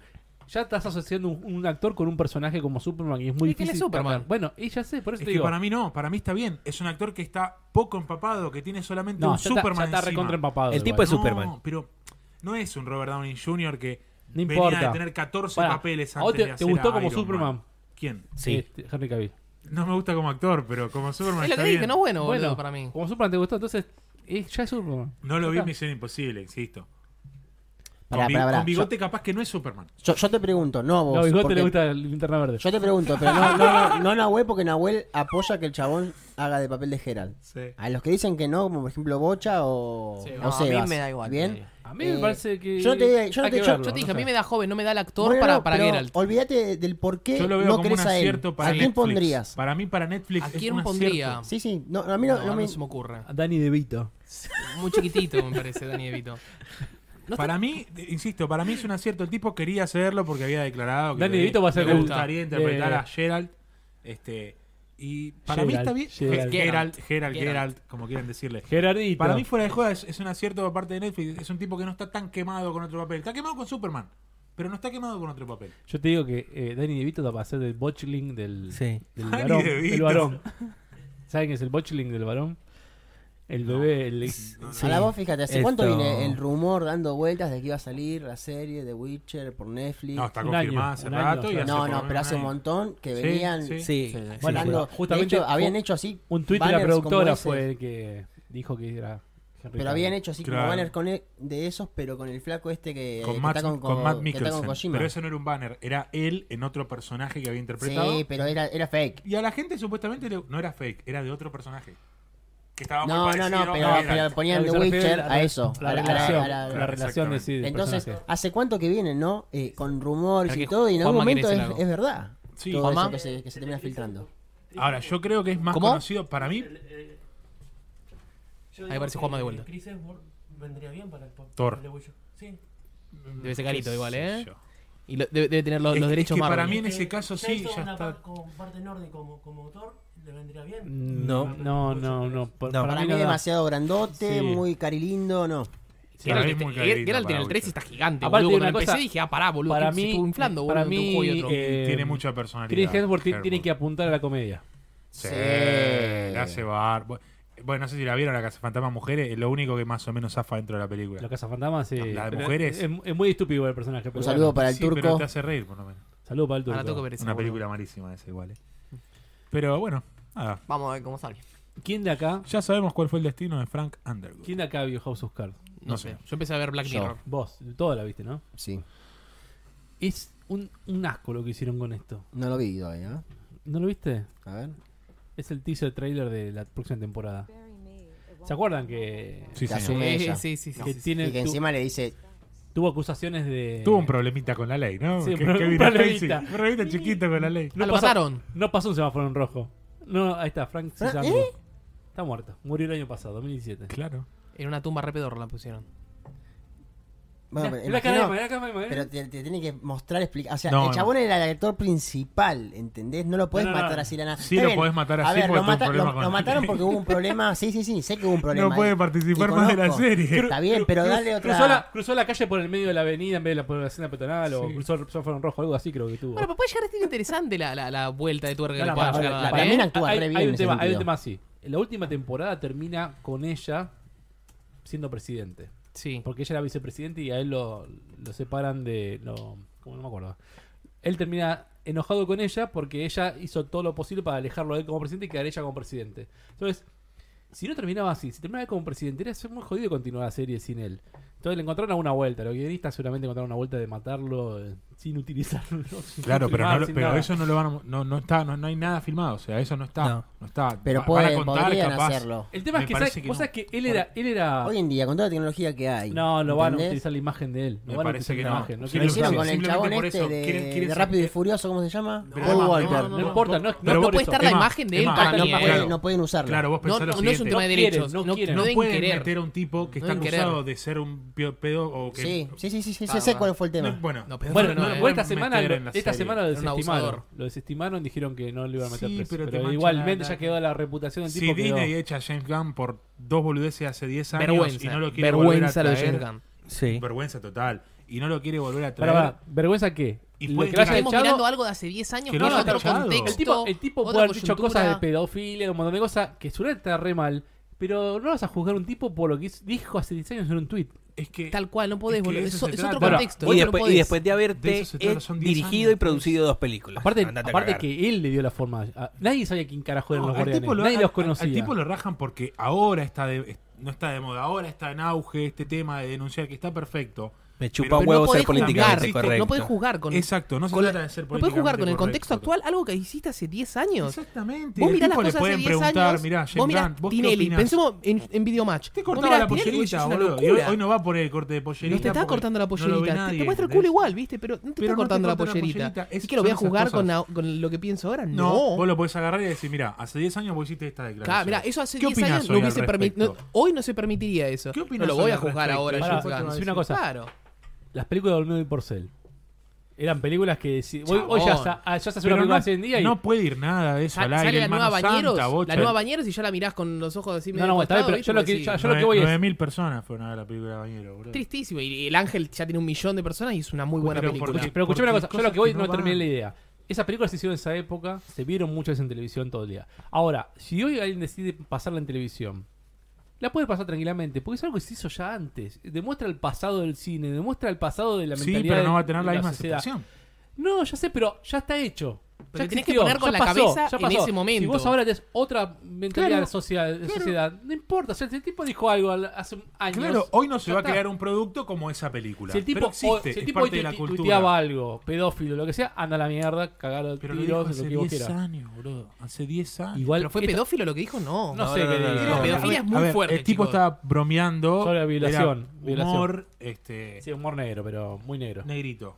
Speaker 5: Ya estás asociando un, un actor con un personaje como Superman y es muy
Speaker 1: Es que él
Speaker 5: difícil.
Speaker 1: es Superman.
Speaker 5: cambiar. Bueno, y ya sé, por eso
Speaker 4: es
Speaker 5: te
Speaker 4: que
Speaker 5: digo.
Speaker 4: para mí no, para mí está bien. Es un actor que está poco empapado, que tiene solamente
Speaker 5: no,
Speaker 4: un
Speaker 5: ya
Speaker 4: Superman
Speaker 5: está, ya está
Speaker 4: encima.
Speaker 5: recontra empapado.
Speaker 2: El
Speaker 5: igual.
Speaker 2: tipo es
Speaker 4: No,
Speaker 2: Superman.
Speaker 4: pero no es un Robert Downey Jr. que
Speaker 5: No
Speaker 4: venía
Speaker 5: importa.
Speaker 4: de tener 14
Speaker 5: Pará,
Speaker 4: papeles
Speaker 5: ¿a vos
Speaker 4: antes
Speaker 5: te-
Speaker 4: de
Speaker 5: te
Speaker 4: hacer
Speaker 5: gustó
Speaker 4: a
Speaker 5: como
Speaker 4: Iron Man.
Speaker 5: Superman?
Speaker 4: ¿Quién?
Speaker 2: Sí.
Speaker 5: Este, Henry Cavill.
Speaker 4: No me gusta como actor, pero como Superman
Speaker 1: Es lo
Speaker 4: Ah, está
Speaker 1: que dije,
Speaker 4: bien.
Speaker 1: no bueno, boludo,
Speaker 5: Bueno,
Speaker 1: para mí.
Speaker 5: Como Superman te gustó, entonces eh, ya es Superman.
Speaker 4: No lo vi en
Speaker 5: Ya está.
Speaker 4: Misión Imposible, insisto.
Speaker 7: Pará,
Speaker 4: con, bi-
Speaker 7: pará, pará.
Speaker 4: con bigote capaz que no es Superman.
Speaker 7: Yo, yo te pregunto, no a vos.
Speaker 5: No, bigote
Speaker 7: porque-
Speaker 5: le gusta la linterna verde.
Speaker 7: Yo te pregunto, pero no, no, no, no Nahuel, porque Nahuel apoya que el chabón haga de papel de Gerald.
Speaker 4: Sí.
Speaker 7: A los que dicen que no, como por ejemplo Bocha o.
Speaker 1: Sí,
Speaker 7: o
Speaker 1: no,
Speaker 3: a mí
Speaker 7: Sebas.
Speaker 3: me da igual.
Speaker 7: Bien.
Speaker 5: A mí me
Speaker 7: Eh,
Speaker 5: parece que.
Speaker 7: yo no te diga- yo no
Speaker 5: hay
Speaker 7: te-
Speaker 5: que
Speaker 7: yo-
Speaker 5: verlo,
Speaker 1: Yo te dije,
Speaker 5: no
Speaker 1: a mí
Speaker 5: sé.
Speaker 1: me da joven, no me da el actor
Speaker 7: Bueno,
Speaker 1: para,
Speaker 7: no,
Speaker 1: para
Speaker 7: pero
Speaker 1: Geralt.
Speaker 7: Olvídate del por qué
Speaker 4: Yo lo veo
Speaker 7: no
Speaker 4: como un
Speaker 7: crees a él.
Speaker 4: acierto para
Speaker 7: ¿A quién
Speaker 4: Netflix.
Speaker 7: pondrías?
Speaker 4: Para mí, para Netflix.
Speaker 1: ¿A
Speaker 4: es
Speaker 1: quién
Speaker 4: un
Speaker 1: pondría?
Speaker 4: acierto.
Speaker 7: Sí, sí. No, no, a mí no,
Speaker 1: No,
Speaker 7: no
Speaker 1: no
Speaker 7: me.
Speaker 1: se me ocurre.
Speaker 5: A Danny DeVito.
Speaker 1: Muy chiquitito me parece Dani Evito. No
Speaker 4: para mí, eh, insisto, para mí es un acierto. El tipo quería hacerlo porque había declarado que
Speaker 5: Danny
Speaker 4: le,
Speaker 5: DeVito va a ser
Speaker 4: le
Speaker 5: el-
Speaker 4: gustaría interpretar
Speaker 5: eh,
Speaker 4: a Gerald. Este, y para mí
Speaker 5: Gerald,
Speaker 4: está bien.
Speaker 5: Gerald.
Speaker 4: Gerald, Gerald, Gerald,
Speaker 1: Gerald.
Speaker 4: como quieran decirle.
Speaker 5: Gerardito.
Speaker 4: Para mí, fuera de joda, es, es un acierto por parte de Netflix. Es un tipo que no está tan quemado con otro papel. Está quemado con Superman, pero no está quemado con otro papel.
Speaker 5: Yo te digo que eh, Danny DeVito va a ser del botchling del,
Speaker 2: Sí.
Speaker 5: del
Speaker 4: Danny
Speaker 5: varón.
Speaker 4: DeVito.
Speaker 5: del varón. ¿Saben qué es el botchling del varón? El bebé, el ex-
Speaker 7: A la voz, fíjate, ¿hace cuánto
Speaker 2: Esto-
Speaker 7: viene el rumor dando vueltas de que iba a salir la serie de Witcher por Netflix?
Speaker 4: No, está
Speaker 5: Un
Speaker 4: confirmado
Speaker 5: año,
Speaker 4: hace
Speaker 5: un año,
Speaker 4: rato. y
Speaker 5: claro.
Speaker 4: hace
Speaker 7: No,
Speaker 4: por lo
Speaker 7: no,
Speaker 4: menos
Speaker 7: pero hace un
Speaker 4: año.
Speaker 7: montón que
Speaker 4: Sí,
Speaker 7: venían.
Speaker 4: sí.
Speaker 2: Sí.
Speaker 5: Bueno,
Speaker 7: dando-
Speaker 5: pero justamente
Speaker 7: de hecho, habían
Speaker 5: fue-
Speaker 7: hecho así.
Speaker 5: Un tuit de la
Speaker 7: banners como
Speaker 5: productora
Speaker 7: ese.
Speaker 5: fue el que dijo que era Henry
Speaker 7: Pero
Speaker 5: Cavill.
Speaker 7: habían hecho así
Speaker 4: Claro.
Speaker 7: como banners con e- de esos, pero con el flaco este que, que
Speaker 4: Con Matt,
Speaker 7: está con,
Speaker 4: con Matt
Speaker 7: que está con
Speaker 4: Mikkelsen.
Speaker 7: Kojima.
Speaker 4: Pero eso no era un banner, era él en otro personaje que había interpretado.
Speaker 7: Sí, pero era, era fake.
Speaker 4: Y a la gente supuestamente le- no era fake, era de otro personaje. Que estaba Ah, muy
Speaker 7: No, no,
Speaker 4: parecido
Speaker 7: no,
Speaker 4: a
Speaker 7: pero,
Speaker 4: Geralt.
Speaker 7: pero ponían
Speaker 5: Lo Ah, que
Speaker 7: The
Speaker 5: se refiere
Speaker 7: Witcher
Speaker 5: la-
Speaker 7: a eso.
Speaker 5: La,
Speaker 7: a la- a la-
Speaker 5: relación,
Speaker 7: a la-
Speaker 5: la relación de sí, del
Speaker 7: Entonces,
Speaker 5: personaje.
Speaker 7: ¿hace cuánto que vienen, no? Eh, con rumores
Speaker 1: Creo
Speaker 7: y
Speaker 1: que
Speaker 7: todo, y en algún
Speaker 1: Juanma quiere
Speaker 7: momento
Speaker 1: decir
Speaker 7: es,
Speaker 1: algo.
Speaker 7: es verdad.
Speaker 4: Sí.
Speaker 7: todo
Speaker 1: Juanma.
Speaker 7: eso que se, que se termina filtrando.
Speaker 4: Ahora, yo creo que es más
Speaker 1: ¿Cómo?
Speaker 4: conocido para mí
Speaker 1: Ahí parece Juanma de vuelta.
Speaker 6: Chris Hemsworth vendría bien para el pop.
Speaker 4: Thor.
Speaker 6: el de Witcher. Sí.
Speaker 1: Debe ser carito
Speaker 4: qué
Speaker 1: igual,
Speaker 4: sé
Speaker 1: ¿eh?
Speaker 4: yo.
Speaker 1: Y lo- debe, debe tener los,
Speaker 4: Es-
Speaker 1: los
Speaker 4: es
Speaker 1: derechos
Speaker 4: que para
Speaker 1: Marvel.
Speaker 4: mí en ese caso
Speaker 6: Ya
Speaker 4: sí,
Speaker 6: hizo
Speaker 4: ya
Speaker 6: una
Speaker 4: está.
Speaker 6: par- con parte nórdica como, como autor, le vendría bien.
Speaker 5: No, Mm, no, no, no. por-
Speaker 2: No.
Speaker 7: Para,
Speaker 5: no
Speaker 7: mí,
Speaker 5: da.
Speaker 7: demasiado grandote,
Speaker 5: Sí.
Speaker 7: muy carilindo, no.
Speaker 4: Para
Speaker 1: Geralt,
Speaker 4: mí
Speaker 1: este-
Speaker 4: es muy
Speaker 1: Geralt
Speaker 4: carito para
Speaker 1: tiene el 3 y
Speaker 4: Witcher.
Speaker 1: está gigante.
Speaker 5: Aparte
Speaker 1: boludo,
Speaker 5: de una
Speaker 1: cuando
Speaker 5: cosa,
Speaker 1: empecé dije, ah, pará, boludo.
Speaker 5: para
Speaker 1: que se
Speaker 5: mí-
Speaker 1: estuvo inflando, boludo,
Speaker 5: para
Speaker 1: entre un
Speaker 5: mí,
Speaker 1: juego y otro.
Speaker 5: eh,
Speaker 4: Tiene mucha personalidad.
Speaker 5: Chris Hemsworth ti-
Speaker 4: Hemsworth.
Speaker 5: tiene que apuntar a la comedia.
Speaker 4: Sí,
Speaker 7: Sí.
Speaker 4: le hace bar. Bu- Bueno, no sé si la vieron, la Casa Fantasma Mujeres, es lo único que más o menos zafa dentro de la película.
Speaker 5: La Casa Fantasma sí.
Speaker 4: La de
Speaker 5: Pero
Speaker 4: mujeres.
Speaker 5: Es, es muy estúpido el personaje. pero
Speaker 7: Un saludo
Speaker 5: bueno.
Speaker 7: para el
Speaker 4: Sí,
Speaker 7: turco.
Speaker 4: Pero te hace reír, por lo menos.
Speaker 5: Saludo para el turco.
Speaker 1: Ahora tengo que ver esa,
Speaker 4: Una
Speaker 1: boludo.
Speaker 4: película malísima esa, igual. ¿eh? Pero bueno, nada.
Speaker 3: Vamos a ver cómo sale.
Speaker 5: ¿Quién de acá?
Speaker 4: Ya sabemos cuál fue el destino de Frank Underwood.
Speaker 5: ¿Quién de acá vio House of Cards?
Speaker 1: No
Speaker 4: no
Speaker 1: sé.
Speaker 4: sé.
Speaker 1: Yo empecé a ver Black
Speaker 7: Yo.
Speaker 1: Mirror.
Speaker 5: Vos, toda la viste, ¿no?
Speaker 7: Sí,
Speaker 5: Es un, un asco lo que hicieron con esto.
Speaker 7: no lo vi todavía. ¿no?
Speaker 5: ¿No lo viste?
Speaker 7: A ver.
Speaker 5: Es el teaser trailer de la próxima temporada. ¿Se acuerdan que,
Speaker 4: Sí,
Speaker 7: Te
Speaker 4: señor.
Speaker 7: asume
Speaker 1: Eh,
Speaker 7: ella.
Speaker 1: sí, sí, sí.
Speaker 5: que
Speaker 1: sí, sí.
Speaker 5: tiene,
Speaker 7: Y que
Speaker 5: tu-
Speaker 7: encima le dice,
Speaker 5: tuvo acusaciones de...
Speaker 1: Eh,
Speaker 4: Tuvo un
Speaker 1: Ah,
Speaker 4: problemita con la ley, ¿no?
Speaker 5: Sí,
Speaker 4: Que-
Speaker 5: un
Speaker 4: Kevin
Speaker 5: problemita.
Speaker 4: Spacey. Un problemita chiquito con la ley.
Speaker 1: Ah, lo
Speaker 5: pasó-
Speaker 1: mataron.
Speaker 5: No pasó un semáforo en rojo. No, ahí está, Frank
Speaker 7: Fra-
Speaker 5: Sisandro.
Speaker 7: ¿eh?
Speaker 5: Está muerto. Murió el año pasado, 2017.
Speaker 4: Claro.
Speaker 1: En una tumba repedor la pusieron.
Speaker 7: Bueno,
Speaker 5: Mirá,
Speaker 7: pero
Speaker 5: mirá la cara de
Speaker 7: imagino-
Speaker 5: Maga, la cara de Maga.
Speaker 7: Pero te, te tiene que mostrar, explicar. O sea,
Speaker 4: No,
Speaker 7: el chabón era el actor principal, ¿entendés? No lo podés
Speaker 5: No, no, no.
Speaker 7: matar así de la nada.
Speaker 4: Sí
Speaker 7: Está
Speaker 4: lo
Speaker 7: bien.
Speaker 4: podés matar
Speaker 7: A
Speaker 4: así
Speaker 7: ver,
Speaker 4: porque tuvo
Speaker 7: lo,
Speaker 4: un
Speaker 7: mata-
Speaker 4: problema
Speaker 7: lo-
Speaker 4: con
Speaker 7: lo
Speaker 4: la
Speaker 7: mataron
Speaker 4: ley.
Speaker 7: porque hubo un problema. Sí, sí, sí, sé que hubo un problema.
Speaker 4: No puede
Speaker 7: ahí.
Speaker 4: participar
Speaker 7: Y
Speaker 4: más de la
Speaker 7: conozco.
Speaker 4: serie.
Speaker 7: Está bien, pero
Speaker 5: Cruz-
Speaker 7: dale otra.
Speaker 5: Cruzó la, cruzó la calle por el medio de la avenida en vez de la, por la escena peatonal o
Speaker 4: Sí.
Speaker 5: cruzó el semáforo en rojo, algo así creo que tuvo.
Speaker 1: Bueno, pero puede llegar a ser interesante la, la, la vuelta de tuerca que
Speaker 5: No,
Speaker 1: le
Speaker 5: no,
Speaker 1: puedan
Speaker 5: para-
Speaker 1: llegar a
Speaker 7: para-
Speaker 1: dar.
Speaker 7: para
Speaker 1: ¿eh?
Speaker 7: mí la- actúa
Speaker 5: hay,
Speaker 7: re bien
Speaker 5: hay
Speaker 7: en
Speaker 5: un
Speaker 7: ese
Speaker 5: tema, hay un
Speaker 7: sentido.
Speaker 5: tema así. La última temporada termina con ella siendo presidente.
Speaker 1: Sí.
Speaker 5: Porque ella era vicepresidente y a él lo, lo separan de. Lo, como no me acuerdo. Él termina enojado con ella porque ella hizo todo lo posible para alejarlo a él como presidente y quedar ella como presidente. Entonces, si no terminaba así, si terminaba como presidente, era muy jodido continuar la serie sin él. Entonces le encontraron alguna vuelta. Los guionistas seguramente encontraron una vuelta de matarlo eh, sin utilizarlo. sin
Speaker 4: Claro, pero,
Speaker 5: filmar,
Speaker 4: no, lo-
Speaker 5: sin
Speaker 4: pero
Speaker 5: nada.
Speaker 4: eso no lo van a, no, no está, no, no hay nada filmado, o sea, eso no está,
Speaker 2: No.
Speaker 4: no, está.
Speaker 7: Pero
Speaker 4: Va- van a
Speaker 7: pueden,
Speaker 4: Ah, contar,
Speaker 7: podrían
Speaker 4: capaz.
Speaker 7: hacerlo.
Speaker 5: El tema
Speaker 4: me
Speaker 5: es que,
Speaker 4: parece
Speaker 5: ¿sabes?
Speaker 4: que
Speaker 5: vos
Speaker 4: no.
Speaker 5: sabés que él era. Él era
Speaker 7: Hoy en día, con toda la tecnología que hay.
Speaker 5: no, lo van a
Speaker 7: ¿entendés?
Speaker 5: utilizar la imagen de él. No
Speaker 4: Me
Speaker 5: van a
Speaker 4: parece
Speaker 5: utilizar
Speaker 4: que
Speaker 5: la
Speaker 4: no.
Speaker 5: imagen.
Speaker 4: Sí,
Speaker 5: No
Speaker 7: Lo
Speaker 5: quieren
Speaker 4: lo
Speaker 7: hicieron
Speaker 5: usarlo.
Speaker 7: con el
Speaker 4: Simplemente
Speaker 7: chabón
Speaker 4: por
Speaker 7: este
Speaker 4: eso,
Speaker 7: de,
Speaker 4: quieren- quieren
Speaker 7: de
Speaker 4: sac-
Speaker 7: Rápido y Furioso, ¿cómo se llama?
Speaker 4: Pero
Speaker 7: Paul
Speaker 4: además,
Speaker 7: Walker.
Speaker 5: No importa, no,
Speaker 1: No, no
Speaker 4: vos-
Speaker 1: puede estar la
Speaker 4: Emma,
Speaker 1: imagen de él
Speaker 4: Emma,
Speaker 1: para
Speaker 7: no,
Speaker 1: mí,
Speaker 4: Emma,
Speaker 1: ¿eh?
Speaker 7: pueden,
Speaker 4: claro.
Speaker 7: no pueden usarlo.
Speaker 4: Claro, vos
Speaker 1: No,
Speaker 4: pensás lo
Speaker 1: no, no es un
Speaker 4: siguiente.
Speaker 1: tema de
Speaker 5: No quieren,
Speaker 1: derechos.
Speaker 5: no
Speaker 1: No,
Speaker 5: quieren.
Speaker 1: no
Speaker 4: No
Speaker 1: deben
Speaker 4: pueden
Speaker 1: querer.
Speaker 4: meter a un tipo que
Speaker 1: No
Speaker 4: está
Speaker 1: deben
Speaker 4: acusado
Speaker 1: querer.
Speaker 4: de ser un pio- pedo o que.
Speaker 7: Sí, sí, sí, sí, sí,
Speaker 3: Ah,
Speaker 7: sé
Speaker 3: va.
Speaker 7: cuál fue el tema.
Speaker 4: No, bueno,
Speaker 1: No, pero eh,
Speaker 5: Bueno,
Speaker 1: no,
Speaker 5: no,
Speaker 1: no,
Speaker 5: igual esta
Speaker 4: no
Speaker 5: semana,
Speaker 4: meter
Speaker 5: lo-
Speaker 4: en la
Speaker 5: esta
Speaker 4: serie.
Speaker 5: semana lo
Speaker 1: Era un
Speaker 5: desestimaron.
Speaker 1: abusador.
Speaker 5: Lo desestimaron, dijeron que no lo iban a meter
Speaker 4: Sí,
Speaker 5: preso.
Speaker 4: pero
Speaker 5: Pero,
Speaker 4: te mancha
Speaker 5: igualmente
Speaker 4: la-
Speaker 5: ya quedó la reputación del
Speaker 4: si
Speaker 5: tipo. quedó.
Speaker 4: Disney echa a James Gunn por dos boludeces hace 10 años
Speaker 1: vergüenza.
Speaker 4: y no lo quiere
Speaker 1: vergüenza lo
Speaker 4: volver
Speaker 1: de
Speaker 4: a traer,
Speaker 1: James Gunn.
Speaker 2: Sí.
Speaker 4: vergüenza total y no lo quiere volver a
Speaker 5: Pará,
Speaker 4: traer.
Speaker 5: pará, ¿Vergüenza qué?
Speaker 4: Y
Speaker 5: Lo
Speaker 4: pueden
Speaker 5: que lo haya
Speaker 4: que-
Speaker 1: Estamos
Speaker 5: echado-
Speaker 1: mirando algo de hace 10 años
Speaker 4: Que
Speaker 1: que
Speaker 4: no
Speaker 1: no
Speaker 4: lo
Speaker 1: otro
Speaker 4: haya echado.
Speaker 1: contexto.
Speaker 5: El tipo, el tipo
Speaker 1: otra
Speaker 5: puede haber dicho
Speaker 1: coyuntura.
Speaker 5: cosas de pedofilia, un montón de cosas que seguramente está re mal. Pero no vas a juzgar a un tipo por lo que hizo- dijo hace 10 años en un tweet.
Speaker 4: Es que
Speaker 1: Tal cual, no podés,
Speaker 4: Es que
Speaker 1: boludo.
Speaker 4: de
Speaker 1: Es,
Speaker 4: eso se
Speaker 1: es
Speaker 4: trata.
Speaker 1: otro
Speaker 4: Bueno, pues,
Speaker 1: contexto.
Speaker 2: y,
Speaker 1: no
Speaker 2: después,
Speaker 1: podés.
Speaker 2: y después de
Speaker 4: De
Speaker 2: haberte
Speaker 4: eso se trata,
Speaker 2: eh,
Speaker 4: son 10
Speaker 2: dirigido y
Speaker 4: años.
Speaker 2: producido dos películas.
Speaker 5: Aparte,
Speaker 2: Andate a
Speaker 5: aparte
Speaker 2: cagar.
Speaker 5: que él le dio la forma. a- nadie sabía quién carajo eran
Speaker 4: No,
Speaker 5: los
Speaker 4: al
Speaker 5: guardianes.
Speaker 4: tipo lo-
Speaker 5: nadie
Speaker 4: al-
Speaker 5: los
Speaker 4: al-
Speaker 5: conocía.
Speaker 4: Al tipo lo rajan porque ahora está de, es- no está de moda, ahora está en auge este tema de denunciar que está perfecto.
Speaker 2: Me chupa
Speaker 4: Pero
Speaker 1: Pero
Speaker 2: huevo
Speaker 1: no
Speaker 2: ser
Speaker 1: podés
Speaker 2: políticamente
Speaker 4: juzgar,
Speaker 2: correcto.
Speaker 1: No podés jugar con.
Speaker 4: Exacto, no se
Speaker 1: con la-
Speaker 4: trata de ser
Speaker 1: no podés jugar con el
Speaker 4: políticamente
Speaker 1: contexto
Speaker 4: correcto.
Speaker 1: actual, algo que hiciste hace 10 años.
Speaker 4: Exactamente.
Speaker 1: Vos
Speaker 4: el
Speaker 1: mirás las
Speaker 4: tipo
Speaker 1: cosas
Speaker 4: le pueden
Speaker 1: hace 10
Speaker 4: preguntar,
Speaker 1: años.
Speaker 4: mirá, James
Speaker 1: vos mirás
Speaker 4: Brandt, ¿vos qué
Speaker 1: Tinelli.
Speaker 4: opinás?
Speaker 1: Pensemos en, en Videomatch.
Speaker 4: Te
Speaker 1: Vos
Speaker 4: cortaba
Speaker 1: mirás
Speaker 4: la
Speaker 1: a Tinelli y decís,
Speaker 4: pollerita,
Speaker 1: "Es una
Speaker 4: boludo. Y hoy,
Speaker 1: locura".
Speaker 4: hoy no va por el corte de pollerita.
Speaker 1: No te está
Speaker 4: porque
Speaker 1: cortando la
Speaker 4: no lo
Speaker 1: pollerita.
Speaker 4: ve nadie,
Speaker 1: te muestra el culo
Speaker 4: ¿entendés?
Speaker 1: igual, ¿viste? Pero no te
Speaker 4: Pero
Speaker 1: está
Speaker 4: no te
Speaker 1: cortando la
Speaker 4: corta la
Speaker 1: pollerita.
Speaker 4: pollerita.
Speaker 1: ¿Y
Speaker 4: Es-
Speaker 1: que lo
Speaker 4: son
Speaker 1: voy a
Speaker 4: esas
Speaker 1: jugar con,
Speaker 4: cosas.
Speaker 1: la- con lo que pienso ahora?
Speaker 4: No,
Speaker 1: No.
Speaker 4: vos lo podés agarrar y decir, mirá, hace 10 años vos hiciste esta declaración.
Speaker 1: Claro, mirá, eso hace
Speaker 4: ¿Qué
Speaker 1: 10
Speaker 4: opinás
Speaker 1: años no
Speaker 4: hoy al
Speaker 1: hubiese permiti- no-
Speaker 4: respecto?
Speaker 1: Hoy no se permitiría eso.
Speaker 4: ¿Qué
Speaker 1: no
Speaker 4: opinás
Speaker 1: lo voy
Speaker 4: hoy
Speaker 1: a
Speaker 4: al
Speaker 1: juzgar
Speaker 4: respecto?
Speaker 1: ahora,
Speaker 4: Pará,
Speaker 1: James
Speaker 5: te voy a
Speaker 1: Gunn.
Speaker 5: decir una cosa.
Speaker 1: Claro.
Speaker 5: Las películas de Olmedo y Porcel. Eran películas que si, hoy, hoy ya,
Speaker 1: Chabón.
Speaker 5: sa- ah, ya se hace
Speaker 4: Pero
Speaker 5: una película
Speaker 4: no,
Speaker 5: hace un día y.
Speaker 4: no puede ir nada de eso
Speaker 1: Sa-
Speaker 4: al
Speaker 1: Sale
Speaker 4: aire.
Speaker 1: la nueva
Speaker 4: hermano
Speaker 1: Bañeros,
Speaker 4: Santa, bocha.
Speaker 1: la nueva Bañeros y ya la mirás con los ojos así
Speaker 5: No,
Speaker 1: medio
Speaker 5: no, está bien,
Speaker 1: acostados,
Speaker 5: pero
Speaker 1: ¿viste?
Speaker 5: yo lo
Speaker 1: Porque
Speaker 5: que- ya-
Speaker 1: sí,
Speaker 5: yo lo que voy es-
Speaker 4: 9000 personas fueron a ver la película de Bañero, boludo.
Speaker 1: Tristísimo. Y el Ángel ya tiene un millón de personas y es una muy buena
Speaker 4: Pero
Speaker 1: película.
Speaker 4: porque-
Speaker 5: Pero escuchame una
Speaker 4: porque
Speaker 5: cosa, yo lo que voy
Speaker 4: cosas que
Speaker 5: no,
Speaker 4: no
Speaker 5: terminé
Speaker 4: van.
Speaker 5: la idea. Esas películas se hicieron en esa época, se vieron muchas en televisión todo el día. Ahora, si hoy alguien decide pasarla en televisión, la puede pasar tranquilamente, porque es algo que se hizo ya antes. Demuestra el pasado del cine, demuestra el pasado de la
Speaker 4: Sí,
Speaker 5: mentalidad.
Speaker 4: pero no
Speaker 5: de-
Speaker 4: va a tener
Speaker 5: de
Speaker 4: la misma
Speaker 5: sociedad.
Speaker 4: aceptación.
Speaker 5: No, ya sé, pero ya está hecho.
Speaker 1: Pero
Speaker 5: ya
Speaker 1: tenés que
Speaker 5: existió,
Speaker 1: poner con la
Speaker 5: ya pasó,
Speaker 1: cabeza
Speaker 5: ya
Speaker 1: en
Speaker 5: pasó.
Speaker 1: ese momento.
Speaker 5: Si vos ahora tenés otra mentalidad
Speaker 4: Claro,
Speaker 5: social, de sociedad, no importa. Si el tipo dijo algo al- hace años.
Speaker 4: Claro, hoy no se
Speaker 5: ya
Speaker 4: va a
Speaker 5: está.
Speaker 4: crear un producto como esa película.
Speaker 5: Si el tipo,
Speaker 4: pero
Speaker 5: o-
Speaker 4: existe,
Speaker 5: si el
Speaker 4: es
Speaker 5: tipo hoy
Speaker 4: parte de
Speaker 5: te-
Speaker 4: la
Speaker 5: tu-
Speaker 4: cultura.
Speaker 5: tuiteaba algo, pedófilo, lo que sea, anda a la mierda, cagalo
Speaker 4: Pero lo dijo
Speaker 5: tiros, lo
Speaker 4: hace
Speaker 5: que vos
Speaker 4: 10
Speaker 5: quieras.
Speaker 4: años, boludo. Hace 10 años.
Speaker 5: Igual
Speaker 1: ¿Pero fue
Speaker 5: esta-
Speaker 1: pedófilo lo que dijo? No.
Speaker 5: No, sé qué dijo.
Speaker 1: no, no, pedofilia
Speaker 4: A ver,
Speaker 1: es muy
Speaker 4: a ver,
Speaker 1: fuerte,
Speaker 4: El tipo
Speaker 1: chicos.
Speaker 4: estaba bromeando.
Speaker 5: Sobre la violación,
Speaker 4: era
Speaker 5: violación.
Speaker 4: Humor, este.
Speaker 5: Sí, humor negro, pero muy negro.
Speaker 4: Negrito.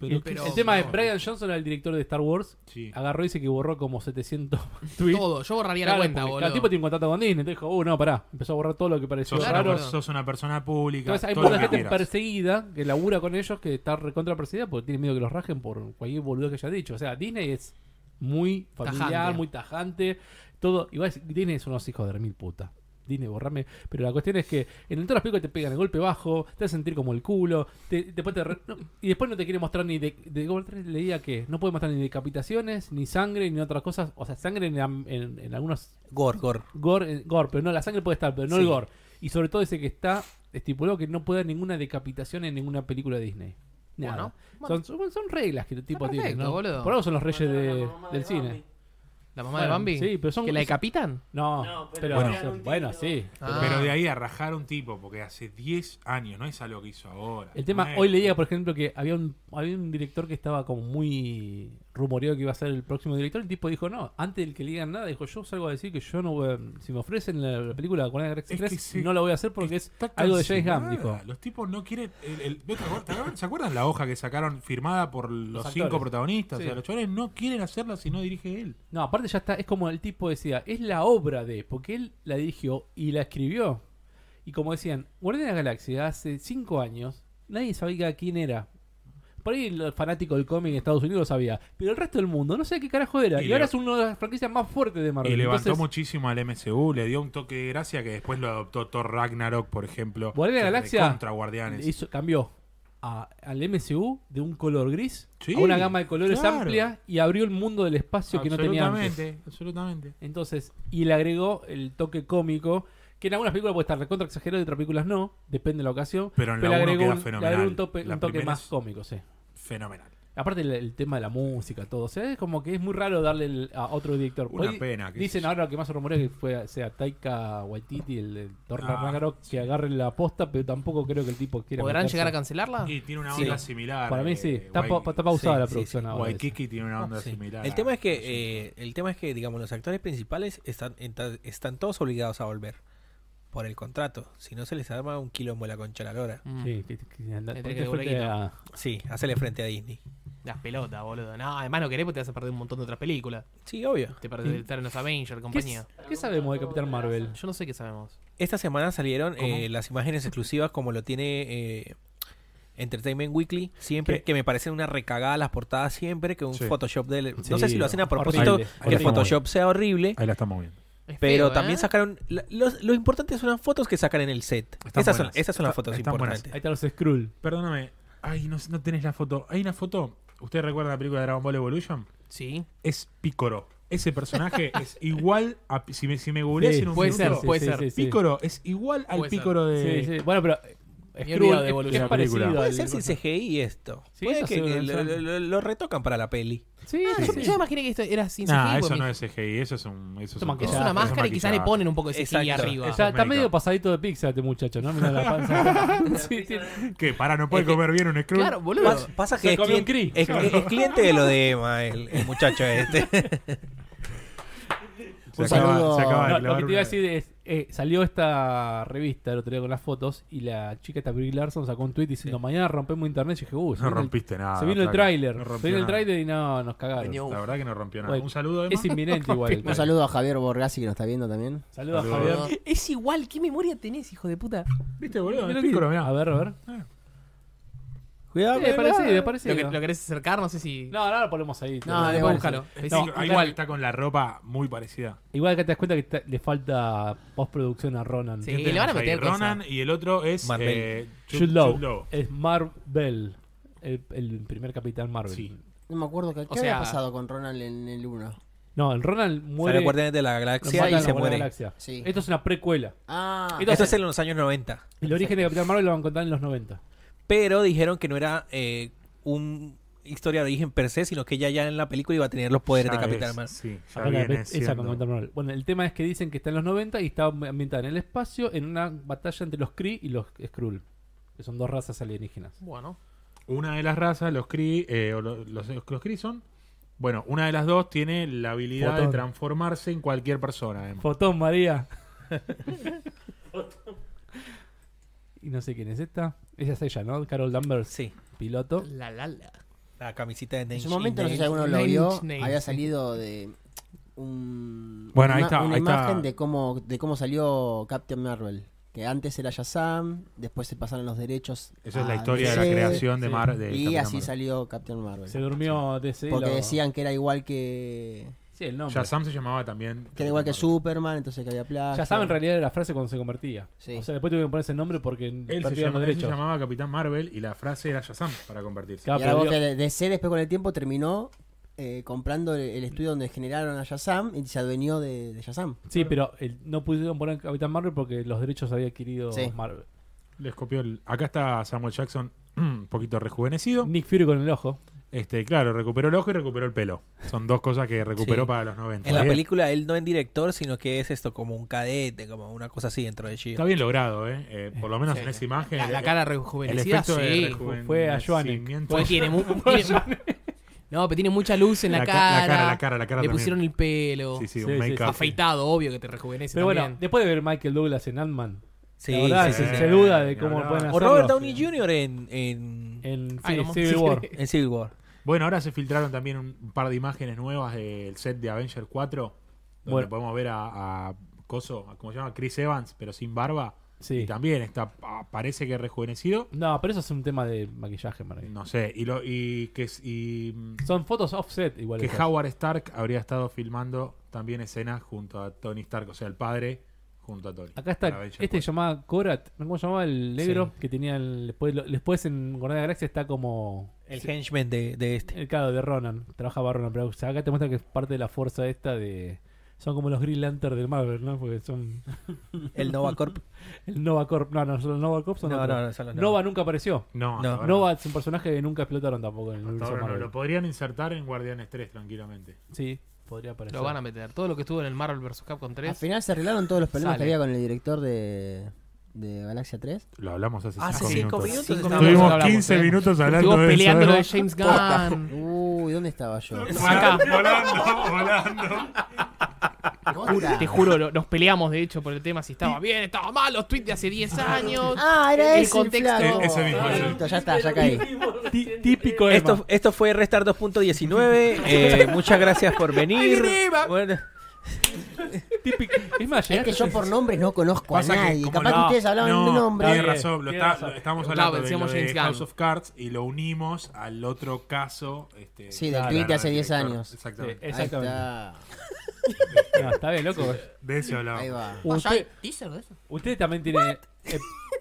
Speaker 5: el,
Speaker 1: pero-
Speaker 5: el tema es,
Speaker 1: no.
Speaker 5: Brian Johnson era el director de Star Wars.
Speaker 4: Sí.
Speaker 5: Agarró y dice que borró como 700 tweets.
Speaker 1: Todo. Yo borraría
Speaker 5: Claro,
Speaker 1: la cuenta,
Speaker 5: porque, claro,
Speaker 1: boludo.
Speaker 5: el tipo tiene un contrato con Disney. Entonces dijo, uh, no, pará. Empezó a borrar todo lo que pareció
Speaker 4: Sos,
Speaker 1: Claro,
Speaker 4: una,
Speaker 5: raro.
Speaker 1: boludo.
Speaker 4: sos una persona pública.
Speaker 5: Entonces hay
Speaker 4: todo lo
Speaker 5: mucha
Speaker 4: que
Speaker 5: gente
Speaker 4: quieras.
Speaker 5: perseguida que labura con ellos, que está recontra perseguida porque tiene miedo que los rajen por cualquier boludo que haya dicho. O sea, Disney es muy familiar,
Speaker 1: Tajante.
Speaker 5: muy tajante, todo. Igual es- Disney son unos hijos de mil puta. Disney, borrame. Pero la cuestión es que en todas las películas te pegan el golpe bajo, te hacen sentir como el culo, te- después te re- no, y después no te quiere mostrar ni de, de Golden Trail leía que no puede mostrar ni decapitaciones, ni sangre, ni otras cosas. O sea, sangre en, am- en- en algunos
Speaker 2: Gor, gor.
Speaker 5: Gore, eh, gore, pero no, la sangre puede estar, pero no
Speaker 2: Sí.
Speaker 5: el gore. Y sobre todo ese que está estipulado que no puede haber ninguna decapitación en ninguna película de Disney. Nada.
Speaker 1: Bueno, bueno.
Speaker 5: Son, son- son reglas que el tipo
Speaker 1: Está
Speaker 5: tiene,
Speaker 1: perfecto,
Speaker 5: ¿no?
Speaker 1: boludo.
Speaker 5: Por algo son los reyes
Speaker 6: Cuando
Speaker 5: de-
Speaker 6: era la mamá
Speaker 5: del
Speaker 6: de
Speaker 5: cine.
Speaker 6: Bambi.
Speaker 1: ¿La mamá de
Speaker 5: Bueno,
Speaker 1: Bambi?
Speaker 5: sí, pero son-
Speaker 1: ¿Que la decapitan?
Speaker 5: No,
Speaker 6: No, pero
Speaker 5: pero
Speaker 6: bueno.
Speaker 5: bueno, bueno, sí.
Speaker 1: Ah.
Speaker 4: Pero de ahí a rajar a un tipo, porque hace 10 años, no es algo que hizo ahora.
Speaker 5: El tema,
Speaker 4: Nueve.
Speaker 5: hoy leía, por ejemplo, que había un, había un director que estaba como muy rumoreado que iba a ser el próximo director. El tipo dijo, no, antes del que le digan nada, dijo, yo salgo a decir que yo no voy a- Si me ofrecen la, la película de Guardianes de la
Speaker 4: Es que
Speaker 5: Galaxia 3,
Speaker 4: sí.
Speaker 5: no la voy a hacer porque es
Speaker 4: Está
Speaker 5: algo de James
Speaker 4: cancelada.
Speaker 5: Gunn, dijo.
Speaker 4: Los tipos no quieren. el- el- ¿te acuerdas- te acuerdas- ¿Se acuerdan la hoja que sacaron firmada por los,
Speaker 5: actores.
Speaker 4: cinco protagonistas?
Speaker 5: Sí.
Speaker 4: O sea, los chavales no quieren hacerla si no dirige él.
Speaker 5: No, aparte ya está, es como el tipo decía, es la obra de, porque él la dirigió y la escribió. Y como decían, Guardianes de la Galaxia hace cinco años, nadie sabía quién era. Por ahí el fanático del cómic en Estados Unidos lo sabía, pero el resto del mundo no sabía qué carajo era.
Speaker 4: Y
Speaker 5: Y,
Speaker 4: le-
Speaker 5: ahora es una de las franquicias más fuertes de Marvel.
Speaker 4: y levantó
Speaker 5: Entonces,
Speaker 4: muchísimo al MCU, le dio un toque de gracia que después lo adoptó Thor Ragnarok, por ejemplo.
Speaker 5: Guardianes de la
Speaker 4: que
Speaker 5: Galaxia
Speaker 4: Contra Guardianes.
Speaker 5: hizo- cambió a- al MCU de un color gris
Speaker 4: Sí,
Speaker 5: a una gama de colores
Speaker 4: claro.
Speaker 5: amplia y abrió el mundo del espacio que no tenía antes.
Speaker 4: absolutamente, absolutamente.
Speaker 5: Entonces, y le agregó el toque cómico, que en algunas películas puede estar recontra exagerado y en otras películas no, depende de la ocasión.
Speaker 4: Pero en la
Speaker 5: le
Speaker 4: uno
Speaker 5: agregó
Speaker 4: queda
Speaker 5: un, le
Speaker 4: fenomenal.
Speaker 5: agregó un, tope-
Speaker 4: La
Speaker 5: un toque
Speaker 4: primera
Speaker 5: más
Speaker 4: es-
Speaker 5: cómico, sí.
Speaker 4: Fenomenal.
Speaker 5: Aparte el, el tema de la música, todo. O sea, es como que es muy raro darle el- a otro director.
Speaker 4: Una
Speaker 5: Hoy
Speaker 4: pena, qué
Speaker 5: Dicen
Speaker 4: sé yo.
Speaker 5: ahora lo que más se rumorea es que fue, sea Taika Waititi, el de Thor
Speaker 4: Ah,
Speaker 5: Ragnarok, que agarre la posta, pero tampoco creo que el tipo quiera.
Speaker 1: ¿Podrán
Speaker 5: meterse.
Speaker 1: llegar a
Speaker 2: Ah.
Speaker 1: cancelarla?
Speaker 4: Y tiene una
Speaker 2: Sí.
Speaker 4: onda similar.
Speaker 5: Para mí sí,
Speaker 4: eh,
Speaker 5: está, pa-
Speaker 4: Waikiki.
Speaker 5: está pausada
Speaker 2: Sí,
Speaker 5: la
Speaker 2: sí,
Speaker 5: producción ahora.
Speaker 4: Waikiki tiene una onda
Speaker 2: Ah, Sí.
Speaker 4: similar.
Speaker 2: El tema es que eh, el tema es que digamos los actores principales están enta- están todos obligados a volver por el contrato, si no se les arma un quilombo la concha de la lora.
Speaker 1: Mm.
Speaker 5: Sí, que- que- que anda-
Speaker 1: Le tenés
Speaker 5: ponte
Speaker 1: que
Speaker 5: frente
Speaker 1: volver
Speaker 5: a-
Speaker 2: Sí, hacerle frente a Disney.
Speaker 1: Las pelotas, boludo. No, además no querés porque te vas a perder un montón de otras películas.
Speaker 2: Sí, obvio.
Speaker 1: Te perdés de estar en los Avengers,
Speaker 5: ¿Qué,
Speaker 1: compañía.
Speaker 5: qué sabemos de Capitán Marvel?
Speaker 1: Yo no sé qué sabemos.
Speaker 2: Esta semana salieron
Speaker 4: ¿Cómo?
Speaker 2: eh, las imágenes exclusivas como lo tiene eh, Entertainment Weekly, siempre que me parecen una recagada las portadas siempre que un
Speaker 4: Sí.
Speaker 2: Photoshop del
Speaker 5: Sí,
Speaker 2: no sé si lo hacen a propósito
Speaker 5: horrible,
Speaker 2: que
Speaker 4: horrible.
Speaker 2: Photoshop sea horrible,
Speaker 4: Ahí la estamos viendo.
Speaker 1: Es
Speaker 2: pero
Speaker 1: feo,
Speaker 2: también
Speaker 1: ¿eh?
Speaker 2: sacaron la- los- lo importante son las fotos que sacan en el set.
Speaker 4: Están
Speaker 2: Esas son,
Speaker 4: buenas.
Speaker 2: esas son las
Speaker 4: Está-
Speaker 2: fotos
Speaker 4: están buenas.
Speaker 2: importantes.
Speaker 5: Ahí están los Skrull.
Speaker 4: Perdóname. Ay, no, no tenés la foto. Hay una foto. ¿Ustedes recuerdan la película de Dragon Ball Evolution?
Speaker 1: Sí.
Speaker 4: Es Picoro. Ese personaje es igual a. Si me, si me googleás en un
Speaker 1: puede
Speaker 4: minuto,
Speaker 1: ser, puede ser.
Speaker 4: Pícoro es igual al
Speaker 1: Puede ser.
Speaker 4: Pícoro de.
Speaker 5: Sí, sí. Bueno, pero eh,
Speaker 1: el video
Speaker 5: Skrull
Speaker 1: de
Speaker 5: es-
Speaker 1: Evolution.
Speaker 5: es,
Speaker 1: La
Speaker 5: parecido
Speaker 4: película.
Speaker 5: al-
Speaker 2: Puede ser sin CGI esto.
Speaker 5: Sí,
Speaker 2: Puede
Speaker 5: eso
Speaker 2: que
Speaker 5: se ve
Speaker 2: que
Speaker 5: en
Speaker 2: lo,
Speaker 5: Fran.
Speaker 2: lo- lo retocan para la peli.
Speaker 5: Sí,
Speaker 1: Ah,
Speaker 5: sí,
Speaker 1: yo,
Speaker 5: sí.
Speaker 1: yo imaginé que esto era sin CGI.
Speaker 4: Nah,
Speaker 1: porque
Speaker 4: eso no
Speaker 1: me-
Speaker 4: es CGI, eso es un. Eso es,
Speaker 5: Es
Speaker 4: un-
Speaker 5: maquillaje.
Speaker 1: es una
Speaker 5: Eso
Speaker 1: máscara y quizás le
Speaker 4: maquillaje.
Speaker 1: ponen un poco de CGI
Speaker 2: Exacto.
Speaker 1: arriba.
Speaker 5: Está, está
Speaker 4: América.
Speaker 5: medio pasadito de pizza este muchacho, ¿no? Mira la panza. sí, tiene-
Speaker 4: ¿Qué? Para, no puede comer bien un Skrull.
Speaker 1: Claro, boludo.
Speaker 2: Pas- pasa
Speaker 5: Se
Speaker 2: que es,
Speaker 5: comió un
Speaker 2: clien-
Speaker 5: Cree.
Speaker 2: es- es- es cliente de lo de Emma, el, el muchacho este.
Speaker 4: Se
Speaker 7: Un
Speaker 4: acaba,
Speaker 7: saludo.
Speaker 4: se acaba de
Speaker 5: No, lo
Speaker 4: clavar
Speaker 5: que te iba a
Speaker 4: una-
Speaker 5: decir es, eh, salió esta revista el otro día con las fotos y la chica esta Brie Larson sacó un tweet diciendo mañana rompemos internet y dije, uh, se
Speaker 4: No
Speaker 5: vino el-
Speaker 4: rompiste nada.
Speaker 5: se vino el
Speaker 4: flaco.
Speaker 5: tráiler,
Speaker 4: No
Speaker 5: se
Speaker 4: rompió
Speaker 5: vino el
Speaker 4: nada.
Speaker 5: tráiler y no, nos cagaron.
Speaker 3: Vendió un-
Speaker 4: La verdad que no rompió nada.
Speaker 5: Bueno,
Speaker 4: un saludo, Emma.
Speaker 5: Es inminente igual.
Speaker 7: Un saludo a Javier Borgasi que lo está viendo también.
Speaker 5: Saludos a
Speaker 4: Saludos.
Speaker 5: Javier.
Speaker 1: Es igual, ¿qué memoria tenés, hijo de puta?
Speaker 4: ¿Viste, boludo?
Speaker 5: Mirá
Speaker 4: El
Speaker 5: que-
Speaker 4: Piccolo, mirá.
Speaker 5: a ver, a ver.
Speaker 2: Cuidado,
Speaker 5: Eh, parecido,
Speaker 1: ¿Lo, que-
Speaker 5: parecido.
Speaker 1: lo querés acercar? No sé si.
Speaker 5: No, ahora lo ponemos ahí.
Speaker 7: No,
Speaker 5: Lo-
Speaker 7: le
Speaker 5: lo-
Speaker 7: voy a-
Speaker 1: búscalo. Es
Speaker 4: ¿eh? No, hay igual
Speaker 1: igual.
Speaker 4: está con la ropa muy parecida.
Speaker 5: Igual que te das cuenta que te- le falta postproducción a Ronan.
Speaker 1: Sí, le
Speaker 4: Tenemos
Speaker 1: van a
Speaker 4: ahí
Speaker 1: meter cosas.
Speaker 4: Ronan y el otro es
Speaker 2: Marvel.
Speaker 4: eh, Jude-
Speaker 5: Jude Law
Speaker 4: Jude Law.
Speaker 5: es Marvel, el, el primer capitán Marvel.
Speaker 4: Sí.
Speaker 7: No me acuerdo que, qué
Speaker 1: O sea-
Speaker 7: había pasado con Ronald en el 1.
Speaker 5: No, el
Speaker 2: Sale
Speaker 5: Ronan muere.
Speaker 2: Guardianes de la
Speaker 5: lo
Speaker 2: Galaxia
Speaker 5: matan
Speaker 2: y
Speaker 5: en
Speaker 2: se
Speaker 5: la Guardia
Speaker 2: muere.
Speaker 5: Galaxia.
Speaker 7: Sí.
Speaker 5: Esto es una precuela.
Speaker 7: Ah,
Speaker 2: Esto es en los años 90.
Speaker 5: El origen de Capitán Marvel lo van a contar en los 90.
Speaker 2: Pero dijeron que no era eh, un historia de origen per se, sino que ella ya en la película iba a tener los poderes
Speaker 4: Ya
Speaker 2: de Capitán
Speaker 4: es,
Speaker 2: Marvel.
Speaker 4: Sí, ya
Speaker 5: Ahora,
Speaker 4: viene
Speaker 5: ves, esa con
Speaker 4: siendo.
Speaker 5: Capitán Marvel. Bueno, el tema es que dicen que está en los 90 y está ambientada en el espacio en una batalla entre los Kree y los Skrull, que son dos razas alienígenas.
Speaker 1: Bueno,
Speaker 4: Una de las razas, los Kree, eh, o lo- los, los, Kree son. Bueno, una de las dos tiene la habilidad
Speaker 5: Fotón.
Speaker 4: de transformarse en cualquier persona. eh. Emma.
Speaker 5: Fotón, María. y no sé quién es esta. Esa es ella, ¿no? Carol Danvers,
Speaker 2: Sí,
Speaker 5: piloto.
Speaker 1: la la la.
Speaker 2: la camisita de
Speaker 7: en
Speaker 2: Nancy.
Speaker 7: su momento, no sé si alguno lo
Speaker 1: Nine
Speaker 7: vio,
Speaker 1: Inch Nails,
Speaker 7: había
Speaker 1: sí.
Speaker 7: salido de un,
Speaker 4: Bueno, ahí
Speaker 7: una,
Speaker 4: está,
Speaker 7: una
Speaker 4: ahí está.
Speaker 7: imagen de cómo de cómo salió Captain Marvel. Que antes era Shazam, después se pasaron los derechos.
Speaker 4: Esa es
Speaker 7: a
Speaker 4: la historia de la
Speaker 7: DC,
Speaker 4: creación de
Speaker 5: sí.
Speaker 4: Mar. de
Speaker 7: Ah, Y
Speaker 4: Capitán
Speaker 7: así
Speaker 4: Marvel.
Speaker 7: salió Captain Marvel.
Speaker 5: Se durmió DC.
Speaker 7: porque
Speaker 5: lo-
Speaker 7: decían que era igual que.
Speaker 5: Sí, el nombre.
Speaker 4: Shazam se llamaba también.
Speaker 7: que era igual que Superman, entonces que había plagio.
Speaker 5: Ya saben, en realidad era la frase cuando se convertía.
Speaker 7: Sí.
Speaker 5: O sea, después tuvieron que poner ese nombre porque
Speaker 4: Él se,
Speaker 5: perdieron
Speaker 4: llama-
Speaker 5: los
Speaker 4: él se
Speaker 5: derechos.
Speaker 4: llamaba Capitán Marvel y la frase era Shazam para convertirse.
Speaker 5: Cap-
Speaker 7: Y ahora vos
Speaker 5: perdió.
Speaker 7: que de- DC después con el tiempo terminó eh, comprando el, el estudio donde generaron a Shazam y se adueñó de, de Shazam.
Speaker 5: Sí, pero el- no pudieron poner Capitán Marvel porque los derechos había adquirido
Speaker 7: Sí.
Speaker 5: Marvel.
Speaker 4: Les copió el. Acá está Samuel Jackson, un poquito rejuvenecido.
Speaker 5: Nick Fury con el ojo.
Speaker 4: Este, claro, recuperó el ojo y recuperó el pelo. Son dos cosas que recuperó para los 90.
Speaker 2: En la
Speaker 4: Bien.
Speaker 2: película él no es director, sino que es esto como un cadete, como una cosa así dentro de
Speaker 4: Está
Speaker 2: Shield.
Speaker 4: bien logrado, ¿eh? Eh, por lo menos en esa imagen.
Speaker 1: La, la
Speaker 4: el-
Speaker 1: cara
Speaker 4: el
Speaker 1: rejuvenecida,
Speaker 4: efecto de
Speaker 1: sí.
Speaker 4: rejuvenecimiento.
Speaker 5: Fue a Joanek.
Speaker 1: Porque tiene, mu- tiene- No, pero tiene mucha luz en la,
Speaker 4: La ca-
Speaker 1: cara.
Speaker 4: la cara, la cara, la cara
Speaker 1: Le
Speaker 4: también.
Speaker 1: pusieron el pelo.
Speaker 4: Sí, sí,
Speaker 5: Sí,
Speaker 4: un
Speaker 5: sí,
Speaker 4: make-up.
Speaker 1: Afeitado, obvio que te rejuvenece.
Speaker 5: Pero bueno,
Speaker 1: también.
Speaker 5: después de ver Michael Douglas en Ant-Man,
Speaker 2: Sí,
Speaker 5: la verdad,
Speaker 2: sí,
Speaker 5: se,
Speaker 2: sí,
Speaker 4: sí.
Speaker 5: se duda de
Speaker 4: Ni
Speaker 5: cómo
Speaker 4: hablar.
Speaker 5: pueden
Speaker 2: O
Speaker 5: hacerlo.
Speaker 2: Robert Downey Jr. en, en,
Speaker 5: En
Speaker 1: Ay,
Speaker 5: Fi-
Speaker 1: no,
Speaker 5: Civil
Speaker 1: sí.
Speaker 5: War.
Speaker 2: en Civil War.
Speaker 4: Bueno, ahora se filtraron también un par de imágenes nuevas del set de Avenger 4. Donde
Speaker 5: Bueno.
Speaker 4: podemos ver a, a Coso, a- ¿cómo se llama? Chris Evans, pero sin barba.
Speaker 5: Sí.
Speaker 4: Y también está, pa- parece que rejuvenecido.
Speaker 5: No, pero eso es un tema de maquillaje, Maravilla.
Speaker 4: No sé. Y, lo, y que, s- y, mm,
Speaker 5: Son fotos offset igual.
Speaker 4: que
Speaker 5: esas.
Speaker 4: Howard Stark habría estado filmando también escenas junto a Tony Stark, o sea, el padre junto a Tony.
Speaker 5: Acá está
Speaker 4: En Avenger
Speaker 5: este que
Speaker 4: 4.
Speaker 5: llamaba Korat, ¿no? ¿cómo se llamaba el negro? Que tenía el- después, lo- después en Guardia de la Galaxia está como
Speaker 2: El henchman de, de este.
Speaker 5: el cado de Ronan, trabajaba Ronan, pero o sea, acá te muestra que es parte de la fuerza esta de son como los Green Lantern del Marvel, ¿no? Porque son
Speaker 2: El Nova Corp.
Speaker 5: el Nova Corp, no, no, los Nova Corp son
Speaker 2: No,
Speaker 5: otros.
Speaker 2: no, no, son los
Speaker 5: Nova nunca apareció.
Speaker 4: No, hasta
Speaker 2: No.
Speaker 4: ahora
Speaker 5: Nova es un personaje que nunca explotaron tampoco en el
Speaker 4: Hasta
Speaker 5: universo
Speaker 4: ahora no,
Speaker 5: Marvel.
Speaker 4: lo podrían insertar en Guardianes 3 tranquilamente.
Speaker 5: Sí, podría aparecer.
Speaker 1: Lo van a meter. Todo lo que estuvo en el Marvel vs. Capcom
Speaker 7: Al
Speaker 1: 3.
Speaker 7: final se arreglaron todos los problemas
Speaker 1: Sale.
Speaker 7: que había con el director de, de Galaxia 3.
Speaker 4: Lo hablamos hace 5
Speaker 2: Hace 5
Speaker 4: minutos.
Speaker 2: Ah, minutos.
Speaker 1: Cinco minutos.
Speaker 2: estábamos-
Speaker 4: Estuvimos
Speaker 1: Hablamos,
Speaker 4: 15
Speaker 1: eh.
Speaker 4: minutos hablando
Speaker 1: Estuvo
Speaker 4: de eso.
Speaker 1: peleando lo de
Speaker 4: ¿verdad?
Speaker 1: James Gunn.
Speaker 7: Uy, ¿dónde estaba yo?
Speaker 1: Acá.
Speaker 4: Volando, volando.
Speaker 7: Locura.
Speaker 1: Te juro, lo- nos peleamos de hecho por el tema si estaba bien, estaba mal, los tweets de hace 10 años.
Speaker 7: Ah, era
Speaker 1: El
Speaker 7: ese el
Speaker 1: contexto.
Speaker 7: flaco.
Speaker 4: Eh, ese mismo, ese.
Speaker 7: Listo, ya está, ya caí.
Speaker 5: Tí- típico Emma.
Speaker 2: Esto, esto fue Restar 2.19. eh, muchas gracias por venir.
Speaker 1: viene Eva.
Speaker 2: Bueno,
Speaker 5: típico. Es más,
Speaker 7: Es que
Speaker 5: llegaste-
Speaker 7: yo por nombres no conozco a
Speaker 4: Pasa que
Speaker 7: nadie.
Speaker 4: como
Speaker 7: Capaz
Speaker 4: no-
Speaker 7: que ustedes hablaban
Speaker 4: no,
Speaker 7: de nombres.
Speaker 4: Tiene razón, lo
Speaker 5: Tiene
Speaker 4: está-
Speaker 5: razón.
Speaker 4: lo estamos
Speaker 1: Claro,
Speaker 4: hablando de, lo
Speaker 1: decíamos
Speaker 4: de
Speaker 1: James Gunn.
Speaker 4: House of Cards y lo unimos al otro caso. Este,
Speaker 7: Sí, del
Speaker 4: claro,
Speaker 7: tweet de
Speaker 4: del
Speaker 7: hace 10
Speaker 4: director.
Speaker 7: años.
Speaker 5: Sí,
Speaker 4: Exactamente.
Speaker 7: Ahí
Speaker 5: exactamente.
Speaker 7: está.
Speaker 5: No, está bien, loco.
Speaker 4: De eso
Speaker 7: Ahí
Speaker 4: hablamos.
Speaker 7: va.
Speaker 3: Vaya,
Speaker 5: Usted-
Speaker 3: Ah, ¿hay teaser de eso?
Speaker 5: Ustedes también tienen eh,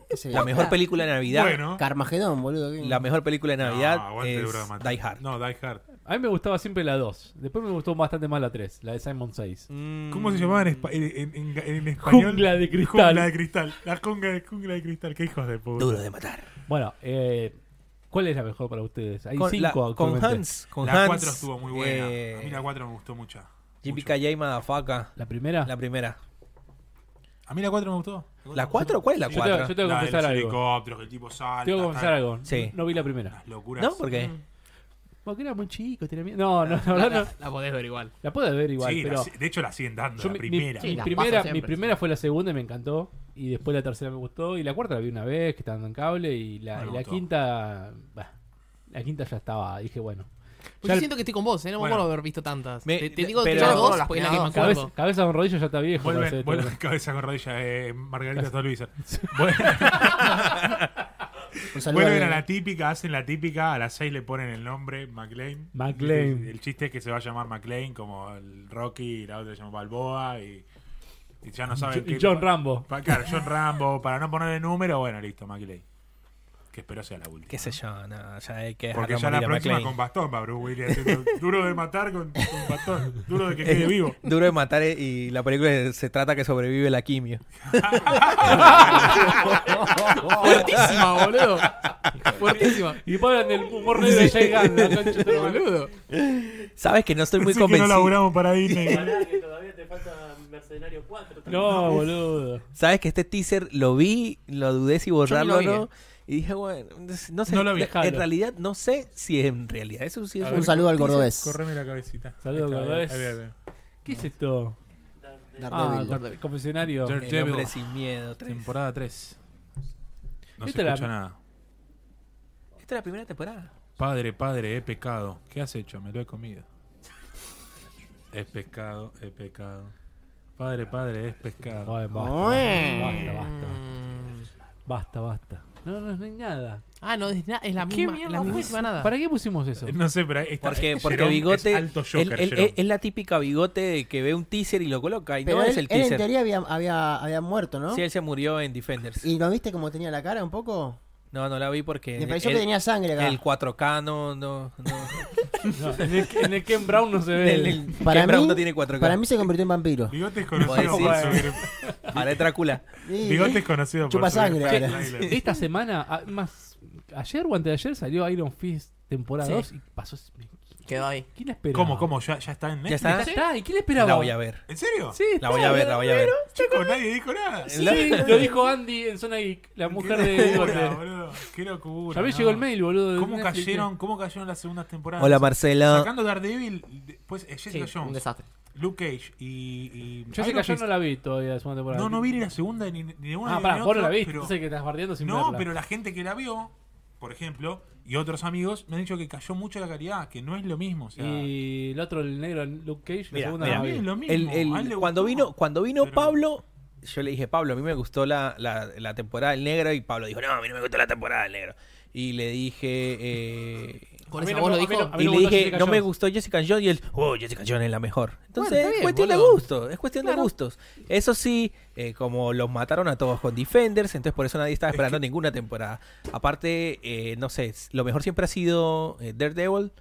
Speaker 7: Ese-
Speaker 2: la mejor película de Navidad.
Speaker 4: Bueno,
Speaker 7: Carmagedón, boludo.
Speaker 2: La mejor película de Navidad
Speaker 4: No, aguante
Speaker 2: es
Speaker 4: Duro de Matar.
Speaker 2: Die Hard.
Speaker 4: No, Die Hard.
Speaker 5: A mí me gustaba siempre la 2. Después me gustó bastante más la 3, la de Simon 6.
Speaker 4: ¿Cómo se
Speaker 2: Mm.
Speaker 4: llamaba en, espa- en- en- en- en español?
Speaker 5: Jungla de cristal.
Speaker 4: Jungla de cristal. La jungla de, jungla de cristal. Qué hijos de puta.
Speaker 2: Duro de matar.
Speaker 5: Bueno, eh, ¿cuál es la mejor para ustedes? Hay
Speaker 2: Con,
Speaker 5: 5
Speaker 2: la- con Hans. Con
Speaker 4: la
Speaker 2: Hans,
Speaker 4: 4 estuvo muy buena.
Speaker 2: eh,
Speaker 4: a mí la 4 me gustó mucho.
Speaker 2: JPK
Speaker 4: Mucho.
Speaker 2: Jay Madafaka.
Speaker 5: ¿La primera?
Speaker 2: La primera.
Speaker 4: A mí la 4 me gustó.
Speaker 2: ¿La 4? ¿Cuál es la
Speaker 5: yo, te,
Speaker 2: 4?
Speaker 5: yo
Speaker 4: La
Speaker 5: tengo que
Speaker 4: de los
Speaker 5: confesar algo.
Speaker 4: helicópteros, que el tipo salta.
Speaker 5: Tengo que confesar
Speaker 4: tal,
Speaker 5: algo. Mm.
Speaker 2: Sí.
Speaker 5: No vi la primera.
Speaker 4: Las locuras.
Speaker 2: ¿No? ¿Por qué?
Speaker 5: Porque era muy chico, tenía miedo. No, no, no, no,
Speaker 1: la,
Speaker 5: no.
Speaker 1: la podés ver igual.
Speaker 5: La puedo ver igual,
Speaker 4: Sí, la
Speaker 5: pero.
Speaker 4: si- de hecho la siguen dando,
Speaker 5: yo
Speaker 4: la
Speaker 5: mi- mi-
Speaker 4: primera.
Speaker 5: Mi,
Speaker 1: Sí, las
Speaker 5: primera,
Speaker 1: paso siempre,
Speaker 5: mi primera
Speaker 1: sí.
Speaker 5: fue la segunda y me encantó. Y después la tercera me gustó. Y la cuarta la vi una vez, que estaba en cable. Y la,
Speaker 4: No me
Speaker 5: y la
Speaker 4: gustó.
Speaker 5: quinta. bah, la quinta ya estaba. Dije, bueno.
Speaker 1: Pues
Speaker 5: Ya
Speaker 1: yo
Speaker 5: el-
Speaker 1: siento que estoy con vos, ¿eh? No me
Speaker 4: Bueno.
Speaker 1: acuerdo de haber visto tantas.
Speaker 2: Me-
Speaker 1: te, te digo
Speaker 2: pero-
Speaker 1: que las
Speaker 3: Yo me acuerdo
Speaker 1: dos,
Speaker 3: las
Speaker 1: porque es la que me
Speaker 3: primeras
Speaker 1: acuerdo.
Speaker 5: Cabeza, cabeza con rodillas ya está viejo. para hacer
Speaker 4: Vuelven,
Speaker 5: esto.
Speaker 4: vuelven cabeza con rodilla, eh, Margarita Tolvisa.
Speaker 7: Un saludo
Speaker 4: Vuelven
Speaker 7: a-
Speaker 4: a la típica, hacen la típica, a las 6 le ponen el nombre, McLean.
Speaker 5: McLean.
Speaker 4: El, el chiste es que se va a llamar McLean, como el Rocky, y la otra se llama Balboa, y, y ya no saben
Speaker 5: Y
Speaker 4: qué.
Speaker 5: John Rambo.
Speaker 4: Pa- Claro, John Rambo, para no ponerle número, bueno, listo, McLean. Que espero sea la última.
Speaker 2: ¿Qué sé yo? No, ya hay que
Speaker 4: Porque
Speaker 2: dejarlo
Speaker 4: ya
Speaker 2: morir a
Speaker 4: la próxima
Speaker 2: McLean.
Speaker 4: con bastón va Bruce Willis. haciendo Duro de matar con, con bastón. Duro de que quede vivo.
Speaker 2: Duro de matar eh, y la película se trata que sobrevive la quimio.
Speaker 1: Fuertísima, boludo. Fuertísima.
Speaker 5: Y ponen el humor negro de Jay Gunn, la concha de tu madre.
Speaker 1: Boludo.
Speaker 2: Sabes que no estoy muy
Speaker 4: Así que no
Speaker 2: convencido.
Speaker 4: laburamos para Disney.
Speaker 6: Pará, que todavía te falta Mercenario 4.
Speaker 5: No, boludo.
Speaker 2: Sabes que este teaser lo vi, lo dudé si borrarlo
Speaker 1: Yo
Speaker 2: o
Speaker 1: ni lo
Speaker 2: no. Y dije, bueno, no sé.
Speaker 5: No lo vi,
Speaker 2: en
Speaker 5: jalo.
Speaker 2: realidad, no sé si en realidad eso sí es
Speaker 7: Un saludo al gordobés.
Speaker 4: Correme la cabecita.
Speaker 5: Saludos,
Speaker 4: Ahí está,
Speaker 5: Gordobés.
Speaker 4: ahí, ahí, ahí.
Speaker 5: ¿Qué es esto? Ah,
Speaker 7: Daredevil.
Speaker 5: con- confesionario.
Speaker 4: Yo-
Speaker 2: El hombre sin miedo. tres.
Speaker 4: Temporada 3. No se
Speaker 5: Esta la-
Speaker 4: escucha nada.
Speaker 2: Esta es la primera temporada.
Speaker 4: Padre, padre, he pecado. ¿Qué has hecho? Me lo he comido. He pecado, he pecado. Padre, padre, es pescado.
Speaker 5: Ay, Eh, basta, basta, basta. Basta, basta. No, no, no hay nada.
Speaker 1: Ah, no, es, na- es la misma, la misma
Speaker 2: Ah.
Speaker 1: nada.
Speaker 5: ¿Para qué pusimos eso?
Speaker 4: No sé, pero está,
Speaker 2: Porque, porque
Speaker 4: Jerón
Speaker 2: Bigote.
Speaker 4: es alto Joker,
Speaker 2: él- él-
Speaker 4: Jerón.
Speaker 2: él- es la típica Bigote de que ve un teaser y lo coloca. Y
Speaker 7: Pero
Speaker 2: no
Speaker 7: él,
Speaker 2: es el
Speaker 7: él en
Speaker 2: teaser.
Speaker 7: teoría había, había, había muerto, ¿no?
Speaker 2: Sí, él se murió en Defenders.
Speaker 7: ¿Y lo viste como tenía la cara un poco?
Speaker 2: No, no la vi porque.
Speaker 7: Me pareció
Speaker 2: Eh, el-
Speaker 7: que tenía sangre acá.
Speaker 2: El 4K no. no, no.
Speaker 5: No, en, el, en el Ken Brown no se ve.
Speaker 2: El- el-
Speaker 7: Para
Speaker 2: Ken Brown
Speaker 7: mí,
Speaker 2: no tiene 4K.
Speaker 7: para mí se convirtió en vampiro.
Speaker 4: Bigote es conocido
Speaker 2: Puedo
Speaker 4: por
Speaker 2: decir.
Speaker 4: subir.
Speaker 2: Ahora es Drácula.
Speaker 7: Sí. ¿eh?
Speaker 4: Bigote es conocido por
Speaker 7: Chupa
Speaker 4: subir
Speaker 7: sangre
Speaker 4: fake
Speaker 7: ahora.
Speaker 4: trailers.
Speaker 5: Esta semana, a- más ayer o antes de ayer, salió Iron Fist temporada
Speaker 7: Sí.
Speaker 5: 2 y pasó.
Speaker 3: Quedó ahí.
Speaker 5: ¿Quién la esperaba?
Speaker 4: ¿Cómo, cómo? ¿Ya, ya está en
Speaker 2: ¿Ya
Speaker 4: Netflix?
Speaker 5: Ya
Speaker 2: está?
Speaker 5: está, ¿y quién la esperaba?
Speaker 2: La voy a ver.
Speaker 4: ¿En serio?
Speaker 5: Sí,
Speaker 2: La voy a ver, la voy a ver.
Speaker 4: Chico, nadie dijo nada.
Speaker 5: Sí, lo dijo Andy en Zona Geek, la mujer de
Speaker 4: locura,
Speaker 5: Bigote.
Speaker 4: boludo. Qué locura.
Speaker 5: Ya me
Speaker 4: no.
Speaker 5: llegó el mail, boludo. de
Speaker 4: ¿Cómo
Speaker 5: Netflix. eh.
Speaker 4: cayeron, ¿Cómo cayeron las segundas temporadas?
Speaker 2: Hola Marcela.
Speaker 4: Sacando Daredevil, después eh, Jessica
Speaker 3: Sí, un
Speaker 4: Jones,
Speaker 3: desastre.
Speaker 4: Luke Cage y. y
Speaker 5: Yo sé
Speaker 4: Iron
Speaker 5: que ayer
Speaker 4: Fist.
Speaker 5: no la vi todavía la segunda temporada.
Speaker 4: No, no vi ni la segunda ni, ni una
Speaker 5: Ah,
Speaker 4: ni
Speaker 5: pará,
Speaker 4: la
Speaker 5: vos no
Speaker 4: otra,
Speaker 5: la viste.
Speaker 4: pero-
Speaker 5: Entonces que estás bardeando sin
Speaker 4: No,
Speaker 5: verla.
Speaker 4: pero la gente que la vio, por ejemplo, y otros amigos, me han dicho que cayó mucho la calidad, que no es lo mismo. O sea,
Speaker 5: Y el otro, el negro, Luke Cage, la
Speaker 2: Mira,
Speaker 5: segunda
Speaker 2: mira,
Speaker 5: no la
Speaker 4: también
Speaker 5: vi.
Speaker 4: es lo mismo.
Speaker 2: El- el-
Speaker 4: a él le
Speaker 2: cuando
Speaker 4: gustó.
Speaker 2: vino, cuando vino
Speaker 4: Pero-
Speaker 2: Pablo, yo le dije, Pablo, a mí me gustó la, la, la temporada del negro. Y Pablo dijo, no, a mí no me gustó la temporada del negro. Y le dije. eh,
Speaker 1: Con
Speaker 5: A mí
Speaker 1: esa
Speaker 5: no
Speaker 1: voz
Speaker 5: me-
Speaker 1: lo
Speaker 5: a mí
Speaker 1: dijo.
Speaker 5: no-
Speaker 2: y
Speaker 5: me
Speaker 2: le
Speaker 5: gustó
Speaker 2: dije,
Speaker 5: Jessica
Speaker 2: no me
Speaker 5: Jones".
Speaker 2: gustó Jessica Jones. Y él, oh, Jessica Jones es la mejor. Entonces,
Speaker 1: está
Speaker 2: es
Speaker 1: bien,
Speaker 2: cuestión de
Speaker 1: boludo.
Speaker 2: gustos. Es cuestión de
Speaker 1: Claro.
Speaker 2: gustos. Eso sí, eh, como los mataron a todos con Defenders, entonces por eso nadie estaba esperando ninguna temporada. Aparte, eh, no sé, lo mejor siempre ha sido eh, Daredevil.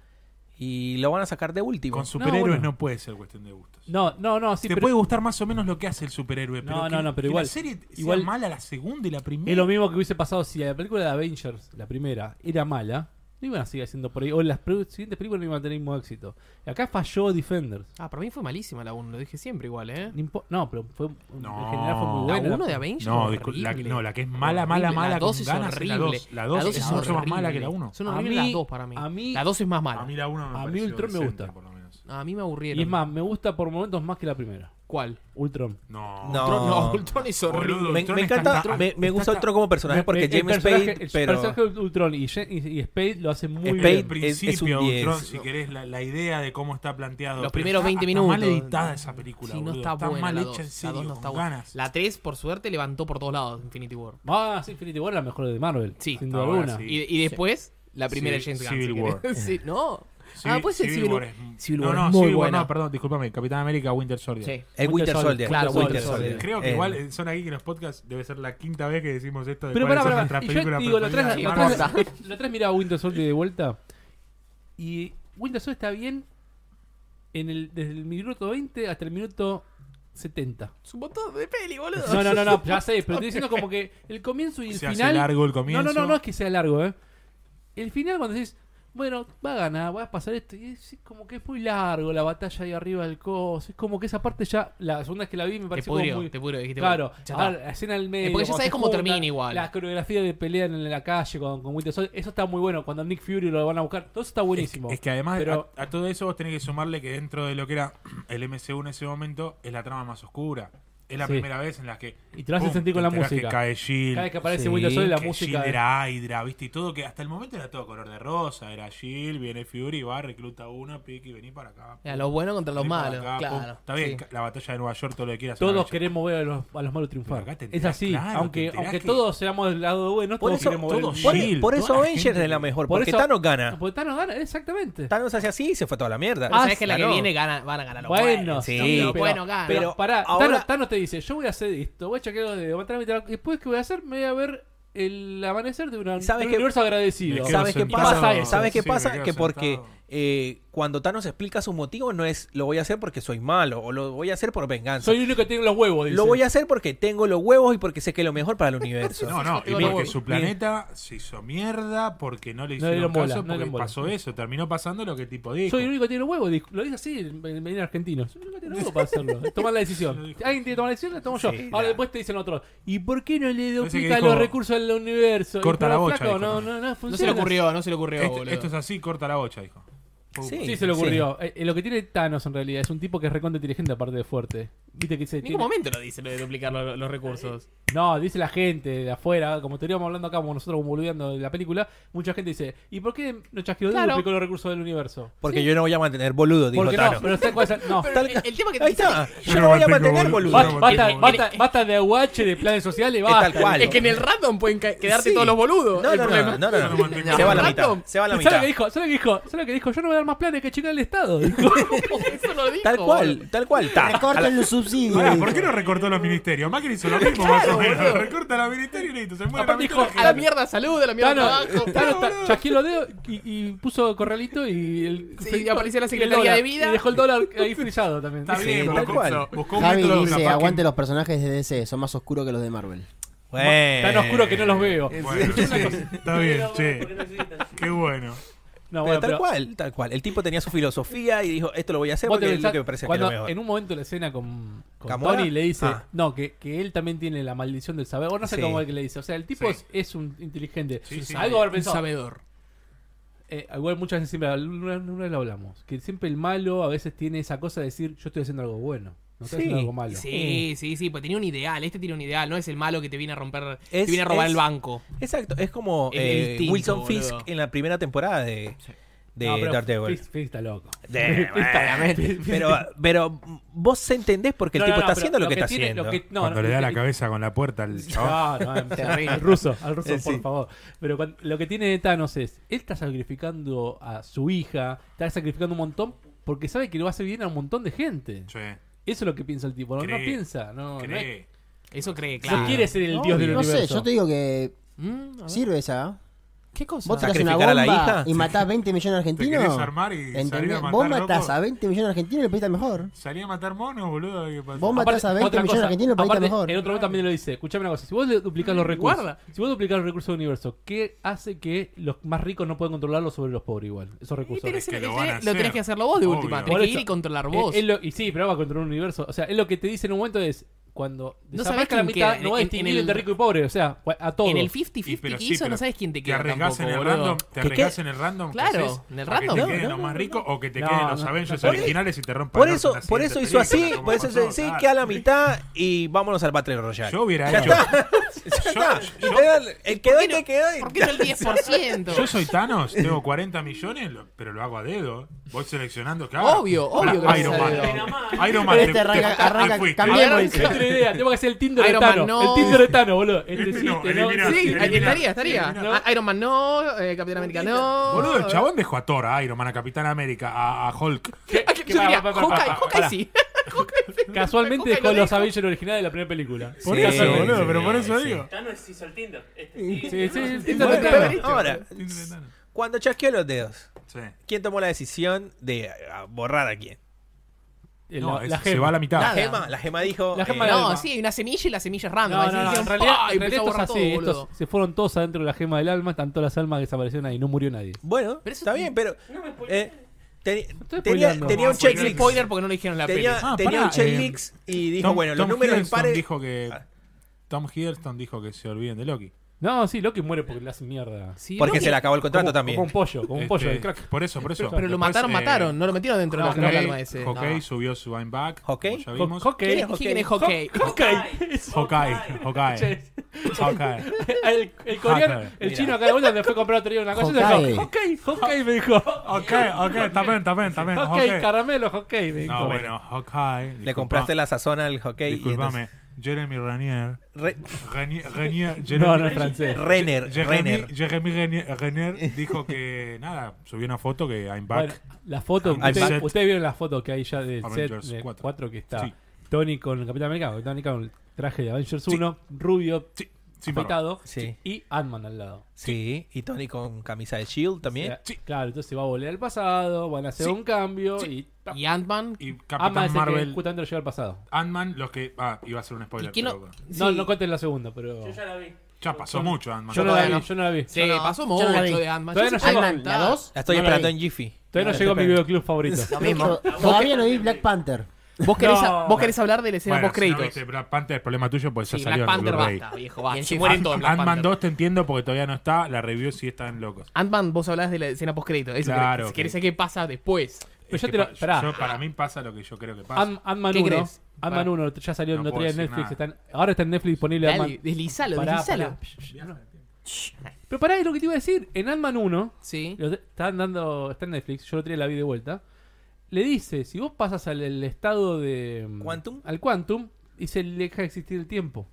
Speaker 2: Y lo van a sacar de último.
Speaker 4: Con superhéroes no,
Speaker 5: bueno.
Speaker 4: puede ser cuestión de gustos.
Speaker 5: No, no, no, sí,
Speaker 4: Te
Speaker 5: pero
Speaker 4: puede gustar más o menos lo que hace el superhéroe, pero
Speaker 5: No,
Speaker 4: que,
Speaker 5: no, no, pero
Speaker 4: que
Speaker 5: igual-
Speaker 4: la serie
Speaker 5: igual-
Speaker 4: sea mala la segunda y la primera.
Speaker 5: es lo mismo que hubiese pasado si la película de Avengers, la primera, era mala. No iban a seguir haciendo por ahí. O las pre- siguientes películas no iban a tener el mismo éxito. Acá falló Defenders.
Speaker 1: Ah, para mí fue malísima la 1, lo dije siempre igual, ¿eh?
Speaker 5: No, impo- no, pero fue,
Speaker 4: No.
Speaker 5: en general fue muy
Speaker 1: La
Speaker 5: buena.
Speaker 1: 1 de Avengers.
Speaker 4: No,
Speaker 1: es
Speaker 4: discul- la,
Speaker 1: horrible.
Speaker 4: no, la que es mala, mala,
Speaker 1: Horrible.
Speaker 4: mala.
Speaker 1: La
Speaker 4: con
Speaker 1: 2 es
Speaker 4: ganas,
Speaker 1: horrible.
Speaker 4: La 2, la 2 es,
Speaker 1: es
Speaker 4: mucho más
Speaker 1: horrible.
Speaker 4: mala que la 1.
Speaker 1: Son
Speaker 5: A
Speaker 1: horribles
Speaker 5: mí-
Speaker 1: las dos para mí.
Speaker 5: a mí-
Speaker 1: la 2 es más mala.
Speaker 4: A mí la 1 me
Speaker 5: A mí
Speaker 4: pareció
Speaker 5: Ultron me
Speaker 4: decente,
Speaker 5: gusta.
Speaker 4: por lo menos.
Speaker 1: A mí me aburrieron.
Speaker 5: Y es más, me gusta por momentos más que la primera.
Speaker 1: ¿Cuál?
Speaker 5: Ultron.
Speaker 4: No.
Speaker 2: No.
Speaker 1: Ultron, no, Ultron es horrible.
Speaker 4: Boludo,
Speaker 2: me,
Speaker 4: Ultron
Speaker 2: me
Speaker 4: está-
Speaker 2: encanta,
Speaker 4: está-
Speaker 2: me, me
Speaker 4: está-
Speaker 2: gusta otro como personaje
Speaker 5: Me- me-
Speaker 2: porque
Speaker 5: el
Speaker 2: James
Speaker 5: personaje-
Speaker 2: Spade,
Speaker 5: el
Speaker 2: pero
Speaker 5: personaje de Ultron y, Je- y- y Spade lo hacen muy
Speaker 2: Spade-
Speaker 5: bien.
Speaker 4: el
Speaker 2: es-
Speaker 4: principio
Speaker 2: es un diez.
Speaker 4: Ultron, si querés, la, la idea de cómo está planteado.
Speaker 1: Los
Speaker 4: Pero
Speaker 1: primeros
Speaker 4: está-
Speaker 1: 20
Speaker 4: está mal
Speaker 1: minutos.
Speaker 4: editada esa película,
Speaker 1: Sí, no
Speaker 4: boludo.
Speaker 1: está, buena
Speaker 4: mal
Speaker 1: la
Speaker 4: hecha,
Speaker 1: dos.
Speaker 4: en
Speaker 1: La
Speaker 4: serio,
Speaker 1: dos no
Speaker 4: con
Speaker 1: está buena. Ah,
Speaker 4: ganas.
Speaker 1: La 3, por suerte, levantó por todos lados Infinity War.
Speaker 5: Ah, sí, Infinity War es la mejor de Marvel.
Speaker 1: Sí.
Speaker 5: sin duda
Speaker 4: Ahora
Speaker 5: alguna.
Speaker 4: sí.
Speaker 1: Y, y después, la primera de
Speaker 4: Civil-
Speaker 1: James Gunn. si
Speaker 4: Civil War.
Speaker 1: querés. sí, no.
Speaker 4: Sí,
Speaker 1: ah, puede ser Civil War.
Speaker 4: es-
Speaker 1: Civil
Speaker 4: no,
Speaker 1: War
Speaker 4: no,
Speaker 1: es muy
Speaker 4: Civil War,
Speaker 1: buena.
Speaker 4: no, perdón, discúlpame. Capitán América, Winter Soldier.
Speaker 1: Sí.
Speaker 2: el
Speaker 5: Winter
Speaker 2: Winter
Speaker 5: Soldier,
Speaker 2: Soldier.
Speaker 1: claro,
Speaker 2: Winter
Speaker 1: Winter
Speaker 2: Soldier.
Speaker 1: Soldier.
Speaker 4: Creo que
Speaker 2: Eh,
Speaker 4: igual eh, son aquí que en los podcasts debe ser la quinta vez que decimos esto de
Speaker 5: Pero
Speaker 4: cuáles
Speaker 5: pará,
Speaker 4: son
Speaker 5: pará,
Speaker 4: nuestras
Speaker 5: pará. Y yo
Speaker 4: películas
Speaker 5: digo, la otra
Speaker 4: preferidas
Speaker 5: vez-
Speaker 4: de
Speaker 5: la
Speaker 4: Marvel.
Speaker 5: otra vez- la otra vez miraba Winter Soldier de vuelta y Windows Store está bien en el, desde el minuto 20 hasta el minuto 70.
Speaker 1: Es un montón de peli, boludo.
Speaker 5: No, no, no, no, ya sé, pero estoy diciendo como que el comienzo y el
Speaker 4: Se hace
Speaker 5: final.
Speaker 4: largo el comienzo.
Speaker 5: No, no, no, no es que sea largo, ¿eh? El final, cuando decís, bueno, va a ganar, va a pasar esto, y es como que es muy largo la batalla ahí arriba del coso. Es como que esa parte ya, la segunda vez que la vi, me
Speaker 1: Te
Speaker 5: pareció como
Speaker 1: pudrió,
Speaker 5: muy.
Speaker 1: te pudrió. dijiste,
Speaker 5: Claro,
Speaker 1: bueno, ya está.
Speaker 5: ahora, la escena del medio.
Speaker 1: Eh, porque ya
Speaker 5: cuando
Speaker 1: sabés
Speaker 5: se
Speaker 1: cómo
Speaker 5: juntan,
Speaker 1: termina igual.
Speaker 5: La coreografía de pelea en la calle con, con Winter Soldier, eso está muy bueno. Cuando Nick Fury lo van a buscar, todo eso está buenísimo.
Speaker 4: Es, es que además
Speaker 5: Pero-
Speaker 4: a, a todo eso vos tenés que sumarle que dentro de lo que era el MCU en ese momento es la trama más oscura. Es la
Speaker 5: Sí.
Speaker 4: primera vez en la que...
Speaker 5: Y te lo hacen
Speaker 4: pum,
Speaker 5: sentir con la
Speaker 4: enterás
Speaker 5: música.
Speaker 4: Que cae Jill,
Speaker 5: Cada vez que aparece
Speaker 2: Sí,
Speaker 5: Winter Soldier, la
Speaker 4: que
Speaker 5: música.
Speaker 4: Jill
Speaker 5: es-
Speaker 4: era Hydra, viste, y todo que hasta el momento era todo color de rosa. Era Jill, viene Fury, va, recluta a uno, pique y vení para acá.
Speaker 1: Mira, los buenos contra los
Speaker 4: vení para
Speaker 1: malos.
Speaker 4: acá, pum.
Speaker 1: claro.
Speaker 4: Está bien,
Speaker 1: sí.
Speaker 4: la batalla de Nueva York, todo lo que quieras. es una
Speaker 5: Todos
Speaker 4: bicha.
Speaker 5: queremos ver a los, a los
Speaker 4: Pero acá
Speaker 5: malos triunfar.
Speaker 4: te enterás,
Speaker 5: Es así,
Speaker 4: claro, te
Speaker 5: aunque,
Speaker 4: enterás
Speaker 5: aunque
Speaker 4: que-
Speaker 5: todos seamos del lado bueno,
Speaker 2: Por
Speaker 5: todos
Speaker 2: eso-
Speaker 5: queremos ver
Speaker 4: todos
Speaker 5: el-
Speaker 2: Por,
Speaker 4: Shield,
Speaker 2: por
Speaker 4: toda
Speaker 2: eso
Speaker 4: la
Speaker 2: Avengers
Speaker 4: gente-
Speaker 2: es la mejor,
Speaker 5: Por
Speaker 2: porque
Speaker 5: eso-
Speaker 2: Thanos gana.
Speaker 5: Ah, Porque Thanos gana, exactamente.
Speaker 2: Thanos hace así y se fue toda la mierda.
Speaker 1: Pero sabés que la que
Speaker 2: Ganó.
Speaker 1: viene gana- van a ganar los
Speaker 5: Bueno,
Speaker 1: buenos.
Speaker 2: sí,
Speaker 1: Y los
Speaker 2: pero-
Speaker 1: buenos ganan.
Speaker 5: Pero
Speaker 2: pero
Speaker 5: pará,
Speaker 2: ahora-
Speaker 5: Thanos, Thanos te dice, yo voy a hacer esto, voy a chequear los dedos, voy a entrar a mi trabajo, después que voy a hacer, me voy a ver el amanecer de una-
Speaker 2: ¿Sabes
Speaker 5: de un
Speaker 2: qué?
Speaker 5: universo agradecido.
Speaker 4: Me quedo
Speaker 2: ¿Sabes qué
Speaker 4: sentado.
Speaker 2: pasa?
Speaker 5: Pasa eso.
Speaker 2: ¿Sabes qué
Speaker 4: Sí, me
Speaker 2: pasa?
Speaker 4: quedo
Speaker 2: Que porque
Speaker 4: sentado.
Speaker 2: eh, cuando Thanos explica su motivo no es lo voy a hacer porque soy malo o lo voy a hacer por venganza.
Speaker 5: Soy el único que tiene los huevos, dice.
Speaker 2: lo voy a hacer porque tengo los huevos y porque sé que es lo mejor para el universo.
Speaker 4: No, no, y
Speaker 1: Bien,
Speaker 4: porque
Speaker 1: bien.
Speaker 4: su planeta se hizo mierda porque no le
Speaker 5: No le
Speaker 4: hicieron
Speaker 5: dieron bola,
Speaker 4: caso,
Speaker 5: no le
Speaker 4: porque
Speaker 5: dieron bola.
Speaker 4: pasó eso, terminó pasando lo que el tipo dijo.
Speaker 5: Soy el único que tiene los huevos, dijo. lo dice así, el el Medina argentino. Soy el único que tiene los huevos para hacerlo. Tomar la decisión.
Speaker 4: Lo dijo.
Speaker 5: Alguien tiene que tomar la decisión, la tomo yo.
Speaker 2: Sí,
Speaker 5: Ahora
Speaker 2: la-
Speaker 5: después te dicen otros. ¿Y por qué no le
Speaker 4: Parece que
Speaker 5: duplica
Speaker 4: dijo,
Speaker 5: los recursos del universo? Y
Speaker 4: "Corta la
Speaker 5: pero,
Speaker 4: bocha",
Speaker 5: flaco,
Speaker 4: dijo.
Speaker 5: No, no, no,
Speaker 1: no se le
Speaker 5: funciona.
Speaker 1: ocurrió, no se le ocurrió,
Speaker 4: Este-
Speaker 1: boludo.
Speaker 4: esto es así, corta la bocha, dijo.
Speaker 5: Sí, se le ocurrió. Eh, eh, lo que tiene Thanos en realidad es un tipo que es recontra inteligente, aparte de fuerte. Viste que se
Speaker 1: En ningún
Speaker 5: tiene...
Speaker 1: momento lo dice lo de duplicar lo- los recursos.
Speaker 5: No, dice la gente de afuera, como estaríamos hablando acá, como nosotros como boludeando de la película, mucha gente dice, ¿y por qué no chasqueó
Speaker 1: Claro.
Speaker 5: duplicó los recursos del universo?
Speaker 2: Porque yo no voy a mantener boludo, dijo
Speaker 5: Porque no,
Speaker 2: Thanos.
Speaker 5: pero ¿sabes cuál es el- No.
Speaker 1: Pero el, el tema que te
Speaker 2: Ahí
Speaker 1: dice
Speaker 2: está.
Speaker 4: Yo
Speaker 2: Yo
Speaker 4: no
Speaker 2: no voy a
Speaker 4: mantengo
Speaker 2: mantener
Speaker 4: boludo.
Speaker 2: boludo.
Speaker 5: Basta, basta,
Speaker 1: no,
Speaker 5: basta- basta de aguache, de planes sociales, basta.
Speaker 2: tal cual.
Speaker 1: Es que en el random pueden ca- quedarte
Speaker 2: Sí.
Speaker 1: todos los boludos.
Speaker 2: No,
Speaker 1: el
Speaker 2: no,
Speaker 1: problema.
Speaker 2: no, no, no, no.
Speaker 4: No,
Speaker 2: Se va a la
Speaker 1: random.
Speaker 2: mitad. Se va a la
Speaker 5: ¿Y ¿Sabes lo
Speaker 2: mitad.
Speaker 5: que dijo? ¿Sabes lo que dijo? ¿Sabes lo que dijo? Yo no voy a dar más planes que checar el Estado. dijo.
Speaker 1: Eso no lo dijo,
Speaker 2: Tal
Speaker 1: boludo.
Speaker 2: cual, tal cual. ta. A la-
Speaker 7: Recorten los subsidios.
Speaker 4: Pará,
Speaker 7: dijo.
Speaker 4: ¿por qué no recortó los ministerios? Macri hizo lo mismo, más o menos. Recorta los ministerios y listo, se muere la
Speaker 5: Aparte
Speaker 4: mitad
Speaker 5: dijo,
Speaker 4: de la
Speaker 1: A la
Speaker 4: gente.
Speaker 1: mierda salud, a la mierda
Speaker 5: Thanos,
Speaker 1: trabajo.
Speaker 5: Thanos ta- chasqueó los dedos y, y puso corralito y el,
Speaker 1: Sí,
Speaker 5: y el
Speaker 1: apareció la
Speaker 5: dólar-
Speaker 1: Secretaría de Vida.
Speaker 5: Y dejó el dólar ahí frisado también.
Speaker 4: Está bien,
Speaker 2: tal
Speaker 4: buscó-
Speaker 2: cual.
Speaker 4: buscó un
Speaker 7: Javi
Speaker 4: método capaz
Speaker 7: dice,
Speaker 4: que-
Speaker 7: aguante los personajes de DC, son más oscuros que los de Marvel.
Speaker 2: Bueno.
Speaker 5: Tan oscuro que no los veo.
Speaker 4: Bueno, sí, está bien,
Speaker 6: Porque no
Speaker 4: che.
Speaker 6: existen.
Speaker 4: Qué bueno.
Speaker 5: No,
Speaker 2: Pero
Speaker 5: bueno,
Speaker 2: tal
Speaker 5: pero-
Speaker 2: cual, tal cual. El tipo tenía su filosofía y dijo, esto lo voy a hacer
Speaker 5: Vos te
Speaker 2: porque es lo
Speaker 5: pensás
Speaker 2: que me parece que es
Speaker 5: cuando
Speaker 2: lo mejor.
Speaker 5: en un momento la escena con, con
Speaker 2: ¿Gamora?
Speaker 5: Tony le dice
Speaker 2: Ah.
Speaker 5: no que, que él también tiene la maldición del saber o no sé
Speaker 2: Sí.
Speaker 5: cómo es que le dice o sea el tipo
Speaker 4: Sí.
Speaker 5: es, es un inteligente
Speaker 4: Sí, sí.
Speaker 5: algo haber
Speaker 1: Un
Speaker 5: pensado
Speaker 1: sabedor.
Speaker 5: Eh, igual muchas veces siempre una, una vez lo hablamos que siempre el malo a veces tiene esa cosa de decir yo estoy haciendo algo bueno no estoy
Speaker 2: Sí,
Speaker 5: haciendo algo malo
Speaker 1: Sí, sí, sí, pues tenía un ideal, este tiene un ideal, no es el malo que te viene a romper, te
Speaker 2: Es-
Speaker 1: viene a robar
Speaker 2: es-
Speaker 1: el banco.
Speaker 2: Exacto, es como
Speaker 1: El
Speaker 2: eh,
Speaker 1: instinto,
Speaker 2: Wilson
Speaker 1: boludo.
Speaker 2: Fisk en la primera temporada de, de
Speaker 5: No, pero
Speaker 2: Daredevil.
Speaker 5: Fist- Fist está loco
Speaker 2: De- pero, pero vos entendés porque el
Speaker 5: No, no,
Speaker 2: tipo
Speaker 5: no,
Speaker 2: está
Speaker 5: pero
Speaker 2: haciendo lo que, está
Speaker 5: tiene-
Speaker 2: haciendo.
Speaker 5: lo que- no,
Speaker 4: Cuando
Speaker 5: no,
Speaker 4: le da
Speaker 5: y-
Speaker 4: la
Speaker 5: y-
Speaker 4: cabeza con la puerta al chabón.
Speaker 5: No, no, no,
Speaker 1: Terrible.
Speaker 5: al ruso, al ruso,
Speaker 2: Eh,
Speaker 5: por
Speaker 2: sí.
Speaker 5: favor. Pero cuan- lo que tiene Thanos es, él está sacrificando a su hija, está sacrificando un montón porque sabe que lo va a hacer bien a un montón de gente.
Speaker 4: Che,
Speaker 5: Eso es lo que piensa el tipo, no, No
Speaker 4: Cree.
Speaker 5: piensa, no, no, es-
Speaker 4: cree.
Speaker 1: Eso cree,
Speaker 5: no
Speaker 1: claro.
Speaker 5: quiere ser el dios del
Speaker 7: no
Speaker 5: universo.
Speaker 7: sé, yo te digo que
Speaker 1: Mm, a ver.
Speaker 7: sirve esa. ¿eh?
Speaker 1: ¿Qué cosa?
Speaker 7: Vos tirás una
Speaker 2: ¿Sacrificar a
Speaker 7: bomba
Speaker 2: la hija?
Speaker 7: y matás 20 millones de
Speaker 4: Te querés
Speaker 7: argentinos.
Speaker 4: armar y salir a
Speaker 7: ¿entendés?
Speaker 4: matar
Speaker 7: Vos matás
Speaker 4: locos.
Speaker 7: a 20 millones de argentinos y le pediste mejor.
Speaker 4: Salí a matar monos, boludo. ¿qué pasa?
Speaker 7: Vos matás a 20
Speaker 5: otra
Speaker 7: millones de
Speaker 5: cosa,
Speaker 7: argentinos y le pediste
Speaker 5: aparte,
Speaker 7: mejor.
Speaker 5: En otro momento también lo dice, escuchame una cosa, si vos le duplicás los recursos,
Speaker 1: Guarda.
Speaker 5: si vos duplicás los recursos del universo, ¿qué hace que los más ricos no puedan controlarlos sobre los pobres igual? Esos
Speaker 1: Y
Speaker 5: recursos.
Speaker 1: tenés-
Speaker 4: que lo
Speaker 1: tenés-
Speaker 4: van a
Speaker 1: lo tenés
Speaker 4: hacer.
Speaker 1: que hacerlo vos de
Speaker 4: Obvio.
Speaker 1: última,
Speaker 5: Por
Speaker 1: tenés que ir
Speaker 5: eso,
Speaker 1: y controlar
Speaker 5: Eh,
Speaker 1: vos.
Speaker 5: es lo- y sí, pero va a controlar un universo. O sea, es lo que te dice en un momento es cuando
Speaker 1: No sabés
Speaker 5: desaparezca la
Speaker 1: quién
Speaker 5: mitad,
Speaker 1: queda.
Speaker 5: no va a
Speaker 1: En- en
Speaker 5: distinguir
Speaker 1: el-
Speaker 5: entre rico y pobre. O sea, a todos.
Speaker 1: En el
Speaker 4: Y,
Speaker 1: 50-50
Speaker 4: pero
Speaker 1: que
Speaker 4: sí,
Speaker 1: hizo,
Speaker 4: pero
Speaker 1: no sabes quién te
Speaker 4: Te
Speaker 1: queda
Speaker 4: arriesgás
Speaker 1: tampoco,
Speaker 4: en el
Speaker 1: boludo.
Speaker 4: random. Te
Speaker 2: ¿Qué
Speaker 4: arriesgás
Speaker 2: qué?
Speaker 4: en el random. que
Speaker 1: Claro,
Speaker 4: haces
Speaker 1: en el
Speaker 4: para que
Speaker 1: random.
Speaker 4: te
Speaker 1: No,
Speaker 4: queden
Speaker 1: no,
Speaker 4: los
Speaker 1: no,
Speaker 4: más
Speaker 1: no.
Speaker 4: ricos o que te
Speaker 5: No,
Speaker 4: queden
Speaker 5: no,
Speaker 4: los
Speaker 5: no,
Speaker 4: Avengers
Speaker 5: no.
Speaker 4: originales y te rompan
Speaker 2: Por
Speaker 4: el orto
Speaker 2: eso,
Speaker 4: en la
Speaker 2: por
Speaker 4: siguiente
Speaker 2: eso hizo así,
Speaker 4: película, como
Speaker 2: por eso
Speaker 4: pasó,
Speaker 2: hizo así,
Speaker 4: claro.
Speaker 2: queda a la mitad y vámonos al Battle Royale.
Speaker 4: Yo hubiera
Speaker 2: ya
Speaker 4: hecho.
Speaker 2: está. ya está. Literal, el que
Speaker 1: ¿Por qué
Speaker 2: doy
Speaker 1: no-
Speaker 2: te quedó y-
Speaker 1: ¿Por qué no el 10%?
Speaker 4: Yo soy Thanos, tengo 40 millones, lo- pero lo hago a dedo. Voy seleccionando qué hago.
Speaker 1: Obvio,
Speaker 4: Pará,
Speaker 1: obvio que lo
Speaker 4: Iron
Speaker 1: haces a
Speaker 4: Man.
Speaker 1: dedo.
Speaker 4: Iron Man, te,
Speaker 7: Este arranca-
Speaker 4: te-
Speaker 7: arranca-
Speaker 4: te fuiste.
Speaker 7: cambiemos.
Speaker 4: Ahora-
Speaker 5: Yo tengo una idea, tengo que hacer el Tinder de
Speaker 1: Iron Man
Speaker 5: Tano.
Speaker 1: no.
Speaker 5: El Tinder de Tano, boludo. El de
Speaker 4: No,
Speaker 5: Cite, ¿no?
Speaker 4: elimina.
Speaker 1: Sí,
Speaker 5: Sí.
Speaker 4: Elimina,
Speaker 1: ahí estaría, estaría.
Speaker 4: elimina.
Speaker 1: Ah, Iron Man no, eh, Capitán América no.
Speaker 4: Boludo, el chabón dejó a Thor, a Iron Man, a Capitán América, a, a Hulk.
Speaker 5: Que-
Speaker 1: Ah, que-
Speaker 5: que-
Speaker 1: Yo
Speaker 5: pa-
Speaker 1: diría,
Speaker 5: pa- pa- pa- pa-
Speaker 1: Hawkeye,
Speaker 5: pa-
Speaker 1: Hawkeye
Speaker 5: pará.
Speaker 1: sí.
Speaker 5: Casualmente
Speaker 1: Hawkeye
Speaker 5: dejó
Speaker 1: lo
Speaker 5: los
Speaker 1: dijo.
Speaker 5: Avengers originales de la primera película.
Speaker 4: Por
Speaker 2: Sí,
Speaker 4: eso,
Speaker 2: sí,
Speaker 4: boludo,
Speaker 2: sí,
Speaker 4: pero por eso
Speaker 2: sí.
Speaker 4: digo.
Speaker 6: Thanos hizo el Tinder. Este,
Speaker 5: Sí, sí, el Tinder de
Speaker 4: Bueno,
Speaker 5: Tano.
Speaker 2: Ahora,
Speaker 4: Tinder de Thanos.
Speaker 2: Cuando chasqueó los dedos,
Speaker 4: Sí.
Speaker 2: ¿quién tomó la decisión de eh, a borrar a quién?
Speaker 5: Eh,
Speaker 4: No,
Speaker 5: la,
Speaker 4: es-
Speaker 5: la
Speaker 4: se
Speaker 5: gema.
Speaker 4: va a la mitad.
Speaker 2: La gema, la gema dijo.
Speaker 5: La gema
Speaker 2: eh,
Speaker 1: No,
Speaker 5: alma.
Speaker 1: sí, hay una semilla y la semilla es
Speaker 5: No,
Speaker 1: random.
Speaker 5: no,
Speaker 1: Así
Speaker 5: no,
Speaker 1: que
Speaker 5: en
Speaker 1: ¡pah! Y
Speaker 5: realidad, en
Speaker 1: empezó a
Speaker 5: realidad esto es
Speaker 1: borrar
Speaker 5: así,
Speaker 1: todo,
Speaker 5: estos-
Speaker 1: boludo.
Speaker 5: se fueron todos adentro de la gema del alma, están todas las almas que desaparecieron ahí, no murió nadie.
Speaker 2: Bueno,
Speaker 1: Pero eso-
Speaker 2: está bien, pero.
Speaker 6: No me
Speaker 2: eh, te-
Speaker 5: estoy
Speaker 2: tenía,
Speaker 5: spoileando.
Speaker 2: tenía un
Speaker 1: Fue un
Speaker 2: checklist.
Speaker 1: spoiler porque no lo dijeron en la
Speaker 2: Tenía,
Speaker 1: peli.
Speaker 4: Ah,
Speaker 2: tenía
Speaker 4: pará,
Speaker 2: un
Speaker 4: eh,
Speaker 2: checklist y dijo,
Speaker 4: Tom-
Speaker 2: bueno,
Speaker 4: Tom
Speaker 2: los números
Speaker 4: Hiddleston
Speaker 2: impares.
Speaker 4: dijo que
Speaker 2: Ah.
Speaker 4: Tom Hiddleston dijo que se olviden de Loki.
Speaker 5: No, sí, Loki muere porque le hacen mierda.
Speaker 1: Sí,
Speaker 2: Porque
Speaker 1: Loki-
Speaker 2: se le acabó el contrato
Speaker 5: Como-
Speaker 2: también.
Speaker 5: Como un pollo, como un pollo
Speaker 4: Este,
Speaker 5: del crack.
Speaker 4: Por eso, por eso.
Speaker 1: Pero lo
Speaker 4: Después,
Speaker 1: mataron,
Speaker 4: eh,
Speaker 1: mataron. No lo metieron dentro de la
Speaker 4: Hockey,
Speaker 1: gema del alma ese.
Speaker 4: Hockey
Speaker 1: No.
Speaker 4: subió su I'm back.
Speaker 2: Hockey.
Speaker 4: como ya vimos.
Speaker 5: Ho- hockey.
Speaker 1: ¿Quién es- ¿Quién es Hockey?
Speaker 4: Hockey. Hockey.
Speaker 5: Che,
Speaker 4: Hockey.
Speaker 5: El,
Speaker 4: Ah,
Speaker 5: el coreano,
Speaker 4: Hacker,
Speaker 5: el
Speaker 2: mira.
Speaker 5: chino acá de vuelta le fue a comprar otro día una cosa y
Speaker 7: Hokkaid.
Speaker 5: dijo, ok, ok, me dijo.
Speaker 4: Ok, ok, también, también, también.
Speaker 5: Ok,
Speaker 4: Hockey.
Speaker 5: caramelo, ok, me dijo.
Speaker 4: No, bueno, Hockey.
Speaker 2: Le compraste la sazón al hockey. y
Speaker 4: Disculpame. Jeremy Renier.
Speaker 2: entonces-
Speaker 4: Renier. Renier.
Speaker 5: No,
Speaker 4: Jeremy-
Speaker 5: no es francés.
Speaker 2: Re- Renner.
Speaker 4: Jeremy-
Speaker 2: Renner.
Speaker 4: Jeremy Renier- Renner dijo que, nada, subió una foto que I'm
Speaker 5: Bueno,
Speaker 4: back.
Speaker 5: la foto,
Speaker 4: Al
Speaker 5: ustedes
Speaker 4: set.
Speaker 5: ustedes vieron la foto que hay ya del
Speaker 4: Avengers
Speaker 5: set de 4.
Speaker 4: cuatro.
Speaker 5: que está
Speaker 4: Sí.
Speaker 5: Tony con el Capitán América, porque Tony con el traje de Avengers
Speaker 4: Sí.
Speaker 5: 1, rubio,
Speaker 4: Sí, sin barba.
Speaker 5: afeitado,
Speaker 2: Sí.
Speaker 5: y Ant-Man al lado.
Speaker 2: Sí, y Tony con camisa de Shield también.
Speaker 5: Sí. Claro, entonces va a volver al pasado, van a hacer un cambio y...
Speaker 1: Y Ant-Man.
Speaker 4: Y
Speaker 5: Ama
Speaker 4: Capitán
Speaker 5: es el que
Speaker 4: Marvel.
Speaker 5: justamente lo lleva al pasado.
Speaker 4: Ant-Man, los que. Ah, iba a ser un
Speaker 1: ¿Y
Speaker 4: spoiler.
Speaker 1: quién no?
Speaker 4: pero-
Speaker 5: No,
Speaker 1: Sí.
Speaker 5: no cuentes la segunda, pero...
Speaker 6: Yo ya la vi.
Speaker 4: Ya pasó mucho Ant-Man.
Speaker 5: Yo no la
Speaker 1: todavía
Speaker 5: vi,
Speaker 1: no.
Speaker 5: yo no la vi.
Speaker 1: Sí,
Speaker 7: Yo no-
Speaker 1: pasó
Speaker 7: yo no
Speaker 1: mucho
Speaker 7: la vi.
Speaker 1: de Ant-Man. Yo
Speaker 5: Todavía no llegó.
Speaker 1: Ant-Man,
Speaker 7: ¿La 2?
Speaker 2: La estoy
Speaker 5: No la
Speaker 2: esperando
Speaker 5: vi.
Speaker 2: en Jiffy.
Speaker 5: Todavía no
Speaker 2: La
Speaker 5: llegó a mi
Speaker 2: estoy esperando.
Speaker 5: videoclub favorito.
Speaker 3: Lo mismo.
Speaker 7: Todavía no vi Black Panther.
Speaker 1: Vos querés,
Speaker 6: No.
Speaker 1: vos querés hablar de la escena
Speaker 4: Bueno,
Speaker 1: post
Speaker 4: si no
Speaker 1: créditos.
Speaker 4: viste Black Panther es problema tuyo, pues
Speaker 1: Sí,
Speaker 4: ya salió
Speaker 1: Black
Speaker 4: en
Speaker 1: Panther
Speaker 4: Blu-ray.
Speaker 1: basta, viejo, basta.
Speaker 3: Y
Speaker 1: Se
Speaker 3: encima
Speaker 1: mueren
Speaker 3: Ant-
Speaker 1: todos en Black
Speaker 4: Ant-Man
Speaker 1: Panther.
Speaker 4: 2 te entiendo porque todavía no está, la review sí están locos.
Speaker 1: Ant-Man, vos hablás de la escena post crédito. Eso
Speaker 4: Claro,
Speaker 1: querés-
Speaker 4: ok.
Speaker 1: Si querés saber qué pasa después.
Speaker 5: Pero
Speaker 4: Es
Speaker 5: yo
Speaker 4: que
Speaker 5: te lo-
Speaker 4: pa-
Speaker 5: pará.
Speaker 4: yo- para mí pasa lo que yo creo que pasa.
Speaker 5: Ant- Ant-Man
Speaker 1: ¿Qué
Speaker 5: 1.
Speaker 1: crees?
Speaker 5: Ant-Man
Speaker 1: Pará.
Speaker 5: 1 ya salió el
Speaker 4: No
Speaker 5: otro
Speaker 4: puedo
Speaker 5: día en
Speaker 4: decir
Speaker 5: Netflix.
Speaker 4: nada.
Speaker 5: está en- ahora está en Netflix disponible
Speaker 1: Dale,
Speaker 5: Ant-Man.
Speaker 1: deslizalo,
Speaker 5: Pará,
Speaker 1: deslizalo.
Speaker 5: pará. Pero pará, es lo que te iba a decir. En Ant-Man 1,
Speaker 1: Sí.
Speaker 5: lo- están dando, está en Netflix, yo lo tenía la vi de vuelta. Le dice, si vos pasas al el estado de... mm,
Speaker 2: Quantum.
Speaker 5: Al Quantum, y se le deja existir el tiempo.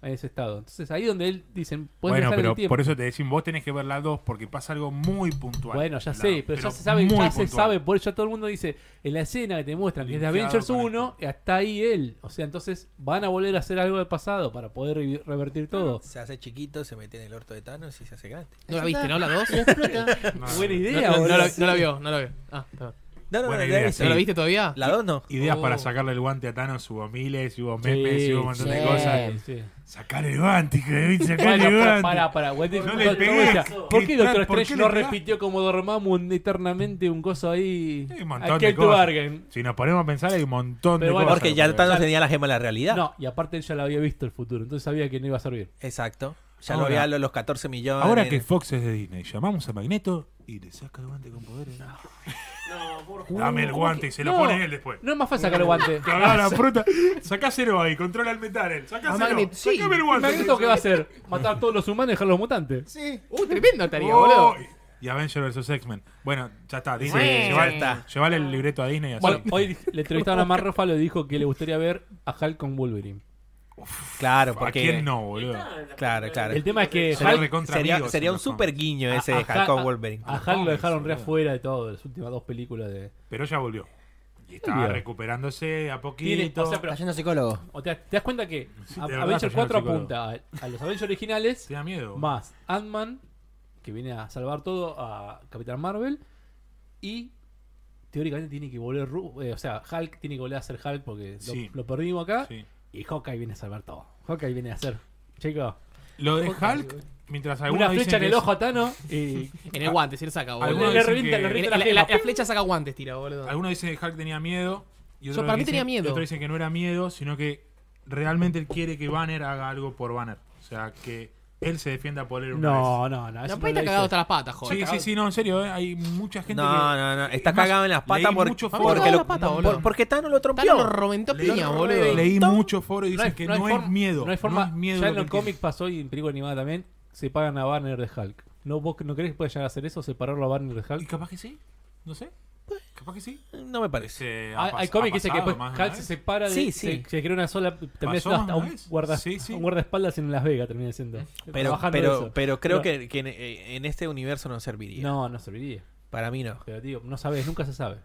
Speaker 5: A ese estado. Entonces ahí donde él dicen, puedes
Speaker 4: bueno,
Speaker 5: dejar
Speaker 4: pero
Speaker 5: el tiempo.
Speaker 4: por eso te decimos, vos tenés que ver la 2 porque pasa algo muy puntual.
Speaker 5: Bueno, ya
Speaker 4: La-
Speaker 5: sé, pero, ya se sabe,
Speaker 4: muy
Speaker 5: ya se
Speaker 4: puntual.
Speaker 5: sabe, por eso todo el mundo dice, en la escena que te muestran, que es de
Speaker 4: Linkeado
Speaker 5: Avengers
Speaker 4: con
Speaker 5: 1, está ahí él. O sea, entonces van a volver a hacer algo del pasado para poder revi- revertir todo.
Speaker 2: Se hace chiquito, se mete en el orto de Thanos y se hace grande.
Speaker 1: No la viste, ¿no? La 2.
Speaker 7: Y explota.
Speaker 4: No,
Speaker 5: Buena
Speaker 4: no.
Speaker 5: idea,
Speaker 1: No, no,
Speaker 5: boludo.
Speaker 1: la, no la vio, no la vio. Ah, perdón.
Speaker 2: No, no,
Speaker 4: Buena
Speaker 2: no,
Speaker 4: idea,
Speaker 2: la vi,
Speaker 4: sí.
Speaker 2: sí.
Speaker 1: ¿No la viste todavía?
Speaker 2: La dos no.
Speaker 4: Ideas
Speaker 1: Oh.
Speaker 4: para sacarle el guante a Thanos, hubo miles, hubo
Speaker 5: Sí,
Speaker 4: memes, hubo un montón de
Speaker 7: sí.
Speaker 4: cosas.
Speaker 5: sí.
Speaker 4: Sacar el guante, hijo de bicha, sacar
Speaker 5: Bueno,
Speaker 4: el
Speaker 5: pero
Speaker 4: guante.
Speaker 5: para, para, güey,
Speaker 4: No
Speaker 5: no-
Speaker 4: le
Speaker 5: no-
Speaker 4: pegues,
Speaker 5: no, o sea, ¿Por qué
Speaker 4: Chris Pratt,
Speaker 5: Doctor
Speaker 4: ¿por qué
Speaker 5: Strange
Speaker 4: le
Speaker 5: no
Speaker 4: pegaste?
Speaker 5: repitió como Dormammu eternamente un coso ahí?
Speaker 4: Hay un montón
Speaker 5: a
Speaker 4: de
Speaker 5: Kill to
Speaker 4: cosas.
Speaker 5: Bargain.
Speaker 4: Si nos ponemos a pensar, hay un montón
Speaker 5: Pero
Speaker 4: de
Speaker 5: bueno,
Speaker 4: cosas.
Speaker 2: Porque ya
Speaker 4: boludo.
Speaker 2: Thanos tenía la gema de la realidad.
Speaker 5: No, y aparte él ya lo había visto el futuro, entonces sabía que no iba a servir.
Speaker 2: Exacto. Ya lo
Speaker 4: Ahora-
Speaker 2: había a los 14 millones.
Speaker 4: Ahora que Fox es de Disney, llamamos a Magneto y le saca el guante con poderes.
Speaker 6: No, por
Speaker 4: Dame el guante y se lo
Speaker 5: No,
Speaker 4: pone él después.
Speaker 5: No es más fácil sacar el guante.
Speaker 4: Cagá la fruta. Sacá cero ahí, controla el metal. él. Sacá
Speaker 1: Ah,
Speaker 4: cero.
Speaker 1: Magneto, sí.
Speaker 4: Sacame el guante.
Speaker 5: Magneto, ¿qué va a hacer? ¿Matar a todos los humanos y dejar a los mutantes?
Speaker 7: Sí.
Speaker 1: Uh, tremendo estaría,
Speaker 4: Oh,
Speaker 1: boludo.
Speaker 4: Y Avengers vs X-Men. Bueno, ya está. Disney,
Speaker 1: Sí,
Speaker 4: llevar-
Speaker 1: ya está.
Speaker 4: llevarle el libreto a Disney y así.
Speaker 5: Bueno, hoy le entrevistaron a Mark Ruffalo y dijo que le gustaría ver a Hulk con Wolverine.
Speaker 2: Claro,
Speaker 4: ¿A
Speaker 2: porque.
Speaker 4: quién no, boludo?
Speaker 2: Claro, claro.
Speaker 5: El tema es que
Speaker 4: Sería
Speaker 5: Hulk,
Speaker 4: recontra
Speaker 2: Sería,
Speaker 4: amigos
Speaker 2: sería
Speaker 4: en
Speaker 2: un
Speaker 4: los
Speaker 2: super
Speaker 4: cómics.
Speaker 2: guiño ese
Speaker 5: a-
Speaker 2: de
Speaker 5: a-
Speaker 2: Hulk con Wolverine.
Speaker 5: a Hulk lo dejaron re
Speaker 4: Comics,
Speaker 5: afuera de todo, las últimas dos películas de...
Speaker 4: Pero ya volvió. Y está
Speaker 5: Volvió.
Speaker 4: recuperándose a
Speaker 5: Tiene-
Speaker 4: poquito.
Speaker 5: o sea, pero-
Speaker 7: Cayendo psicólogo.
Speaker 5: o te, te das cuenta que
Speaker 4: Sí,
Speaker 5: a-
Speaker 4: de verdad,
Speaker 5: Avengers
Speaker 4: cayendo
Speaker 5: 4
Speaker 4: psicólogo.
Speaker 5: apunta a, a los Avengers originales,
Speaker 4: Te da miedo.
Speaker 5: más Ant-Man, que viene a salvar todo a Capitán Marvel, y teóricamente tiene que volver... Ru- eh, o sea, Hulk tiene que volver a ser Hulk porque lo-
Speaker 4: Sí.
Speaker 5: lo, perdimos acá,
Speaker 4: Sí.
Speaker 5: y Hawkeye viene a salvar todo. Hawkeye viene a ser... Chicos,
Speaker 4: Lo de Hulk, mientras algunos
Speaker 5: una flecha
Speaker 4: dicen
Speaker 5: en el
Speaker 4: que es-
Speaker 5: ojo a Thanos y
Speaker 1: En el guante, si lo saca,
Speaker 4: Algunos
Speaker 1: boludo.
Speaker 5: le
Speaker 4: dicen
Speaker 5: revienta,
Speaker 4: que-
Speaker 5: le revienta
Speaker 1: La,
Speaker 5: la
Speaker 1: la-
Speaker 5: gema.
Speaker 1: la flecha saca guantes, tira, boludo.
Speaker 4: Algunos dicen que Hulk tenía miedo. Y otros
Speaker 1: para mí
Speaker 4: dicen-
Speaker 1: tenía miedo.
Speaker 4: y Otros dicen que no era miedo, sino que realmente él quiere que Banner haga algo por Banner. O sea, que él se defienda por él una
Speaker 5: No, no, no.
Speaker 1: La
Speaker 5: eso
Speaker 1: pata
Speaker 5: no
Speaker 1: está
Speaker 5: lo
Speaker 1: cagado
Speaker 5: dice.
Speaker 1: hasta las patas,
Speaker 4: vez.
Speaker 1: joder.
Speaker 4: Sí, sí, sí, no, en serio, ¿eh? hay mucha gente
Speaker 2: No,
Speaker 4: que...
Speaker 2: no, no. Está
Speaker 4: Es más,
Speaker 2: cagado en las patas
Speaker 4: leí
Speaker 2: por-
Speaker 4: mucho
Speaker 2: porque,
Speaker 4: foro.
Speaker 1: Está cagado en
Speaker 2: lo-
Speaker 1: las patas,
Speaker 2: por-
Speaker 1: boludo.
Speaker 2: porque Tano lo
Speaker 1: Tano
Speaker 2: trompió.
Speaker 1: lo reventó piña, boludo.
Speaker 4: Leí
Speaker 2: Tom-
Speaker 4: mucho foro y dicen
Speaker 5: hay-
Speaker 4: que
Speaker 5: hay
Speaker 4: no, es
Speaker 5: forma-
Speaker 4: miedo.
Speaker 5: No hay forma.
Speaker 4: es miedo
Speaker 5: ya
Speaker 4: lo
Speaker 5: en
Speaker 4: que
Speaker 5: los
Speaker 4: él tiene.
Speaker 5: cómics pasó y en película animada también. Separan a Banner de Hulk. ¿No, ¿Vos no crees que puede llegar a hacer eso? ¿Separarlo a Banner de
Speaker 4: Y
Speaker 5: Hulk?
Speaker 4: capaz que sí, no sé. Capaz que sí.
Speaker 2: No me parece.
Speaker 4: Se- ha
Speaker 5: Ah, Hay
Speaker 4: pas-
Speaker 5: cómics
Speaker 4: ha
Speaker 5: que dicen que
Speaker 4: pasado
Speaker 5: después
Speaker 4: más de una
Speaker 5: Hulk se
Speaker 4: vez.
Speaker 5: separa. de-
Speaker 2: Sí,
Speaker 5: se-
Speaker 2: sí.
Speaker 5: Se, crea una sola. Termina
Speaker 4: Pasó
Speaker 5: siendo hasta
Speaker 4: más de
Speaker 5: un,
Speaker 4: una vez.
Speaker 5: guarda,
Speaker 4: Sí, sí.
Speaker 5: un guardaespaldas en Las Vegas. Termina siendo.
Speaker 2: Pero,
Speaker 5: Trabajando
Speaker 2: pero,
Speaker 5: eso.
Speaker 2: pero creo
Speaker 5: Pero-
Speaker 2: que, que en, eh, en este universo no serviría.
Speaker 5: No, no serviría.
Speaker 2: Para mí no.
Speaker 5: Pero digo, no sabes, nunca se sabe.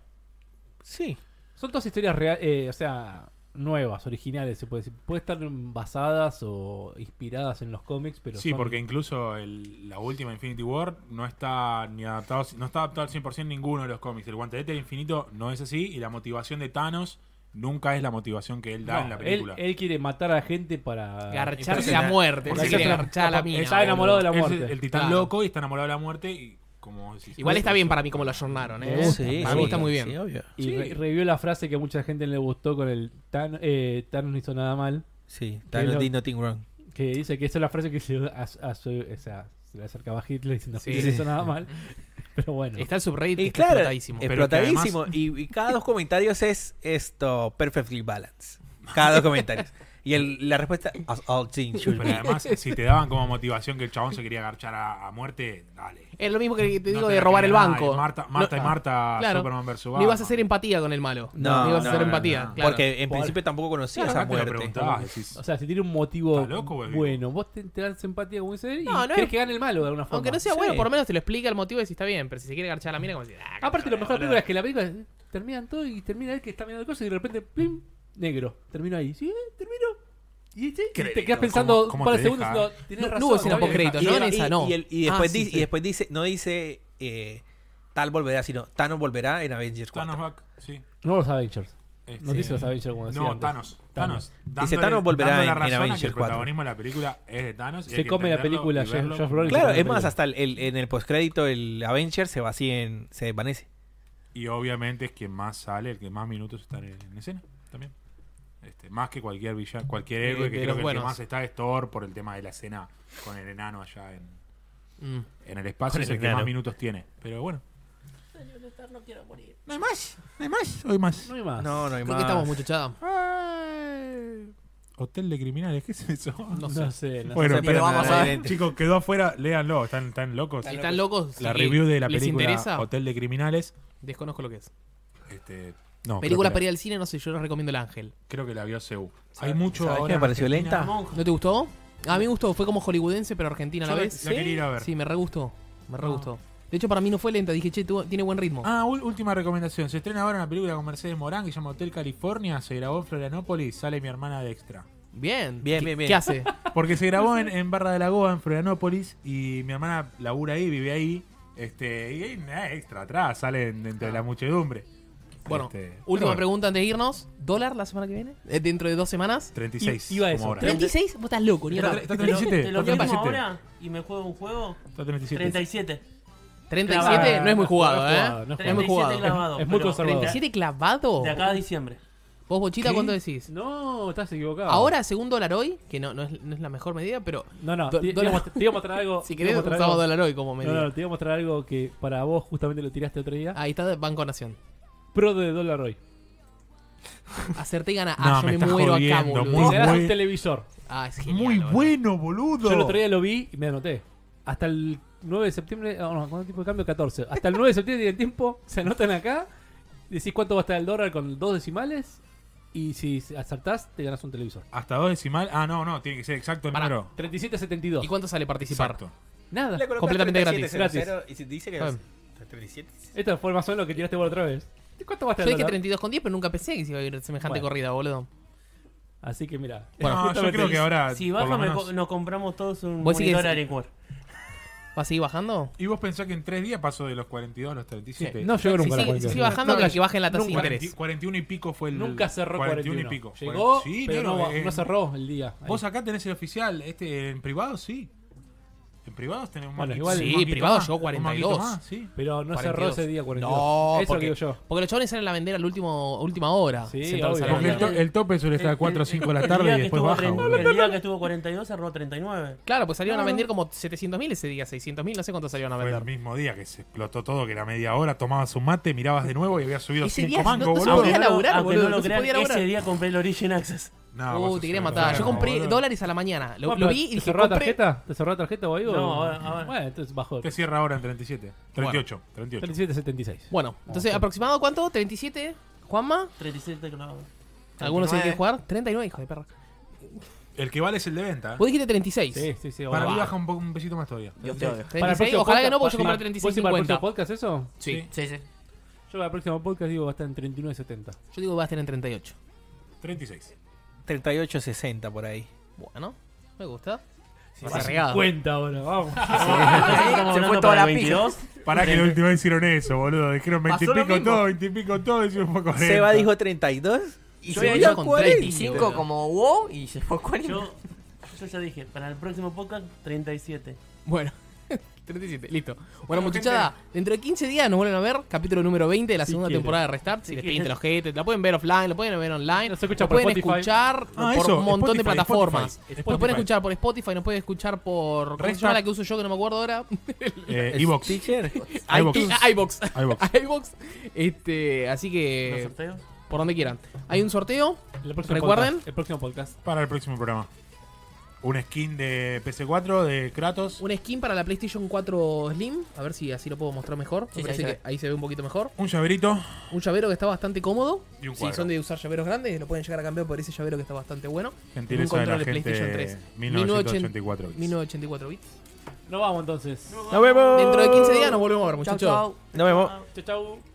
Speaker 2: Sí.
Speaker 5: Son todas historias reales. eh, o sea, nuevas, originales, se puede decir. Puede estar basadas o inspiradas en los cómics, pero
Speaker 4: Sí,
Speaker 5: son-
Speaker 4: porque incluso el- la última Infinity War no está ni adaptado, no está adaptado al 100% ninguno de los cómics. El guantelete del infinito no es así y la motivación de Thanos nunca es la motivación que él da
Speaker 5: No,
Speaker 4: en la
Speaker 5: él-
Speaker 4: película.
Speaker 5: Él, quiere matar a gente para.
Speaker 1: Garcharse
Speaker 4: impresionante.
Speaker 1: a muerte.
Speaker 4: Porque
Speaker 1: Se
Speaker 4: se
Speaker 1: quiere
Speaker 4: la-
Speaker 1: garchar a la mina.
Speaker 5: Está enamorado de
Speaker 1: boludo.
Speaker 5: la
Speaker 4: Él es
Speaker 5: muerte.
Speaker 4: el titán
Speaker 1: Claro.
Speaker 4: loco y está enamorado de la muerte y como decís-
Speaker 1: Igual está bien para mí como lo ayornaron, ¿eh?
Speaker 2: Sí,
Speaker 1: para mí
Speaker 2: sí,
Speaker 1: está muy bien.
Speaker 2: sí, obvio.
Speaker 5: Y re- revivió la frase que a mucha gente le gustó con el Tan, eh, Thanos no hizo nada mal.
Speaker 2: Sí, Thanos
Speaker 5: lo-
Speaker 2: did nothing wrong.
Speaker 5: Que dice que esa es la frase que se, a, a su- o sea, se le acercaba a Hitler diciendo
Speaker 1: Sí.
Speaker 5: que no hizo nada mal. Pero bueno.
Speaker 1: Está el subreddit que
Speaker 2: Y
Speaker 1: está
Speaker 2: claro,
Speaker 1: explotadísimo.
Speaker 4: eh,
Speaker 2: explotadísimo. Y, y cada dos comentarios es esto, perfectly balanced. Cada dos comentarios. Y el- la respuesta, as all things should
Speaker 4: Pero
Speaker 2: be.
Speaker 4: además, si te daban como motivación que el chabón se quería agarchar a, a muerte, dale.
Speaker 1: Es lo mismo que te
Speaker 4: No
Speaker 1: digo
Speaker 4: te
Speaker 1: de
Speaker 4: la
Speaker 1: robar el
Speaker 4: quería nada.
Speaker 1: banco.
Speaker 4: Marta, Marta
Speaker 1: No- ah,
Speaker 4: y Marta,
Speaker 1: Claro.
Speaker 4: Superman vs.
Speaker 1: No ibas a hacer empatía con el malo.
Speaker 2: No,
Speaker 1: No, ibas a
Speaker 4: no,
Speaker 1: hacer
Speaker 4: no,
Speaker 1: empatía.
Speaker 4: no.
Speaker 1: Claro.
Speaker 2: Porque en principio tampoco conocías
Speaker 4: Claro,
Speaker 2: a
Speaker 4: te lo
Speaker 2: muerte.
Speaker 4: preguntabas, decís,
Speaker 5: O sea, si tiene un motivo
Speaker 4: Está loco, güey.
Speaker 5: bueno, vos te, te das empatía como dice él y
Speaker 1: No, no
Speaker 5: querés
Speaker 1: es-
Speaker 5: que gane el malo de alguna forma.
Speaker 1: Aunque no sea
Speaker 2: Sí.
Speaker 1: bueno, por lo menos te lo explica el motivo de si está bien. Pero si se quiere garchar a la mina, como si. ah,
Speaker 5: Aparte, lo mejor de la
Speaker 1: boludo.
Speaker 5: película es que la película eh, terminan todo y termina él que está mirando cosas y de repente, plim, negro. Termino ahí. Sí, eh, termino. Y, sí, y te quedas
Speaker 4: Crédito.
Speaker 5: pensando
Speaker 4: ¿Cómo- cómo
Speaker 5: un par de
Speaker 4: te
Speaker 5: segundos
Speaker 4: deja?
Speaker 5: diciendo, tenés
Speaker 1: No- no
Speaker 5: razón.
Speaker 1: hubo escena
Speaker 5: está bien.
Speaker 1: postcrédito, ¿no?
Speaker 2: Y-
Speaker 1: En
Speaker 2: y-
Speaker 1: esa no.
Speaker 2: Y, el- y después,
Speaker 1: Ah, sí,
Speaker 2: dice,
Speaker 1: sí.
Speaker 2: y después dice, no dice eh, tal volverá, sino Thanos volverá en Avengers 4.
Speaker 1: Ah,
Speaker 4: Thanos back, sí.
Speaker 5: No los Avengers.
Speaker 4: Este-
Speaker 5: No dice los Avengers como decía
Speaker 4: No,
Speaker 5: antes.
Speaker 4: Thanos. Thanos.
Speaker 2: Dice,
Speaker 4: Dándole-
Speaker 2: Thanos volverá
Speaker 4: dándole
Speaker 2: en- en
Speaker 4: razón a que
Speaker 2: Avengers
Speaker 4: El
Speaker 2: 4.
Speaker 4: protagonismo de la película es de Thanos. y
Speaker 5: Se
Speaker 4: hay que
Speaker 5: come la
Speaker 4: entenderlo
Speaker 5: película,
Speaker 4: y
Speaker 5: Jeff-
Speaker 4: verlo.
Speaker 5: Jeff Brolin.
Speaker 2: Claro,
Speaker 5: Sí,
Speaker 2: es más,
Speaker 5: pero-
Speaker 2: hasta el, el- en el postcrédito el Avengers se vacía en, se desvanece.
Speaker 4: Y obviamente es quien más sale, el que más minutos está en, en escena también. Este, más que cualquier villano, cualquier
Speaker 1: De-
Speaker 4: héroe
Speaker 1: de
Speaker 4: que creo
Speaker 1: los
Speaker 4: que el
Speaker 1: buenos.
Speaker 4: que más está es Thor por el tema de la escena con el enano allá en,
Speaker 1: Mm.
Speaker 4: en el espacio,
Speaker 2: Con
Speaker 4: es
Speaker 2: el
Speaker 4: el que
Speaker 2: enano.
Speaker 4: más minutos tiene. Pero bueno.
Speaker 6: Señor Star, no quiero morir.
Speaker 4: No hay más, no hay más, hoy más.
Speaker 5: No hay más.
Speaker 2: No, no hay
Speaker 1: Creo
Speaker 2: más.
Speaker 1: que estamos muchachados.
Speaker 4: Hotel de criminales, ¿qué es eso?
Speaker 5: No sé. No sé, no
Speaker 4: bueno,
Speaker 2: sé,
Speaker 4: pero
Speaker 2: pero
Speaker 4: vamos
Speaker 2: nada,
Speaker 4: a ver.
Speaker 2: evidente.
Speaker 4: Chicos, quedó afuera, léanlo, están, están locos.
Speaker 1: Si están locos,
Speaker 4: La
Speaker 1: si
Speaker 4: review de la
Speaker 1: les
Speaker 4: película
Speaker 1: interesa,
Speaker 4: Hotel de Criminales.
Speaker 1: desconozco lo que es.
Speaker 4: Este, no,
Speaker 1: película para
Speaker 4: creo que,
Speaker 1: ir al cine, no sé, yo les recomiendo El Ángel.
Speaker 4: la, creo que la vio Seu. Hay mucho
Speaker 2: ¿Sabes
Speaker 4: ahora
Speaker 2: qué me
Speaker 4: en
Speaker 2: pareció
Speaker 4: Argentina.
Speaker 2: lenta?
Speaker 6: Monja.
Speaker 1: ¿No te gustó? A mí me gustó, fue como hollywoodense, pero argentina a la
Speaker 4: Yo la,
Speaker 1: vez.
Speaker 4: la quería ir a ver.
Speaker 1: Sí, me re gustó. Me re gustó. De hecho, para mí no fue lenta, dije, che, tuvo- tiene buen ritmo.
Speaker 4: Ah, ul- última recomendación. Se estrena ahora una película con Mercedes Morán que se llama Hotel California. Se grabó en Florianópolis. Sale mi hermana de extra.
Speaker 1: Bien.
Speaker 2: Bien,
Speaker 1: ¿Qué-
Speaker 2: bien, bien.
Speaker 1: ¿Qué hace?
Speaker 4: Porque se grabó en, en Barra de la Goa, en Florianópolis. Y mi hermana labura ahí, vive ahí. Este, y hay una extra atrás. Salen dentro de la muchedumbre.
Speaker 1: Ah. Bueno,
Speaker 4: Este, pero
Speaker 1: última
Speaker 4: bueno,
Speaker 1: pregunta antes de irnos. ¿Dólar la semana que viene? Eh, ¿Dentro de dos semanas?
Speaker 4: 36.
Speaker 5: Iba a
Speaker 4: como
Speaker 5: eso,
Speaker 4: ahora.
Speaker 5: tre-
Speaker 1: ¿36? Vos estás loco, ni
Speaker 4: Está-
Speaker 1: acá.
Speaker 4: está-
Speaker 6: Te lo-
Speaker 4: 37,
Speaker 6: Te lo
Speaker 4: está
Speaker 6: firmo
Speaker 4: 37.
Speaker 6: ahora y me juego un juego.
Speaker 4: Está 37.
Speaker 6: 37.
Speaker 1: 37 no es muy jugado,
Speaker 5: No es jugado,
Speaker 1: ¿eh?
Speaker 5: no es
Speaker 1: No es muy
Speaker 6: 37
Speaker 1: jugado.
Speaker 6: clavado.
Speaker 5: Es muy
Speaker 6: pero
Speaker 5: conservador.
Speaker 1: ¿37 clavado?
Speaker 6: De acá a diciembre.
Speaker 1: ¿Vos, Bochita,
Speaker 4: ¿Qué?
Speaker 1: cuánto decís?
Speaker 5: No, estás equivocado.
Speaker 1: Ahora, según dólar hoy, que no, no, es, no es la mejor medida, pero
Speaker 5: No, no,
Speaker 1: Do-
Speaker 5: te, te
Speaker 1: dólar-
Speaker 5: iba a mostrar- te iba a mostrar algo.
Speaker 1: si
Speaker 5: te iba a
Speaker 1: querés
Speaker 5: mostrar
Speaker 1: usamos
Speaker 5: algo-
Speaker 1: dólar hoy como medida.
Speaker 5: No, no, te iba a mostrar algo que para vos justamente lo tiraste otro día.
Speaker 1: Ahí está Banco Nación.
Speaker 5: Pro de dólar hoy.
Speaker 1: Acerté y gana.
Speaker 4: No,
Speaker 1: Ah,
Speaker 4: me
Speaker 1: yo me
Speaker 4: estás
Speaker 1: muero acá,
Speaker 4: jodiendo,
Speaker 1: boludo.
Speaker 4: Ah, muy
Speaker 5: Te ganás
Speaker 4: bueno.
Speaker 5: un televisor.
Speaker 1: Ah, es genial.
Speaker 4: Muy
Speaker 1: boludo.
Speaker 4: bueno, boludo.
Speaker 5: Yo el otro día lo vi y me anoté. Hasta el 9 de septiembre. ah, no, ¿cuánto tipo de cambio? 14. Hasta el 9 de septiembre tienen tiempo. Se anotan acá. Decís cuánto va a estar el dólar con dos decimales. Y si acertás, te ganas un televisor.
Speaker 4: Hasta dos decimal. Ah, no, no, tiene que ser exacto el
Speaker 1: Pará.
Speaker 4: número.
Speaker 5: 37.72.
Speaker 1: ¿Y cuánto sale participar?
Speaker 4: Exacto.
Speaker 5: Nada.
Speaker 1: Completamente gratis.
Speaker 2: Y si dice que
Speaker 1: Ah.
Speaker 5: Esta fue más o menos lo que tiraste vos otra vez. ¿Cuánto va a
Speaker 1: Yo
Speaker 5: estar el
Speaker 1: dije
Speaker 5: dólar?
Speaker 1: 32 con 10, pero nunca pensé que se iba a ir semejante
Speaker 5: Bueno.
Speaker 1: corrida, boludo.
Speaker 5: Así que mira.
Speaker 4: no, yo
Speaker 5: justamente
Speaker 4: creo que ahora.
Speaker 6: Si
Speaker 4: por
Speaker 6: baja,
Speaker 4: lo
Speaker 6: me
Speaker 4: menos-
Speaker 6: co- nos compramos todos un
Speaker 1: Vos decís que
Speaker 6: monitor
Speaker 1: es-
Speaker 6: Alienware.
Speaker 1: ¿Va a seguir bajando?
Speaker 4: Y vos pensás que en tres días pasó de los 42 a los 37.
Speaker 5: Eh, No llegó
Speaker 1: Si
Speaker 5: nunca a la
Speaker 1: sigue, si
Speaker 5: cuenta.
Speaker 1: sigue bajando,
Speaker 5: Nunca
Speaker 1: la que baje en la tasa de
Speaker 4: Cuarenta-
Speaker 1: interés.
Speaker 4: 41 y pico fue el.
Speaker 5: Nunca cerró 41.
Speaker 4: y pico.
Speaker 5: Llegó,
Speaker 4: Sí,
Speaker 5: pero
Speaker 4: negro,
Speaker 5: no,
Speaker 4: eh,
Speaker 5: no cerró el día. Ahí.
Speaker 4: Vos acá tenés el oficial. este En privado, sí. En privados tenemos
Speaker 5: Bueno,
Speaker 4: manguito-
Speaker 5: igual-
Speaker 4: un
Speaker 5: Sí,
Speaker 4: manguito
Speaker 1: privado
Speaker 4: más,
Speaker 1: llegó
Speaker 4: un manguito
Speaker 1: 42.
Speaker 4: más, sí.
Speaker 5: Pero no cerró
Speaker 1: 42.
Speaker 5: ese día 42.
Speaker 1: No,
Speaker 5: Eso
Speaker 1: porque,
Speaker 5: digo yo.
Speaker 1: porque los chavales salen a vender a la último, última hora.
Speaker 5: Sí,
Speaker 1: sentados
Speaker 5: obvio.
Speaker 1: a la
Speaker 4: Porque el,
Speaker 1: ventana.
Speaker 4: to- el tope suele estar a 4 o 5 de la tarde
Speaker 6: día
Speaker 4: y
Speaker 6: que
Speaker 4: después
Speaker 6: estuvo
Speaker 4: baja.
Speaker 6: tre-
Speaker 4: boludo.
Speaker 6: El día que estuvo 42 cerró 39.
Speaker 1: Claro, pues salieron a vender como 700.000 ese día, 600.000, no sé cuánto salieron a
Speaker 4: Fue el
Speaker 1: vender.
Speaker 4: mismo día que se explotó todo, que era media hora, tomabas un mate, mirabas de nuevo y había subido
Speaker 1: Ese
Speaker 4: 5
Speaker 1: día
Speaker 4: mangos,
Speaker 1: no- no se
Speaker 4: boludo.
Speaker 1: podía
Speaker 6: Aunque
Speaker 1: laburar,
Speaker 6: aunque
Speaker 1: boludo,
Speaker 6: no
Speaker 1: no
Speaker 6: lo
Speaker 1: se
Speaker 6: crean,
Speaker 1: podía laburar.
Speaker 6: ese día compré el Origin Access.
Speaker 4: No, vos
Speaker 1: Uh,
Speaker 4: sos
Speaker 1: te quería
Speaker 4: un
Speaker 1: matar. Yo
Speaker 4: enfermo,
Speaker 1: compré
Speaker 4: boludo.
Speaker 1: dólares a la mañana. Lo,
Speaker 5: Bueno,
Speaker 1: lo
Speaker 5: Ah, pero
Speaker 1: vi y
Speaker 5: ¿Te
Speaker 1: dije,
Speaker 5: cerró la
Speaker 1: compré...
Speaker 5: tarjeta? ¿Te cerró la tarjeta o algo?
Speaker 6: No, ahora- ahora.
Speaker 5: Bueno, entonces bajó.
Speaker 4: Te cierra ahora en 37. 38, 38.
Speaker 5: 37.76.
Speaker 1: Bueno, entonces,
Speaker 5: Ah, sí.
Speaker 1: ¿aproximado cuánto? ¿37? ¿Juanma?
Speaker 6: 37 clavado.
Speaker 1: ¿Alguno se
Speaker 3: 39.
Speaker 1: quiere jugar? 39, hijo de perra.
Speaker 5: Ah.
Speaker 4: El que vale es el de venta.
Speaker 1: Vos dijiste 36.
Speaker 5: Sí, sí, sí.
Speaker 4: Para
Speaker 5: bueno,
Speaker 4: mí
Speaker 5: va.
Speaker 4: baja un, po- un besito más todavía.
Speaker 3: Dios te odio.
Speaker 5: Para
Speaker 1: 36,
Speaker 5: el próximo
Speaker 1: ojalá que
Speaker 5: podcast-
Speaker 1: no, porque yo
Speaker 5: para-
Speaker 1: compré
Speaker 5: ¿Vos decís para el próximo
Speaker 1: 36.50.
Speaker 5: podcast eso?
Speaker 1: Sí.
Speaker 3: Sí, sí.
Speaker 5: Yo para el próximo podcast digo va a estar en 39.70.
Speaker 1: Yo digo que va a estar en 38.
Speaker 4: 36.
Speaker 2: 38, 60 por ahí.
Speaker 1: Bueno, me gusta.
Speaker 5: Más
Speaker 1: Más arriesgado.
Speaker 5: 50 ahora, vamos.
Speaker 7: Se fue toda la pija.
Speaker 4: Pará que la última vez hicieron eso, boludo. Dijeron 20 y
Speaker 3: Pasó lo
Speaker 4: pico
Speaker 3: mismo.
Speaker 4: todo, 20 y pico todo, y se fue con
Speaker 2: Seba dijo 32
Speaker 1: Yo
Speaker 2: y se
Speaker 1: había
Speaker 2: dio
Speaker 1: dicho con
Speaker 2: 40.
Speaker 3: 25 como wow y se fue 40.
Speaker 6: Yo, yo ya dije, para el próximo podcast, 37.
Speaker 1: Bueno, 37, listo. Bueno, muchachada, dentro de 15 días nos vuelven a ver. Capítulo número 20 de la
Speaker 5: Si
Speaker 1: segunda
Speaker 5: quieren.
Speaker 1: temporada de Restart. Si les
Speaker 6: quieren.
Speaker 1: pinta los jetes, la pueden ver offline, la pueden ver online.
Speaker 5: Nos escucha
Speaker 1: la
Speaker 5: por
Speaker 1: pueden
Speaker 5: Spotify.
Speaker 1: escuchar
Speaker 4: Ah,
Speaker 1: por
Speaker 4: eso,
Speaker 1: un montón de
Speaker 4: Spotify,
Speaker 1: plataformas.
Speaker 4: Spotify,
Speaker 1: Nos
Speaker 4: Spotify.
Speaker 1: pueden escuchar por Spotify, nos pueden escuchar por. ¿Cómo se llama
Speaker 4: Restart.
Speaker 1: la que uso yo que no me acuerdo ahora?
Speaker 4: Eh, Evox.
Speaker 2: Teacher.
Speaker 4: iVoox.
Speaker 1: I- I- iVoox.
Speaker 4: iVoox.
Speaker 1: iVoox. Este, así
Speaker 6: ¿Los
Speaker 1: que.
Speaker 6: sorteos?
Speaker 1: Por donde quieran. Hay un sorteo.
Speaker 5: El próximo
Speaker 1: ¿Recuerden?
Speaker 5: podcast, el próximo podcast.
Speaker 4: Para el próximo programa. Un skin de PC4 de Kratos.
Speaker 1: Un skin para la PlayStation 4 Slim. A ver si así lo puedo mostrar mejor. Me
Speaker 3: Sí, sí,
Speaker 1: parece
Speaker 3: ahí se
Speaker 1: que ahí se ve un poquito mejor.
Speaker 4: Un llaverito.
Speaker 1: Un llavero que está bastante cómodo.
Speaker 4: Y un
Speaker 1: si
Speaker 4: cuadro.
Speaker 1: son de usar llaveros grandes, lo pueden llegar a cambiar por ese llavero que está bastante bueno. un
Speaker 4: Gentileza de la
Speaker 1: control de
Speaker 4: gente.
Speaker 1: PlayStation 3.
Speaker 4: 1984. bits.
Speaker 1: 1984 bits.
Speaker 5: Nos vamos entonces.
Speaker 2: Nos vemos.
Speaker 1: Dentro de 15 días nos volvemos a ver,
Speaker 3: Chau,
Speaker 1: muchachos.
Speaker 3: chau.
Speaker 2: Nos vemos.
Speaker 5: Chau, chau.